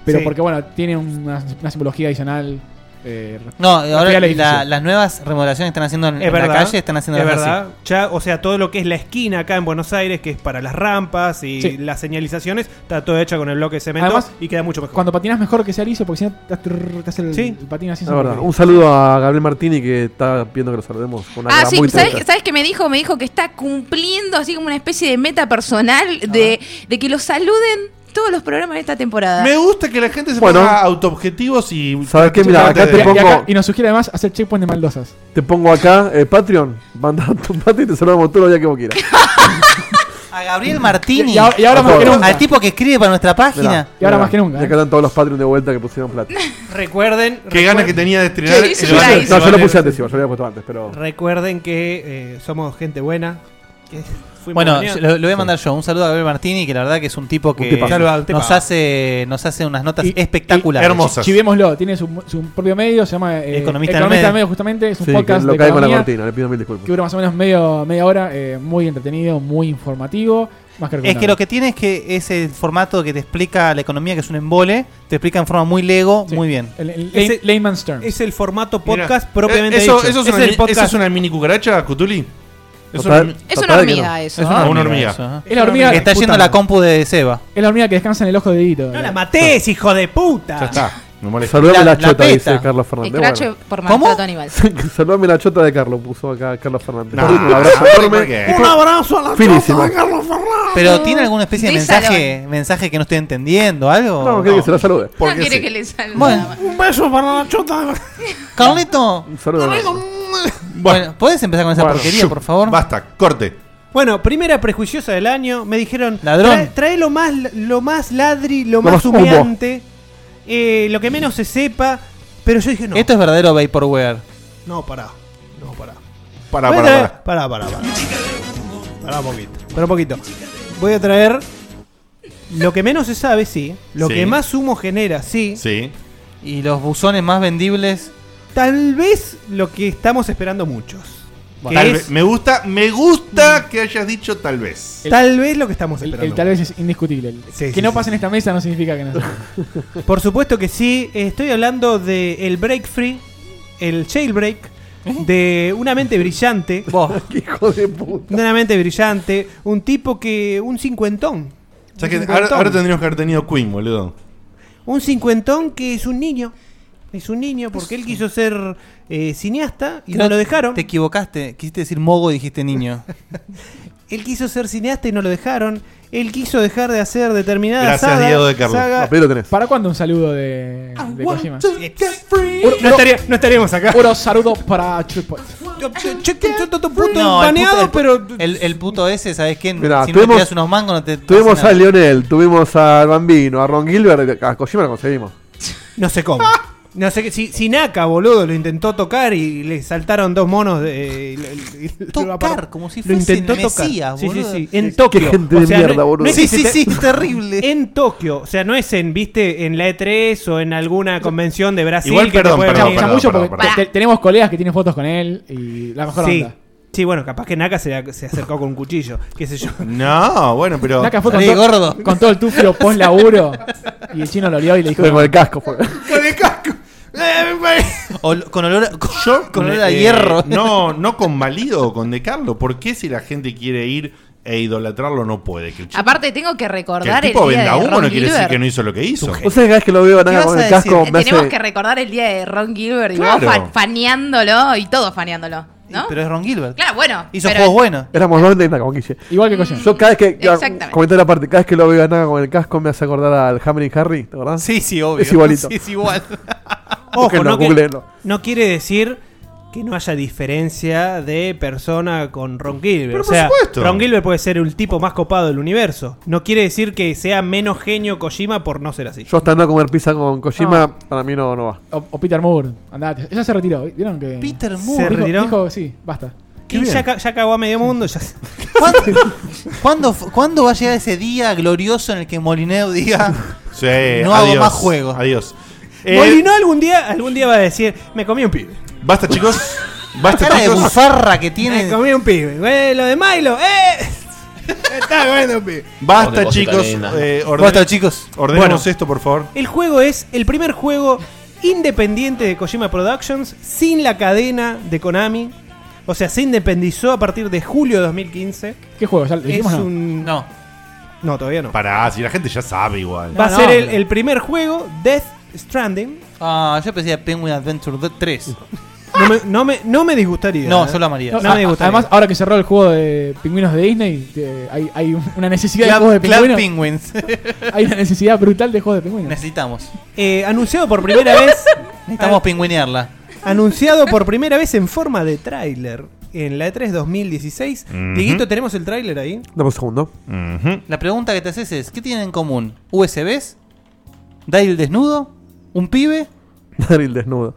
Speaker 3: pero
Speaker 11: Sí.
Speaker 3: porque bueno, tiene una, una simbología adicional. eh,
Speaker 11: No,
Speaker 3: respecto
Speaker 11: ahora
Speaker 3: al edificio.
Speaker 11: la- las nuevas remodelaciones que están haciendo en,
Speaker 8: Es
Speaker 11: en la
Speaker 8: verdad,
Speaker 11: calle están haciendo
Speaker 8: es
Speaker 11: las
Speaker 8: verdad. Ya, o sea, todo lo que es la esquina acá en Buenos Aires, que es para las rampas y
Speaker 3: Sí.
Speaker 8: las señalizaciones, está todo hecho con el bloque de cemento
Speaker 3: Además,
Speaker 8: y queda mucho mejor.
Speaker 3: Cuando patinas mejor que sea liso, porque si no te, hace- te hace el, el patín así. es
Speaker 5: Es
Speaker 3: una
Speaker 5: verdad.
Speaker 3: porquería.
Speaker 5: Un saludo a Gabriel Martini que está pidiendo que lo saludemos. con una
Speaker 4: Ah,
Speaker 5: cara
Speaker 4: sí,
Speaker 5: muy
Speaker 4: ¿sabes,
Speaker 5: triste.
Speaker 4: ¿sabes qué me dijo? Me dijo que está cumpliendo así como una especie de meta personal de, de que lo saluden todos los programas de esta temporada.
Speaker 2: Me gusta que la gente se
Speaker 5: Bueno.
Speaker 2: ponga autoobjetivos y.
Speaker 5: ¿Sabes qué? Mira, acá te
Speaker 3: Y- y, acá-
Speaker 5: pongo,
Speaker 3: y nos sugiere además hacer checkpoint de baldosas.
Speaker 5: te pongo acá eh, Patreon. Manda tu pati y te saludamos todos los días que vos
Speaker 4: [LAUGHS]
Speaker 5: quieras.
Speaker 11: A Gabriel Martini.
Speaker 5: Y ahora- y ahora
Speaker 11: Por
Speaker 5: más que
Speaker 11: favor.
Speaker 5: nunca.
Speaker 11: Al tipo que escribe para nuestra página.
Speaker 5: Mirá, mirá, Y
Speaker 3: eh.
Speaker 5: acá están todos los Patreon de vuelta que
Speaker 4: [LAUGHS]
Speaker 5: pusieron plata.
Speaker 8: Recuerden.
Speaker 2: Qué ganas que tenía de estrenar
Speaker 8: ¿Qué
Speaker 2: el
Speaker 8: hizo
Speaker 2: banner.
Speaker 8: Bryce?
Speaker 5: No, yo lo puse antes, igual, yo lo había puesto antes, pero.
Speaker 8: Recuerden que eh, somos gente buena. que fuimos
Speaker 11: Bueno,
Speaker 8: bueneados.
Speaker 11: yo- lo, lo voy a mandar yo. Un saludo a Gabriel Martini, que la verdad que es un tipo que
Speaker 5: tipazo.
Speaker 8: Saludo, un
Speaker 11: nos
Speaker 8: tipazo.
Speaker 11: hace nos hace unas notas espectaculares.
Speaker 3: Chivémoslo, tiene su, su propio medio, se llama eh,
Speaker 11: Economista al
Speaker 3: al
Speaker 11: Medio.
Speaker 3: medio, justamente. Es un
Speaker 5: Sí, que
Speaker 3: podcast.
Speaker 5: lo
Speaker 3: de
Speaker 5: cae con la
Speaker 3: economía
Speaker 5: cortina, le pido mil disculpas.
Speaker 3: Que dura más o menos medio, media hora, eh, muy entretenido, muy informativo. Más que
Speaker 11: Es que lo que tiene es que es el formato que te explica la economía, que es un embole, te explica en forma muy lego, muy bien.
Speaker 8: Ese-
Speaker 3: Layman's Term.
Speaker 8: Es el formato
Speaker 11: Mirá,
Speaker 8: podcast
Speaker 11: eh,
Speaker 8: propiamente
Speaker 2: eso,
Speaker 8: dicho.
Speaker 2: eso es
Speaker 8: Es
Speaker 2: una,
Speaker 8: el
Speaker 2: mi-
Speaker 8: podcast.
Speaker 2: ¿Eso es una mini cucaracha, Cutuli?
Speaker 11: Total-
Speaker 4: Es una hormiga eso.
Speaker 2: Es
Speaker 11: ¿ah?
Speaker 2: una, una hormiga.
Speaker 11: eso, ¿ah?
Speaker 3: Es la hormiga
Speaker 11: que está
Speaker 3: puta
Speaker 11: yendo a la
Speaker 3: madre.
Speaker 11: compu de Seba.
Speaker 3: Es la hormiga que descansa en el ojo de dedito.
Speaker 8: No la matés, hijo de puta.
Speaker 11: Ya está.
Speaker 2: No molesta.
Speaker 5: Saludame
Speaker 11: La-
Speaker 5: la,
Speaker 11: la
Speaker 5: chota,
Speaker 11: peta.
Speaker 5: dice Carlos Fernández.
Speaker 4: El crache
Speaker 5: bueno.
Speaker 4: por maltrato ¿Cómo?
Speaker 5: [LAUGHS]
Speaker 4: animal.
Speaker 5: Saludame la chota de Carlos, puso acá Carlos Fernández.
Speaker 2: No,
Speaker 5: un abrazo
Speaker 2: no, ¿por
Speaker 5: enorme.
Speaker 2: qué? Un
Speaker 8: abrazo a
Speaker 5: la Finísimo.
Speaker 11: Pero tiene alguna especie de
Speaker 4: Sí,
Speaker 11: [LAUGHS] mensaje, mensaje que no estoy entendiendo, algo.
Speaker 5: No, quiere que se la salude.
Speaker 4: No quiere que le salga.
Speaker 8: Un beso para la chota.
Speaker 11: Carlito.
Speaker 5: Un saludo.
Speaker 11: Bueno, ¿puedes empezar con esa
Speaker 2: Bueno,
Speaker 11: porquería,
Speaker 2: shuf,
Speaker 11: por favor?
Speaker 2: Basta, corte.
Speaker 8: Bueno, primera prejuiciosa del año, me dijeron,
Speaker 11: Ladrón.
Speaker 8: Trae, trae lo más lo más ladri, lo,
Speaker 11: Lo
Speaker 8: más
Speaker 11: más humo.
Speaker 8: humeante, eh, lo que menos se sepa, pero yo dije no.
Speaker 11: Esto es verdadero vaporware.
Speaker 8: No, pará. No, pará.
Speaker 2: Pará,
Speaker 8: Voy a
Speaker 2: pará,
Speaker 8: traer- Pará, pará, pará. Pará un poquito. Pará un poquito. Voy a traer lo que menos se sabe, sí, lo
Speaker 11: Sí.
Speaker 8: que más humo genera, sí.
Speaker 2: Sí.
Speaker 11: Y los buzones más vendibles.
Speaker 8: Tal vez lo que estamos esperando muchos. que
Speaker 2: Tal
Speaker 8: es-
Speaker 2: vez- me gusta, me gusta que hayas dicho tal vez.
Speaker 8: Tal vez lo que estamos
Speaker 3: El,
Speaker 8: esperando.
Speaker 3: el tal vez es indiscutible. El- que
Speaker 8: sí,
Speaker 3: no
Speaker 8: sí,
Speaker 3: pase en esta mesa no significa que no.
Speaker 8: Por supuesto que sí, estoy hablando de el break free, el
Speaker 2: [LAUGHS]
Speaker 8: jailbreak de una mente brillante.
Speaker 5: hijo de puta.
Speaker 8: Una mente brillante, un tipo que un cincuentón.
Speaker 2: O sea que
Speaker 8: Un
Speaker 2: ahora,
Speaker 8: cincuentón.
Speaker 2: ahora tendríamos que haber tenido Queen, boludo.
Speaker 8: Un cincuentón que es un niño. Es un niño porque él quiso ser eh, cineasta y no lo dejaron.
Speaker 11: Te equivocaste. Quisiste decir mogo y dijiste niño.
Speaker 8: Él quiso ser cineasta y no lo dejaron. él quiso dejar de hacer determinadas
Speaker 2: Gracias,
Speaker 8: saga-
Speaker 2: Diego de Carlos.
Speaker 8: saga-
Speaker 3: ¿Para cuándo un saludo de, de
Speaker 8: want
Speaker 3: Kojima?
Speaker 8: to
Speaker 3: no, estaríamos acá. Unos saludos para Triple.
Speaker 11: No, el puto- el,
Speaker 8: pero.
Speaker 11: El, el puto ese, ¿sabes quién?
Speaker 5: Mirá,
Speaker 11: si no le
Speaker 5: tuvimos-
Speaker 11: tiras unos mangos, no te.
Speaker 5: Tuvimos
Speaker 11: hace
Speaker 5: a
Speaker 11: nada.
Speaker 5: Lionel, tuvimos al Bambino, a Ron Gilbert, a Kojima lo conseguimos.
Speaker 8: No
Speaker 11: [LAUGHS]
Speaker 8: sé cómo. No sé qué. Si, si Naka, boludo, lo intentó tocar y le saltaron dos monos de. eh, y- y- y-
Speaker 11: Tocar, como si
Speaker 8: lo
Speaker 11: fuese
Speaker 8: intentó tocar.
Speaker 11: Mesías,
Speaker 8: sí, sí,
Speaker 11: boludo.
Speaker 8: sí. En
Speaker 11: Qué
Speaker 8: Tokio.
Speaker 11: gente de mierda,
Speaker 8: no-
Speaker 11: boludo.
Speaker 8: no es
Speaker 11: Sí,
Speaker 8: que se
Speaker 11: sí,
Speaker 8: te-
Speaker 11: sí, es terrible.
Speaker 8: [LAUGHS] En Tokio. O sea, no es en, viste, en la E3 o en alguna convención de Brasil.
Speaker 3: Igual,
Speaker 8: que te
Speaker 3: perdón,
Speaker 8: puede
Speaker 3: perdón,
Speaker 8: venir.
Speaker 3: perdón, Chamuyo, perdón, porque perdón. te- tenemos colegas que tienen fotos con él y la mejor
Speaker 8: sí.
Speaker 3: onda.
Speaker 8: Sí, bueno, capaz que Naka se, se acercó con un cuchillo, qué sé yo.
Speaker 2: No, bueno, pero.
Speaker 3: Naka fue con, todo- con todo el
Speaker 8: [LAUGHS]
Speaker 3: tufio post laburo y el chino lo olió y le dijo.
Speaker 5: Fue con el casco.
Speaker 11: Ol- con olor a, con, con olor a
Speaker 2: Eh,
Speaker 11: hierro.
Speaker 2: No, no convalido con De Carlo. ¿Por qué si la gente quiere ir e idolatrarlo no puede? Que el, ch-
Speaker 4: Aparte, tengo que
Speaker 2: que el
Speaker 4: Ah, recordar el,
Speaker 2: tipo
Speaker 4: día de
Speaker 2: venda humo
Speaker 4: Ron
Speaker 2: no quiere decir
Speaker 4: Gilbert.
Speaker 2: que no hizo lo que hizo.
Speaker 5: ¿Vos sabés cada vez que lo veo a Naka con el casco me
Speaker 4: Tenemos
Speaker 5: hace...
Speaker 4: que recordar el día de Ron Gilbert y
Speaker 5: Claro.
Speaker 4: vos fa- faneándolo y todos faneándolo, ¿no?
Speaker 11: Pero es Ron Gilbert.
Speaker 4: Claro, bueno.
Speaker 11: Hizo
Speaker 4: pero-
Speaker 11: juegos buenos.
Speaker 5: Éramos dos de Naka con Guille.
Speaker 3: Igual que Kojima.
Speaker 5: Yo cada vez que... ah,
Speaker 4: Exactamente.
Speaker 5: Comentar aparte, cada vez que lo veo a Naka con el casco me hace acordar al Hammer y Harry, ¿te acordás?
Speaker 11: Sí, sí, obvio.
Speaker 5: Es igualito.
Speaker 11: [LAUGHS] Sí, es igual.
Speaker 2: [LAUGHS]
Speaker 8: Ojo,
Speaker 5: Búsquenlo,
Speaker 8: no, que-
Speaker 5: googleenlo.
Speaker 8: no quiere decir que no haya diferencia de persona con Ron Gilbert.
Speaker 2: Pero
Speaker 8: o
Speaker 2: por
Speaker 8: sea,
Speaker 2: supuesto.
Speaker 8: Ron Gilbert puede ser el tipo más copado del universo. No quiere decir que sea menos genio Kojima por no ser así.
Speaker 5: Yo estando a comer pizza con Kojima, para mí no, no va.
Speaker 3: O, o Peter Moore, andate. Ella se retiró, ¿vieron que?
Speaker 11: Peter
Speaker 8: Moore. ¿Se
Speaker 3: Dijo-
Speaker 8: retiró?
Speaker 3: dijo, sí, basta.
Speaker 8: Y ya, ca- ya cagó a medio mundo. Ya... [LAUGHS]
Speaker 11: ¿Cuándo, cuándo f- cuándo va a llegar ese día glorioso en el que Molineo
Speaker 8: [LAUGHS]
Speaker 11: diga
Speaker 2: Sí,
Speaker 11: no
Speaker 2: adiós,
Speaker 11: hago más juegos?
Speaker 2: Adiós. Eh,
Speaker 8: Molinó algún día, algún día va a decir, me comí un pibe.
Speaker 2: Basta, chicos. Basta,
Speaker 11: Cara de
Speaker 2: chicos.
Speaker 11: bufarra que tiene.
Speaker 8: Me comí un pibe. Eh, lo de
Speaker 2: [LAUGHS]
Speaker 8: Milo, ¡eh! Me Estaba comiendo un pibe.
Speaker 2: Basta, chicos. eh, orden-
Speaker 11: Basta, chicos.
Speaker 2: Ordenemos
Speaker 8: Bueno.
Speaker 2: esto, por favor.
Speaker 8: El juego es el primer juego independiente de Kojima Productions sin la cadena de Konami. O sea, se independizó a partir de julio de 2015.
Speaker 3: ¿Qué juego? ¿Ya lo
Speaker 8: es
Speaker 3: dijimos, no?
Speaker 8: un...
Speaker 11: No.
Speaker 8: No, todavía no.
Speaker 2: Pará, si la gente ya sabe igual.
Speaker 8: Va a
Speaker 11: No,
Speaker 8: ser
Speaker 11: no,
Speaker 8: el,
Speaker 11: pero-
Speaker 8: el primer juego, Death Stranding.
Speaker 11: Ah, yo pensé a Penguin Adventure 3.
Speaker 8: [LAUGHS] No me, no me, no me disgustaría.
Speaker 11: No,
Speaker 8: ¿eh?
Speaker 11: solo amaría.
Speaker 8: No,
Speaker 3: Ah,
Speaker 8: me gusta.
Speaker 3: Además, ahora que cerró el juego de pingüinos de Disney, te- hay, hay un- una necesidad de
Speaker 11: Club,
Speaker 3: juegos de
Speaker 11: Club
Speaker 3: pingüinos.
Speaker 11: Penguins.
Speaker 3: [LAUGHS] Hay una necesidad brutal de juegos de pingüinos.
Speaker 11: Necesitamos.
Speaker 8: Eh, anunciado por primera vez.
Speaker 11: [LAUGHS]
Speaker 8: Ah.
Speaker 11: Necesitamos pingüinearla.
Speaker 8: anunciado por primera vez en forma de tráiler. En la E E3 2016.
Speaker 2: Ujú.
Speaker 8: Dieguito, ¿tenemos el tráiler ahí?
Speaker 5: Dame un segundo.
Speaker 2: Ujú.
Speaker 11: La pregunta que te haces es, ¿qué tienen en común? ¿USBs? ¿Daryl desnudo? ¿Un pibe?
Speaker 5: Daryl desnudo.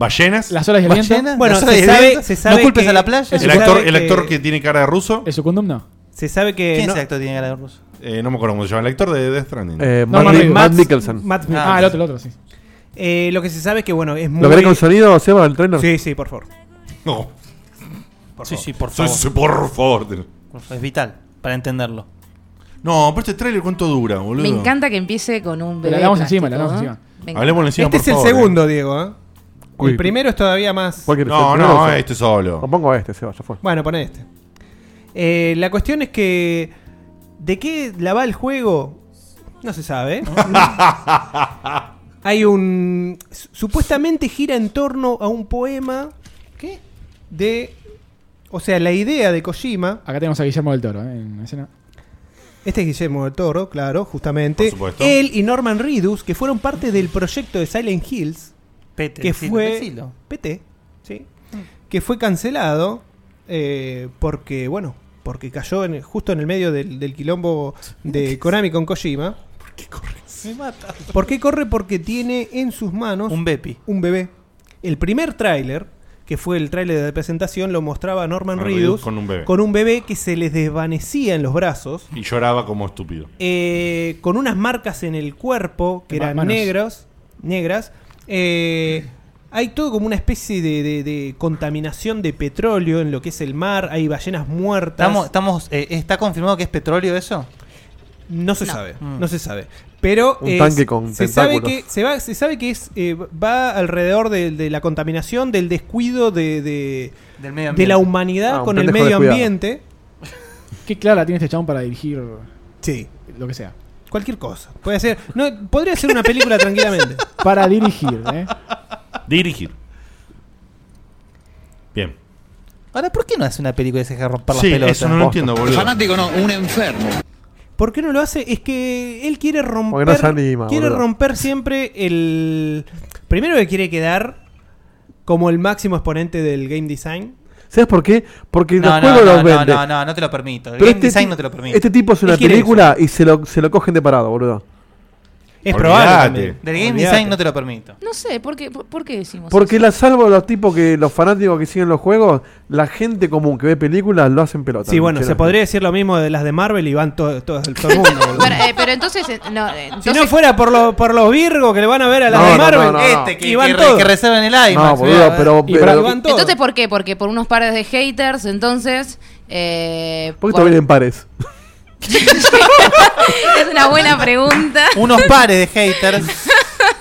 Speaker 2: ¿Ballenas?
Speaker 3: Las olas del viento.
Speaker 11: ¿Ballena?
Speaker 8: Bueno,
Speaker 11: ¿No
Speaker 8: se
Speaker 11: sabes
Speaker 8: sabe-
Speaker 11: viento?
Speaker 8: se sabe
Speaker 11: ¿No culpes
Speaker 8: que-
Speaker 11: a la playa?
Speaker 8: es-
Speaker 2: El
Speaker 8: se
Speaker 2: actor,
Speaker 8: sabe
Speaker 2: el
Speaker 8: que-
Speaker 2: actor que tiene cara de ruso.
Speaker 3: El secundum no.
Speaker 8: Se sabe que.
Speaker 11: ¿Quién
Speaker 8: no-
Speaker 11: es el actor que tiene cara de ruso?
Speaker 2: eh, no me acuerdo cómo se llama. El actor de Death Stranding.
Speaker 5: Eh,
Speaker 3: No,
Speaker 5: Matt,
Speaker 3: Matt
Speaker 5: Ni-
Speaker 3: Reeves.
Speaker 5: Matt Nicholson.
Speaker 8: Matt Smith.
Speaker 3: Ah, el otro, el otro, sí.
Speaker 8: Eh, lo que se sabe es que, bueno, es muy.
Speaker 5: ¿Lo querés con sonido, Seba, el trailer?
Speaker 8: Sí, sí, por favor.
Speaker 2: No.
Speaker 11: Sí, sí, por
Speaker 2: Sí,
Speaker 11: favor.
Speaker 2: sí, por favor.
Speaker 11: Por favor, Es vital para entenderlo.
Speaker 2: No, pero este trailer cuánto dura, boludo.
Speaker 4: Me encanta que empiece con un bebé.
Speaker 3: Le hablamos
Speaker 4: plástico,
Speaker 3: encima, le hablamos
Speaker 4: ¿no?
Speaker 3: encima.
Speaker 4: Me encanta.
Speaker 2: Hablemoslo encima,
Speaker 8: este
Speaker 2: por
Speaker 8: es el
Speaker 2: favor, eh.
Speaker 8: segundo, Diego, ¿eh?
Speaker 5: Uy.
Speaker 8: El primero es todavía más.
Speaker 5: ¿Cuál querés?
Speaker 2: No,
Speaker 5: ¿El primero
Speaker 2: no,
Speaker 5: o el
Speaker 2: este
Speaker 5: segundo?
Speaker 2: solo.
Speaker 5: Lo pongo a este, Seba, ya fue.
Speaker 8: Bueno, pon este. Eh, la cuestión es que. ¿De qué la va el juego? No
Speaker 2: [LAUGHS]
Speaker 8: se sabe. ¿eh? Hay un. su- Supuestamente gira en torno a un poema. ¿Qué? De. O sea, la idea de Kojima.
Speaker 3: Acá tenemos a Guillermo del Toro, ¿eh? en escena.
Speaker 8: Este es Guillermo del Toro, claro, justamente.
Speaker 2: Por supuesto.
Speaker 8: Él y Norman Reedus, que fueron parte del proyecto de Silent Hills.
Speaker 11: Pete,
Speaker 8: que
Speaker 11: decilo,
Speaker 8: fue
Speaker 11: decilo.
Speaker 8: PT, ¿sí? que fue cancelado eh, porque bueno porque cayó en- justo en el medio del, del quilombo de Konami con Kojima.
Speaker 11: Se mata.
Speaker 8: ¿Por qué corre? Porque tiene en sus manos
Speaker 11: Un Bepi.
Speaker 8: un bebé. El primer tráiler, que fue el tráiler de presentación, lo mostraba Norman
Speaker 2: Norman
Speaker 8: Reedus
Speaker 2: Reedus con un bebé.
Speaker 8: con un bebé que se les desvanecía en los brazos.
Speaker 2: Y lloraba como estúpido.
Speaker 8: eh, con unas marcas en el cuerpo que
Speaker 3: Ma-
Speaker 8: eran
Speaker 3: manos.
Speaker 8: negros, negras. eh, hay todo como una especie de, de- de contaminación de petróleo en lo que es el mar. Hay ballenas muertas.
Speaker 11: Estamos, estamos, eh, ¿Está confirmado que es petróleo eso?
Speaker 8: No se
Speaker 4: No.
Speaker 8: sabe,
Speaker 11: Mm.
Speaker 8: no se sabe. Pero
Speaker 5: Un
Speaker 8: es-
Speaker 5: tanque con
Speaker 8: se sabe que
Speaker 5: tentáculos.
Speaker 8: se, va, se sabe que es eh, va alrededor de, de la contaminación, del descuido de, de-
Speaker 11: Del medio
Speaker 8: de
Speaker 11: ambiente.
Speaker 8: la humanidad
Speaker 5: Ah, un
Speaker 8: con el
Speaker 5: pendejo
Speaker 8: medio
Speaker 5: descuidado.
Speaker 8: ambiente.
Speaker 3: Qué clara tiene este chabón para dirigir
Speaker 8: Sí,
Speaker 3: lo que sea.
Speaker 8: cualquier cosa. Puede ser, no, podría ser una
Speaker 5: [LAUGHS]
Speaker 8: película tranquilamente.
Speaker 3: Para dirigir,
Speaker 11: [LAUGHS]
Speaker 3: ¿eh?
Speaker 2: Dirigir. Bien.
Speaker 11: Ahora, ¿por qué no hace una película y se deja romper las
Speaker 2: Sí,
Speaker 11: pelotas?
Speaker 2: eso no lo entiendo, boludo.
Speaker 12: Fanático no, un enfermo.
Speaker 8: ¿Por qué no lo hace? Es que él quiere romper.
Speaker 5: se anima,
Speaker 8: quiere
Speaker 5: boludo.
Speaker 8: romper siempre el. Primero que quiere quedar como el máximo exponente del game design.
Speaker 5: ¿Sabes por qué? Porque
Speaker 8: No,
Speaker 5: los
Speaker 8: no,
Speaker 5: juegos
Speaker 8: no,
Speaker 5: los
Speaker 8: no,
Speaker 5: vende.
Speaker 8: no, no, no te lo permito. El
Speaker 5: Pero
Speaker 8: game design
Speaker 5: ti-
Speaker 8: no te lo permite.
Speaker 5: Este tipo es
Speaker 8: Él
Speaker 5: una
Speaker 8: quiere
Speaker 5: película y se lo, se lo cogen de parado, boludo.
Speaker 8: Es
Speaker 11: probable también. Del game
Speaker 5: Olvídate.
Speaker 11: design no te lo permito.
Speaker 4: No sé, ¿por qué, por, por qué decimos
Speaker 5: Porque
Speaker 4: eso?
Speaker 5: la salvo los tipos que los fanáticos que siguen los juegos, la gente común que ve películas lo hacen pelota.
Speaker 8: Sí, bueno,
Speaker 5: Che,
Speaker 8: se
Speaker 5: no.
Speaker 8: podría decir lo mismo de las de Marvel y van todo, todo, todo el mundo. [LAUGHS] boludo.
Speaker 4: Pero, eh, pero entonces, eh, no, eh,
Speaker 8: Si no fuera por, lo- por los Virgos que le van a ver a las
Speaker 5: No,
Speaker 8: de
Speaker 5: no,
Speaker 8: Marvel,
Speaker 5: no, no, no.
Speaker 8: este,
Speaker 5: Que-
Speaker 8: y van
Speaker 5: que re-
Speaker 8: todos.
Speaker 5: que reserven el IMAX, No, boludo, ¿verdad? pero-
Speaker 8: Y para-
Speaker 5: pero-
Speaker 8: van todos.
Speaker 4: entonces, ¿por qué? Porque por unos pares de haters, entonces... Eh,
Speaker 5: Porque
Speaker 4: por- [LAUGHS]
Speaker 5: esto viene en pares.
Speaker 4: es una buena pregunta.
Speaker 11: [LAUGHS] Unos pares de haters.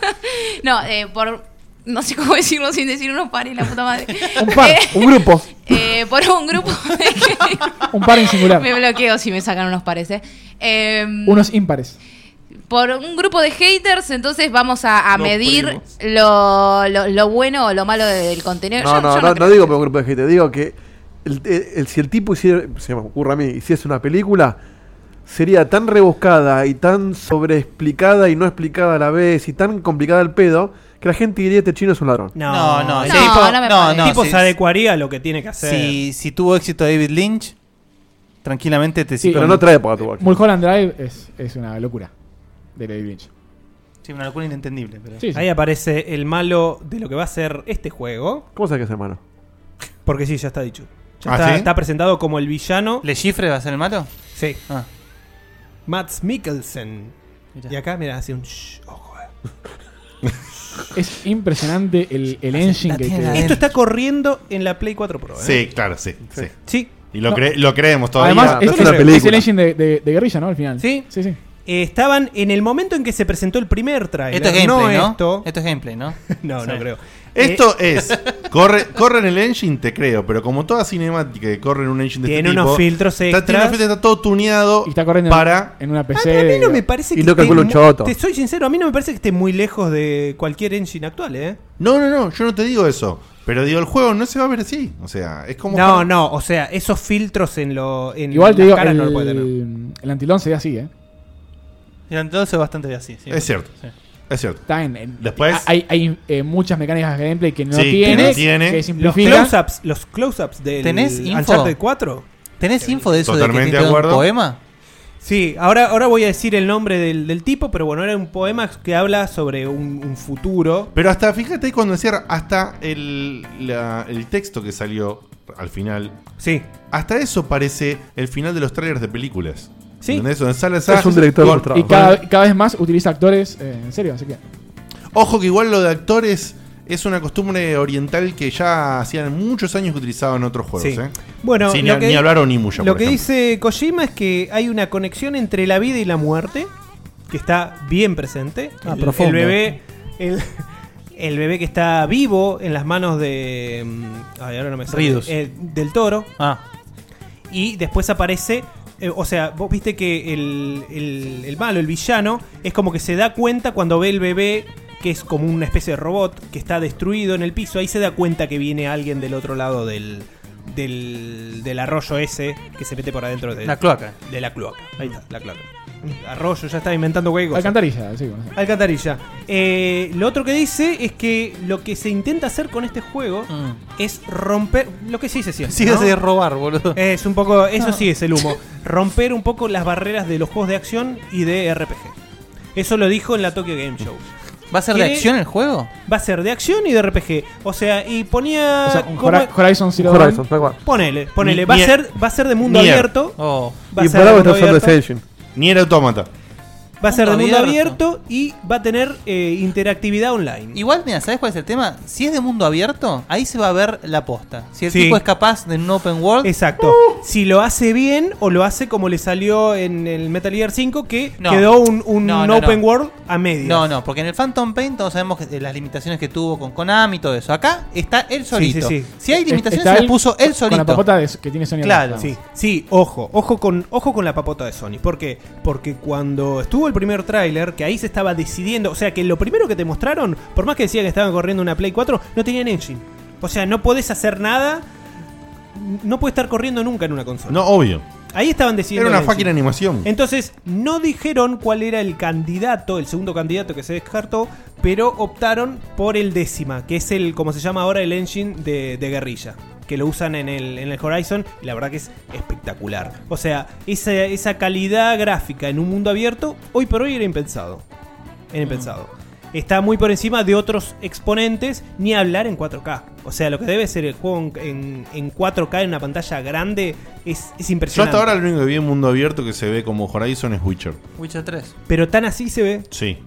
Speaker 8: [LAUGHS]
Speaker 4: No, eh, por... No sé cómo decirlo sin decir unos pares, la puta madre.
Speaker 5: Un par,
Speaker 4: Eh,
Speaker 5: un
Speaker 3: [LAUGHS]
Speaker 5: grupo.
Speaker 4: [LAUGHS] eh, por un grupo de...
Speaker 3: Un par en singular.
Speaker 4: [LAUGHS] Me bloqueo si me sacan unos pares, eh. Eh,
Speaker 3: Unos impares.
Speaker 4: por un grupo de haters, entonces vamos a, a
Speaker 5: No,
Speaker 4: medir
Speaker 5: primos.
Speaker 4: lo, lo, lo bueno o lo malo del contenido.
Speaker 5: No,
Speaker 4: Eh, Yo-
Speaker 5: no,
Speaker 4: yo
Speaker 5: no,
Speaker 4: creo.
Speaker 5: no digo por un grupo de gente, digo que el- el- el- si el tipo hiciera, se me ocurre a mí, hiciese una película, sería tan rebuscada y tan sobreexplicada y no explicada a la vez y tan complicada el pedo que la gente diría este chino es un ladrón.
Speaker 8: No, no, el
Speaker 11: No,
Speaker 8: tipo,
Speaker 11: no me
Speaker 8: no,
Speaker 11: parece.
Speaker 8: el tipo
Speaker 11: Sí,
Speaker 8: se
Speaker 11: sí.
Speaker 8: adecuaría a lo que tiene que hacer.
Speaker 11: Si, si tuvo éxito David Lynch, tranquilamente te
Speaker 3: Sí.
Speaker 11: sigo.
Speaker 3: Pero no trae
Speaker 5: época tuvo.
Speaker 3: Mulholland Drive es, es una locura de David Lynch.
Speaker 11: Sí, una locura inentendible. Pero...
Speaker 3: Sí, sí.
Speaker 8: Ahí aparece el malo de lo que va a ser este juego.
Speaker 5: ¿Cómo sabes que es el malo?
Speaker 8: Porque sí, ya está dicho. Ya
Speaker 11: Ah,
Speaker 8: está,
Speaker 11: ¿sí?
Speaker 8: está presentado como el villano.
Speaker 11: ¿Le Chiffre va a ser el malo?
Speaker 8: Sí.
Speaker 11: Ah.
Speaker 8: Mats Mikkelsen. Y acá, mira, hace un shh, ojo.
Speaker 3: Es impresionante el, el engine que te-
Speaker 8: Esto está corriendo en la Play 4 Pro. ¿eh?
Speaker 2: Sí, claro, sí. Sí.
Speaker 8: Sí.
Speaker 2: Y lo,
Speaker 8: No.
Speaker 2: cre- lo creemos todavía.
Speaker 3: Además, es, es- es el engine de, de- de guerrilla, ¿no? Al final.
Speaker 8: Sí.
Speaker 3: Sí, sí.
Speaker 8: Eh, estaban en el momento en que se presentó el primer trailer.
Speaker 11: Esto es gameplay, ¿no?
Speaker 8: esto.
Speaker 11: Esto es gameplay, ¿no?
Speaker 8: [LAUGHS] No, no
Speaker 11: Sí.
Speaker 8: creo.
Speaker 2: Esto es. Corre, corre en el engine, te creo, pero como toda cinemática que corre en un engine de
Speaker 8: Tiene
Speaker 2: este
Speaker 8: unos
Speaker 2: tipo,
Speaker 8: filtros
Speaker 2: Está, tiene unos
Speaker 8: extras.
Speaker 2: filtros, está todo tuneado
Speaker 3: Y está corriendo en-
Speaker 2: para.
Speaker 3: en una PC.
Speaker 8: A mí no
Speaker 3: de-
Speaker 8: me parece
Speaker 2: Y
Speaker 8: que
Speaker 2: no
Speaker 8: esté
Speaker 2: calculo un
Speaker 8: mu-
Speaker 2: choto.
Speaker 8: Te soy sincero, a mí no me parece que esté muy lejos de cualquier engine actual, ¿eh?
Speaker 2: No, no, no, yo no te digo eso. Pero digo, el juego no se va a ver así. O sea, es como.
Speaker 8: No, no, o sea, esos filtros en lo en
Speaker 3: Igual te
Speaker 8: las
Speaker 3: digo,
Speaker 8: caras
Speaker 3: el,
Speaker 8: no lo puede tener.
Speaker 3: el antilón se ve así, ¿eh?
Speaker 11: Y entonces es bastante bien así. sí.
Speaker 2: Es cierto.
Speaker 11: Sí.
Speaker 2: Es cierto.
Speaker 3: Está en- en-
Speaker 2: Después-
Speaker 3: Hay, hay, eh, muchas mecánicas de gameplay que no
Speaker 2: Sí, que
Speaker 3: tiene.
Speaker 2: no tiene.
Speaker 3: Que
Speaker 2: Los
Speaker 8: Los
Speaker 3: simplifican.
Speaker 8: close-ups, los close-ups del
Speaker 11: ¿Tenés info?
Speaker 8: Uncharted 4.
Speaker 11: ¿Tenés info de eso
Speaker 2: Totalmente
Speaker 11: de que
Speaker 2: de
Speaker 11: te tiraron
Speaker 2: acuerdo.
Speaker 11: un poema?
Speaker 8: Sí, ahora, ahora voy a decir el nombre del, del tipo, pero bueno, era un poema que habla sobre un, un futuro.
Speaker 2: Pero hasta, fíjate ahí cuando encierra, hasta el, la- el texto que salió al final.
Speaker 8: Sí.
Speaker 2: Hasta eso parece el final de los trailers de películas.
Speaker 8: Sí.
Speaker 2: ¿Entendés? Donde sale
Speaker 5: Es un director
Speaker 2: con-
Speaker 5: frustrado.
Speaker 3: Y cada, cada vez más utiliza actores eh, en serio, así que.
Speaker 2: Ojo que igual lo de actores es una costumbre oriental que ya hacían muchos años que utilizaban en otros juegos.
Speaker 8: Sí.
Speaker 2: ¿eh?
Speaker 8: Bueno,
Speaker 2: Sí, ni,
Speaker 8: lo
Speaker 2: a-
Speaker 8: que-
Speaker 2: ni hablar Onimusha,
Speaker 8: Lo
Speaker 2: por
Speaker 8: que
Speaker 2: ejemplo.
Speaker 8: dice Kojima es que hay una conexión entre la vida y la muerte, que está bien presente.
Speaker 11: Ah,
Speaker 8: el,
Speaker 11: profundo.
Speaker 8: el bebé, el, el bebé que está vivo en las manos de. mm, ay, ahora no me sale.
Speaker 11: Ridus.
Speaker 8: Eh, del toro.
Speaker 11: Ah.
Speaker 8: Y después aparece. eh, o sea, vos viste que el, el- el malo, el villano, es como que se da cuenta cuando ve el bebé, que es como una especie de robot, que está destruido en el piso. Ahí se da cuenta que viene alguien del otro lado del, del, del arroyo ese que se mete por adentro de
Speaker 11: La cloaca.
Speaker 8: De la cloaca. Ahí está, la cloaca. Arroyo, ya está inventando huecos.
Speaker 3: Alcantarilla, sí. bueno.
Speaker 8: Alcantarilla. Eh, lo otro que dice es que lo que se intenta hacer con este juego es romper. Lo que sí se siente.
Speaker 11: Mm. Sí,
Speaker 8: ¿no?
Speaker 11: de robar, boludo.
Speaker 8: Es un poco. Eso sí es el humo. Romper un poco las barreras de los juegos de acción y de RPG. Eso lo dijo en la Tokyo Game Show.
Speaker 11: ¿Va a ser de
Speaker 8: ¿Quiere-
Speaker 11: acción el juego?
Speaker 8: Va a ser de acción y de RPG. O sea, y ponía.
Speaker 3: O sea, un
Speaker 8: como-
Speaker 3: Hora- Horizon Zero Dawn.
Speaker 5: Horizon, tal cual.
Speaker 8: Ponele, ponele.
Speaker 2: Ni-
Speaker 8: Va a
Speaker 2: ni-
Speaker 8: ser, va a ser de mundo
Speaker 2: Nier.
Speaker 8: abierto.
Speaker 11: Oh.
Speaker 8: Va a
Speaker 5: Y
Speaker 8: ser
Speaker 5: por
Speaker 8: de
Speaker 5: algo
Speaker 8: mundo
Speaker 5: está usando
Speaker 8: abierto.
Speaker 5: ese engine.
Speaker 2: Ni era autómata.
Speaker 8: Va a ser de
Speaker 11: Mundo
Speaker 8: mundo
Speaker 11: abierto.
Speaker 8: abierto y va a tener eh, interactividad online.
Speaker 11: Igual, mira, ¿sabes cuál es el tema? Si es de mundo abierto, ahí se va a ver la posta. Si el
Speaker 8: Sí.
Speaker 11: tipo es capaz de un open world.
Speaker 8: Exacto.
Speaker 11: Uh.
Speaker 8: Si lo hace bien o lo hace como le salió en el Metal Gear 5, que
Speaker 11: No.
Speaker 8: quedó un, un
Speaker 11: No, no,
Speaker 8: open
Speaker 11: no.
Speaker 8: world a medio.
Speaker 11: No, no, porque en el Phantom Pain todos sabemos que- de las limitaciones que tuvo con Konami y todo eso. Acá está él solito.
Speaker 8: sí, sí.
Speaker 11: Si hay
Speaker 3: Es-
Speaker 11: limitaciones,
Speaker 3: está
Speaker 11: se
Speaker 3: él
Speaker 11: las puso él
Speaker 3: Con la
Speaker 11: solito.
Speaker 3: papota de- que tiene Sony.
Speaker 11: Claro,
Speaker 8: Sí, sí, ojo, ojo con, ojo con la papota de Sony. ¿Por qué? Porque cuando estuvo el primer tráiler, que ahí se estaba decidiendo, o sea que lo primero que te mostraron, por más que decía que estaban corriendo una Play 4, no tenían engine. O sea, no podés hacer nada, no puede estar corriendo nunca en una consola.
Speaker 2: No, obvio.
Speaker 8: Ahí estaban decidiendo.
Speaker 2: Era una
Speaker 8: Densi.
Speaker 2: fucking animación.
Speaker 8: Entonces, no dijeron cuál era el candidato, el segundo candidato que se descartó, pero optaron por el décima, que es el, como se llama ahora, el engine de, de guerrilla. Que lo usan en el, en el Horizon, y la verdad que es espectacular. O sea, esa, esa calidad gráfica en un mundo abierto, hoy por hoy era impensado.
Speaker 2: Mm.
Speaker 8: Era impensado. Está muy por encima de otros exponentes, ni hablar en 4K. O sea, lo que debe ser el juego en, en- en 4K en una pantalla grande es, es
Speaker 2: Yo
Speaker 8: impresionante.
Speaker 2: hasta ahora lo único que vi en mundo abierto que se ve como Horizon es Witcher.
Speaker 11: Witcher 3.
Speaker 8: Pero tan así se ve.
Speaker 2: Sí.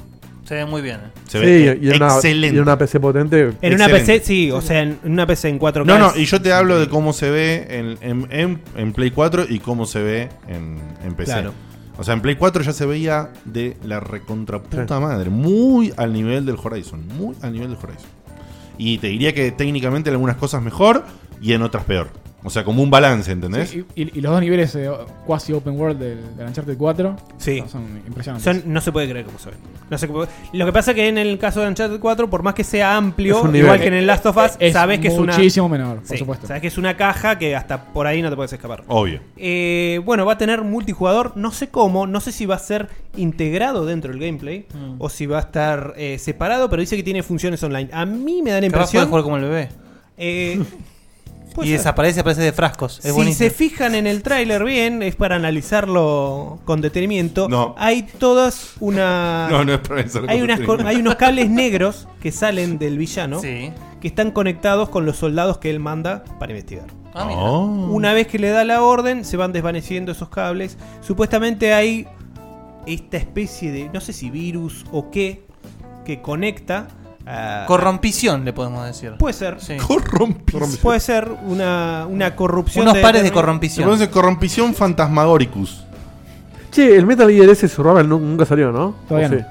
Speaker 11: Se ve muy bien. eh.
Speaker 2: Se
Speaker 5: Sí,
Speaker 2: ve
Speaker 5: y, en una,
Speaker 2: excelente.
Speaker 5: y en una PC potente.
Speaker 8: En una
Speaker 2: Excelente.
Speaker 8: PC, sí, o sea, en en una PC en 4K.
Speaker 2: No, no,
Speaker 8: es-
Speaker 2: y yo te hablo de cómo se ve en, en, en- en Play 4 y cómo se ve en, en PC.
Speaker 8: Claro.
Speaker 2: O sea, en Play 4 ya se veía de la recontraputa madre, muy al nivel del Horizon, muy al nivel del Horizon. Y te diría que técnicamente en algunas cosas mejor y en otras peor. O sea, como un balance, ¿entendés?
Speaker 3: Sí, y, y- y los dos niveles eh, quasi open world del, del Uncharted 4
Speaker 8: Sí.
Speaker 3: son impresionantes.
Speaker 8: Son- no se puede creer cómo se ven. No se puede- lo que pasa que en el caso de Uncharted 4, por más que sea amplio,
Speaker 3: Es un nivel.
Speaker 8: igual que en el Last of Us,
Speaker 3: Es
Speaker 8: sabes que es una.
Speaker 3: muchísimo menor, por supuesto.
Speaker 8: Sabes que es una caja que hasta por ahí no te puedes escapar.
Speaker 2: Obvio.
Speaker 8: Eh, bueno, va a tener multijugador, no sé cómo, no sé si va a ser integrado dentro del gameplay
Speaker 11: Mm.
Speaker 8: o si va a estar eh, separado, pero dice que tiene funciones online. A mí me da la
Speaker 11: Capaz puede
Speaker 8: impresión.
Speaker 11: jugar como el bebé.
Speaker 8: Eh, puede
Speaker 11: Y
Speaker 8: ser.
Speaker 11: desaparece, aparece de frascos. Es
Speaker 8: si
Speaker 11: buenísimo.
Speaker 8: se fijan en el tráiler bien, es para analizarlo con detenimiento. Hay todas una.
Speaker 2: [LAUGHS] No, no es para analizarlo
Speaker 8: hay,
Speaker 2: con
Speaker 8: unas co-
Speaker 2: detenimiento.
Speaker 8: hay unos cables negros que salen del villano que están conectados con los soldados que él manda para investigar.
Speaker 11: Ah,
Speaker 2: mira. Oh.
Speaker 8: Una vez que le da la orden, se van desvaneciendo esos cables. Supuestamente hay esta especie de. no sé si virus o qué.
Speaker 11: Oh.
Speaker 8: que conecta. a-
Speaker 11: Corrompición, le podemos decir.
Speaker 8: Puede ser.
Speaker 2: Corrompición.
Speaker 8: Puede ser una, una corrupción.
Speaker 2: Entonces, corrompición fantasmagoricus.
Speaker 5: Che, el Metal Gear ese Survival nu- nunca salió, ¿no?
Speaker 2: Todavía
Speaker 5: ¿O
Speaker 2: no.
Speaker 5: sí?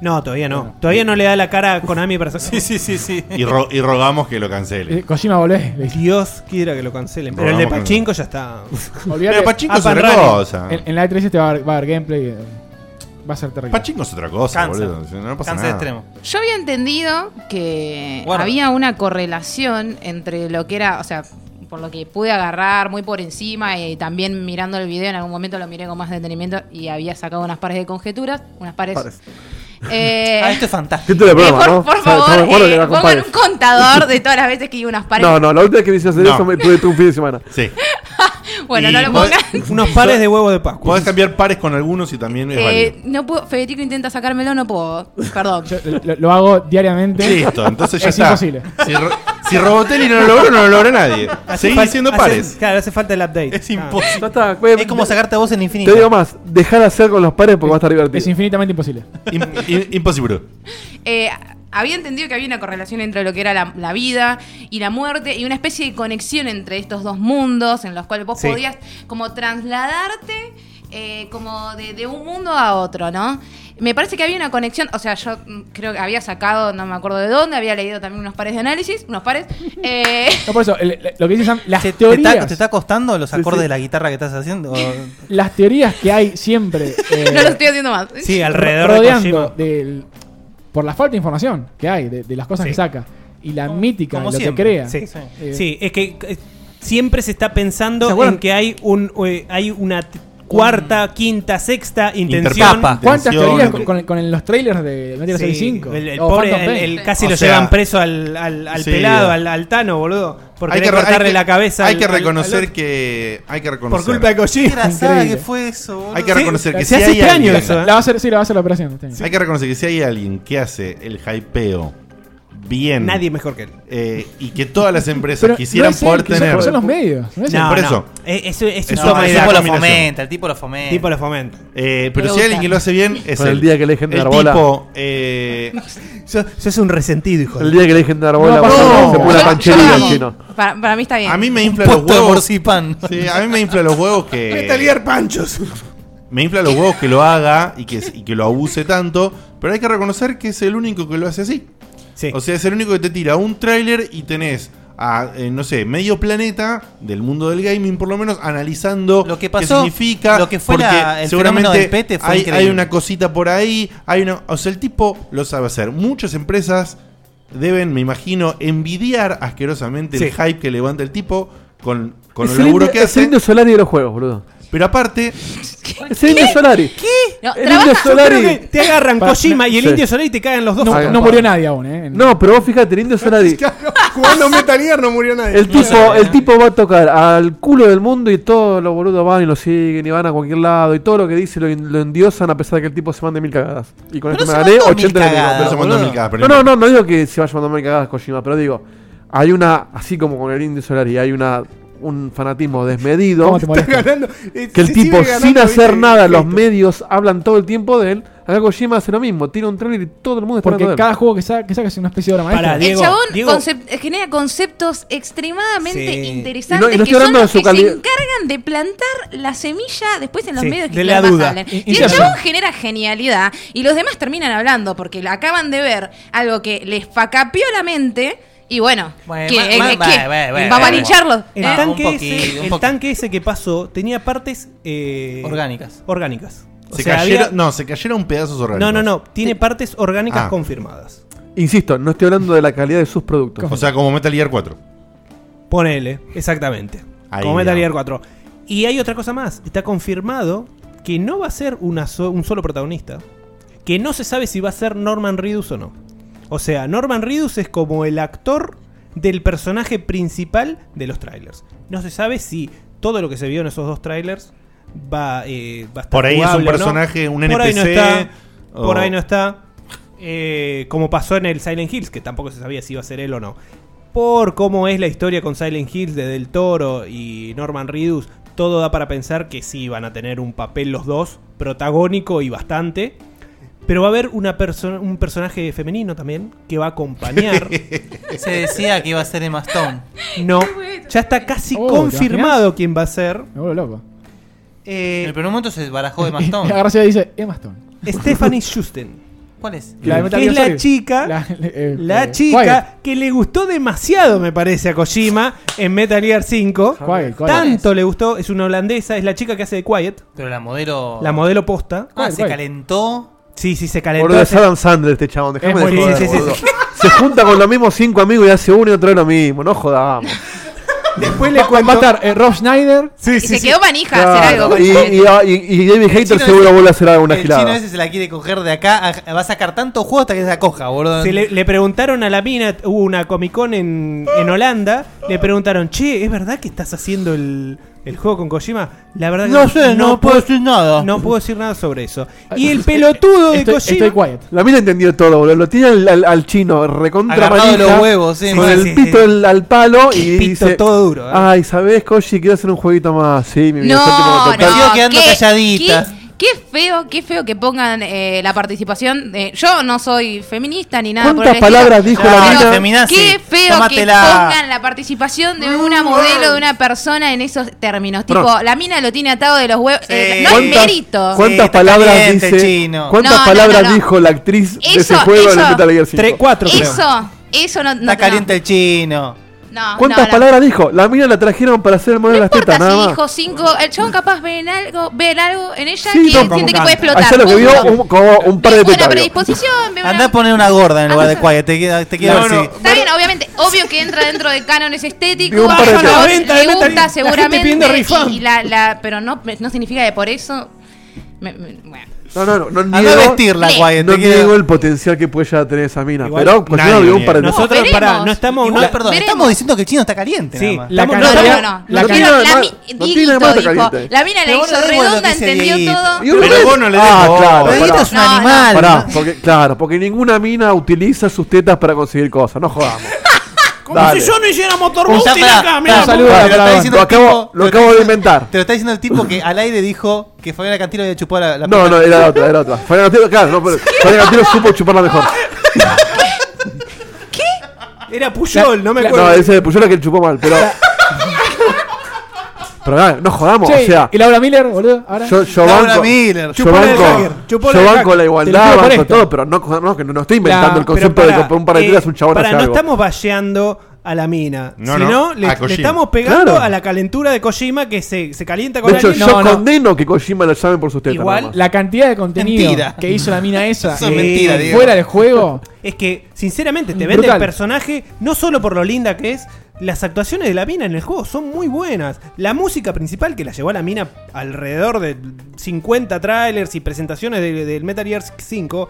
Speaker 8: No, todavía no. Todavía no le da la [LAUGHS] cara a Konami para eh, Sí,
Speaker 11: sí, sí, sí.
Speaker 2: Y, ro- y rogamos que lo cancele.
Speaker 3: Eh, Kojima volvé.
Speaker 8: Dios quiera que lo cancelen. Pero el de
Speaker 2: Rogamos que no.
Speaker 8: Pachinko
Speaker 2: [LAUGHS]
Speaker 8: ya está.
Speaker 3: Olvídate. Ah,
Speaker 2: Pero Pachinko
Speaker 8: Up
Speaker 2: es
Speaker 8: and
Speaker 2: otra
Speaker 8: running.
Speaker 2: cosa.
Speaker 3: En, en la E3 te va a haber, va a haber gameplay. eh, Va a ser terrible.
Speaker 2: Pachinko es otra cosa,
Speaker 3: Cansa.
Speaker 2: boludo. No pasa
Speaker 3: Cansa
Speaker 2: nada.
Speaker 3: extremo.
Speaker 4: Yo había entendido que
Speaker 2: Guarda.
Speaker 4: había una correlación entre lo que era, o sea, por lo que pude agarrar muy por encima y también mirando el video en algún momento lo miré con más detenimiento y había sacado unas pares de conjeturas, unas pares.
Speaker 11: Pares.
Speaker 4: Eh,
Speaker 11: [LAUGHS] Ah, esto es fantástico.
Speaker 5: Título del programa,
Speaker 4: por,
Speaker 5: ¿no?
Speaker 4: por
Speaker 5: O sea,
Speaker 4: favor,
Speaker 5: estamos de acuerdo
Speaker 4: eh,
Speaker 5: que era con
Speaker 4: pongan
Speaker 5: pares.
Speaker 4: un eh. contador de todas las veces que iba unas pares.
Speaker 5: No, no, la última que me hicieron hacer
Speaker 2: No.
Speaker 5: eso me tuve tuve un fin de semana.
Speaker 2: Sí.
Speaker 4: bueno, no
Speaker 2: Y
Speaker 4: lo
Speaker 2: podés-
Speaker 4: pongan.
Speaker 8: Unos pares de huevo de Pascua.
Speaker 2: Podés cambiar pares con algunos y también es válido.
Speaker 4: Eh, no puedo, Federico intenta sacármelo, no puedo. Perdón.
Speaker 3: Lo, lo hago diariamente.
Speaker 2: Listo, entonces ya
Speaker 3: es
Speaker 2: está.
Speaker 3: imposible.
Speaker 2: Si, Ro- si Robotelli no lo logró, no lo logra nadie.
Speaker 8: Hace
Speaker 2: Seguí
Speaker 8: fal-
Speaker 2: haciendo
Speaker 8: hace-
Speaker 2: pares.
Speaker 8: Claro, hace falta el update. Ah.
Speaker 2: Es imposible.
Speaker 11: es como sacarte a vos en infinito.
Speaker 5: Te digo más, dejar hacer con los pares porque va a estar divertido.
Speaker 3: Es infinitamente imposible.
Speaker 2: Im- im- imposible.
Speaker 4: Eh, había entendido que había una correlación entre lo que era la, la vida y la muerte y una especie de conexión entre estos dos mundos en los cuales vos
Speaker 13: Sí.
Speaker 4: podías como trasladarte eh, como de, de un mundo a otro, ¿no? Me parece que había una conexión, o sea, yo mm, creo que había sacado, no me acuerdo de dónde, había leído también unos pares de análisis, unos pares. eh, [LAUGHS]
Speaker 3: No, por eso, el- el- lo que dice Sam, las
Speaker 11: ¿Te está,
Speaker 3: teorías.
Speaker 11: te está costando los
Speaker 3: Sí,
Speaker 11: acordes
Speaker 3: sí.
Speaker 11: de la guitarra que estás
Speaker 8: [LAUGHS]
Speaker 11: haciendo? O-
Speaker 3: Las teorías que hay siempre. eh,
Speaker 4: no lo estoy haciendo más.
Speaker 11: Sí, alrededor de
Speaker 3: rodeando del- por la falta de información que hay, de, de las cosas
Speaker 8: Sí.
Speaker 3: que saca. Y la mítica,
Speaker 8: Como
Speaker 3: lo
Speaker 8: siempre.
Speaker 3: que crea.
Speaker 8: Sí,
Speaker 3: Eh,
Speaker 8: Sí, es que eh, siempre se Mm. está pensando
Speaker 3: ¿Se acuerdan?
Speaker 8: en que hay, un, eh, hay una t- cuarta, quinta, sexta intención.
Speaker 3: ¿Cuántas teorías con, con- con los trailers de Metal Gear
Speaker 8: Sí,
Speaker 3: Solid 5?
Speaker 8: el, el
Speaker 3: O
Speaker 8: pobre,
Speaker 3: Phantom
Speaker 8: el-
Speaker 3: Pain.
Speaker 8: el- casi
Speaker 2: O
Speaker 8: lo
Speaker 2: sea,
Speaker 8: llevan preso al, al- al
Speaker 2: sí,
Speaker 8: pelado,
Speaker 2: eh.
Speaker 8: al, al Tano, boludo. Por
Speaker 2: Hay que
Speaker 8: querer
Speaker 2: re-
Speaker 8: cortarle
Speaker 2: hay que-
Speaker 8: la cabeza.
Speaker 2: Hay
Speaker 8: al-
Speaker 2: que
Speaker 8: al- al
Speaker 2: reconocer
Speaker 8: otro.
Speaker 2: que. Hay que reconocer.
Speaker 8: culpa de Kojima. Qué grasada
Speaker 2: Increíble.
Speaker 8: que fue eso, boludo.
Speaker 2: Hay que
Speaker 8: Sí,
Speaker 2: reconocer que
Speaker 3: se hace
Speaker 2: si hay
Speaker 3: este año
Speaker 2: alguien-
Speaker 3: eso, ¿eh? La va a hacer, sí, la va a hacer la operación este año.
Speaker 2: Hay que reconocer que si hay alguien que hace el hypeo bien.
Speaker 8: Nadie mejor que él.
Speaker 2: eh, y que todas las empresas
Speaker 3: Pero
Speaker 2: quisieran
Speaker 3: no es él,
Speaker 2: poder
Speaker 3: que son-
Speaker 2: tener.
Speaker 3: son los medios, no es él.
Speaker 8: No,
Speaker 2: por
Speaker 8: no.
Speaker 2: eso.
Speaker 8: Eh, eso- es
Speaker 2: Es
Speaker 8: una
Speaker 2: una-
Speaker 8: mala
Speaker 2: es
Speaker 11: el tipo lo
Speaker 2: combinación.
Speaker 11: fomenta, el tipo lo fomenta.
Speaker 8: Tipo lo fomenta.
Speaker 2: Eh, pero
Speaker 11: Me
Speaker 2: si hay alguien
Speaker 11: gusta.
Speaker 2: que lo hace bien, es
Speaker 5: Bueno, el
Speaker 2: él.
Speaker 5: día que le dejen de
Speaker 2: El
Speaker 5: dar bola.
Speaker 2: tipo, eh,
Speaker 8: Sos, sos un resentido, hijo. de-
Speaker 5: El día que le dejen de dar
Speaker 8: No
Speaker 5: bola,
Speaker 8: pasa
Speaker 5: boludo,
Speaker 8: nada.
Speaker 5: se pone la
Speaker 8: Yo-
Speaker 5: panchería
Speaker 8: yo
Speaker 5: el
Speaker 8: la
Speaker 5: chino.
Speaker 4: Para, para mí está bien.
Speaker 2: A mí me infla
Speaker 11: Un
Speaker 2: los
Speaker 11: puesto de
Speaker 2: huevos.
Speaker 11: morcipán.
Speaker 2: Sí, a mí me infla los huevos que.
Speaker 7: Metal Gear Panchos.
Speaker 2: Me infla los huevos que lo haga y que, y que lo abuse tanto, pero hay que reconocer que es el único que lo hace así. O sea, es el único que te tira un tráiler y tenés a, eh, no sé, medio planeta del mundo del gaming, por lo menos, analizando lo que
Speaker 11: pasó,
Speaker 2: qué significa.
Speaker 11: lo que fue
Speaker 2: porque
Speaker 11: la- el
Speaker 2: seguramente
Speaker 11: fenómeno del Pete fue
Speaker 2: hay,
Speaker 11: increíble.
Speaker 2: hay una cosita por ahí, hay una, o sea, el tipo lo sabe hacer. Muchas empresas deben, me imagino, envidiar asquerosamente el
Speaker 5: Sí.
Speaker 2: hype que levanta el tipo con, con
Speaker 5: es
Speaker 2: el
Speaker 5: el
Speaker 2: laburo
Speaker 5: indio-
Speaker 2: que
Speaker 5: es el
Speaker 2: hace.
Speaker 5: indio Solari de los juegos, boludo.
Speaker 2: Pero aparte.
Speaker 5: Es el Indio Solari.
Speaker 4: ¿Qué? No,
Speaker 5: El
Speaker 4: trabaja-
Speaker 5: Indio Solari.
Speaker 4: Yo creo que
Speaker 8: Te agarran
Speaker 5: Para-
Speaker 8: Kojima y el
Speaker 5: Sí.
Speaker 8: Indio Solari te caen los dos.
Speaker 5: Hagan
Speaker 8: no
Speaker 5: pa-
Speaker 8: murió
Speaker 3: nadie aún, ¿eh?
Speaker 5: No, pero vos fíjate, el Indio Solari.
Speaker 2: [LAUGHS] Jugando Metal Gear no murió nadie.
Speaker 5: El tipo, el tipo va a tocar al culo del mundo y todos los boludos van y lo siguen y van a cualquier lado y todo lo que dice lo, en- lo endiosan a pesar de que el tipo se mande mil cagadas. Y con
Speaker 2: Pero
Speaker 5: esto me
Speaker 2: se
Speaker 5: gané
Speaker 2: mandó mil
Speaker 5: 80 enemigos.
Speaker 2: cagadas, Pero se mandó boludo. mil cagadas, pero
Speaker 5: No, no, no, no digo que se vaya mandando mil cagadas Kojima, pero digo, hay una, así como con el Indio Solari, hay una un fanatismo desmedido [LAUGHS]
Speaker 3: ¿Cómo te molesta? Está ganando, eh,
Speaker 5: que el
Speaker 3: si
Speaker 5: tipo
Speaker 3: sigue ganando,
Speaker 5: sin hacer
Speaker 3: viste,
Speaker 5: nada los medios hablan todo el tiempo de él acá Kojima hace lo mismo tira un trailer y todo el mundo está
Speaker 3: Porque
Speaker 5: hablando de él.
Speaker 3: cada juego que saca, que saca es una especie de obra maestra.
Speaker 4: el chabón concep- genera conceptos extremadamente
Speaker 3: Sí.
Speaker 4: interesantes
Speaker 3: Y no- y no estoy
Speaker 4: que son
Speaker 3: hablando de
Speaker 4: los
Speaker 3: su
Speaker 4: que
Speaker 3: calidad.
Speaker 4: se encargan de plantar la semilla después en los
Speaker 3: Sí,
Speaker 4: medios que
Speaker 3: de la
Speaker 4: jamás
Speaker 3: duda.
Speaker 4: hablan.
Speaker 3: Y-
Speaker 4: Y
Speaker 3: y
Speaker 4: el
Speaker 3: sí.
Speaker 4: chabón genera genialidad y los demás terminan hablando porque la- acaban de ver algo que les facapió la mente y bueno,
Speaker 8: Bueno,
Speaker 4: ¿qué-
Speaker 8: ma-
Speaker 4: eh,
Speaker 8: ma-
Speaker 4: qué?
Speaker 8: bueno, bueno, bueno,
Speaker 4: vamos a
Speaker 8: bueno.
Speaker 4: lincharlo.
Speaker 8: El,
Speaker 4: ¿eh?
Speaker 8: tanque,
Speaker 11: Un poquito,
Speaker 8: ese,
Speaker 11: un
Speaker 8: el
Speaker 11: poco.
Speaker 8: tanque ese que pasó tenía partes eh,
Speaker 11: Orgánicas.
Speaker 8: Orgánicas. O
Speaker 2: Se
Speaker 8: sea,
Speaker 2: cayeron,
Speaker 8: había-
Speaker 2: No, se cayeron pedazos orgánicos.
Speaker 8: No, no, no. Tiene partes orgánicas
Speaker 2: Ah.
Speaker 8: confirmadas.
Speaker 5: insisto no estoy hablando de la calidad de sus productos
Speaker 2: O sea, como Metal Gear 4.
Speaker 8: Ponele, exactamente.
Speaker 2: Ahí
Speaker 8: como
Speaker 2: va.
Speaker 8: Metal Gear 4. Y hay otra cosa más. Está confirmado que no va a ser una so- un solo protagonista. Que no se sabe si va a ser Norman Reedus o no. O sea, Norman Reedus es como el actor del personaje principal de los trailers. No se sabe si todo lo que se vio en esos dos trailers va, eh, va a estar
Speaker 2: Por ahí es un
Speaker 8: jugable o no.
Speaker 2: personaje, un
Speaker 8: Por ahí no
Speaker 2: NPC,
Speaker 8: está. Por
Speaker 2: o-
Speaker 8: ahí no está. Eh, como pasó en el Silent Hills, que tampoco se sabía si iba a ser él o no. Por cómo es la historia con Silent Hills de Del Toro y Norman Reedus, todo da para pensar que sí van a tener un papel los dos, protagónico y bastante. Pero va a haber una persona un personaje femenino también que va a
Speaker 5: [LAUGHS]
Speaker 8: acompañar.
Speaker 11: [LAUGHS] Se decía que iba a ser Emma Stone.
Speaker 8: No, ya está casi
Speaker 11: Oh, ¿te
Speaker 8: confirmado quién va a ser.
Speaker 3: Me vuelvo loco.
Speaker 8: Eh,
Speaker 11: en el primer momento se barajó
Speaker 3: [LAUGHS]
Speaker 11: Emma Stone.
Speaker 3: Ahora se dice Emma Stone. [LAUGHS]
Speaker 8: Stephanie Schusten.
Speaker 11: ¿Cuál es?
Speaker 8: La de Metal Este Que es Gear la Solid. chica.
Speaker 3: La, eh,
Speaker 8: La
Speaker 3: eh,
Speaker 8: chica que le gustó demasiado, me parece, a Kojima en Metal Gear 5.
Speaker 3: Quiet, Quiet.
Speaker 8: Tanto le gustó, es una holandesa, es la chica que hace de Quiet,
Speaker 11: Pero la modelo.
Speaker 8: la modelo posta.
Speaker 11: Ah, se calentó.
Speaker 8: Sí, sí, se
Speaker 5: Boludo,
Speaker 8: calentó.
Speaker 5: es Adam Sandler este chabón, dejame
Speaker 8: Es
Speaker 5: de
Speaker 8: buenísimo,
Speaker 5: joder,
Speaker 8: sí, sí,
Speaker 5: boludo.
Speaker 8: sí.
Speaker 5: Se junta con los mismos cinco amigos y hace uno y otro lo mismo, no jodamos.
Speaker 8: Después
Speaker 3: le cuento. Va a estar eh, Rob Schneider.
Speaker 4: [LAUGHS] Y se quedó manija a hacer
Speaker 5: Claro,
Speaker 4: algo. con
Speaker 5: y,
Speaker 4: él.
Speaker 5: y, y- y David Hater seguro vuelve a hacer alguna
Speaker 11: El chino
Speaker 5: gilada.
Speaker 11: ese se la quiere coger de acá. a- Va a sacar tanto juego hasta que se la coja, boludo.
Speaker 8: Se le, le preguntaron a la mina, hubo una Comic Con en, en Holanda, le preguntaron, che, ¿es verdad que estás haciendo el, el juego con Kojima? La verdad que
Speaker 11: No sé, no puedo
Speaker 8: decir nada. No puedo decir nada sobre eso.
Speaker 5: Ah,
Speaker 8: Y el pelotudo de Kojima...
Speaker 5: La mina entendió todo, boludo. Lo tiene al, al- al chino recontra
Speaker 11: Agarrado
Speaker 5: manija,
Speaker 11: los huevos, sí,
Speaker 5: Con
Speaker 11: sí,
Speaker 5: el
Speaker 11: sí,
Speaker 5: pito
Speaker 11: sí.
Speaker 5: al- al palo y
Speaker 11: Pito
Speaker 5: dice...
Speaker 11: todo duro, eh.
Speaker 5: Ay, ¿sabés, Koji? Quiero hacer un jueguito más. Sí, mi vida.
Speaker 4: No,
Speaker 5: yo tengo que
Speaker 4: no,
Speaker 5: tocar".
Speaker 4: qué- Qué, qué feo, qué feo que pongan eh, la participación. eh, yo no soy feminista ni nada. por el
Speaker 5: ¿Cuántas palabras
Speaker 4: estilo,
Speaker 5: dijo la
Speaker 4: pero
Speaker 5: mina?
Speaker 11: Feminazi,
Speaker 4: Qué feo que
Speaker 11: tómatela.
Speaker 4: pongan la participación de
Speaker 5: Mm.
Speaker 4: una modelo, de una persona en esos términos. Tipo,
Speaker 5: Perdón.
Speaker 4: la mina lo tiene atado de los huevos. eh, no es
Speaker 5: ¿Cuántas-
Speaker 4: mérito.
Speaker 5: ¿Cuántas
Speaker 11: está
Speaker 5: palabras
Speaker 11: caliente el
Speaker 5: dice?
Speaker 11: chino.
Speaker 5: ¿Cuántas
Speaker 4: No, no,
Speaker 5: palabras
Speaker 4: no, no.
Speaker 5: dijo la actriz de ese
Speaker 4: Eso,
Speaker 5: juego en
Speaker 4: eso.
Speaker 5: el Metal Gear 5?
Speaker 8: Tres, cuatro,
Speaker 4: Eso, eso no. no
Speaker 11: Está caliente el chino.
Speaker 4: no, no,
Speaker 5: ¿Cuántas
Speaker 4: no.
Speaker 5: palabras dijo? La mina la trajeron para hacer el modelo de las tetas,
Speaker 4: importa
Speaker 5: nada
Speaker 4: si
Speaker 5: más.
Speaker 4: dijo cinco. El chabón capaz ve en algo, ve en algo en ella que
Speaker 5: Sí, no,
Speaker 4: siente
Speaker 5: como
Speaker 4: que
Speaker 5: canta.
Speaker 11: Ah,
Speaker 4: puede explotar.
Speaker 5: Ayer lo que vio
Speaker 4: Punto.
Speaker 5: un, como un par de
Speaker 4: Ve una
Speaker 5: petarios.
Speaker 4: predisposición,
Speaker 5: [LAUGHS]
Speaker 4: ve una Ah,
Speaker 11: Anda a poner una gorda en lugar de Quiet. Te queda, te queda
Speaker 5: No,
Speaker 11: así. Eh,
Speaker 5: no.
Speaker 4: Está bien, obviamente, obvio que entra dentro de cánones estéticos,
Speaker 11: Digo, un par de
Speaker 4: a
Speaker 11: temas.
Speaker 4: vos
Speaker 11: La venta de Metal
Speaker 4: le gusta
Speaker 11: Gear, la gente
Speaker 4: seguramente,
Speaker 11: pidiendo
Speaker 4: y-
Speaker 11: refund.
Speaker 4: y la- la- pero no, no significa que por eso... me- me- bueno.
Speaker 5: No, no, no, no
Speaker 11: Anda a
Speaker 5: niego-
Speaker 11: vestirla, Quiet,
Speaker 5: No
Speaker 11: te queda-
Speaker 5: niego el potencial que puede llegar a tener esa mina.
Speaker 8: Igual
Speaker 5: pero pues,
Speaker 8: nadie
Speaker 5: no,
Speaker 8: lo
Speaker 5: digo un
Speaker 8: niega.
Speaker 5: par de
Speaker 8: Nosotros,
Speaker 11: No,
Speaker 8: pará,
Speaker 11: veremos.
Speaker 8: no estamos...
Speaker 11: Igual,
Speaker 8: no-
Speaker 11: perdón, estamos diciendo que el chino está caliente.
Speaker 8: Sí,
Speaker 11: nada más.
Speaker 8: la
Speaker 11: Estamos-
Speaker 8: cantidad-
Speaker 11: estamos-
Speaker 4: No,
Speaker 8: La
Speaker 4: la,
Speaker 8: cara-
Speaker 4: mina-
Speaker 8: no
Speaker 4: la
Speaker 8: tiene
Speaker 4: mi-
Speaker 8: nada
Speaker 4: Dieguito
Speaker 8: más
Speaker 4: dijo,
Speaker 8: caliente.
Speaker 4: la mina la
Speaker 11: Pero vos
Speaker 4: hizo
Speaker 11: le demos
Speaker 4: redonda,
Speaker 11: noticia a
Speaker 4: entendió
Speaker 11: Dieguito.
Speaker 4: todo.
Speaker 5: Y un
Speaker 11: Pero
Speaker 5: mes.
Speaker 11: vos no le des
Speaker 5: ah,
Speaker 11: bola. Pero
Speaker 5: claro, pará.
Speaker 11: Dieguito es un No, no. animal.
Speaker 5: Pará, porque, claro, porque ninguna mina utiliza sus tetas para conseguir cosas. No jodamos.
Speaker 8: Como
Speaker 5: Dale.
Speaker 8: si yo no hiciera
Speaker 11: Un
Speaker 8: motorboat
Speaker 11: saludo,
Speaker 8: y la acá, mirá,
Speaker 5: Pará,
Speaker 11: Te lo está diciendo
Speaker 5: Lo
Speaker 11: el
Speaker 5: acabo,
Speaker 11: tipo-
Speaker 5: lo acabo de inventar.
Speaker 11: Te lo está diciendo el tipo que al aire dijo que Fabiana Cantilo había chupado la, la
Speaker 5: No,
Speaker 11: pija.
Speaker 5: no, era la otra, era otra. Fabián Cantilo, claro, no, pero Fabián Cantilo supo chuparla
Speaker 3: [LAUGHS]
Speaker 5: mejor.
Speaker 8: Era Puyol, no me acuerdo.
Speaker 5: No, ese de Puyol era que chupó mal, pero. Pero nada, no jodamos,
Speaker 3: Che,
Speaker 5: o sea.
Speaker 3: ¿Y Laura Miller, boludo? Ahora.
Speaker 5: Yo, yo banco, yo
Speaker 3: Chupala
Speaker 5: banco-
Speaker 3: el hacker, chupala
Speaker 5: yo
Speaker 3: el
Speaker 5: banco
Speaker 3: hacker.
Speaker 5: la
Speaker 3: Te lo
Speaker 5: igualdad,
Speaker 3: juro por
Speaker 5: banco
Speaker 3: esto.
Speaker 5: todo, pero no, no, que no estoy inventando
Speaker 8: La-
Speaker 5: el concepto
Speaker 8: pero
Speaker 5: de
Speaker 8: pará,
Speaker 5: comprar un par de
Speaker 8: eh,
Speaker 5: tiras un chabón
Speaker 8: pará,
Speaker 5: hace
Speaker 8: no
Speaker 5: algo.
Speaker 8: estamos valleando a la mina.
Speaker 5: No,
Speaker 8: si
Speaker 5: no,
Speaker 8: no, le,
Speaker 5: a
Speaker 8: le
Speaker 5: Kojima.
Speaker 8: estamos pegando
Speaker 5: Claro.
Speaker 8: a la calentura de Kojima que se, se calienta con
Speaker 5: De hecho,
Speaker 8: alguien.
Speaker 5: yo condeno que Kojima lo llamen por sus tetas.
Speaker 8: Igual,
Speaker 5: nada más.
Speaker 3: La cantidad de contenido
Speaker 8: Mentira.
Speaker 3: que hizo la mina esa
Speaker 8: [LAUGHS] Eso
Speaker 5: es
Speaker 3: eh,
Speaker 5: mentira,
Speaker 3: fuera
Speaker 5: Diego.
Speaker 3: del juego.
Speaker 8: [LAUGHS] Es que, sinceramente, te vende
Speaker 3: Brutal.
Speaker 8: el personaje no solo por lo linda que es, las actuaciones de la mina en el juego son muy buenas. La música principal que la llevó a la mina alrededor de 50 trailers y presentaciones de- del Metal Gear 5.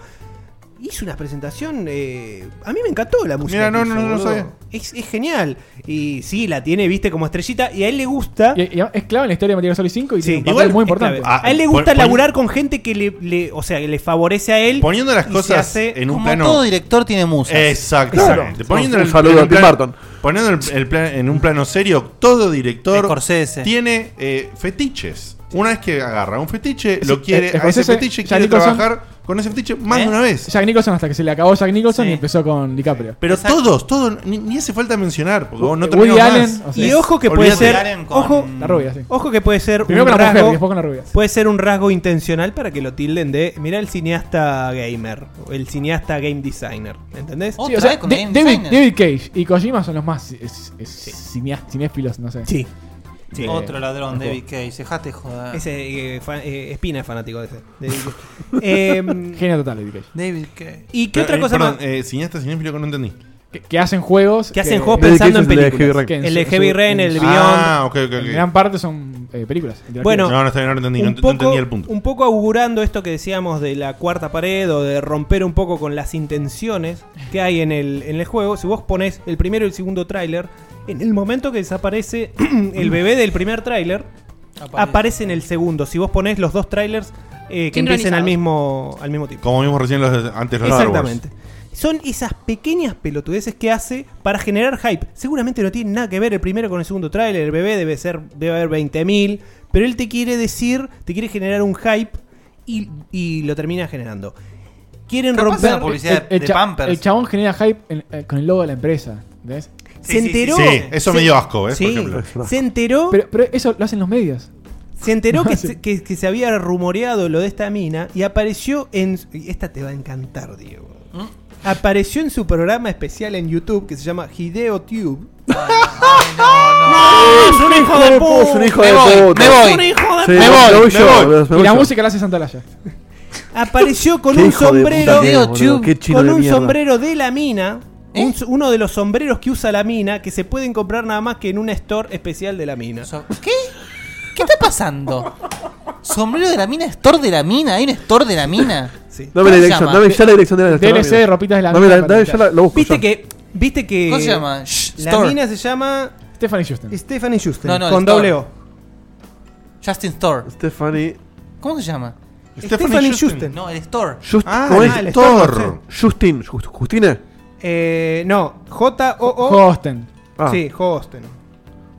Speaker 8: Hizo una presentación. eh, a mí me encantó la música.
Speaker 2: Mira, no,
Speaker 8: que
Speaker 2: no,
Speaker 8: hizo,
Speaker 2: no, no
Speaker 8: boludo.
Speaker 2: sabía.
Speaker 8: Es, es genial. Y sí, la tiene, viste, como estrellita. Y a él le gusta.
Speaker 3: Y- eh, y es clave en la historia de Metal Gear Solid 5 y tiene un papel
Speaker 8: Igual
Speaker 3: muy
Speaker 8: es clave.
Speaker 3: importante.
Speaker 8: a él le gusta laburar con gente que le, le- o sea, que le favorece a él.
Speaker 2: Poniendo las
Speaker 8: y se
Speaker 2: cosas
Speaker 8: hace-
Speaker 2: en un
Speaker 8: como
Speaker 2: plano.
Speaker 8: todo director.
Speaker 11: tiene musas.
Speaker 2: Exactamente.
Speaker 11: Claro.
Speaker 2: Poniendo
Speaker 11: Un
Speaker 2: el-
Speaker 11: saludo
Speaker 2: en
Speaker 11: a
Speaker 2: un
Speaker 11: Tim
Speaker 2: plan-
Speaker 11: Burton.
Speaker 2: Poniendo el, el plan- en un plano serio, todo director
Speaker 11: Scorsese.
Speaker 2: tiene eh, fetiches. Una vez que agarra un fetiche, lo
Speaker 3: Sí,
Speaker 2: quiere,
Speaker 3: eh,
Speaker 2: a ese
Speaker 3: Scorsese,
Speaker 2: fetiche
Speaker 3: Jack
Speaker 2: quiere
Speaker 3: Nicholson.
Speaker 2: trabajar con ese fetiche más de una vez.
Speaker 3: Jack Nicholson hasta que se le acabó Jack Nicholson y empezó con DiCaprio.
Speaker 2: Pero todos, todos, ni, ni hace falta mencionar, porque vos no
Speaker 3: Woody
Speaker 2: terminás
Speaker 3: Allen,
Speaker 2: más.
Speaker 3: o sea,
Speaker 8: Y ojo que puede
Speaker 2: Olvídate.
Speaker 8: ser. Ojo,
Speaker 3: La rubia, sí.
Speaker 8: ojo que puede ser
Speaker 3: Primero
Speaker 8: un
Speaker 3: con la mujer,
Speaker 8: rasgo.
Speaker 3: después con la rubia.
Speaker 8: Puede ser un rasgo intencional para que lo tilden de. Mirá el cineasta gamer. o El cineasta game designer. ¿Entendés?
Speaker 3: Sí, o sea, Da- David, David Cage y Kojima son los más es- es- cineas- cinéfilos, no sé.
Speaker 8: Sí.
Speaker 3: Eh,
Speaker 11: Otro ladrón,
Speaker 3: ojo.
Speaker 11: David Cage. Dejate de joder.
Speaker 8: Ese, eh, fan- eh, Espina es fanático de ese. de David Cage. Em,
Speaker 3: [LAUGHS] Genio total, David Cage.
Speaker 11: David Cage.
Speaker 8: ¿Y qué
Speaker 2: Pero,
Speaker 8: otra
Speaker 2: eh,
Speaker 8: cosa
Speaker 2: perdón,
Speaker 8: más?
Speaker 2: eh, cineasta, cinéfilo que no entendí.
Speaker 3: Que, que hacen juegos.
Speaker 8: Que hacen juegos pensando en películas.
Speaker 3: Que en
Speaker 8: El de
Speaker 3: su-
Speaker 8: Heavy
Speaker 3: su-
Speaker 8: Rain, el
Speaker 3: en su-
Speaker 8: Beyond.
Speaker 2: Ah, ok, ok, ok.
Speaker 3: En gran parte son eh, películas.
Speaker 8: Bueno,
Speaker 2: No, no, está bien, no lo entendí, no
Speaker 8: un
Speaker 2: ent- no
Speaker 8: poco,
Speaker 2: entendí el punto.
Speaker 8: Un poco augurando esto que decíamos de la cuarta pared o de romper un poco con las intenciones que hay en el, en el juego. Si vos pones el primero y el segundo tráiler, en el momento que desaparece [CLEARS THROAT] el bebé del primer tráiler, aparece. en el segundo. Si vos pones los dos trailers eh, que empiecen al
Speaker 2: Sincronizados.
Speaker 8: mismo, al mismo tiempo.
Speaker 2: Como vimos recién los, antes los Star Wars.
Speaker 8: Exactamente. Son esas pequeñas pelotudeces que hace para generar hype. Seguramente no tiene nada que ver el primero con el segundo tráiler. El bebé debe ser debe haber 20.000, pero él te quiere decir, te quiere generar un hype y, y lo termina generando. Quieren romper
Speaker 3: el cha- El chabón genera hype en- eh, con el logo de la empresa. ¿Ves?
Speaker 8: se enteró. se- sí, Se enteró.
Speaker 3: Pero, pero eso lo hacen los medios.
Speaker 8: Se enteró
Speaker 3: No,
Speaker 8: que,
Speaker 3: sí.
Speaker 8: se, que- que se había rumoreado lo de esta mina y apareció en. y Esta te va a encantar, Diego.
Speaker 1: ¿Mm?
Speaker 8: Apareció en su programa especial en YouTube que se llama Hideo Tube.
Speaker 3: ¡Ah,
Speaker 8: es un hijo de puta!
Speaker 5: Es un hijo de puta.
Speaker 8: Es un hijo de
Speaker 5: Sí,
Speaker 8: puta.
Speaker 5: me voy, me voy.
Speaker 3: Y la
Speaker 5: yo.
Speaker 3: música la hace Santalaya.
Speaker 8: Apareció
Speaker 5: [LAUGHS]
Speaker 8: con
Speaker 5: Qué
Speaker 8: un
Speaker 5: hijo de puta
Speaker 8: sombrero.
Speaker 5: que es, boludo. Qué chino
Speaker 8: con
Speaker 5: de
Speaker 8: un
Speaker 5: mierda. ¿Eh?
Speaker 8: sombrero de la mina. un- uno de los sombreros que usa la mina que se pueden comprar nada más que en un store especial de la mina.
Speaker 11: ¿Qué? ¿Qué está pasando? ¿Sombrero de la mina? ¿Store de la mina? ¿Hay un store de la mina?
Speaker 5: Dame la dirección, dame ya la dirección de la
Speaker 3: DLC de ropitas de la
Speaker 5: Dame
Speaker 3: mina
Speaker 5: la,
Speaker 3: para
Speaker 5: dame ya la, lo busco
Speaker 8: Viste
Speaker 5: yo.
Speaker 8: que. Viste que.
Speaker 11: ¿Cómo se llama? Shh,
Speaker 8: Eh, la
Speaker 11: Store.
Speaker 8: mina se llama.
Speaker 3: Stephanie Houston.
Speaker 8: Stephanie Houston.
Speaker 11: No, no,
Speaker 8: con
Speaker 11: Store.
Speaker 8: doble O.
Speaker 11: Justin Store.
Speaker 5: Stephanie.
Speaker 11: ¿Cómo se llama?
Speaker 8: Stephanie Stephanie Houston. Houston.
Speaker 11: No, el Store.
Speaker 5: Just,
Speaker 11: Ah,
Speaker 5: ¿Cómo es?
Speaker 11: ah, el
Speaker 5: Thor.
Speaker 11: Store, no
Speaker 5: Justin. Just- Justine.
Speaker 8: Eh, no, J-O-O.
Speaker 3: Hosten.
Speaker 5: Ah.
Speaker 8: Sí, Hosten.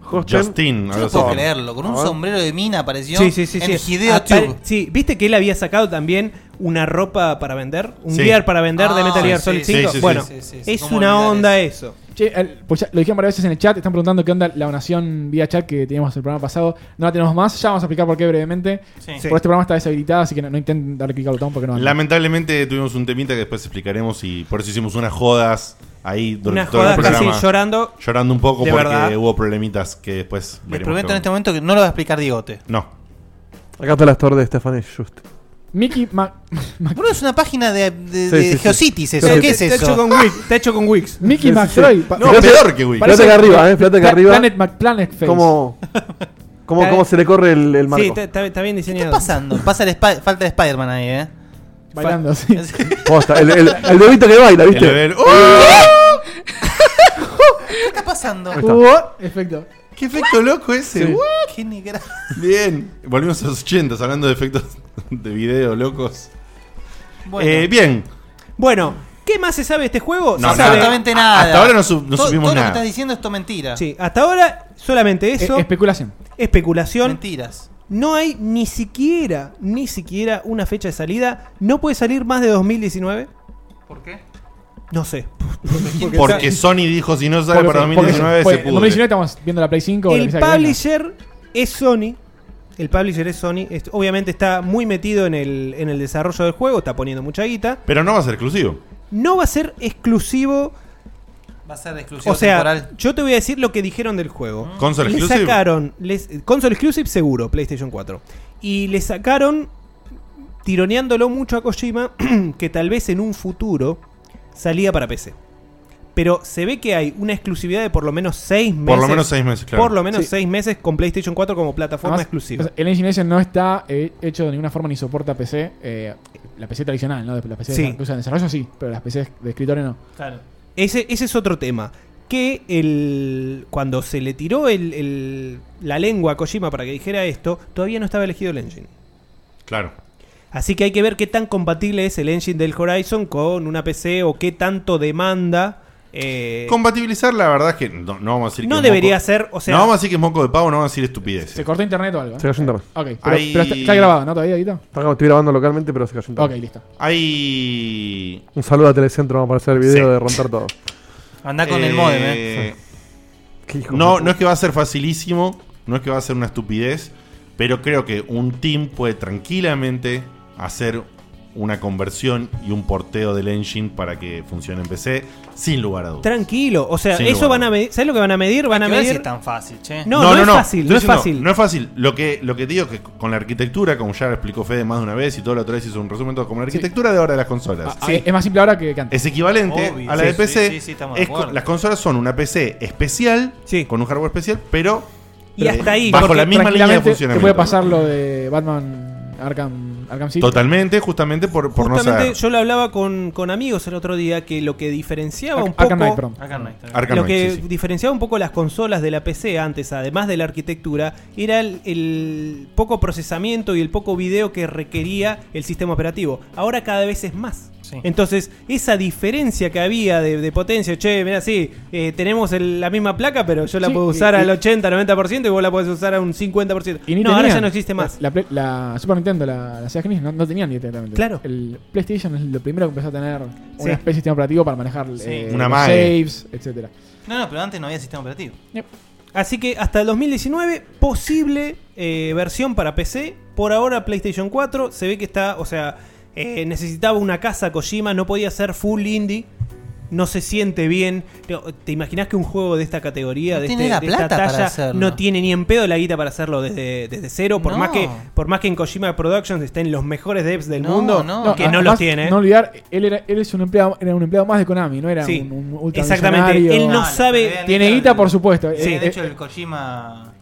Speaker 5: Hosten. Justin,
Speaker 11: Yo no puedo creerlo. Con un sombrero de mina apareció
Speaker 8: Sí, sí, sí.
Speaker 11: en
Speaker 8: sí.
Speaker 11: Hideo
Speaker 8: Apare-
Speaker 11: Tube.
Speaker 8: Sí, viste que él había sacado también una ropa para vender, un
Speaker 11: Sí.
Speaker 8: gear para vender de
Speaker 11: Ah,
Speaker 8: Metal Gear
Speaker 11: sí,
Speaker 8: Solid
Speaker 11: sí,
Speaker 8: 5.
Speaker 11: sí, sí,
Speaker 8: bueno,
Speaker 11: sí, sí, sí.
Speaker 8: es
Speaker 11: ¿Cómo
Speaker 8: una
Speaker 11: olvidar
Speaker 8: onda eso.
Speaker 3: Che, el- pues ya- lo dijeron varias veces en el chat, están preguntando qué onda la donación vía chat que teníamos el programa pasado. No la tenemos más, ya vamos a explicar por qué brevemente.
Speaker 11: Sí.
Speaker 3: Por
Speaker 11: Sí.
Speaker 3: este programa está deshabilitada, así que no, no intenten darle clic al botón porque no anda.
Speaker 2: Lamentablemente tuvimos un temita que después explicaremos y por eso hicimos unas jodas ahí durante
Speaker 8: Unas
Speaker 2: todo el
Speaker 8: jodas casi
Speaker 2: programa.
Speaker 8: llorando.
Speaker 2: Llorando un poco
Speaker 8: De
Speaker 2: porque
Speaker 8: verdad.
Speaker 2: hubo problemitas que después
Speaker 11: Les
Speaker 2: veremos.
Speaker 11: prometo
Speaker 2: qué
Speaker 11: en
Speaker 2: onda.
Speaker 11: este momento que no lo va a explicar Diegote.
Speaker 2: No.
Speaker 5: Acá está la store de Stephanie Justin.
Speaker 3: Mickey Ma-
Speaker 11: Boludo, es una página de, de,
Speaker 5: Sí,
Speaker 11: de
Speaker 5: sí, sí.
Speaker 11: Geocities eso.
Speaker 5: Pero
Speaker 11: ¿Qué
Speaker 5: te-
Speaker 11: es
Speaker 5: te
Speaker 11: eso?
Speaker 5: hecho con
Speaker 8: Wix, Te hecho con Wix.
Speaker 3: Mickey
Speaker 5: Sí, sí,
Speaker 3: McFly.
Speaker 5: sí.
Speaker 3: pa-
Speaker 5: No,
Speaker 3: parece-
Speaker 5: peor que Wix. Fíjate
Speaker 3: parece-
Speaker 5: acá arriba, eh, fíjate acá
Speaker 3: Pla-
Speaker 5: arriba.
Speaker 3: Planet Mac- Planet Face.
Speaker 5: ¿Cómo, cómo, cómo se le corre el, el marco?
Speaker 8: Sí, está, está- está bien
Speaker 11: ¿Qué está
Speaker 8: diseñado.
Speaker 11: pasando? Pasa el Spi- falta de Spider-Man ahí, ¿eh?
Speaker 3: Bailando, sí.
Speaker 5: Posta, el, el, [LAUGHS] el bebito que baila, ¿viste? [LAUGHS]
Speaker 2: El bebé-
Speaker 6: ¡uh!
Speaker 11: ¿Qué está pasando?
Speaker 5: Ahí está.
Speaker 3: What? Oh, Efecto.
Speaker 2: ¿Qué efecto loco ese?
Speaker 11: Sí.
Speaker 2: What?
Speaker 11: Qué negra.
Speaker 2: Bien. Volvimos a los 80 hablando de efectos de video locos.
Speaker 11: [LAUGHS] Bueno.
Speaker 2: Eh, bien.
Speaker 8: Bueno, ¿qué más se sabe de este juego?
Speaker 2: No,
Speaker 8: se sabe-
Speaker 11: Absolutamente nada.
Speaker 2: Hasta ahora no su- no
Speaker 11: Todo-
Speaker 2: supimos
Speaker 11: todo
Speaker 2: nada.
Speaker 11: lo que estás diciendo es todo mentira.
Speaker 8: Sí, hasta ahora solamente eso.
Speaker 3: E- especulación.
Speaker 8: Especulación.
Speaker 11: Mentiras.
Speaker 8: No hay ni siquiera, ni siquiera una fecha de salida. No puede salir más de 2019.
Speaker 11: ¿Por qué?
Speaker 8: No sé.
Speaker 2: Porque, Sony dijo si no sale para 2019
Speaker 3: porque-
Speaker 2: se
Speaker 3: en
Speaker 2: pudre.
Speaker 3: 2019 estamos viendo la Play 5. o lo que
Speaker 8: El
Speaker 3: sea que venga.
Speaker 8: publisher es Sony. El publisher es Sony. Es- obviamente está muy metido en el, en el desarrollo del juego, está poniendo mucha guita.
Speaker 2: Pero no va a ser exclusivo.
Speaker 8: No va a ser exclusivo.
Speaker 6: Va a ser exclusivo
Speaker 8: O sea,
Speaker 6: temporal.
Speaker 8: yo te voy a decir lo que dijeron del juego.
Speaker 2: ¿Mm? Console
Speaker 8: le
Speaker 2: exclusive.
Speaker 8: sacaron, les, console exclusive seguro, PlayStation 4. Y le sacaron, tironeándolo mucho a Kojima, [CLEARS THROAT] que tal vez en un futuro salía para PC. Pero se ve que hay una exclusividad de por lo menos 6 meses.
Speaker 2: Por lo menos seis meses, claro.
Speaker 8: Por lo menos
Speaker 2: Sí.
Speaker 8: 6 meses con PlayStation 4 como plataforma
Speaker 3: Además,
Speaker 8: exclusiva.
Speaker 3: o sea, el Engine Engine no está eh, hecho de ninguna forma ni soporta PC. eh, la PC tradicional, ¿no? La PC
Speaker 8: Sí.
Speaker 3: que usan en desarrollo sí, pero las PCs de escritorio no.
Speaker 8: Ese, ese es otro tema. Que el, cuando se le tiró el- el- la lengua a Kojima para que dijera esto, todavía no estaba elegido el engine.
Speaker 2: Claro.
Speaker 8: Así que hay que ver qué tan compatible es el engine del Horizon con una PC o qué tanto demanda. eh,
Speaker 2: Compatibilizar, la verdad es que no, no vamos a decir
Speaker 8: No
Speaker 2: que es
Speaker 8: debería
Speaker 2: moco-
Speaker 8: ser, o sea-
Speaker 2: No vamos a decir que es moco de pavo, no vamos a decir estupidez.
Speaker 3: ¿Se cortó internet o algo? eh?
Speaker 5: Se cayó internet.
Speaker 3: Ok, pero,
Speaker 2: Ahí-
Speaker 3: pero está, está grabado, ¿no? Todavía, Guito.
Speaker 5: Estoy grabando localmente, pero se cayó internet.
Speaker 3: Ok, listo.
Speaker 2: Hay.
Speaker 5: Un saludo a Telecentro, vamos a hacer el video de romper todo.
Speaker 6: Andá con el modem,
Speaker 2: eh.
Speaker 5: Qué hijo
Speaker 2: No,
Speaker 5: de
Speaker 2: no es que va a ser facilísimo, no es que va a ser una estupidez, pero creo que un team puede tranquilamente hacer una conversión y un porteo del engine para que funcione en PC, sin lugar a dudas.
Speaker 8: Tranquilo, o sea,
Speaker 2: Sin
Speaker 8: eso
Speaker 2: lugar.
Speaker 8: van a medir. ¿Sabes lo que van a medir? Van a
Speaker 6: Hay que ver si
Speaker 8: medir.
Speaker 6: es tan fácil, che.
Speaker 8: No, no, es fácil,
Speaker 2: estoy
Speaker 8: no es
Speaker 2: diciendo,
Speaker 8: fácil.
Speaker 2: No es fácil. Lo que, lo que te digo es que con la arquitectura, como ya lo explicó Fede más de una vez y todo la otra vez hizo un resumen, todo, como la arquitectura de ahora de las consolas.
Speaker 3: Ah, Es más simple ahora que, que antes.
Speaker 2: Es equivalente
Speaker 3: Obvio,
Speaker 2: a la
Speaker 3: sí,
Speaker 2: de PC.
Speaker 3: sí, sí, sí, estamos de
Speaker 2: Es co-
Speaker 3: acuerdo.
Speaker 2: las consolas son una PC especial, con un hardware especial, pero
Speaker 3: Y
Speaker 2: eh,
Speaker 3: hasta ahí,
Speaker 2: bajo
Speaker 3: porque
Speaker 2: la misma línea de
Speaker 3: tranquilamente Te puede
Speaker 2: funcionamiento.
Speaker 3: pasar lo de Batman Arkham, Arkham City.
Speaker 2: Totalmente, justamente por, por no
Speaker 8: Justamente
Speaker 2: saber.
Speaker 8: yo lo hablaba con, con amigos el otro día que lo que diferenciaba
Speaker 3: Ar-
Speaker 8: un poco
Speaker 3: Arkham Knight, perdón.
Speaker 6: Arkham Knight, está
Speaker 2: bien.
Speaker 8: lo
Speaker 2: Arkham
Speaker 8: que
Speaker 2: Knight, sí,
Speaker 8: diferenciaba un poco las consolas de la PC antes, además de la arquitectura, era el, el poco procesamiento y el poco video que requería el sistema operativo. Ahora cada vez es más. Entonces, esa diferencia que había de, de potencia, che, mira, sí, eh, tenemos el- la misma placa, pero yo la
Speaker 3: Sí,
Speaker 8: puedo
Speaker 3: y-
Speaker 8: usar
Speaker 3: y-
Speaker 8: al 80, 90% y vos la podés usar a un 50%.
Speaker 3: Y ni
Speaker 8: no, ahora
Speaker 3: tenían.
Speaker 8: ya no existe más.
Speaker 3: La, Play- la Super Nintendo, la, la Sega Genesis, no, no tenían directamente.
Speaker 8: Claro.
Speaker 3: El PlayStation es lo primero que empezó a tener
Speaker 8: Sí.
Speaker 3: una especie de sistema operativo para manejar
Speaker 6: Sí.
Speaker 3: eh,
Speaker 2: Una
Speaker 3: los
Speaker 2: madre.
Speaker 3: saves, etcétera.
Speaker 6: No, no, pero antes no había sistema operativo.
Speaker 8: Así que hasta el 2019, posible eh, versión para PC. Por ahora, PlayStation 4. Se ve que está, o sea, eh, necesitaba una casa Kojima, no podía ser full indie. No se siente bien. No, ¿Te imaginas que un juego de esta categoría,
Speaker 6: No
Speaker 8: de,
Speaker 6: tiene
Speaker 8: este-
Speaker 6: la
Speaker 8: de esta
Speaker 6: plata para
Speaker 8: talla,
Speaker 6: hacerlo.
Speaker 8: no tiene ni en pedo la guita para hacerlo desde, desde cero? Por,
Speaker 6: No.
Speaker 8: más que, por más que en Kojima Productions estén los mejores devs del
Speaker 6: No,
Speaker 8: mundo,
Speaker 6: no.
Speaker 3: a-
Speaker 8: que no
Speaker 3: además,
Speaker 8: los tiene.
Speaker 3: No olvidar, él, era, él es un empleado, era un empleado más de Konami, no era
Speaker 8: Sí,
Speaker 3: un, un
Speaker 8: exactamente. Él no
Speaker 3: ultramillonario.
Speaker 8: sabe.
Speaker 3: Tiene guita, por supuesto.
Speaker 6: Sí,
Speaker 3: Eh,
Speaker 6: de hecho,
Speaker 3: eh,
Speaker 6: el Kojima.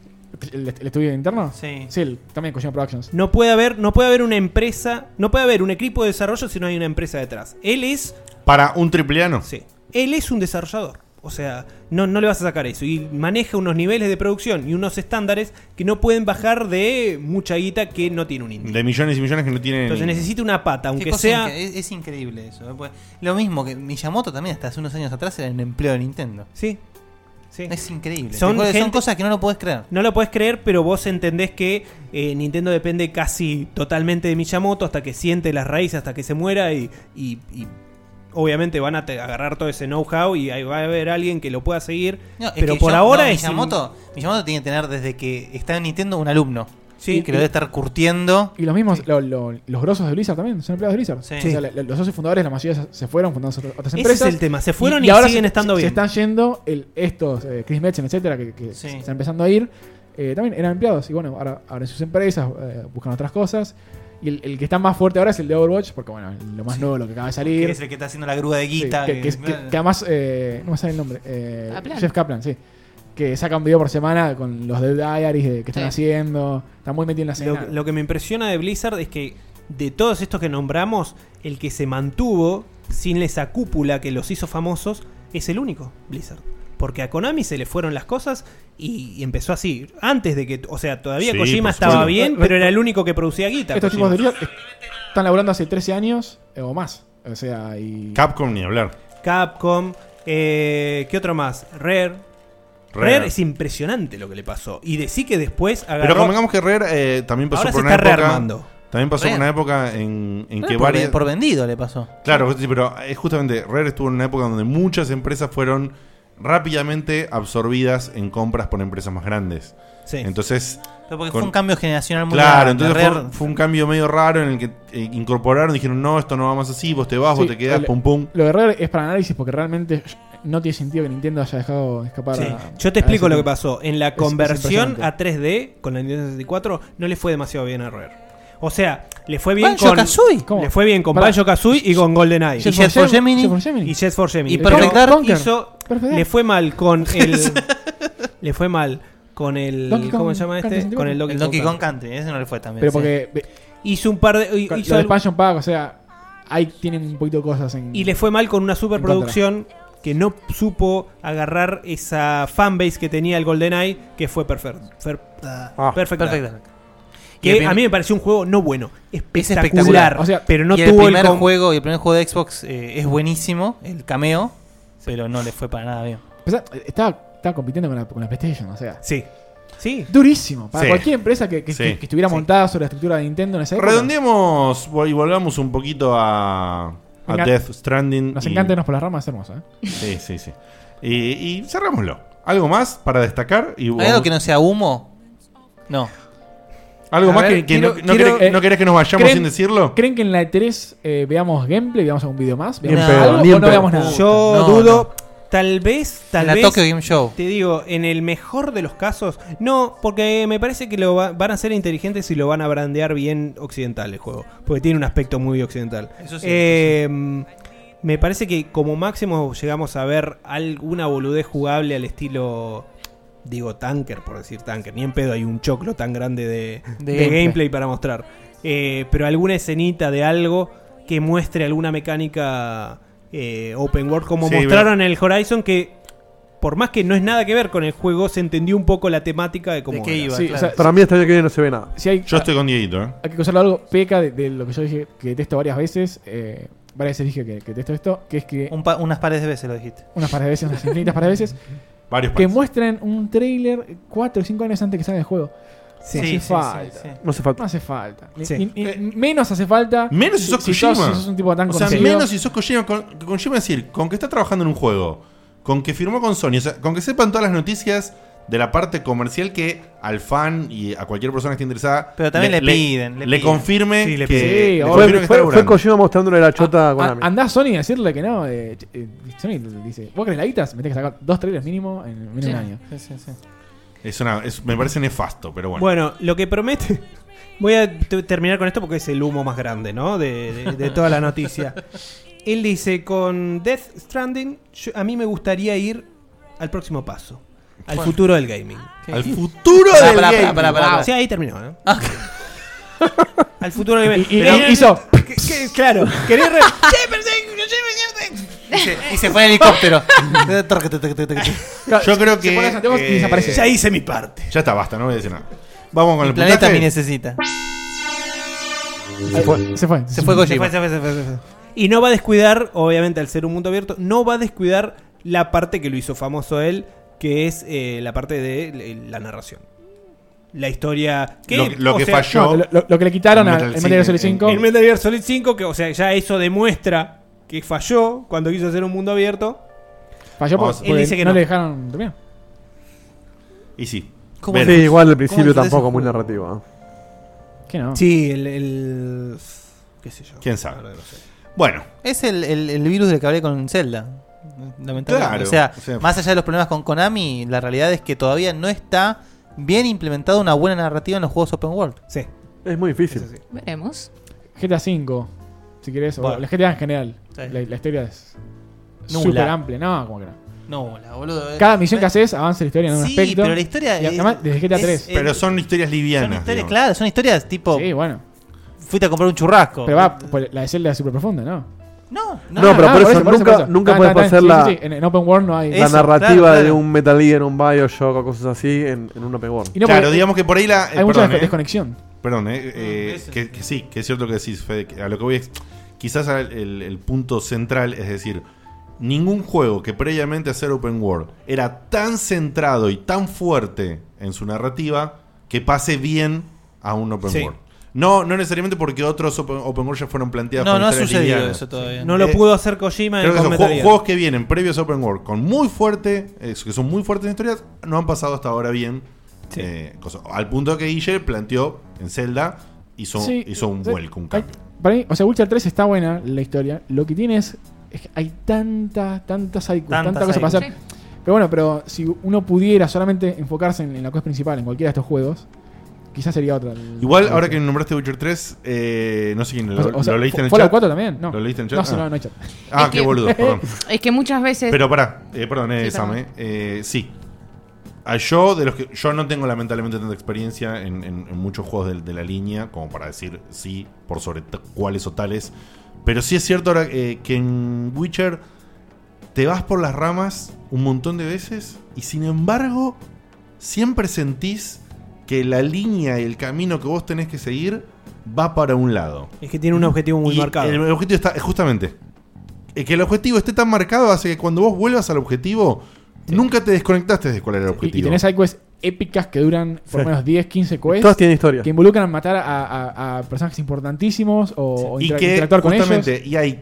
Speaker 3: ¿El, el estudio interno? Sí. Sí, el- también Kojima Productions.
Speaker 8: No puede haber, no puede haber una empresa, no puede haber un equipo de desarrollo si no hay una empresa detrás. Él es,
Speaker 2: Para un tripleano.
Speaker 8: Sí. él es un desarrollador. O sea, no, no le vas a sacar eso. Y maneja unos niveles de producción y unos estándares que no pueden bajar de mucha guita que no tiene un indie.
Speaker 2: De millones y millones que no tienen.
Speaker 8: Entonces necesita una pata,
Speaker 6: Qué
Speaker 8: aunque
Speaker 6: cosa
Speaker 8: sea.
Speaker 6: inque- Es, es increíble eso. eh, pues. Lo mismo que Miyamoto también, hasta hace unos años atrás, era un empleo de Nintendo.
Speaker 8: Sí. Es
Speaker 6: increíble. Te
Speaker 8: Son,
Speaker 6: juro que son
Speaker 8: gente-
Speaker 6: cosas que no lo puedes creer.
Speaker 8: No lo puedes creer, pero vos entendés que eh, Nintendo depende casi totalmente de Miyamoto hasta que siente las raíces, hasta que se muera y, y- y obviamente van a te- agarrar todo ese know-how y ahí va a haber alguien que lo pueda seguir.
Speaker 6: No, es
Speaker 8: pero
Speaker 6: que
Speaker 8: por
Speaker 6: yo-
Speaker 8: ahora
Speaker 6: no,
Speaker 8: es...
Speaker 6: Miyamoto, Miyamoto tiene que tener desde que está en Nintendo un alumno.
Speaker 8: Sí.
Speaker 6: Que lo debe estar curtiendo.
Speaker 3: Y los mismos, lo- lo- los grosos de Blizzard también, son empleados de Blizzard.
Speaker 6: Sí.
Speaker 3: O sea, la- la- los socios fundadores, la mayoría se- se fueron fundando otras otras
Speaker 8: Ese
Speaker 3: empresas.
Speaker 8: es el tema, se fueron y siguen estando
Speaker 3: se-
Speaker 8: bien.
Speaker 3: Se están yendo el- estos, eh, Chris Metzen, etcétera, que, que se están empezando a ir. eh, también eran empleados y bueno, ahora abren sus empresas, eh, buscan otras cosas. Y el, el que está más fuerte ahora es el de Overwatch, porque bueno, lo más nuevo, lo que acaba de salir.
Speaker 6: Que es el que está haciendo la grúa de
Speaker 3: Sí,
Speaker 6: guita.
Speaker 3: que, que- que- que además, eh, no me sale el nombre. eh,
Speaker 6: Kaplan.
Speaker 3: Jeff Kaplan, sí. Que saca un video por semana con los Dead Diaries de, que están
Speaker 8: Sí.
Speaker 3: haciendo. Está muy metido en la
Speaker 8: Lo,
Speaker 3: escena.
Speaker 8: lo que me impresiona de Blizzard es que de todos estos que nombramos, el que se mantuvo sin esa cúpula que los hizo famosos es el único, Blizzard. Porque a Konami se le fueron las cosas y, y empezó así. Antes de que, o sea, todavía
Speaker 3: Sí,
Speaker 8: Kojima
Speaker 3: por
Speaker 8: estaba
Speaker 3: supuesto.
Speaker 8: bien, pero era el único que producía guita.
Speaker 3: Estos tipos
Speaker 8: Kojima.
Speaker 3: de Blizzard están laburando hace 13 años eh, o más. O sea, y.
Speaker 2: Capcom ni hablar.
Speaker 8: Capcom, eh, ¿qué otro más? Rare. Rare.
Speaker 2: Rare.
Speaker 8: es impresionante lo que le pasó. Y decí que después Pues agarró...
Speaker 2: Pero convengamos que Rare eh, también pasó
Speaker 8: Ahora
Speaker 2: por
Speaker 8: se
Speaker 2: una
Speaker 8: está
Speaker 2: época.
Speaker 8: rearmando.
Speaker 2: También pasó por
Speaker 8: Rare.
Speaker 2: una época en, en
Speaker 6: Rare
Speaker 2: que
Speaker 6: por
Speaker 2: varias.
Speaker 6: ve- por vendido le pasó.
Speaker 2: Claro, sí, pero es justamente Rare estuvo en una época donde muchas empresas fueron rápidamente absorbidas en compras por empresas más grandes.
Speaker 8: Sí.
Speaker 2: Entonces.
Speaker 6: Pero porque fue un cambio generacional muy
Speaker 2: Claro,
Speaker 6: grande.
Speaker 2: entonces
Speaker 6: Rare-
Speaker 2: fue, fue un cambio medio raro en el que eh, incorporaron, dijeron, no, esto no va más así, vos te vas, vos
Speaker 3: Sí,
Speaker 2: te quedás,
Speaker 3: el-
Speaker 2: pum pum.
Speaker 3: Lo de Rare es para análisis porque realmente no tiene sentido que Nintendo haya dejado escapar.
Speaker 8: Sí.
Speaker 3: a-
Speaker 8: Yo te
Speaker 3: a
Speaker 8: explico
Speaker 3: ese
Speaker 8: lo que
Speaker 3: tipo.
Speaker 8: pasó. En la
Speaker 3: Es- es
Speaker 8: conversión
Speaker 3: impresionante.
Speaker 8: a 3D con la Nintendo 64 no le fue demasiado bien a Rare. O sea, le fue bien
Speaker 11: Banjo
Speaker 8: con
Speaker 11: Kazooie.
Speaker 8: Le fue bien con
Speaker 11: Pará.
Speaker 8: Banjo Kazooie y con GoldenEye.
Speaker 11: Y Jet Jet for for Gemini. Gemini.
Speaker 8: Y Jet for Gemini.
Speaker 11: Y Perfect Dark.
Speaker 8: Pero hizo-
Speaker 11: Perfect Dark.
Speaker 8: le fue
Speaker 11: [LAUGHS]
Speaker 8: mal con el le fue mal con el
Speaker 11: Donkey Kong
Speaker 8: ¿cómo se llama
Speaker 11: Country
Speaker 8: este? Con el
Speaker 11: 64.
Speaker 8: Donkey,
Speaker 11: El Donkey Kong
Speaker 8: Country, ese no le fue también.
Speaker 3: Pero porque. ve-
Speaker 8: hizo un par de
Speaker 3: con-
Speaker 8: hizo
Speaker 3: lo de
Speaker 8: algo-
Speaker 3: expansion pack, o sea, ahí tienen un poquito de cosas en.
Speaker 8: y le fue mal con una superproducción que no supo agarrar esa fanbase que tenía el GoldenEye, que fue Perfect. Fer-
Speaker 11: Ah,
Speaker 8: Perfect Dark.
Speaker 11: Perfect Dark. Y el
Speaker 8: Que
Speaker 11: prim-
Speaker 8: a mí me pareció un juego no bueno,
Speaker 11: Es
Speaker 8: espectacular,
Speaker 11: espectacular.
Speaker 8: pero no
Speaker 11: y
Speaker 8: tuvo
Speaker 11: el primer
Speaker 8: con-
Speaker 11: juego y el primer juego de Xbox eh, es buenísimo, el cameo, pero no le fue para nada bien.
Speaker 3: Pensá, estaba, estaba compitiendo con la, con la PlayStation, o sea.
Speaker 8: Sí. Sí.
Speaker 3: Durísimo. Para
Speaker 2: Sí.
Speaker 3: cualquier empresa que, que-
Speaker 2: Sí.
Speaker 3: que- que estuviera
Speaker 2: Sí.
Speaker 3: montada sobre la estructura de Nintendo en esa época.
Speaker 2: Redondeemos vol- y volvamos un poquito a, a
Speaker 3: Venga.
Speaker 2: Death Stranding.
Speaker 3: Nos
Speaker 2: y-
Speaker 3: encanta irnos por las ramas, es hermoso, ¿eh?
Speaker 2: Sí, sí, sí. Y, y cerrámoslo. ¿Algo más para destacar? Y
Speaker 11: ¿Hay algo que no sea humo? No.
Speaker 2: ¿Algo
Speaker 11: A
Speaker 2: más
Speaker 11: ver,
Speaker 2: que, que
Speaker 11: quiero-
Speaker 2: no, no
Speaker 11: quiero-
Speaker 2: querés, no querés que nos vayamos
Speaker 3: eh, ¿creen-
Speaker 2: sin decirlo?
Speaker 3: ¿Creen que en la E3 eh, veamos gameplay, veamos algún video más?
Speaker 2: Ni en
Speaker 3: ¿Veamos
Speaker 2: pedo,
Speaker 3: algo
Speaker 2: ni
Speaker 3: o
Speaker 2: en
Speaker 3: no
Speaker 2: pedo.
Speaker 3: veamos nada?
Speaker 8: Yo
Speaker 3: No,
Speaker 8: dudo, tal vez, tal
Speaker 11: En la
Speaker 8: vez.
Speaker 11: Tokyo Game Show.
Speaker 8: Te digo, en el mejor de los casos, no, porque me parece que lo va- van a ser inteligentes y lo van a brandear bien occidental el juego, porque tiene un aspecto muy occidental.
Speaker 11: Eso sí,
Speaker 8: Eh, Me parece que como máximo llegamos a ver alguna boludez jugable al estilo. Digo, tanker, por decir tanker. Ni en pedo hay un choclo tan grande de,
Speaker 11: De
Speaker 8: de
Speaker 11: gameplay.
Speaker 8: gameplay para mostrar. Eh, pero alguna escenita de algo que muestre alguna mecánica eh, open world como
Speaker 11: Sí,
Speaker 8: mostraron en el Horizon que por más que no es nada que ver con el juego se entendió un poco la temática de cómo
Speaker 11: ¿De qué
Speaker 8: era.
Speaker 11: iba?
Speaker 3: Sí, o sea,
Speaker 5: Para mí, hasta el año que viene no se ve nada.
Speaker 3: si hay- ah,
Speaker 2: Yo estoy con Dieguito, ¿eh?
Speaker 3: hay que usarlo algo peca de, de lo que yo dije que detesto varias veces. eh, varias veces dije que, que detesto esto, que es que
Speaker 11: Un pa- unas pares de veces lo dijiste.
Speaker 3: unas par de veces, unas infinitas par de veces,
Speaker 2: [LAUGHS] Varios
Speaker 3: que
Speaker 2: pares.
Speaker 3: muestren un trailer 4 o 5 años antes que salga el juego.
Speaker 11: Sí,
Speaker 3: no hace
Speaker 11: sí, sí,
Speaker 3: falta.
Speaker 11: sí.
Speaker 5: No hace falta.
Speaker 3: No hace falta. Ni-
Speaker 2: Sí.
Speaker 3: ni- ni- menos hace falta.
Speaker 2: Eh, Menos si sos Kojima.
Speaker 3: sos- si sos un tipo tan
Speaker 2: o sea,
Speaker 3: conocido.
Speaker 2: menos si sos Kojima. Con, Kojima es decir, con que está trabajando en un juego, con que firmó con Sony, o sea, con que sepan todas las noticias de la parte comercial que al fan y a cualquier persona que esté interesada
Speaker 11: Pero también le piden,
Speaker 2: le,
Speaker 11: le piden.
Speaker 2: confirme
Speaker 11: Sí, le
Speaker 2: que,
Speaker 11: piden.
Speaker 2: le
Speaker 3: Sí,
Speaker 2: confirme
Speaker 5: Fue,
Speaker 2: que está
Speaker 5: fue, fue
Speaker 2: laburando.
Speaker 5: Kojima mostrándole la chota a
Speaker 3: A-
Speaker 5: Konami.
Speaker 3: Ah, Andá a Sony a decirle que no. eh, ch- eh, Sony le dice: Vos querés la guita, me tenés que sacar dos trailers mínimo en menos de un año.
Speaker 11: Sí, sí, sí.
Speaker 2: Es una- es- me parece nefasto, pero bueno.
Speaker 8: Bueno, lo que promete. [LAUGHS] Voy a t- terminar con esto porque es el humo más grande, ¿no? De, de- de toda la noticia. Él dice: Con Death Stranding, yo- a mí me gustaría ir al próximo paso. Al
Speaker 11: Bueno.
Speaker 8: futuro del gaming.
Speaker 11: ¿Qué?
Speaker 2: Al futuro
Speaker 11: Pará,
Speaker 2: del
Speaker 11: pará,
Speaker 2: gaming.
Speaker 11: pará, pará, pará.
Speaker 8: Sí, ahí terminó, ¿no? [LAUGHS] al futuro del gaming.
Speaker 3: Y- y-
Speaker 8: Pero-
Speaker 3: y- hizo-
Speaker 8: ¿Qué- qué- claro, querés
Speaker 11: [LAUGHS]
Speaker 8: re-
Speaker 11: Y se fue en
Speaker 8: [LAUGHS]
Speaker 11: helicóptero.
Speaker 2: Yo creo que. eh,
Speaker 3: Se pone Santiago y desaparece.
Speaker 8: Ya hice mi parte.
Speaker 2: Ya está, basta, no voy a decir nada. Vamos con el,
Speaker 11: El planeta
Speaker 2: puntaje.
Speaker 11: me necesita.
Speaker 3: Se fue. Se fue.
Speaker 11: Se fue
Speaker 8: Se fue,
Speaker 11: Kojima.
Speaker 8: se fue, se fue, se fue. Y no va a descuidar, obviamente, al ser un mundo abierto, no va a descuidar la parte que lo hizo famoso él, que es eh, la parte de eh, la narración. La historia. Que,
Speaker 2: Lo- lo
Speaker 8: o
Speaker 2: que
Speaker 8: sea,
Speaker 2: falló.
Speaker 3: No, lo, lo que le quitaron
Speaker 2: En
Speaker 3: al
Speaker 2: Metal
Speaker 3: al Metal Gear Solid
Speaker 2: Gear, en-
Speaker 3: 5.
Speaker 8: En Metal Gear Solid 5, que, o sea, ya eso demuestra que falló cuando quiso hacer un mundo abierto.
Speaker 3: Falló por-
Speaker 2: Vamos.
Speaker 3: porque
Speaker 8: Él dice que
Speaker 3: no
Speaker 8: no.
Speaker 3: le dejaron terminar.
Speaker 2: Y sí.
Speaker 11: ¿Cómo
Speaker 5: Sí,
Speaker 2: Veremos.
Speaker 5: igual al
Speaker 11: ¿Cómo
Speaker 5: principio
Speaker 11: disfruté
Speaker 5: tampoco
Speaker 11: ese
Speaker 5: muy ¿eh?
Speaker 11: juego?
Speaker 5: narrativa.
Speaker 3: ¿Qué no?
Speaker 8: Sí, el. el- ¿Qué sé yo?
Speaker 2: ¿Quién sabe?
Speaker 8: La verdad, no sé.
Speaker 2: Bueno,
Speaker 11: Es el, el- el virus del que hablé con Zelda. Lamentablemente.
Speaker 2: Claro,
Speaker 11: o, sea,
Speaker 2: o sea-
Speaker 11: más allá de los problemas con Konami, la realidad es que todavía no está bien implementada una buena narrativa en los juegos open world.
Speaker 8: Sí,
Speaker 5: Es muy difícil.
Speaker 8: eso sí.
Speaker 4: Veremos.
Speaker 3: GTA 5, si querés. O
Speaker 11: Bueno.
Speaker 3: la GTA en general.
Speaker 11: Sí.
Speaker 3: La, la historia es.
Speaker 11: Nula.
Speaker 3: Súper amplia. No, como que no.
Speaker 11: No, la boludo. eh.
Speaker 3: Cada misión que
Speaker 11: Me-
Speaker 3: haces avanza la historia en un
Speaker 11: Sí,
Speaker 3: aspecto.
Speaker 11: pero la historia
Speaker 3: Y
Speaker 11: es-
Speaker 3: además, desde GTA
Speaker 11: es-
Speaker 3: 3.
Speaker 11: eh,
Speaker 2: pero son historias livianas.
Speaker 11: Son historias,
Speaker 2: digamos.
Speaker 11: claro, son historias tipo.
Speaker 3: sí, bueno.
Speaker 11: Fuiste a comprar un churrasco.
Speaker 3: Pero va, pues, la de Zelda es súper profunda, ¿no? Ah,
Speaker 11: No, no.
Speaker 5: No, pero por eso, nunca, nunca
Speaker 3: Tan, tan,
Speaker 5: puedes
Speaker 3: tan.
Speaker 5: pasar
Speaker 3: Sí,
Speaker 5: la,
Speaker 3: sí, sí. En, en Open World no hay.
Speaker 5: la
Speaker 11: Eso,
Speaker 5: narrativa
Speaker 11: claro, claro.
Speaker 5: de un Metal Gear, un Bioshock o cosas así en, en un open world.
Speaker 3: Y no
Speaker 2: claro,
Speaker 3: porque-
Speaker 2: digamos que por ahí la. eh,
Speaker 3: Hay mucha
Speaker 2: perdón,
Speaker 3: descone-
Speaker 2: eh.
Speaker 3: desconexión.
Speaker 2: Perdón, eh, eh, que, que sí, que es cierto que decís, Fede, que a lo que voy es. Quizás al- el, el punto central, es decir, ningún juego que previamente a ser Open World era tan centrado y tan fuerte en su narrativa que pase bien a un Open
Speaker 8: Sí.
Speaker 2: World. No, no necesariamente porque otros Open, open World ya fueron planteados
Speaker 11: No,
Speaker 2: con
Speaker 11: no ha
Speaker 2: historias
Speaker 11: sucedido
Speaker 2: livianas.
Speaker 11: eso todavía.
Speaker 8: No lo
Speaker 2: Eh,
Speaker 8: pudo hacer Kojima
Speaker 2: Creo que
Speaker 8: con
Speaker 2: son
Speaker 8: Metal
Speaker 2: ju-
Speaker 8: Gear.
Speaker 2: juegos que vienen previos a Open World con muy fuerte, eh, que son muy fuertes en historias, no han pasado hasta ahora bien.
Speaker 8: Sí.
Speaker 2: eh, cosa- al punto que Guille planteó en Zelda, hizo,
Speaker 3: Sí,
Speaker 2: hizo un
Speaker 3: sí.
Speaker 2: vuelco, un cambio.
Speaker 3: Para mí, o sea, Witcher 3 está buena la historia. Lo que tiene es es que hay tanta, tanta sidequest,
Speaker 11: Tanta
Speaker 3: tanta cosa para hacer.
Speaker 11: sidequest.
Speaker 3: Pero bueno, pero si uno pudiera solamente enfocarse en, en la quest principal, en cualquiera de estos juegos, quizás sería otra. Eh, el-
Speaker 2: Igual,
Speaker 3: el-
Speaker 2: ahora que nombraste Witcher 3, eh, no sé quién lo,
Speaker 3: O sea- o sea,
Speaker 2: lo leíste en el
Speaker 3: Fallout
Speaker 2: chat.
Speaker 3: 4 también, no.
Speaker 2: ¿Lo leíste en el
Speaker 3: No,
Speaker 2: chat?
Speaker 3: sí, no, no hay chat.
Speaker 2: Ah,
Speaker 4: Es
Speaker 2: qué
Speaker 4: que- [LAUGHS]
Speaker 2: boludo, perdón.
Speaker 4: Es que muchas veces.
Speaker 2: Pero pará, eh, perdón, eh,
Speaker 4: Sí,
Speaker 2: Sam,
Speaker 4: perdón.
Speaker 2: eh, eh, sí. A yo, de los que, yo no tengo lamentablemente tanta experiencia en, en- en muchos juegos de, de la línea como para decir sí, por sobre t- cuáles o tales. Pero sí es cierto ahora eh, que en Witcher te vas por las ramas un montón de veces y sin embargo siempre sentís que la línea y el camino que vos tenés que seguir va para un lado.
Speaker 8: Es que tiene un objetivo muy
Speaker 2: Y
Speaker 8: marcado.
Speaker 2: El objetivo está, justamente, eh, que el objetivo esté tan marcado hace que cuando vos vuelvas al objetivo, nunca te desconectaste de cuál era el objetivo.
Speaker 3: Y tenés sidequests épicas que duran por lo
Speaker 2: Sí.
Speaker 3: menos 10, 15 quests.
Speaker 2: Todas tienen historia.
Speaker 3: Que involucran matar a, a- a personajes importantísimos o, o
Speaker 2: y
Speaker 3: intera-
Speaker 2: que
Speaker 3: interactuar con ellos.
Speaker 2: justamente, y hay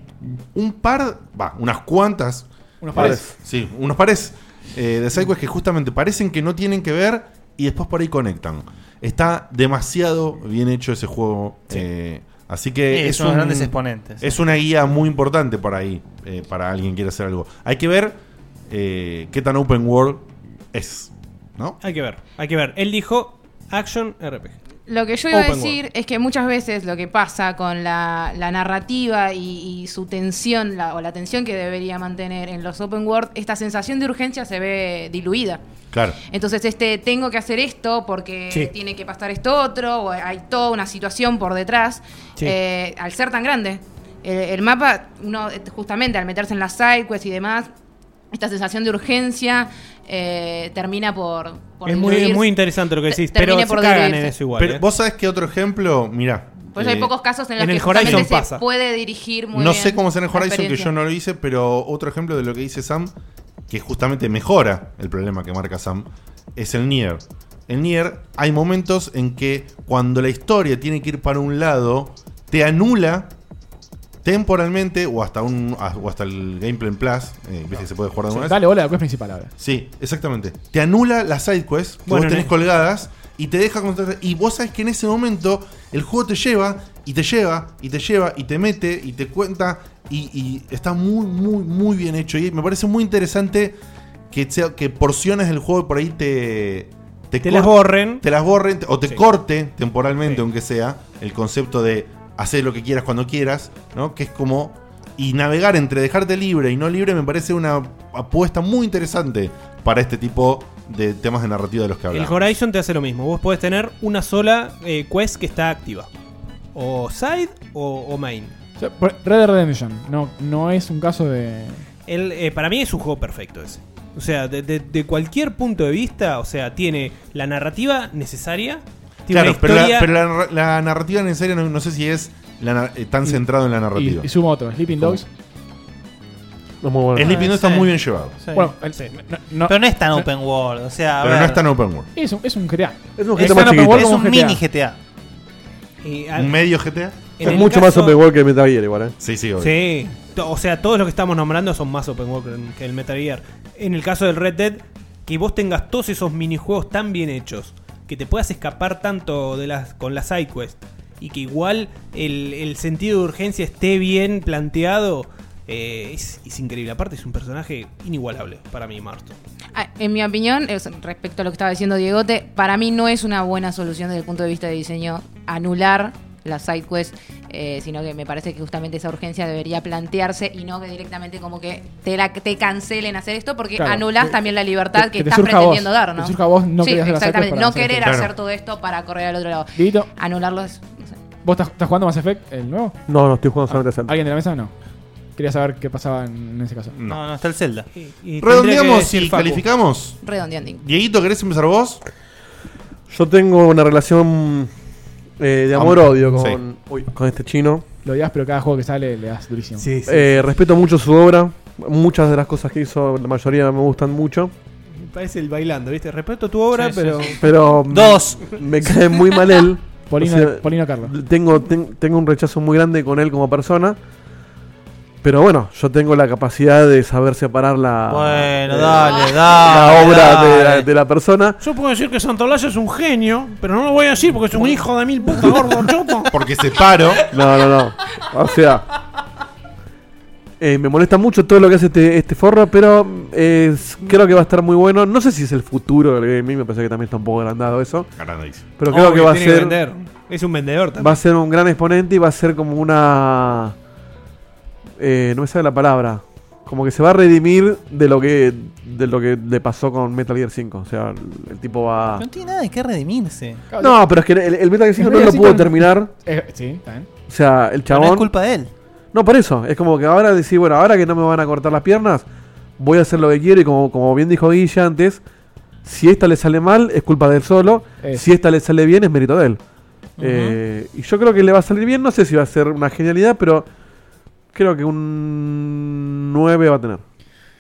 Speaker 2: un par, va, unas cuantas.
Speaker 3: Unos pares.
Speaker 2: Sí, unos pares eh, de sidequests que justamente parecen que no tienen que ver y después por ahí conectan. Está demasiado bien hecho ese juego. eh, así que
Speaker 11: Sí,
Speaker 2: es
Speaker 11: son
Speaker 2: un-
Speaker 11: grandes exponentes.
Speaker 2: Es una guía muy importante para ahí, eh, para alguien que quiera hacer algo. Hay que ver eh, qué tan open world es. ¿No?
Speaker 8: Hay que ver, hay que ver. Él dijo Action RPG.
Speaker 4: Lo que yo iba a
Speaker 8: Open
Speaker 4: decir es que muchas veces lo que pasa con la, la narrativa y, y su tensión, la- o la tensión que debería mantener en los open world, esta sensación de urgencia se ve diluida.
Speaker 2: Claro.
Speaker 4: Entonces, este, tengo que hacer esto porque
Speaker 2: Sí.
Speaker 4: tiene que pasar esto otro, o hay toda una situación por detrás.
Speaker 13: Sí.
Speaker 4: Eh, al ser tan grande, eh, el mapa, uno, eh, justamente al meterse en las sidequests y demás, esta sensación de urgencia eh, termina por, por
Speaker 8: Es muy,
Speaker 4: diluirse.
Speaker 8: muy interesante lo que decís,
Speaker 4: termine
Speaker 8: pero se
Speaker 4: por
Speaker 8: cagan en
Speaker 4: diluirse.
Speaker 8: eso igual. ¿eh?
Speaker 2: Pero vos sabés que otro ejemplo, mirá.
Speaker 4: Por eso Pues hay
Speaker 2: eh,
Speaker 4: pocos casos en los
Speaker 8: en
Speaker 4: que
Speaker 8: el Horizon
Speaker 4: justamente se
Speaker 8: pasa.
Speaker 4: puede dirigir muy
Speaker 2: no
Speaker 4: bien
Speaker 2: sé cómo será en
Speaker 4: la
Speaker 2: Horizon, que
Speaker 4: experiencia.
Speaker 2: yo no lo hice, pero otro ejemplo de lo que dice Sam, que justamente mejora el problema que marca Sam, es el Nier. En Nier hay momentos en que cuando la historia tiene que ir para un lado, te anula temporalmente o hasta un o hasta el Gameplay Plus, eh, viste que se puede jugar de
Speaker 3: O sea,
Speaker 2: una vez.
Speaker 3: dale bola a la quest principal ahora.
Speaker 2: Sí, exactamente. Te anula las sidequests que
Speaker 3: Bueno,
Speaker 2: vos tenés
Speaker 3: no.
Speaker 2: colgadas y te deja concentrarte. Y vos sabés que en ese momento el juego te lleva y te lleva y te lleva y te mete y te cuenta. Y, y está muy, muy, muy bien hecho. Y me parece muy interesante que, sea- que porciones del juego por ahí te.
Speaker 8: Te las borren.
Speaker 2: Te las borren te- o te corte temporalmente, aunque sea, el concepto de hacer lo que quieras cuando quieras, ¿no? Que es como. Y navegar entre dejarte libre y no libre me parece una apuesta muy interesante para este tipo de temas de narrativa de los que
Speaker 8: El
Speaker 2: hablamos.
Speaker 8: Horizon te hace lo mismo. Vos podés tener una sola eh, quest que está activa. O side o, o main.
Speaker 3: Por- Red Dead Redemption no, no es un caso de.
Speaker 8: El, eh, para mí es un juego perfecto ese. O sea, de, de- de cualquier punto de vista, o sea, tiene la narrativa necesaria. Tiene
Speaker 2: Claro,
Speaker 8: una
Speaker 2: pero, la,
Speaker 8: historia-
Speaker 2: pero la narra- la narrativa necesaria no, no sé si es la nar- eh, tan centrado en la narrativa.
Speaker 3: Y, y sumo otro, Sleeping Dogs.
Speaker 2: Sleeping Dogs está muy bien llevado.
Speaker 3: Bueno, el-
Speaker 11: pero eh, no es tan open world, o sea. a
Speaker 2: Pero
Speaker 11: ver.
Speaker 2: no es tan open world.
Speaker 3: Es un, es un GTA.
Speaker 5: Es
Speaker 11: Es un open world, es un mini GTA.
Speaker 8: Y
Speaker 11: eh,
Speaker 2: Un medio GTA.
Speaker 5: Es
Speaker 8: en el
Speaker 5: mucho más
Speaker 8: caso-
Speaker 5: open world que Metal Gear igual, ¿eh?
Speaker 2: Sí, sí,
Speaker 8: Sí, To- o sea, todos los que estamos nombrando son más open world que el- que el Metal Gear. En el caso del Red Dead, que vos tengas todos esos minijuegos tan bien hechos, que te puedas escapar tanto de las con las sidequests y que igual el, el sentido de urgencia esté bien planteado, eh, es, es increíble. Aparte es un personaje inigualable para mí, Marston.
Speaker 4: Ah, En mi opinión, es- respecto a lo que estaba diciendo Diegote, para mí no es una buena solución desde el punto de vista de diseño anular las sidequests, eh, sino que me parece que justamente esa urgencia debería plantearse y no que directamente como que te, la, te cancelen hacer esto porque
Speaker 3: Claro.
Speaker 4: anulas
Speaker 3: Que-
Speaker 4: también la libertad que,
Speaker 3: que te
Speaker 4: estás
Speaker 3: surja a vos.
Speaker 4: pretendiendo dar, ¿no?
Speaker 3: Que surja a vos no
Speaker 4: sí,
Speaker 3: querer hacer las
Speaker 4: exactamente,
Speaker 3: sidequests
Speaker 4: no
Speaker 3: para hacer
Speaker 4: querer
Speaker 3: esto. Claro.
Speaker 4: hacer todo esto para correr al otro lado.
Speaker 3: Dieguito.
Speaker 4: Anularlo es-
Speaker 3: ¿Vos estás, estás jugando Mass Effect, el nuevo? Ah,
Speaker 5: No, no, estoy jugando solamente a Zelda.
Speaker 3: ¿Alguien de la mesa? No. Quería saber qué pasaba en ese caso.
Speaker 11: No, no, está el Zelda.
Speaker 2: Redondeamos y calificamos.
Speaker 4: Redondeando.
Speaker 2: Dieguito, ¿querés empezar vos?
Speaker 5: Yo tengo una relación eh, de amor-odio con,
Speaker 2: Sí.
Speaker 5: uy, con este chino.
Speaker 3: Lo odias, pero cada juego que sale le das durísimo.
Speaker 5: Eh, Respeto mucho su obra. Muchas de las cosas que hizo, la mayoría me gustan mucho.
Speaker 8: Me parece el bailando, ¿viste? Respeto tu obra,
Speaker 5: Sí, sí,
Speaker 8: pero...
Speaker 5: sí. Pero me- Me cae muy mal
Speaker 8: [LAUGHS]
Speaker 5: él.
Speaker 3: Polino- Polino Carlos.
Speaker 5: Tengo, ten- tengo un rechazo muy grande con él como persona. Pero bueno, yo tengo la capacidad de saber separar la.
Speaker 11: Bueno,
Speaker 5: eh,
Speaker 11: dale,
Speaker 5: La
Speaker 11: dale,
Speaker 5: obra de la,
Speaker 11: dale.
Speaker 5: de la persona.
Speaker 8: Yo puedo decir que Santolaya es un genio, pero no lo voy a decir porque es un hijo de mil putas gordo choto.
Speaker 2: Porque se paro.
Speaker 5: No, no, no. O sea. Eh, me molesta mucho todo lo que hace este, este forro, pero eh, es- creo que va a estar muy bueno. No sé si es el futuro del gaming, me parece que también está un poco agrandado eso.
Speaker 2: Agrandadísimo.
Speaker 5: Pero creo que
Speaker 8: Obvio,
Speaker 5: va a
Speaker 8: tiene que
Speaker 5: ser.
Speaker 8: vender. Es un vendedor también.
Speaker 5: Va a ser un gran exponente y va a ser como una. eh, no me sale la palabra. Como que se va a redimir de lo que de lo que le pasó con Metal Gear 5. O sea, el- el tipo va.
Speaker 11: No tiene nada de qué redimirse.
Speaker 5: No, pero es que el, el Metal Gear 5 no lo
Speaker 11: Metal Gear
Speaker 5: pudo
Speaker 11: 5
Speaker 5: terminar.
Speaker 3: Eh, sí, está bien.
Speaker 5: O sea, el
Speaker 11: Pero
Speaker 5: chabón.
Speaker 11: no es culpa de él.
Speaker 5: No, por eso. Es como que ahora decir, bueno, ahora que no me van a cortar las piernas, voy a hacer lo que quiero. Y como, como bien dijo Guille antes, si esta le sale mal, es culpa de él solo.
Speaker 3: Eso.
Speaker 5: Si esta le sale bien, es mérito de él. Eh, y yo creo que le va a salir bien. No sé si va a ser una genialidad, pero creo que un 9 va a tener.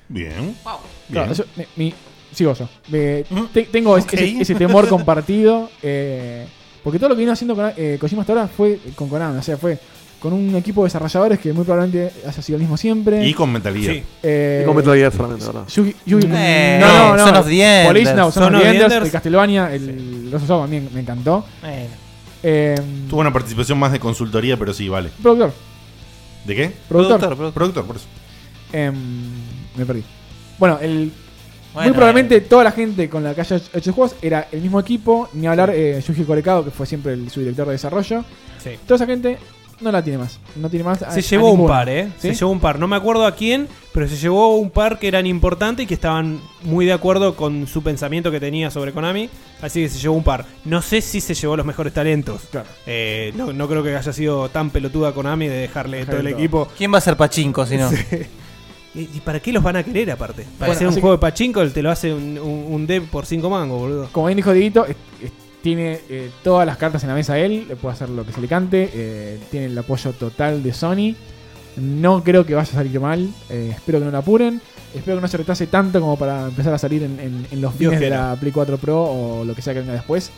Speaker 2: Bien. ¿Mm?
Speaker 3: Claro, yo- mi- mi- sigo yo. Me- te- tengo es-
Speaker 2: ok.
Speaker 3: ese, ese temor compartido. eh, porque todo lo que vino haciendo Kona- eh, Kojima hasta ahora fue con Konami. O sea, fue con un equipo de desarrolladores que muy probablemente haya sido el mismo siempre.
Speaker 2: Y con Metal Gear.
Speaker 3: Sí. Eh,
Speaker 5: y con Metal Gear solamente, ¿verdad?
Speaker 3: Yugi- Yugi-
Speaker 5: Eh,
Speaker 3: no, no, no.
Speaker 5: Son of the Enders.
Speaker 3: Police, no, Son,
Speaker 5: Son
Speaker 3: of the
Speaker 5: of the
Speaker 3: Enders,
Speaker 5: Enders.
Speaker 3: El Castlevania, el Los Osama, me, me encantó. Eh,
Speaker 2: Tuvo una participación más de consultoría, pero sí, vale.
Speaker 3: productor.
Speaker 2: ¿De qué?
Speaker 3: Productor.
Speaker 2: Productor, productor, por eso.
Speaker 3: Em, me perdí. Bueno, el,
Speaker 11: Bueno,
Speaker 3: muy
Speaker 8: eh.
Speaker 3: probablemente toda la gente con la que haya hecho juegos era el mismo equipo, ni hablar eh, Yuji Korekado, que fue siempre el subdirector de desarrollo.
Speaker 8: Sí.
Speaker 3: Toda esa gente no la tiene más. No tiene
Speaker 11: Ah,
Speaker 3: más. a-
Speaker 8: Se
Speaker 3: a
Speaker 8: llevó un
Speaker 3: ninguno.
Speaker 8: par, ¿eh?
Speaker 3: ¿Sí?
Speaker 8: Se llevó un par. No me acuerdo a quién, pero se llevó un par que eran importantes y que estaban muy de acuerdo con su pensamiento que tenía sobre Konami. Así que se llevó un par. No sé si se llevó los mejores talentos. Eh, no, no creo que haya sido tan pelotuda Konami de dejarle todo el
Speaker 11: todo.
Speaker 8: equipo.
Speaker 11: ¿Quién va a ser Pachinko si no?
Speaker 8: [LAUGHS] Sí. ¿Y y para qué los van a querer aparte? Para
Speaker 11: Bueno,
Speaker 8: hacer
Speaker 11: así
Speaker 8: un juego de pachinko te lo hace un, un, un dev por 5 mangos, boludo.
Speaker 3: Como bien dijo Dieguito, es- es- tiene eh, todas las cartas en la mesa él, eh, puede hacer lo que se le cante, eh, tiene el apoyo total de Sony. No creo que vaya a salir mal, eh, espero que no la apuren, espero que no se retrase tanto como para empezar a salir en, en- en los
Speaker 8: Dios
Speaker 3: fines de
Speaker 8: quiera.
Speaker 3: la Play 4 Pro o lo que sea que venga después.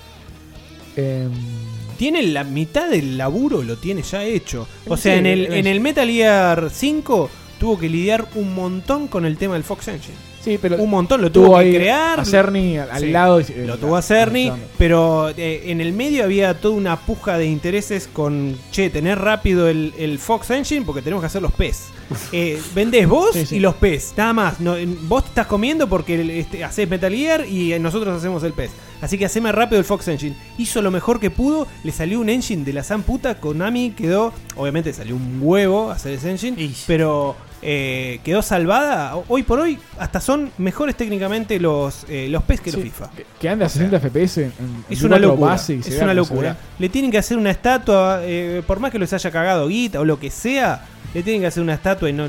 Speaker 3: Em,
Speaker 8: Tiene la mitad del laburo, lo tiene ya hecho. O
Speaker 3: Sí,
Speaker 8: sea, en el,
Speaker 3: es-
Speaker 8: en el Metal Gear 5 tuvo que lidiar un montón con el tema del Fox Engine.
Speaker 3: Sí, pero
Speaker 8: un montón, lo
Speaker 3: tuvo
Speaker 8: tuvo
Speaker 3: ahí
Speaker 8: que crear.
Speaker 3: a Cerny al- al lado y- eh,
Speaker 8: lo tuvo a Cerny,
Speaker 3: analizando.
Speaker 8: pero eh, en el medio había toda una puja de intereses con, che, tenés rápido el, el Fox Engine porque tenemos que hacer
Speaker 3: [LAUGHS]
Speaker 8: los PES. Eh, vendés vos
Speaker 3: Sí, sí.
Speaker 8: y los PES, nada más. No, en- vos te estás comiendo porque el- este, haces Metal Gear y eh, nosotros hacemos el PES. Así que haceme rápido el Fox Engine. Hizo lo mejor que pudo, le salió un engine de la san puta, Konami quedó, obviamente salió un huevo hacer ese engine, pero eh, quedó salvada. O- Hoy por hoy hasta son mejores técnicamente los, eh, los PES que los
Speaker 3: Sí,
Speaker 8: FIFA.
Speaker 3: que- Que anda a 60 FPS. en- en
Speaker 8: Es una
Speaker 3: 24
Speaker 8: locura.
Speaker 3: base y se
Speaker 8: es
Speaker 3: vea
Speaker 8: una
Speaker 3: como se
Speaker 8: locura.
Speaker 3: vea.
Speaker 8: Le tienen que hacer una estatua, eh, por más que les haya cagado guita o lo que sea, le tienen que hacer una estatua y no,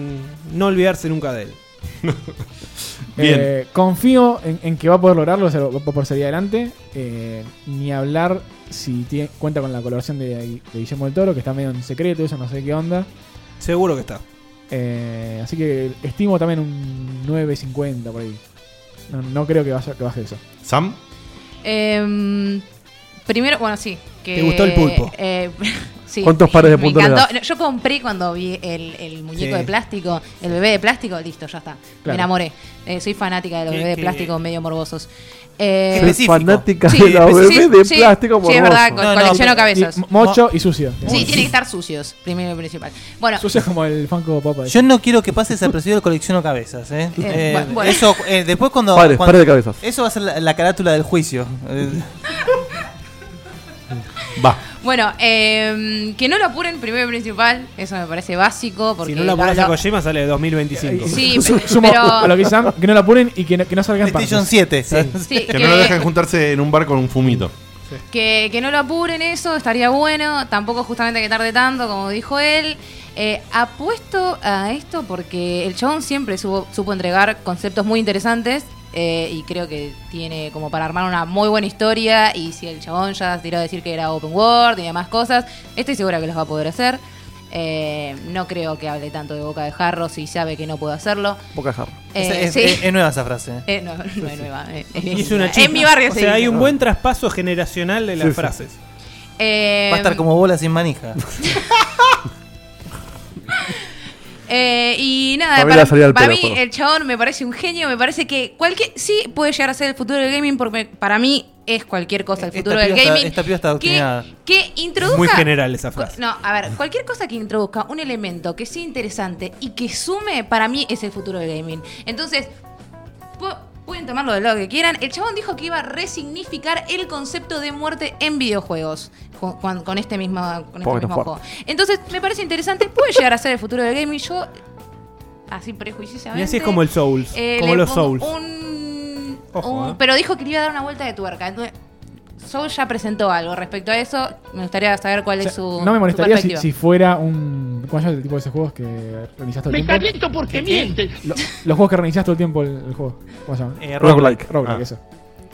Speaker 8: no olvidarse nunca de él.
Speaker 2: Bien.
Speaker 3: Eh, confío en, en que va a poder lograrlo, o sea, va a poder salir adelante. Eh, ni hablar si tiene, cuenta con la colaboración de, de Guillermo del Toro, que está medio en secreto, eso no sé qué onda.
Speaker 8: Seguro que está.
Speaker 3: Eh, así que estimo también un 9.50 por ahí. No, no creo que, vaya, que baje eso.
Speaker 2: ¿Sam?
Speaker 4: Em, primero, bueno, sí. Que,
Speaker 3: ¿Te gustó el pulpo?
Speaker 4: eh, [LAUGHS] sí,
Speaker 5: ¿Cuántos pares de
Speaker 4: me
Speaker 5: puntos le
Speaker 4: encantó.
Speaker 5: das?
Speaker 4: No, Yo compré cuando vi el, el muñeco
Speaker 5: Sí.
Speaker 4: de plástico, el bebé de plástico, listo, ya está. Me
Speaker 5: Claro.
Speaker 4: enamoré. Eh, soy fanática de los
Speaker 5: Que-
Speaker 4: bebés de
Speaker 5: que-
Speaker 4: plástico medio morbosos. Eh,
Speaker 5: Soy Específico. fanática de los bebés de plástico
Speaker 4: Sí, es verdad,
Speaker 5: morbosos.
Speaker 4: co-
Speaker 5: No, no,
Speaker 4: colecciono
Speaker 5: pero-
Speaker 4: cabezas.
Speaker 3: Y mocho y sucio.
Speaker 4: Sí, tienen que estar sucios, primero y principal. Bueno,
Speaker 3: Sucio es como el Funko Pop.
Speaker 11: Yo no quiero que pase desapercibido el colecciono cabezas, ¿eh?
Speaker 4: Eh,
Speaker 11: Eh,
Speaker 4: bueno.
Speaker 11: Eso, eh, después cuando,
Speaker 5: Pares,
Speaker 11: cuando-
Speaker 5: pares de cabezas.
Speaker 11: Eso va a ser la, la carátula del juicio. Eh,
Speaker 2: Va.
Speaker 4: [LAUGHS] Bueno, eh, que no lo apuren primero y principal, eso me parece básico. Porque
Speaker 8: si no
Speaker 4: lo-
Speaker 8: la apurás a
Speaker 4: lo-
Speaker 8: Kojima sale 2025. [LAUGHS]
Speaker 4: Sí,
Speaker 3: Su-
Speaker 4: pe-
Speaker 3: sumo
Speaker 4: pero-
Speaker 3: a lo que Sam, que no la apuren y que no, que no salgan PlayStation
Speaker 11: 7.
Speaker 4: Sí,
Speaker 2: que no lo
Speaker 4: que-
Speaker 2: dejan juntarse en un bar con un fumito.
Speaker 4: que, que no lo apuren eso, estaría bueno. Tampoco justamente que tarde tanto, como dijo él. Eh, apuesto a esto porque el chabón siempre supo, supo entregar conceptos muy interesantes eh, y creo que tiene como para armar una muy buena historia y si el chabón ya tiró a decir que era open world y demás cosas, estoy segura que los va a poder hacer. Eh, no creo que hable tanto de boca de jarro si sabe que no puede hacerlo.
Speaker 5: Boca jarro.
Speaker 4: Eh,
Speaker 11: es, es-
Speaker 4: sí.
Speaker 11: es- es nueva esa frase.
Speaker 4: Eh, no, no es nueva. eh, es
Speaker 8: Y es una
Speaker 4: viejísima.
Speaker 8: chica.
Speaker 4: En mi barrio
Speaker 8: O
Speaker 4: se
Speaker 8: sea, hay
Speaker 4: dice.
Speaker 8: un buen traspaso generacional de las
Speaker 11: Sí, sí.
Speaker 8: frases.
Speaker 4: Eh,
Speaker 11: Va a estar como bola sin manija.
Speaker 4: Eh, y nada,
Speaker 5: Para mí le
Speaker 4: para,
Speaker 5: va a salir al
Speaker 4: para
Speaker 5: pelo,
Speaker 4: mí
Speaker 5: Jorge.
Speaker 4: el chabón me parece un genio, me parece que cualquier sí puede llegar a ser el futuro del gaming porque para mí es cualquier cosa el futuro del
Speaker 11: piba está-
Speaker 4: gaming.
Speaker 11: esta piba está adoctrinada.
Speaker 4: que introduzca
Speaker 8: Muy general esa
Speaker 3: Pues,
Speaker 8: frase.
Speaker 4: No, a ver, cualquier cosa que introduzca un elemento que sea interesante y que sume para mí es el futuro del gaming. Entonces, pu- pueden tomarlo de lo que quieran. El chabón dijo que iba a resignificar el concepto de muerte en videojuegos con, con- con este mismo, con este
Speaker 13: Pobre
Speaker 4: mismo
Speaker 13: Ford.
Speaker 4: juego. Entonces, me parece interesante, puede llegar a ser el futuro del gaming. Yo, así prejuiciosamente. eh,
Speaker 8: Y así es como el Souls, como
Speaker 4: le
Speaker 8: los
Speaker 4: pongo
Speaker 8: Souls.
Speaker 4: un-
Speaker 8: Ojo,
Speaker 4: un-
Speaker 3: Ah.
Speaker 8: ¿eh?
Speaker 4: Pero dijo que le iba a dar una vuelta de tuerca. Entonces, Soul ya presentó algo respecto a eso. Me gustaría saber cuál
Speaker 3: O sea,
Speaker 4: es su.
Speaker 3: no me
Speaker 4: su
Speaker 3: molestaría si,
Speaker 4: Uh, perspectiva.
Speaker 3: si fuera un. ¿Cómo se llama el tipo de esos juegos que reinicias todo el
Speaker 12: Me
Speaker 3: tiempo?
Speaker 12: caliento porque miente.
Speaker 3: Lo- los juegos que reinicias todo el tiempo el, el juego. ¿Cómo se llama?
Speaker 11: Eh,
Speaker 5: roguelike.
Speaker 3: Roguelike,
Speaker 5: Ah.
Speaker 3: eso.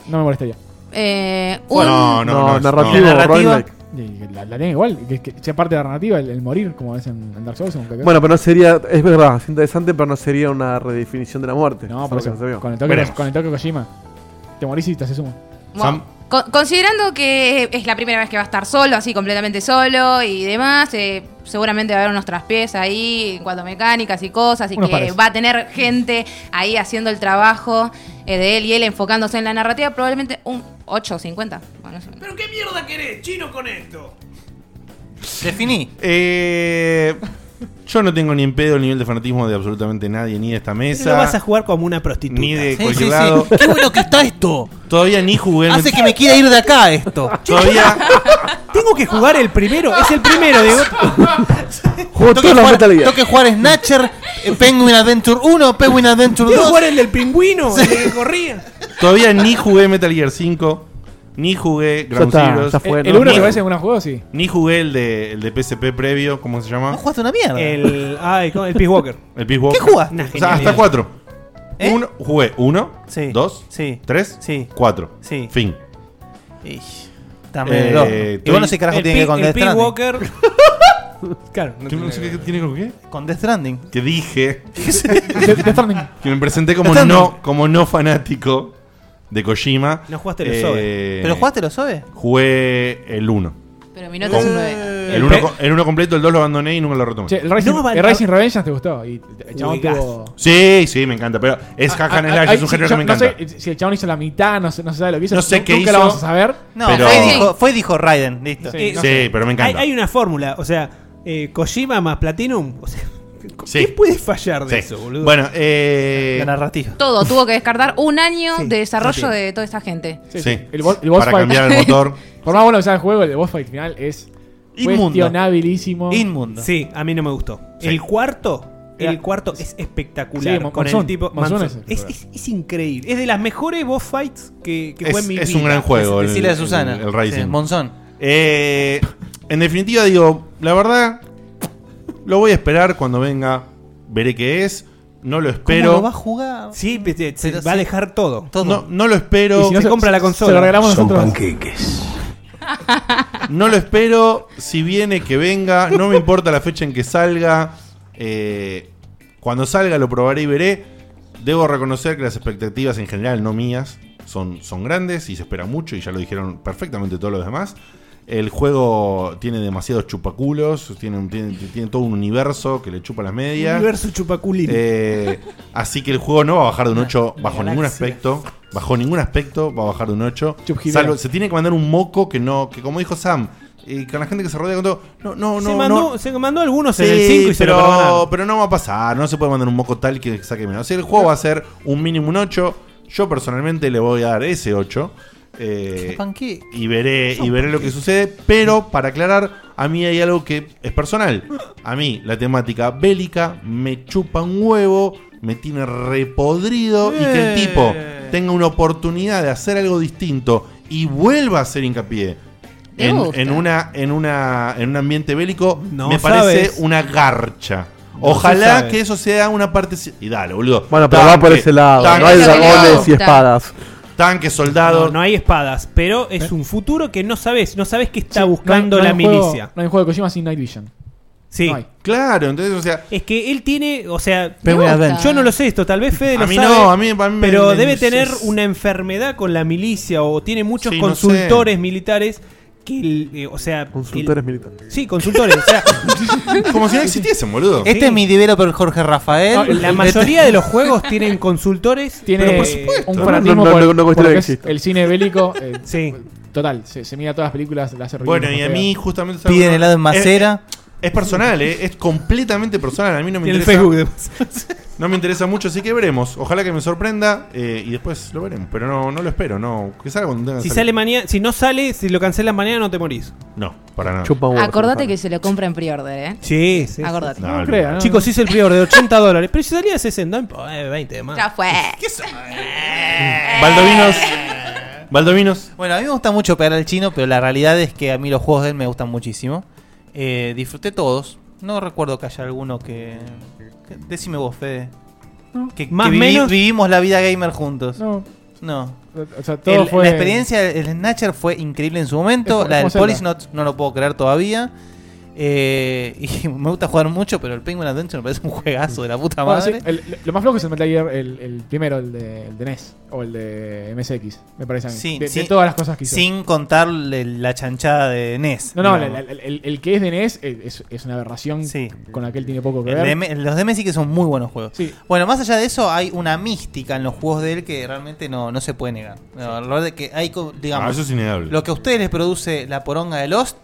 Speaker 3: No me molestaría.
Speaker 4: Eh,
Speaker 5: Bueno,
Speaker 4: un-
Speaker 5: no, no, narrativo, roguelike.
Speaker 3: Y La, la tiene igual. Que, que sea parte de la narrativa, el, el morir, como es en, en Dark Souls. en cualquier-
Speaker 5: Bueno, pero no sería, es verdad, es interesante, pero no sería una redefinición de la muerte.
Speaker 3: No,
Speaker 5: Es
Speaker 3: por
Speaker 5: algo que
Speaker 3: eso,
Speaker 5: se vio.
Speaker 3: con el toque, con el toque Kojima. Te morís y te haces humo.
Speaker 4: Bueno, con- considerando que es la primera vez que va a estar solo, así completamente solo y demás, eh, seguramente va a haber unos traspiés ahí en cuanto a mecánicas y cosas, y
Speaker 13: Unos
Speaker 4: que
Speaker 13: pares.
Speaker 4: va a tener gente ahí haciendo el trabajo eh, de él y él enfocándose en la narrativa, probablemente un 8 o 50. Bueno, eso-
Speaker 7: ¿Pero qué mierda querés, chino, con esto?
Speaker 11: Definí.
Speaker 2: Eh, yo no tengo ni en pedo el nivel de fanatismo de absolutamente nadie, ni de esta mesa.
Speaker 8: Lo vas a jugar como una prostituta.
Speaker 2: Ni de
Speaker 8: Sí,
Speaker 2: cualquier
Speaker 8: sí, sí.
Speaker 2: lado.
Speaker 8: Qué bueno que está esto.
Speaker 2: Todavía ni jugué.
Speaker 8: Hace que me quiera ir de acá [LAUGHS] esto.
Speaker 11: [LAUGHS]
Speaker 2: Todavía.
Speaker 8: Tengo que jugar el primero. Es el
Speaker 2: [LAUGHS]
Speaker 8: primero, digo.
Speaker 5: Juego
Speaker 11: toque, jugar, tengo que jugar Snatcher, eh, Penguin Adventure 1, Penguin Adventure 2.
Speaker 8: Tengo que jugar el del pingüino, el que [LAUGHS] corría.
Speaker 2: Todavía ni jugué Metal Gear 5, ni jugué Ground
Speaker 5: está,
Speaker 2: Zeroes,
Speaker 5: ya fue,
Speaker 3: ¿El- el uno
Speaker 2: ni-
Speaker 3: te parece un gran juego? Sí.
Speaker 2: Ni jugué el de, el de PSP previo, ¿cómo se llama?
Speaker 11: jugaste una mierda.
Speaker 8: El, ay, ¿cómo? el Peace Walker.
Speaker 2: [LAUGHS] El Peace Walker.
Speaker 8: ¿Qué jugaste? Una
Speaker 2: O sea, hasta
Speaker 8: genialidad.
Speaker 2: cuatro. Uno, jugué uno,
Speaker 11: ¿Eh? Sí.
Speaker 2: dos,
Speaker 11: Sí.
Speaker 2: tres,
Speaker 11: Sí.
Speaker 2: cuatro.
Speaker 11: Sí.
Speaker 2: Fin.
Speaker 11: Ish, También.
Speaker 2: Eh,
Speaker 11: loco.
Speaker 2: estoy-
Speaker 11: y bueno, ese carajo
Speaker 2: El
Speaker 11: tiene que ver
Speaker 2: Pi-
Speaker 11: con
Speaker 2: el
Speaker 11: Death
Speaker 2: Pi
Speaker 11: Stranding.
Speaker 8: Walker.
Speaker 2: [LAUGHS]
Speaker 11: [LAUGHS]
Speaker 8: claro.
Speaker 2: ¿Tú no sé qué tiene con qué?
Speaker 11: Con Death Stranding.
Speaker 2: Que dije
Speaker 3: Death Stranding.
Speaker 2: que me presenté como
Speaker 11: Está
Speaker 2: no, como no fanático de Kojima. Eh,
Speaker 8: No jugaste los OVE.
Speaker 11: ¿Pero jugaste los OVE?
Speaker 2: Jugué el 1.
Speaker 4: Pero mi nota es un 9.
Speaker 2: El 1 el uno completo, el 2 lo abandoné y nunca lo retomé.
Speaker 3: Che, el Rising,
Speaker 8: No,
Speaker 3: el
Speaker 8: va-
Speaker 3: Rising Revengeance te gustó. Y el chabón tuvo.
Speaker 2: Sí, sí, me encanta. Pero es
Speaker 3: Ah,
Speaker 2: hack and
Speaker 3: ah,
Speaker 2: slash,
Speaker 3: ah,
Speaker 2: es un
Speaker 3: si
Speaker 2: género
Speaker 3: yo-
Speaker 2: que me
Speaker 3: no
Speaker 2: encanta.
Speaker 3: sé, si el chabón hizo la mitad, no se, no se sabe lo que hizo.
Speaker 2: No sé
Speaker 3: nu-
Speaker 2: qué
Speaker 3: nunca lo
Speaker 2: hizo.
Speaker 3: vamos a saber.
Speaker 11: No,
Speaker 2: Pero-
Speaker 11: fue, dijo, fue dijo Raiden, listo.
Speaker 3: Sí,
Speaker 8: no
Speaker 2: sí,
Speaker 8: sé.
Speaker 2: pero me encanta.
Speaker 8: Hay, hay una fórmula, o sea, eh, Kojima más Platinum. O sea,
Speaker 2: [LAUGHS] Sí.
Speaker 8: ¿qué puede fallar de
Speaker 2: Sí.
Speaker 8: eso, boludo?
Speaker 2: Bueno, eh.
Speaker 11: La narrativa.
Speaker 4: Todo, tuvo que descartar un año de desarrollo
Speaker 8: sí.
Speaker 4: de toda esta gente.
Speaker 2: Sí,
Speaker 3: El, bo- el boss
Speaker 2: para
Speaker 3: fight.
Speaker 2: cambiar
Speaker 3: [LAUGHS]
Speaker 2: el motor.
Speaker 3: Por más bueno que sea el juego, el boss fight final es
Speaker 11: Inmundo.
Speaker 3: cuestionabilísimo.
Speaker 11: Inmundo.
Speaker 8: Sí, a mí no me gustó.
Speaker 2: Sí.
Speaker 8: El cuarto, el
Speaker 3: Ya.
Speaker 8: cuarto es espectacular.
Speaker 3: Sí, Mon-
Speaker 8: con
Speaker 3: Monzón.
Speaker 8: el tipo
Speaker 3: Monzón
Speaker 8: Manson.
Speaker 3: es
Speaker 8: es,
Speaker 3: el
Speaker 8: es- es increíble. Es de las mejores boss fights que, que jugué
Speaker 2: Es,
Speaker 8: en mi
Speaker 2: es
Speaker 8: vida.
Speaker 2: un gran juego. el-
Speaker 11: Decirle a Susana.
Speaker 2: El, el Rising.
Speaker 11: Sí, Monzón.
Speaker 2: Eh, en definitiva, digo, la verdad, lo voy a esperar cuando venga. Veré qué es. No lo espero.
Speaker 11: ¿Cómo lo va a jugar?
Speaker 8: Sí, pe- te- se
Speaker 11: Pero
Speaker 8: va a
Speaker 11: sí.
Speaker 8: dejar todo.
Speaker 11: Todo.
Speaker 2: No, no lo espero.
Speaker 8: Y si no se compra la consola.
Speaker 3: Se lo regalamos nosotros.
Speaker 2: [LAUGHS] No lo espero. Si viene, que venga. No me importa la fecha en que salga. Eh, cuando salga lo probaré y veré. Debo reconocer que las expectativas en general, no mías, son, son grandes y se espera mucho y ya lo dijeron perfectamente todos los demás. El juego tiene demasiados chupaculos, tiene, un- tiene, tiene todo un universo que le chupa las medias.
Speaker 8: Universo chupaculín.
Speaker 2: Eh, así que el juego no va a bajar de un 8 bajo ningún
Speaker 8: galaxia.
Speaker 2: aspecto. Bajo ningún aspecto va a bajar de un 8.
Speaker 3: Chupjibea.
Speaker 2: Salvo, se tiene que mandar un moco que no, que como dijo Sam, eh, con la gente que se rodea con todo. No, no, no.
Speaker 8: se, mandó,
Speaker 2: no.
Speaker 8: se mandó algunos
Speaker 2: Sí,
Speaker 8: en el 5 y se lo perdonaron.
Speaker 2: pero, pero no va a pasar, no se puede mandar un moco tal que saque menos. O sea, el juego va a ser un mínimo un 8. Yo personalmente le voy a dar ese 8. eh,
Speaker 11: Panqué.
Speaker 2: y veré, y veré lo que sucede. Pero para aclarar, a mí hay algo que es personal. A mí la temática bélica me chupa un huevo, me tiene repodrido y que el tipo tenga una oportunidad de hacer algo distinto y vuelva a hacer hincapié.
Speaker 4: Me
Speaker 2: En,
Speaker 4: gusta.
Speaker 2: en una, en, una, en un ambiente bélico
Speaker 8: No
Speaker 2: me
Speaker 8: sabes.
Speaker 2: parece una garcha.
Speaker 8: No se
Speaker 2: Ojalá
Speaker 8: sabe.
Speaker 2: que eso sea una parte... Y dale, boludo.
Speaker 5: Bueno, pero va por ese lado, no hay
Speaker 4: Eso es lo que me
Speaker 5: dragones y
Speaker 4: gusta.
Speaker 5: espadas.
Speaker 2: Tanque, soldado.
Speaker 8: No, no hay espadas, pero es un futuro que no sabes, no sabes qué
Speaker 3: ¿Eh?
Speaker 8: está
Speaker 3: Sí,
Speaker 8: buscando
Speaker 3: no hay-
Speaker 8: la
Speaker 3: no hay un juego-
Speaker 8: milicia.
Speaker 3: no hay un juego de Kojima sin Night Vision.
Speaker 8: Sí.
Speaker 3: No hay.
Speaker 2: Claro, entonces, o sea,
Speaker 8: Es que él tiene, o sea,
Speaker 11: Pero
Speaker 4: Me
Speaker 11: mira,
Speaker 4: gusta.
Speaker 11: ven,
Speaker 8: yo no lo sé esto, tal vez Fede lo
Speaker 2: A mí
Speaker 8: sabe,
Speaker 2: no, a mí- a mí me-
Speaker 8: pero
Speaker 2: me-
Speaker 8: debe
Speaker 2: es-
Speaker 8: tener una enfermedad con la milicia o tiene muchos
Speaker 2: Sí, no
Speaker 8: consultores militares que, el- eh, o sea, el-
Speaker 5: Consultores militares.
Speaker 8: sí, consultores, o sea,
Speaker 2: [LAUGHS] [LAUGHS] Como
Speaker 8: [LAUGHS]
Speaker 2: si no existiesen, boludo.
Speaker 6: Este es mi developer Jorge Rafael.
Speaker 8: No, la mayoría de los juegos tienen
Speaker 6: [LAUGHS]
Speaker 8: consultores.
Speaker 3: Tiene
Speaker 8: pero por supuesto.
Speaker 3: un
Speaker 8: No,
Speaker 3: fanatismo
Speaker 8: no, no,
Speaker 3: por-
Speaker 8: no, no
Speaker 3: por
Speaker 8: cuestiona
Speaker 3: lo
Speaker 8: que
Speaker 3: que es
Speaker 8: exista.
Speaker 3: el cine bélico.
Speaker 8: [LAUGHS]
Speaker 3: eh,
Speaker 8: sí.
Speaker 3: Total, se, se mira todas las películas, las hace
Speaker 2: Bueno,
Speaker 3: reviews,
Speaker 2: y a
Speaker 3: no sé.
Speaker 2: mí justamente...
Speaker 3: Piden
Speaker 2: bueno,
Speaker 3: helado en
Speaker 2: es-
Speaker 3: macera.
Speaker 2: Es, es personal, eh, es completamente personal. A mí no me
Speaker 8: Y el
Speaker 2: interesa...
Speaker 8: Facebook
Speaker 2: no me interesa mucho, así que veremos. Ojalá que me sorprenda eh, y después lo veremos. Pero no, no lo espero, no. Que salga cuando tenga que
Speaker 8: Si
Speaker 2: salir.
Speaker 8: sale mañana, si no sale, si lo cancelan mañana no te morís.
Speaker 2: No, para nada.
Speaker 14: Chupa
Speaker 4: Acordate que se lo compra en pre-order, ¿eh?
Speaker 8: Sí, sí.
Speaker 4: Acordate.
Speaker 8: sí. Chicos, hice el prior de 80 dólares. Pero si salía de 60, no importa, eh, 20 de más.
Speaker 4: Ya fue.
Speaker 2: Baldovinos. Baldovinos.
Speaker 6: Eh. Bueno, a mí me gusta mucho pegar al chino, pero la realidad es que a mí los juegos de él me gustan muchísimo. Eh, disfruté todos. No recuerdo que haya alguno que. que- decime vos, Fede. Que,
Speaker 8: Más
Speaker 6: que vivi-
Speaker 8: menos-
Speaker 6: vivimos la vida gamer juntos.
Speaker 3: No.
Speaker 6: No.
Speaker 3: O sea, todo
Speaker 6: El-
Speaker 3: fue-
Speaker 6: La experiencia del Snatcher fue increíble en su momento.
Speaker 3: Es-
Speaker 6: la del
Speaker 3: es como Zelda.
Speaker 6: Police no lo puedo creer todavía. Eh, [LAUGHS] y me gusta jugar mucho, pero el Penguin Adventure me parece un juegazo de la puta
Speaker 3: Bueno,
Speaker 6: madre.
Speaker 3: sí, el- lo más flojo es el Metal Gear, el, el primero, el de, el de NES o el de MSX, me parece a mí.
Speaker 6: Sí,
Speaker 3: de, de
Speaker 6: sí.
Speaker 3: todas las cosas que hizo.
Speaker 6: Sin contar le- la chanchada de NES.
Speaker 3: No, no,
Speaker 6: digamos.
Speaker 3: el, el- el- el que es de NES eh, es, es una aberración con la que él tiene poco que
Speaker 6: El
Speaker 3: ver.
Speaker 6: de M- los de Messi que son muy buenos juegos.
Speaker 3: Sí.
Speaker 6: Bueno, más allá de eso, hay una mística en los juegos de él que realmente no, no se puede negar. La verdad es que hay, co- digamos,
Speaker 2: Ah, eso es innegable.
Speaker 6: lo que a ustedes les produce la poronga de Lost,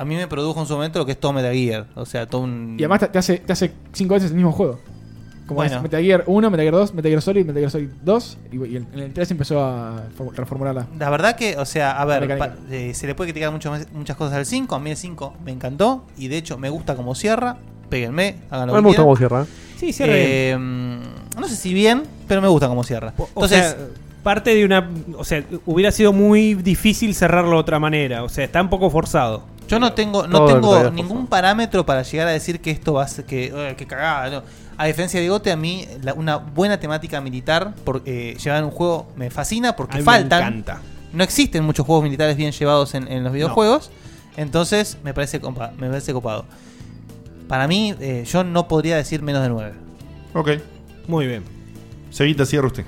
Speaker 6: a mí me produjo en su momento lo que es Tom Metal Gear. O sea, todo un...
Speaker 3: Y además te- te hace, te hace cinco veces el mismo juego. Como
Speaker 6: Bueno.
Speaker 3: es Metal Gear 1, Metal Gear 2, Metal Gear Solid, Metal Gear Solid 2. Y, y en en el 3 empezó a for- reformularla.
Speaker 6: La verdad que, o sea, a ver,
Speaker 3: Mecánica.
Speaker 6: pa- eh, se le puede criticar mucho más- muchas cosas al 5. A mí el 5 me encantó y de hecho me gusta como cierra. Péguenme, hagan lo
Speaker 14: A mí
Speaker 6: que
Speaker 14: me gusta
Speaker 6: quieran.
Speaker 14: cómo cierra, ¿eh?
Speaker 8: Sí, cierra
Speaker 6: Eh, mm, No sé si bien, pero me gusta como cierra. Entonces,
Speaker 8: o sea, parte de una. O sea, hubiera sido muy difícil cerrarlo de otra manera. O sea, está un poco forzado.
Speaker 6: Yo no tengo, no
Speaker 8: Todo lo que
Speaker 6: tengo
Speaker 8: habías
Speaker 6: ningún parámetro para llegar a decir que esto va a ser que, eh, que cagada, no. A diferencia de Gote, a mí la- una buena temática militar por, eh, llevada en un juego me fascina
Speaker 8: A
Speaker 6: porque
Speaker 8: mí me
Speaker 6: faltan.
Speaker 8: encanta.
Speaker 6: No existen muchos juegos militares bien llevados en, en los videojuegos. Entonces, me parece, compa- me parece copado. Para mí, eh, yo no podría decir menos de 9.
Speaker 2: Ok.
Speaker 8: Muy bien.
Speaker 2: Sevita, cierra usted.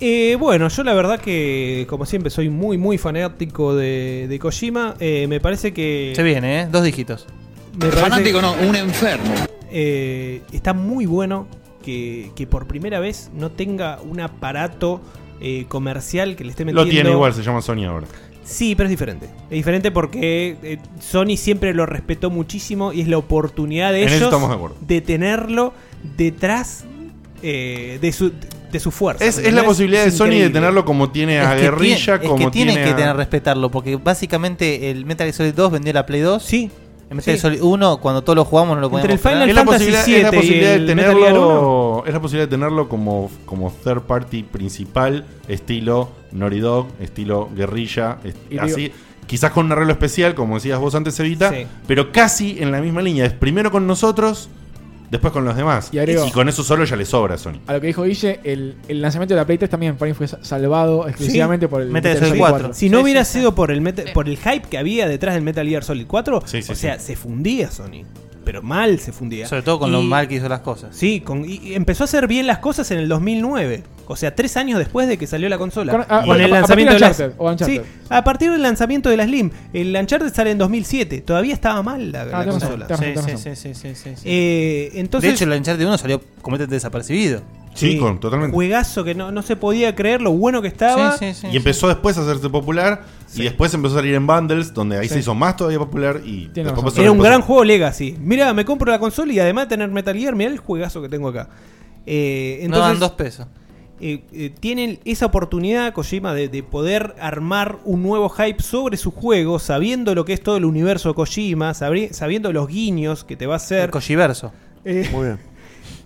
Speaker 8: Eh, bueno, yo la verdad que, como siempre, soy muy, muy fanático de, de Kojima. Eh, me parece que.
Speaker 6: Se viene, ¿eh? Dos dígitos.
Speaker 8: Me parece-
Speaker 6: Fanático no, un enfermo.
Speaker 8: Eh, está muy bueno que, que por primera vez no tenga un aparato eh, comercial que le esté metiendo.
Speaker 2: Lo tiene igual, se llama Sony ahora.
Speaker 8: Sí, pero es diferente. Es diferente porque eh, Sony siempre lo respetó muchísimo y es la oportunidad de
Speaker 2: En eso
Speaker 8: ellos
Speaker 2: estamos de acuerdo.
Speaker 8: tenerlo detrás eh, de su de su fuerza.
Speaker 2: Es, es la
Speaker 8: ¿Entendés?
Speaker 2: posibilidad de
Speaker 8: Es
Speaker 2: Sony de
Speaker 8: increíble.
Speaker 2: tenerlo como tiene a
Speaker 6: Es que
Speaker 2: Guerrilla,
Speaker 6: tiene- es
Speaker 2: como
Speaker 6: que tienen
Speaker 2: tiene
Speaker 6: que
Speaker 2: a-
Speaker 6: tener respetarlo, porque básicamente el Metal Gear Solid 2 vendió la Play 2.
Speaker 8: Sí.
Speaker 6: El Metal
Speaker 8: sí.
Speaker 6: Gear Solid 1, cuando todos lo jugamos, no lo
Speaker 8: Entre
Speaker 6: podíamos
Speaker 8: el
Speaker 6: jugar.
Speaker 8: Final
Speaker 2: es la
Speaker 8: Fantasy
Speaker 2: posibilidad, es la
Speaker 8: 7 y
Speaker 2: posibilidad de
Speaker 8: el Metal Gear
Speaker 2: tenerlo, es la posibilidad de tenerlo como, como third party principal, estilo Naughty Dog, estilo guerrilla, est-
Speaker 3: Y digo-
Speaker 2: así. Quizás con un arreglo especial, como decías vos antes, Evita,
Speaker 3: Sí.
Speaker 2: pero casi en la misma línea. Es primero con nosotros, después con los demás.
Speaker 3: Y agrego-
Speaker 2: con eso solo ya le sobra a Sony.
Speaker 3: A lo que dijo Guille, el, el lanzamiento de la Play 3 también para mí fue sa- salvado exclusivamente por el
Speaker 8: Metal Gear Solid 4. Si no hubiera sido por el meta- por el hype que había detrás del Metal Gear Solid 4, o sea, se fundía Sony, pero mal se fundía.
Speaker 6: Sobre todo con
Speaker 8: Y-
Speaker 6: lo mal que hizo las cosas.
Speaker 8: Sí, con- y, y empezó a hacer bien las cosas en el 2009. O sea, tres años después de que salió la consola.
Speaker 3: Con- a-
Speaker 8: Con
Speaker 3: a-
Speaker 8: el
Speaker 3: a
Speaker 8: lanzamiento de
Speaker 3: partir de
Speaker 8: la
Speaker 3: Uncharted, o Uncharted.
Speaker 8: Sí, a partir del lanzamiento de la Slim. El Uncharted sale en 2007. Todavía estaba mal la, la
Speaker 6: tenés razón,
Speaker 8: consola.
Speaker 6: tenés razón, Sí, tenés sí, razón. sí, sí, sí, sí.
Speaker 8: Eh, entonces,
Speaker 6: de hecho, el Uncharted 1 salió completamente desapercibido.
Speaker 2: Sí, con- totalmente.
Speaker 8: Juegazo que no, no se podía creer lo bueno que estaba.
Speaker 2: y empezó después a hacerse popular y después empezó a salir en bundles, donde ahí se hizo más todavía popular y después
Speaker 8: razón.
Speaker 2: pasó
Speaker 8: Era
Speaker 2: lo
Speaker 8: un
Speaker 2: que pasó.
Speaker 8: gran juego Legacy. Mira, me compro la consola y además de tener Metal Gear, mirá el juegazo que tengo acá. Eh,
Speaker 6: No dan
Speaker 8: entonces,
Speaker 6: dos pesos.
Speaker 8: eh, eh, tienen esa oportunidad, Kojima, de, de poder armar un nuevo hype sobre su juego, sabiendo lo que es todo el universo de Kojima, sabri- sabiendo los guiños que te va a hacer. El
Speaker 6: Kojiverso.
Speaker 14: Muy bien.
Speaker 8: [LAUGHS]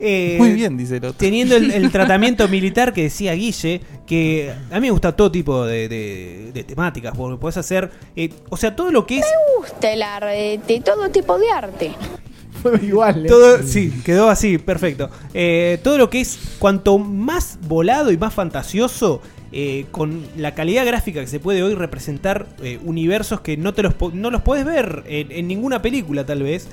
Speaker 8: Eh,
Speaker 6: Muy bien, dice el otro.
Speaker 8: Teniendo el, el tratamiento militar que decía Guille, que a mí me gusta todo tipo de, de- de temáticas, porque puedes hacer, eh, o sea, todo lo que es...
Speaker 10: gusta el arte, todo tipo de arte.
Speaker 3: igual.
Speaker 8: Todo, sí, quedó así, perfecto. Eh, todo lo que es cuanto más volado y más fantasioso, eh, con la calidad gráfica que se puede hoy representar eh, universos que no, te los, po- no los podés ver en, en ninguna película tal vez,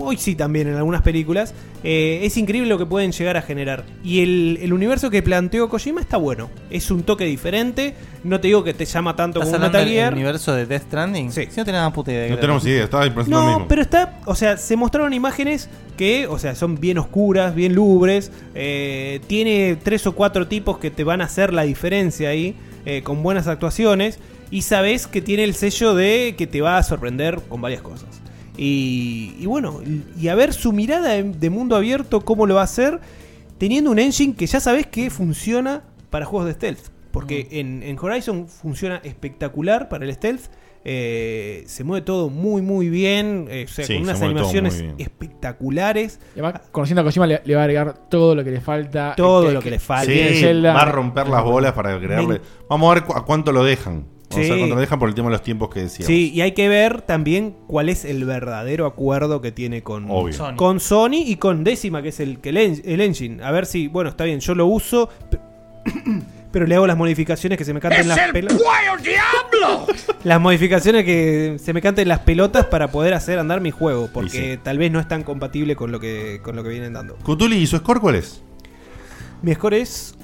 Speaker 8: hoy sí también en algunas películas, eh, es increíble lo que pueden llegar a generar. Y el, el universo que planteó Kojima está bueno. Es un toque diferente. No te digo que te llama tanto
Speaker 11: ¿Estás
Speaker 8: como un
Speaker 11: hablando
Speaker 8: Metal
Speaker 11: del
Speaker 8: Gear.
Speaker 11: universo de Death Stranding? Sí. Si no tenemos puta idea.
Speaker 2: No tenemos idea, estaba impresionado
Speaker 8: No,
Speaker 2: mismo.
Speaker 8: pero está, o sea, se mostraron imágenes que, o sea, son bien oscuras, bien lubres. eh, tiene tres o cuatro tipos que te van a hacer la diferencia ahí, eh, con buenas actuaciones. Y sabes que tiene el sello de que te va a sorprender con varias cosas. Y, y bueno, y a ver su mirada de, de mundo abierto, cómo lo va a hacer, teniendo un engine que ya sabes que funciona para juegos de stealth. Porque en, en Horizon funciona espectacular para el stealth. eh, se mueve todo muy, muy bien. eh, o sea,
Speaker 2: Sí,
Speaker 8: con unas
Speaker 2: se mueve todo
Speaker 8: animaciones
Speaker 2: muy bien.
Speaker 8: espectaculares.
Speaker 3: Y además, conociendo a Kojima, le, le va a agregar todo lo que le falta.
Speaker 8: Todo
Speaker 3: Este,
Speaker 8: lo que le falta.
Speaker 3: tiene
Speaker 2: Sí,
Speaker 3: Zelda.
Speaker 2: va a romper las bolas para crearle. Vamos a ver cu- a cuánto lo dejan. Vamos
Speaker 8: Sí.
Speaker 2: a ver cuánto lo dejan por el tema de los tiempos que decíamos.
Speaker 8: Sí, y hay que ver también cuál es el verdadero acuerdo que tiene con
Speaker 2: Obvio.
Speaker 8: Sony.
Speaker 2: Sony.
Speaker 8: con Sony y con Décima, que es el, que el, en- el engine. A ver si, bueno, está bien, yo lo uso, pe- [COUGHS] pero le hago las modificaciones que se me canten las pelotas.
Speaker 12: diablo!
Speaker 8: Las modificaciones que se me canten las pelotas para poder hacer andar mi juego, porque tal vez no es tan compatible con lo que, con lo que vienen dando.
Speaker 2: ¿Cutuli y su score cuál es?
Speaker 8: Mi score es.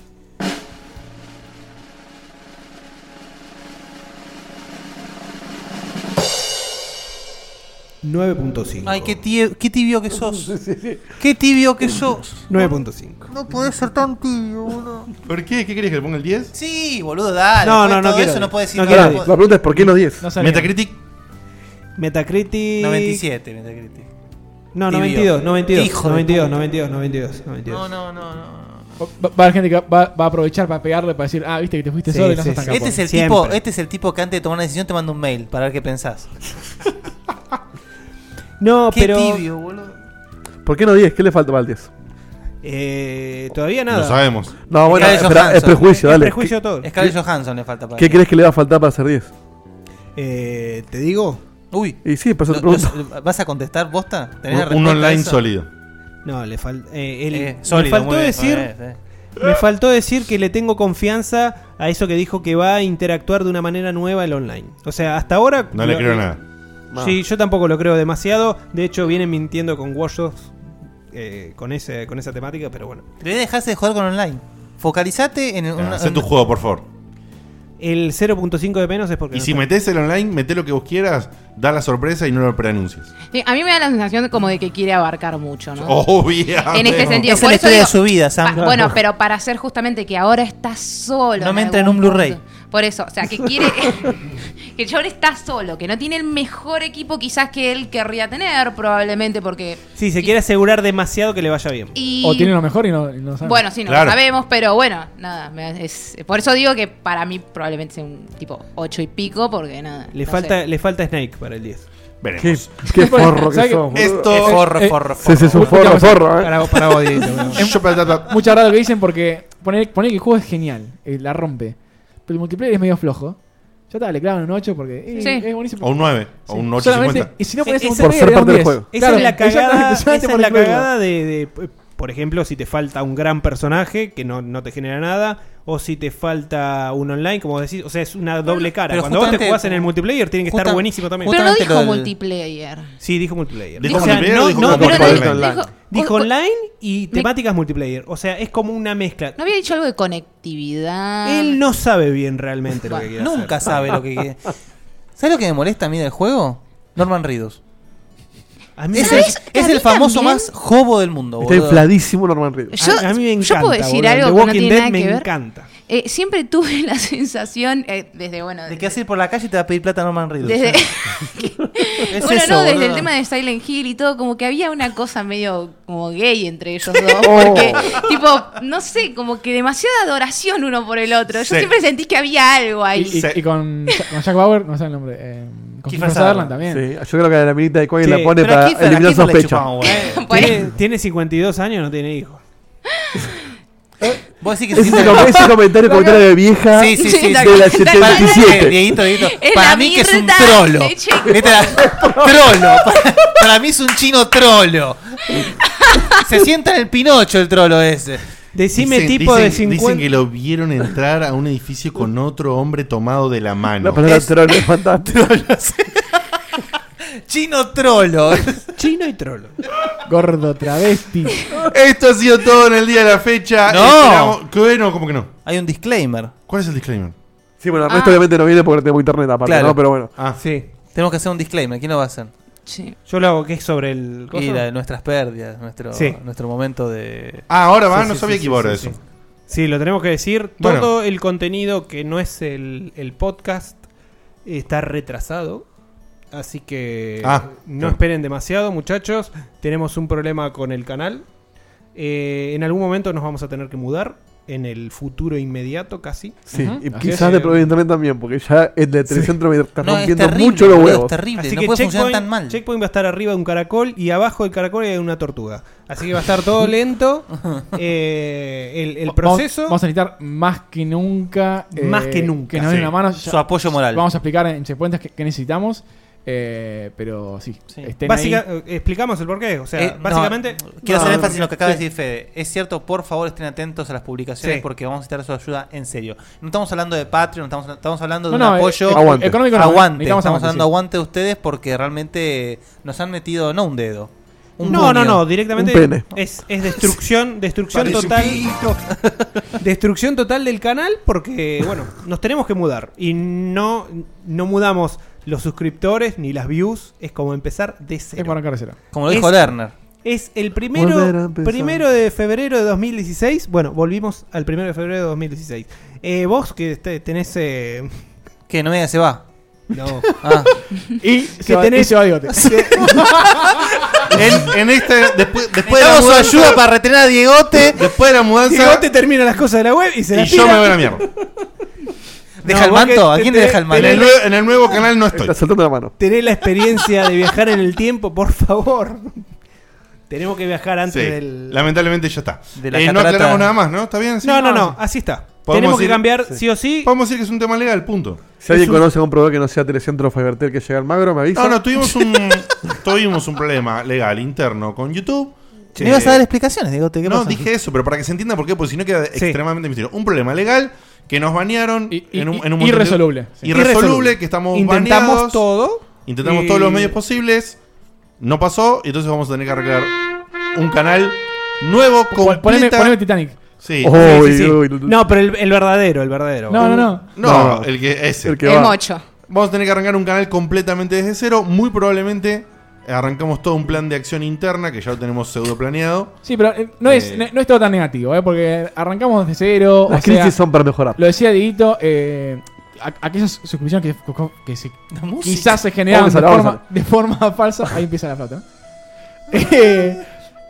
Speaker 11: Ay, qué, tie- qué tibio [LAUGHS] que sos. Qué tibio que sos.
Speaker 8: 9.5.
Speaker 11: No podés ser tan tibio, boludo.
Speaker 2: ¿Por qué? ¿Qué querés que le ponga el 10?
Speaker 11: Sí, boludo, dale.
Speaker 8: No,
Speaker 11: Ah, después
Speaker 8: no, no
Speaker 11: Todo
Speaker 8: quiero
Speaker 11: eso
Speaker 8: diez.
Speaker 11: no puede decir
Speaker 8: No
Speaker 11: nada.
Speaker 8: quiero
Speaker 11: No
Speaker 8: diez.
Speaker 11: puede-
Speaker 5: La pregunta es ¿por qué los 10?
Speaker 8: No sabía.
Speaker 2: Metacritic.
Speaker 8: Metacritic.
Speaker 11: 97, Metacritic.
Speaker 8: No,
Speaker 11: Tibio.
Speaker 8: 92, 92,
Speaker 11: Hijo de
Speaker 8: 92, 92, 92,
Speaker 11: No, no, no, no.
Speaker 3: Va, va a haber gente que va, va a aprovechar para pegarle, para decir, ah, viste que te fuiste
Speaker 8: Sí,
Speaker 3: solo y no
Speaker 8: sí,
Speaker 3: sos tan
Speaker 8: sí.
Speaker 3: capo".
Speaker 8: Este
Speaker 11: Este es, el
Speaker 8: Siempre.
Speaker 11: tipo, este es el tipo que antes de tomar una decisión te manda un mail para ver qué pensás.
Speaker 8: No,
Speaker 11: Qué
Speaker 8: pero.
Speaker 11: tibio, boludo.
Speaker 5: ¿Por qué no 10? ¿Qué le falta para el 10?
Speaker 8: Eh, todavía nada.
Speaker 5: No sabemos. No, bueno,
Speaker 11: Scarlett
Speaker 5: espera, es
Speaker 11: Johansson.
Speaker 5: prejuicio, dale.
Speaker 8: prejuicio
Speaker 5: ¿Qué-
Speaker 8: todo.
Speaker 11: Scarlett Johansson le falta para
Speaker 5: ¿Qué crees que le va a faltar para hacer 10?
Speaker 8: Eh, ¿Te digo?
Speaker 11: Uy.
Speaker 5: Y sí, por eso te
Speaker 11: Lo-
Speaker 5: pregunto.
Speaker 11: lo- ¿Vas a contestar, Bosta? ¿Tenés la
Speaker 2: Un, un
Speaker 11: respuesta a
Speaker 2: online
Speaker 11: eso?
Speaker 2: sólido.
Speaker 8: No, le falta.
Speaker 11: Eh, sólido,
Speaker 8: me faltó
Speaker 11: muy bien,
Speaker 8: decir.
Speaker 11: muy bien,
Speaker 8: Me faltó decir que le tengo confianza a eso que dijo que va a interactuar de una manera nueva el online. O sea, hasta ahora.
Speaker 2: No le
Speaker 8: lo-
Speaker 2: creo nada.
Speaker 5: Ah.
Speaker 8: Sí, yo tampoco lo creo demasiado. De hecho, vienen mintiendo con Watch Dogs, eh, con, ese, con esa temática, pero bueno.
Speaker 11: Debería dejarse de jugar con online. Focalizate en una-
Speaker 2: Hacé
Speaker 11: en-
Speaker 2: Ah, tu juego, por favor.
Speaker 8: El 0.5 de menos es porque.
Speaker 2: Y
Speaker 8: no
Speaker 2: si
Speaker 8: está-
Speaker 2: metés el online, meté lo que vos quieras, da la sorpresa y no lo preanuncias.
Speaker 4: Sí, a mí me da la sensación como de que quiere abarcar mucho,
Speaker 8: Ah.
Speaker 4: ¿no?
Speaker 2: Obviamente.
Speaker 4: En este sentido,
Speaker 11: Es la
Speaker 4: por eso
Speaker 11: historia
Speaker 4: digo,
Speaker 11: de su vida, Sam.
Speaker 4: pa- Ah, bueno, pero para hacer justamente que ahora está solo.
Speaker 11: No me entra en
Speaker 4: algún
Speaker 11: un Blu-ray.
Speaker 4: punto. Por eso, o sea, que quiere. [LAUGHS] que el chabón está solo, que no tiene el mejor equipo quizás que él querría tener, probablemente, porque.
Speaker 8: Sí, se quiere asegurar demasiado que le vaya bien.
Speaker 4: Y-
Speaker 3: O tiene lo mejor y no, y no lo sabe.
Speaker 4: Bueno, sí, no
Speaker 8: Claro.
Speaker 4: lo sabemos, pero bueno, nada. me- es- por eso digo que para mí probablemente sea un tipo 8 y pico, porque nada.
Speaker 8: Le,
Speaker 4: no
Speaker 8: falta,
Speaker 4: sé.
Speaker 8: le falta Snake para el 10.
Speaker 2: Veremos.
Speaker 5: Qué- qué forro que
Speaker 3: ¿Sabe
Speaker 5: sos,
Speaker 3: qué?
Speaker 5: boludo.
Speaker 3: Esto-
Speaker 5: Forro,
Speaker 3: eh, eh,
Speaker 5: forro, forro. Sí, sí, es un forro, forro, eh.
Speaker 8: Para vos- para vos, Dieguito, para
Speaker 5: [LAUGHS]
Speaker 8: vos.
Speaker 3: Mucha raro lo que dicen porque poner, poner que el juego es genial, eh, la rompe. Pero el multiplayer es medio flojo. Ya está, le clavan un 8 porque eh,
Speaker 4: Sí.
Speaker 3: es buenísimo.
Speaker 2: O un 9, o un 8
Speaker 3: Solamente- Y si no pones
Speaker 8: E-, Esa-
Speaker 3: un
Speaker 8: esa-
Speaker 3: multiplayer, era un 10.
Speaker 8: Esa
Speaker 3: Claro,
Speaker 8: es la cagada,
Speaker 3: exactamente,
Speaker 8: esa
Speaker 3: solamente
Speaker 8: es
Speaker 3: por
Speaker 8: la
Speaker 3: incluirlo.
Speaker 8: cagada de, de, eh, por ejemplo, si te falta un gran personaje que no, no te genera nada, o si te falta un online, como decís, o sea, es una doble cara.
Speaker 11: pero
Speaker 8: Cuando vos te
Speaker 11: justamente-
Speaker 8: jugás en el multiplayer, tiene que estar
Speaker 11: justa-
Speaker 8: buenísimo también.
Speaker 4: Pero no dijo multiplayer.
Speaker 8: Sí, dijo multiplayer.
Speaker 2: Dijo multiplayer o dijo
Speaker 8: no,
Speaker 2: como
Speaker 8: pero
Speaker 2: jugar
Speaker 8: dijo
Speaker 2: online.
Speaker 8: online.
Speaker 2: Dijo-
Speaker 8: Dijo online y
Speaker 4: Me-
Speaker 8: temáticas multiplayer. O sea, es como una mezcla.
Speaker 4: ¿No había dicho algo de conectividad?
Speaker 8: Él no sabe bien realmente lo que
Speaker 4: Bueno,
Speaker 8: quiere hacer.
Speaker 11: Nunca sabe lo que
Speaker 8: [LAUGHS]
Speaker 11: quiere. ¿Sabes lo que me molesta a mí del juego? Norman Reedus.
Speaker 8: A mí
Speaker 11: es
Speaker 8: me-
Speaker 11: el,
Speaker 8: ¿Sabes?
Speaker 11: es
Speaker 8: A
Speaker 11: el
Speaker 8: mí
Speaker 11: famoso
Speaker 8: también.
Speaker 11: más jobo del mundo,
Speaker 5: Está
Speaker 11: boludo.
Speaker 5: infladísimo Norman Reedus.
Speaker 4: Yo-
Speaker 8: a, a mí me
Speaker 4: yo
Speaker 8: encanta.
Speaker 4: puedo decir
Speaker 8: boludo.
Speaker 4: algo
Speaker 8: The
Speaker 4: que no
Speaker 8: Walking
Speaker 4: tiene
Speaker 8: Dead
Speaker 4: nada
Speaker 8: me
Speaker 4: que ver.
Speaker 8: encanta.
Speaker 4: Eh, siempre tuve [LAUGHS] la sensación, eh, desde bueno,
Speaker 11: De que vas a ir por la calle y te va a pedir plata Norman Reedus. [LAUGHS]
Speaker 4: Desde- [LAUGHS]
Speaker 11: Es
Speaker 4: bueno,
Speaker 11: eso,
Speaker 4: no, desde
Speaker 11: boludo.
Speaker 4: el tema de Silent Hill y todo, como que había una cosa medio como gay entre ellos dos.
Speaker 11: [LAUGHS] Oh.
Speaker 4: Porque, tipo, no sé, como que demasiada adoración uno por el otro. Yo
Speaker 2: Sí.
Speaker 4: siempre sentí que había algo
Speaker 3: Y,
Speaker 4: ahí.
Speaker 3: y- y con, con Jack Bauer, no sé el nombre. eh, con
Speaker 11: Kiefer
Speaker 3: Kiefer Sutherland
Speaker 11: Sutherland.
Speaker 3: también.
Speaker 5: Sí, yo creo que la minita de Coin
Speaker 8: Sí,
Speaker 5: la pone
Speaker 8: pero a
Speaker 5: para
Speaker 8: Kiefer- a
Speaker 5: eliminar
Speaker 8: Kiefer le
Speaker 11: [LAUGHS]
Speaker 5: sospecha.
Speaker 8: chupamos, Tiene, tiene 52 años, no tiene hijos.
Speaker 11: Vos decís que
Speaker 5: [LAUGHS] Ese,
Speaker 11: se siente-
Speaker 5: com- ese comentario comentario de vieja
Speaker 11: Sí,
Speaker 4: [LAUGHS]
Speaker 11: sí, sí.
Speaker 5: de la 77.
Speaker 11: Eh, Dieguito, Dieguito.
Speaker 4: Es la
Speaker 11: Para mí que es un
Speaker 4: mierda
Speaker 11: trolo.
Speaker 4: de chico.
Speaker 11: Vete a
Speaker 5: [LAUGHS]
Speaker 11: la- [LAUGHS] Trolo. Para, para mí es un chino trolo. Se sienta en el pinocho el trolo ese.
Speaker 8: Decime
Speaker 2: Dicen-
Speaker 8: tipo de
Speaker 2: dicen-
Speaker 8: 50.
Speaker 2: Dicen que lo vieron entrar a un edificio con
Speaker 8: [LAUGHS]
Speaker 2: otro hombre tomado de la mano.
Speaker 5: La palabra troll es fantástica.
Speaker 11: Chino trolo.
Speaker 7: Chino y trolo.
Speaker 3: Gordo travesti.
Speaker 2: Esto ha sido todo en el día de la fecha.
Speaker 11: No.
Speaker 2: Esperamos- ¿Qué? No, ¿cómo que no?
Speaker 11: Hay un disclaimer.
Speaker 2: ¿Cuál es el disclaimer?
Speaker 5: Sí,
Speaker 6: Ah.
Speaker 5: bueno, el resto obviamente no viene porque no tengo internet aparte,
Speaker 11: Ah, Claro.
Speaker 5: ¿no? Pero bueno.
Speaker 11: Sí. Tenemos que hacer un disclaimer. ¿Quién lo va a hacer?
Speaker 4: Sí.
Speaker 8: Ah, Yo lo hago, que es sobre el.
Speaker 11: Y
Speaker 8: coso?
Speaker 11: la de nuestras pérdidas, nuestro,
Speaker 8: Sí.
Speaker 11: nuestro momento de.
Speaker 2: Ah, ahora va,
Speaker 11: Sí,
Speaker 2: no
Speaker 11: sí,
Speaker 2: sabía
Speaker 11: sí,
Speaker 2: que iba
Speaker 11: sí,
Speaker 2: ahora
Speaker 11: sí,
Speaker 2: eso.
Speaker 11: sí.
Speaker 8: Sí, lo tenemos que decir.
Speaker 2: Bueno.
Speaker 8: Todo el contenido que no es el, el podcast está retrasado. Así que
Speaker 2: Ah,
Speaker 8: no
Speaker 2: claro.
Speaker 8: esperen demasiado, muchachos. Tenemos un problema con el canal. Eh, en algún momento nos vamos a tener que mudar. En el futuro inmediato, casi.
Speaker 5: Sí,
Speaker 8: Ujú.
Speaker 5: y
Speaker 8: Así
Speaker 5: quizás
Speaker 8: que-
Speaker 5: de proveedor de internet también, porque ya el de Telecentro me está
Speaker 8: No, es
Speaker 5: rompiendo
Speaker 8: terrible,
Speaker 5: mucho los
Speaker 8: boludo,
Speaker 5: huevos.
Speaker 8: es terrible, Así no que puede funcionar Checkpoint- tan mal. Checkpoint va a estar arriba de un caracol y abajo del caracol hay una tortuga. Así que va a estar todo [LAUGHS] lento. Eh, el, el proceso.
Speaker 3: Vamos, vamos a necesitar más que nunca. eh,
Speaker 8: Más que nunca.
Speaker 3: Que nos den
Speaker 8: Sí.
Speaker 3: una mano.
Speaker 8: Su apoyo moral.
Speaker 3: Vamos a explicar en Checkpoint qué qué necesitamos. eh, pero sí. estén
Speaker 8: Básica-
Speaker 3: ahí.
Speaker 8: eh, explicamos el porqué. O sea,
Speaker 11: Eh, no,
Speaker 8: básicamente.
Speaker 11: quiero
Speaker 8: No,
Speaker 11: hacer énfasis en lo que acaba de
Speaker 8: sí.
Speaker 11: decir Fede. Es cierto, por favor estén atentos a las publicaciones
Speaker 8: Sí.
Speaker 11: porque vamos a necesitar su ayuda en serio. No estamos hablando de Patreon, estamos, estamos hablando de
Speaker 3: No, no,
Speaker 11: un
Speaker 3: eh,
Speaker 11: apoyo
Speaker 3: eh, Aguante. económico no,
Speaker 11: aguante.
Speaker 3: necesitamos
Speaker 11: Estamos
Speaker 3: aguante,
Speaker 11: hablando
Speaker 3: sí.
Speaker 11: aguante de ustedes porque realmente nos han metido no un dedo. Un
Speaker 8: no,
Speaker 11: puño.
Speaker 8: no, no, directamente Es, es destrucción, destrucción
Speaker 11: Parece un
Speaker 8: total. destrucción total del canal porque, bueno, nos tenemos que mudar. Y no, no mudamos los suscriptores ni las views. Es como empezar de cero. Es
Speaker 11: Como lo dijo Lerner.
Speaker 8: Es el
Speaker 11: Volver a
Speaker 8: primero,
Speaker 11: empezar.
Speaker 8: primero de febrero de 2016. Bueno, volvimos al primero de febrero de 2016. Eh, vos que te- tenés... eh,
Speaker 11: Que no me se va.
Speaker 8: No. [LAUGHS]
Speaker 11: Ah.
Speaker 3: Y
Speaker 8: que tenés...
Speaker 2: [LAUGHS]
Speaker 8: [LAUGHS]
Speaker 2: en, en este, después, después de la
Speaker 11: Necesitamos su
Speaker 2: mudanza-
Speaker 11: ayuda para retener a Diegote.
Speaker 2: Después de la mudanza.
Speaker 8: Diegote termina las cosas de la web y se
Speaker 2: Y
Speaker 8: las
Speaker 2: yo
Speaker 8: tira.
Speaker 2: me voy a la mierda.
Speaker 11: ¿Deja el manto? ¿A quién le deja el manto?
Speaker 2: En el, nue- en el nuevo canal no estoy.
Speaker 5: Está soltando la mano.
Speaker 8: Tenés la experiencia de viajar en el tiempo, por favor. Tenemos que viajar antes
Speaker 2: Sí,
Speaker 8: del.
Speaker 2: Lamentablemente ya está.
Speaker 8: de la
Speaker 2: Eh, no
Speaker 8: catarata.
Speaker 2: aclaramos nada más, ¿no? ¿Está bien? Sí.
Speaker 8: No, no, no, así está. Tenemos que
Speaker 2: decir-
Speaker 8: cambiar sí o sí.
Speaker 2: Podemos decir que es un tema legal, punto.
Speaker 5: Si alguien
Speaker 2: Es un-
Speaker 5: conoce a un proveedor que no sea Telecentro o Fibertel que llega al magro, me avisa.
Speaker 2: No, no, tuvimos
Speaker 8: [LAUGHS]
Speaker 2: un, [LAUGHS] tuvimos un problema legal interno con YouTube.
Speaker 11: No ibas a dar explicaciones, Diegote. ¿qué
Speaker 2: No,
Speaker 11: pasó?
Speaker 2: dije eso, pero para que se entienda por qué, porque si no queda extremadamente misterioso. Un problema legal que nos banearon en un, en un montón de-
Speaker 3: irresoluble, sí.
Speaker 2: Irresoluble, que estamos
Speaker 8: Intentamos
Speaker 2: baneados.
Speaker 8: todo.
Speaker 2: Intentamos
Speaker 8: y-
Speaker 2: todos los medios posibles. No pasó, y entonces vamos a tener que arreglar un canal nuevo con.
Speaker 3: Poneme, poneme Titanic.
Speaker 2: Sí.
Speaker 8: Sí, sí, sí. No, pero el, el verdadero, el verdadero.
Speaker 3: No, no, no.
Speaker 2: No,
Speaker 8: No.
Speaker 2: el que ese.
Speaker 8: El que El va. mocho.
Speaker 2: Vamos a tener que arrancar un canal completamente desde cero. Muy probablemente arrancamos todo un plan de acción interna que ya lo tenemos pseudo planeado.
Speaker 3: Sí, pero eh, no, es, no es todo tan negativo, ¿eh? porque arrancamos de cero.
Speaker 5: Las
Speaker 3: o sea,
Speaker 5: crisis son para mejorar.
Speaker 3: Lo decía Dieguito, eh, a- aquellas suscripciones que, que se-
Speaker 11: música.
Speaker 3: quizás se generaron
Speaker 5: Vamos a
Speaker 3: de
Speaker 5: la- vamos
Speaker 3: forma, de forma [LAUGHS] falsa. Ahí empieza la flauta. ¿no? [LAUGHS]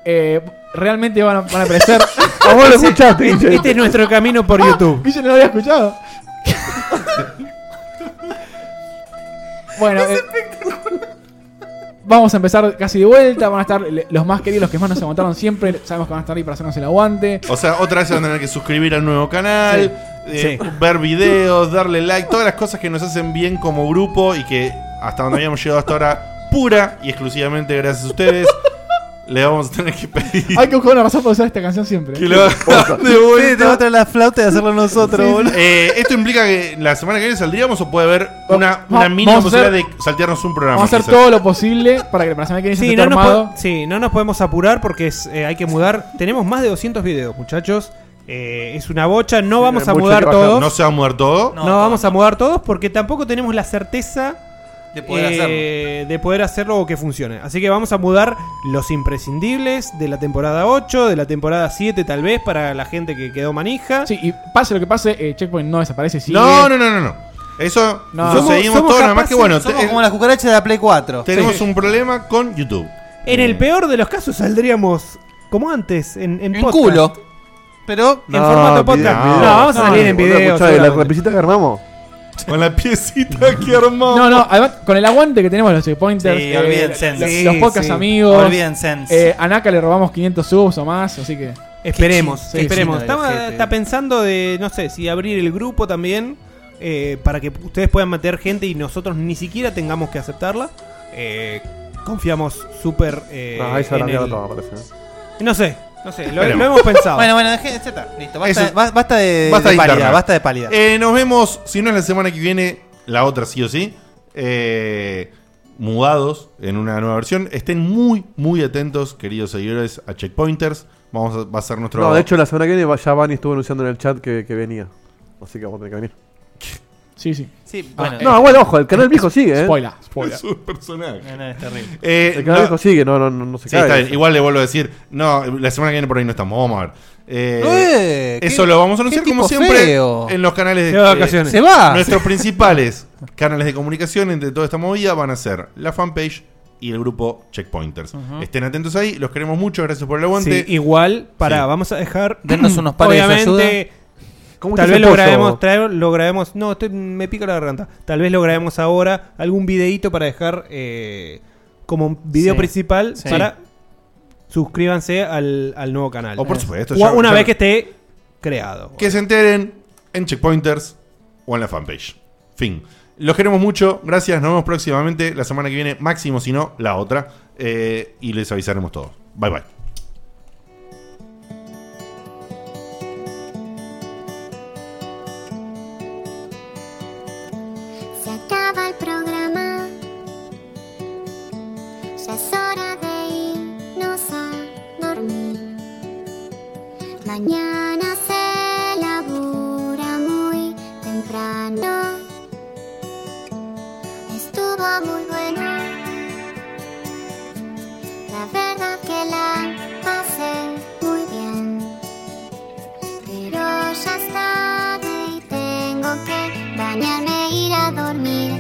Speaker 3: Eh, eh, realmente van a, van a aparecer.
Speaker 5: Ah, [LAUGHS] vos lo escuchaste, Guille. Ah,
Speaker 8: Este es nuestro camino por YouTube.
Speaker 3: Guille no lo había escuchado. [LAUGHS]
Speaker 8: [LAUGHS]
Speaker 3: bueno, eh, vamos a empezar casi de vuelta. Van a estar le- los más queridos, los que más nos aguantaron siempre. Sabemos que van a estar ahí para hacernos el aguante.
Speaker 2: O sea, otra vez se van a tener que suscribir al nuevo canal,
Speaker 3: Sí.
Speaker 2: eh,
Speaker 3: Sí.
Speaker 2: ver videos, darle like, todas las cosas que nos hacen bien como grupo y que hasta donde habíamos llegado hasta ahora, pura y exclusivamente gracias a ustedes, le vamos a tener
Speaker 5: [LAUGHS]
Speaker 2: que pedir.
Speaker 3: [LAUGHS] Hay que buscar una razón para usar esta canción siempre.
Speaker 2: Que lo hagan de vuelta.
Speaker 11: Sí, te va a traer la flauta y hacerlo nosotros, boludo.
Speaker 2: Eh, ¿Esto implica que la semana que viene saldríamos o puede haber una, una
Speaker 3: va-
Speaker 2: mínima
Speaker 3: vamos a
Speaker 2: posibilidad
Speaker 3: hacer-
Speaker 2: de saltearnos un programa?
Speaker 3: Vamos a hacer
Speaker 2: quizás?
Speaker 3: todo lo posible para que la semana que viene
Speaker 8: Sí
Speaker 3: esté
Speaker 8: no, nos
Speaker 3: armado.
Speaker 8: po- sí, no nos podemos apurar porque es, eh, hay que mudar. Tenemos más de 200 videos, muchachos. Eh, es una bocha. No vamos a
Speaker 2: mucho
Speaker 8: mudar
Speaker 2: que bajar.
Speaker 8: todos.
Speaker 2: ¿No se va a mudar todo?
Speaker 8: No, vamos a mudar todos porque tampoco tenemos la certeza eh,
Speaker 11: De poder
Speaker 8: de poder hacerlo o que funcione. Así que vamos a mudar los imprescindibles de la temporada 8, de la temporada 7 tal vez para la gente que quedó manija.
Speaker 3: Sí, y pase lo que pase, eh, Checkpoint no desaparece. Sigue.
Speaker 2: No, no, no, no, no. Eso
Speaker 3: No.
Speaker 2: lo
Speaker 3: Somos-
Speaker 2: seguimos
Speaker 3: somos
Speaker 2: todo, nada más
Speaker 3: capaces-
Speaker 2: que bueno.
Speaker 3: somos
Speaker 2: te-
Speaker 11: Como la cucaracha de la Play 4.
Speaker 2: Tenemos
Speaker 11: Sí.
Speaker 2: un problema con YouTube.
Speaker 8: En el peor de los casos saldríamos como antes, en, en, podcast.
Speaker 11: culo. Pero
Speaker 8: en formato podcast.
Speaker 5: video,
Speaker 8: no, vamos a
Speaker 5: video.
Speaker 8: salir en
Speaker 5: Boludo,
Speaker 8: video.
Speaker 5: escuchá, La
Speaker 8: seguramente.
Speaker 5: repisita que armamos.
Speaker 2: Con la piecita que armamos.
Speaker 3: No, no, además, con el aguante que tenemos los checkpointers,
Speaker 11: Sí,
Speaker 3: eh,
Speaker 11: olvídense.
Speaker 3: los,
Speaker 11: Sí,
Speaker 3: los podcast
Speaker 11: sí.
Speaker 3: amigos,
Speaker 11: Olvídense.
Speaker 3: eh, a Naka le robamos 500 subs o más, así que
Speaker 8: Esperemos,
Speaker 3: Sí,
Speaker 8: esperemos.
Speaker 3: sí.
Speaker 8: Está, está pensando de, no sé, si abrir el grupo también eh, para que ustedes puedan meter gente y nosotros ni siquiera tengamos que aceptarla. Eh, confiamos súper eh,
Speaker 5: Ah, ahí se
Speaker 8: en
Speaker 5: blanquearon
Speaker 8: el-
Speaker 5: todo, me parece. ¿eh?
Speaker 8: No sé, no sé, lo,
Speaker 5: Esperemos.
Speaker 8: lo hemos pensado.
Speaker 11: Bueno, bueno, dejé, ya está. Listo, basta,
Speaker 2: Eso-
Speaker 11: ba- basta de, de
Speaker 2: interna.
Speaker 11: pálida, basta de pálida.
Speaker 2: Eh, nos vemos, si no es la semana que viene, la otra sí o sí. Eh, mudados en una nueva versión. Estén muy, muy atentos, queridos seguidores, a Checkpointers. Vamos a, va a ser nuestro.
Speaker 5: No, de hecho, la semana que viene ya Vani estuvo anunciando en el chat que, que venía. Así que vamos a tener que venir.
Speaker 3: Sí, sí.
Speaker 5: Ah, no, bueno, ojo, el canal viejo sigue, ¿eh?
Speaker 3: Spoiler, spoiler.
Speaker 2: Es un personaje.
Speaker 11: No, no, es terrible.
Speaker 2: Eh,
Speaker 5: el canal viejo sigue, no, no, no, no se
Speaker 2: Sí,
Speaker 5: cae.
Speaker 2: está bien. Igual le vuelvo a decir, no, la semana que viene por ahí no estamos, vamos a ver. Eh,
Speaker 11: ¡Eh! ¿Qué-
Speaker 2: eso lo vamos a anunciar
Speaker 11: qué
Speaker 2: como
Speaker 11: tipo
Speaker 2: siempre
Speaker 11: feo!
Speaker 2: en los canales
Speaker 11: Se va de vacaciones. Se va.
Speaker 2: Nuestros principales canales de comunicación entre toda esta movida van a ser la fanpage y el grupo Checkpointers. Estén atentos ahí, los queremos mucho, gracias por el aguante.
Speaker 7: Sí, igual, para,
Speaker 2: Sí.
Speaker 7: vamos a
Speaker 2: [CLEARS THROAT]
Speaker 7: dejar.
Speaker 2: Denos unos pares de ayuda.
Speaker 7: Obviamente.
Speaker 2: ¿Cómo
Speaker 7: Tal
Speaker 2: te
Speaker 7: vez
Speaker 2: hace
Speaker 7: lo
Speaker 2: pollo?
Speaker 7: grabemos, traer- lo grabemos. No, estoy- me pica la garganta. Tal vez lo grabemos ahora algún videito para dejar eh, como un video
Speaker 8: Sí.
Speaker 7: principal
Speaker 8: Sí.
Speaker 7: para suscríbanse al, al nuevo canal.
Speaker 2: O Oh, por supuesto,
Speaker 7: O
Speaker 2: ya-
Speaker 7: una
Speaker 2: ya-
Speaker 7: vez que esté creado.
Speaker 2: Que se enteren en Checkpointers o en la fanpage. Fin. Los queremos mucho, gracias, nos vemos próximamente, la semana que viene, máximo si no, la otra. eh, y les avisaremos todo. Bye bye.
Speaker 15: Se acaba el programa. Ya es hora de irnos a dormir. Mañana se labura muy temprano. Estuvo muy bueno. La verdad que la pasé muy bien. Pero ya es tarde y tengo que bañarme e ir a dormir.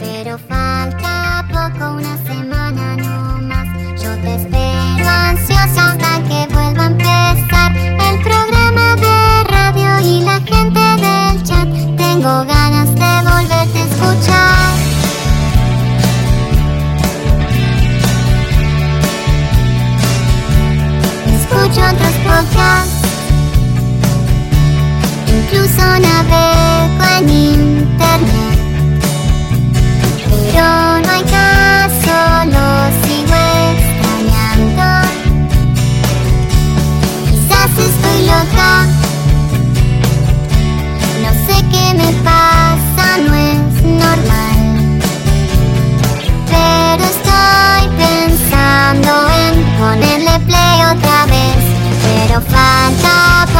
Speaker 15: Pero falta poco, una semana no más. Yo te espero ansiosa hasta que vuelva a empezar el programa de radio y la gente del chat. Tengo ganas de volverte a escuchar. Escucho otros podcasts. Incluso navego en internet Pero no hay caso, lo sigo extrañando Quizás estoy loca No sé qué me pasa, no es normal Pero estoy pensando en ponerle play otra vez pero falta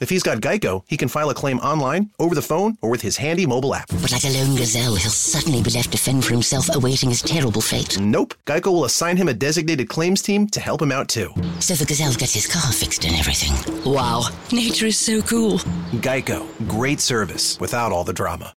Speaker 16: If he's got Geico, he can file a claim online, over the phone, or with his handy mobile app.
Speaker 17: But like a lone gazelle, he'll suddenly be left to fend for himself, awaiting his terrible fate.
Speaker 16: Nope. Geico will assign him a designated claims team to help him out too.
Speaker 17: So the gazelle gets his car fixed and everything. Wow, nature is so cool.
Speaker 16: Geico, great service without all the drama.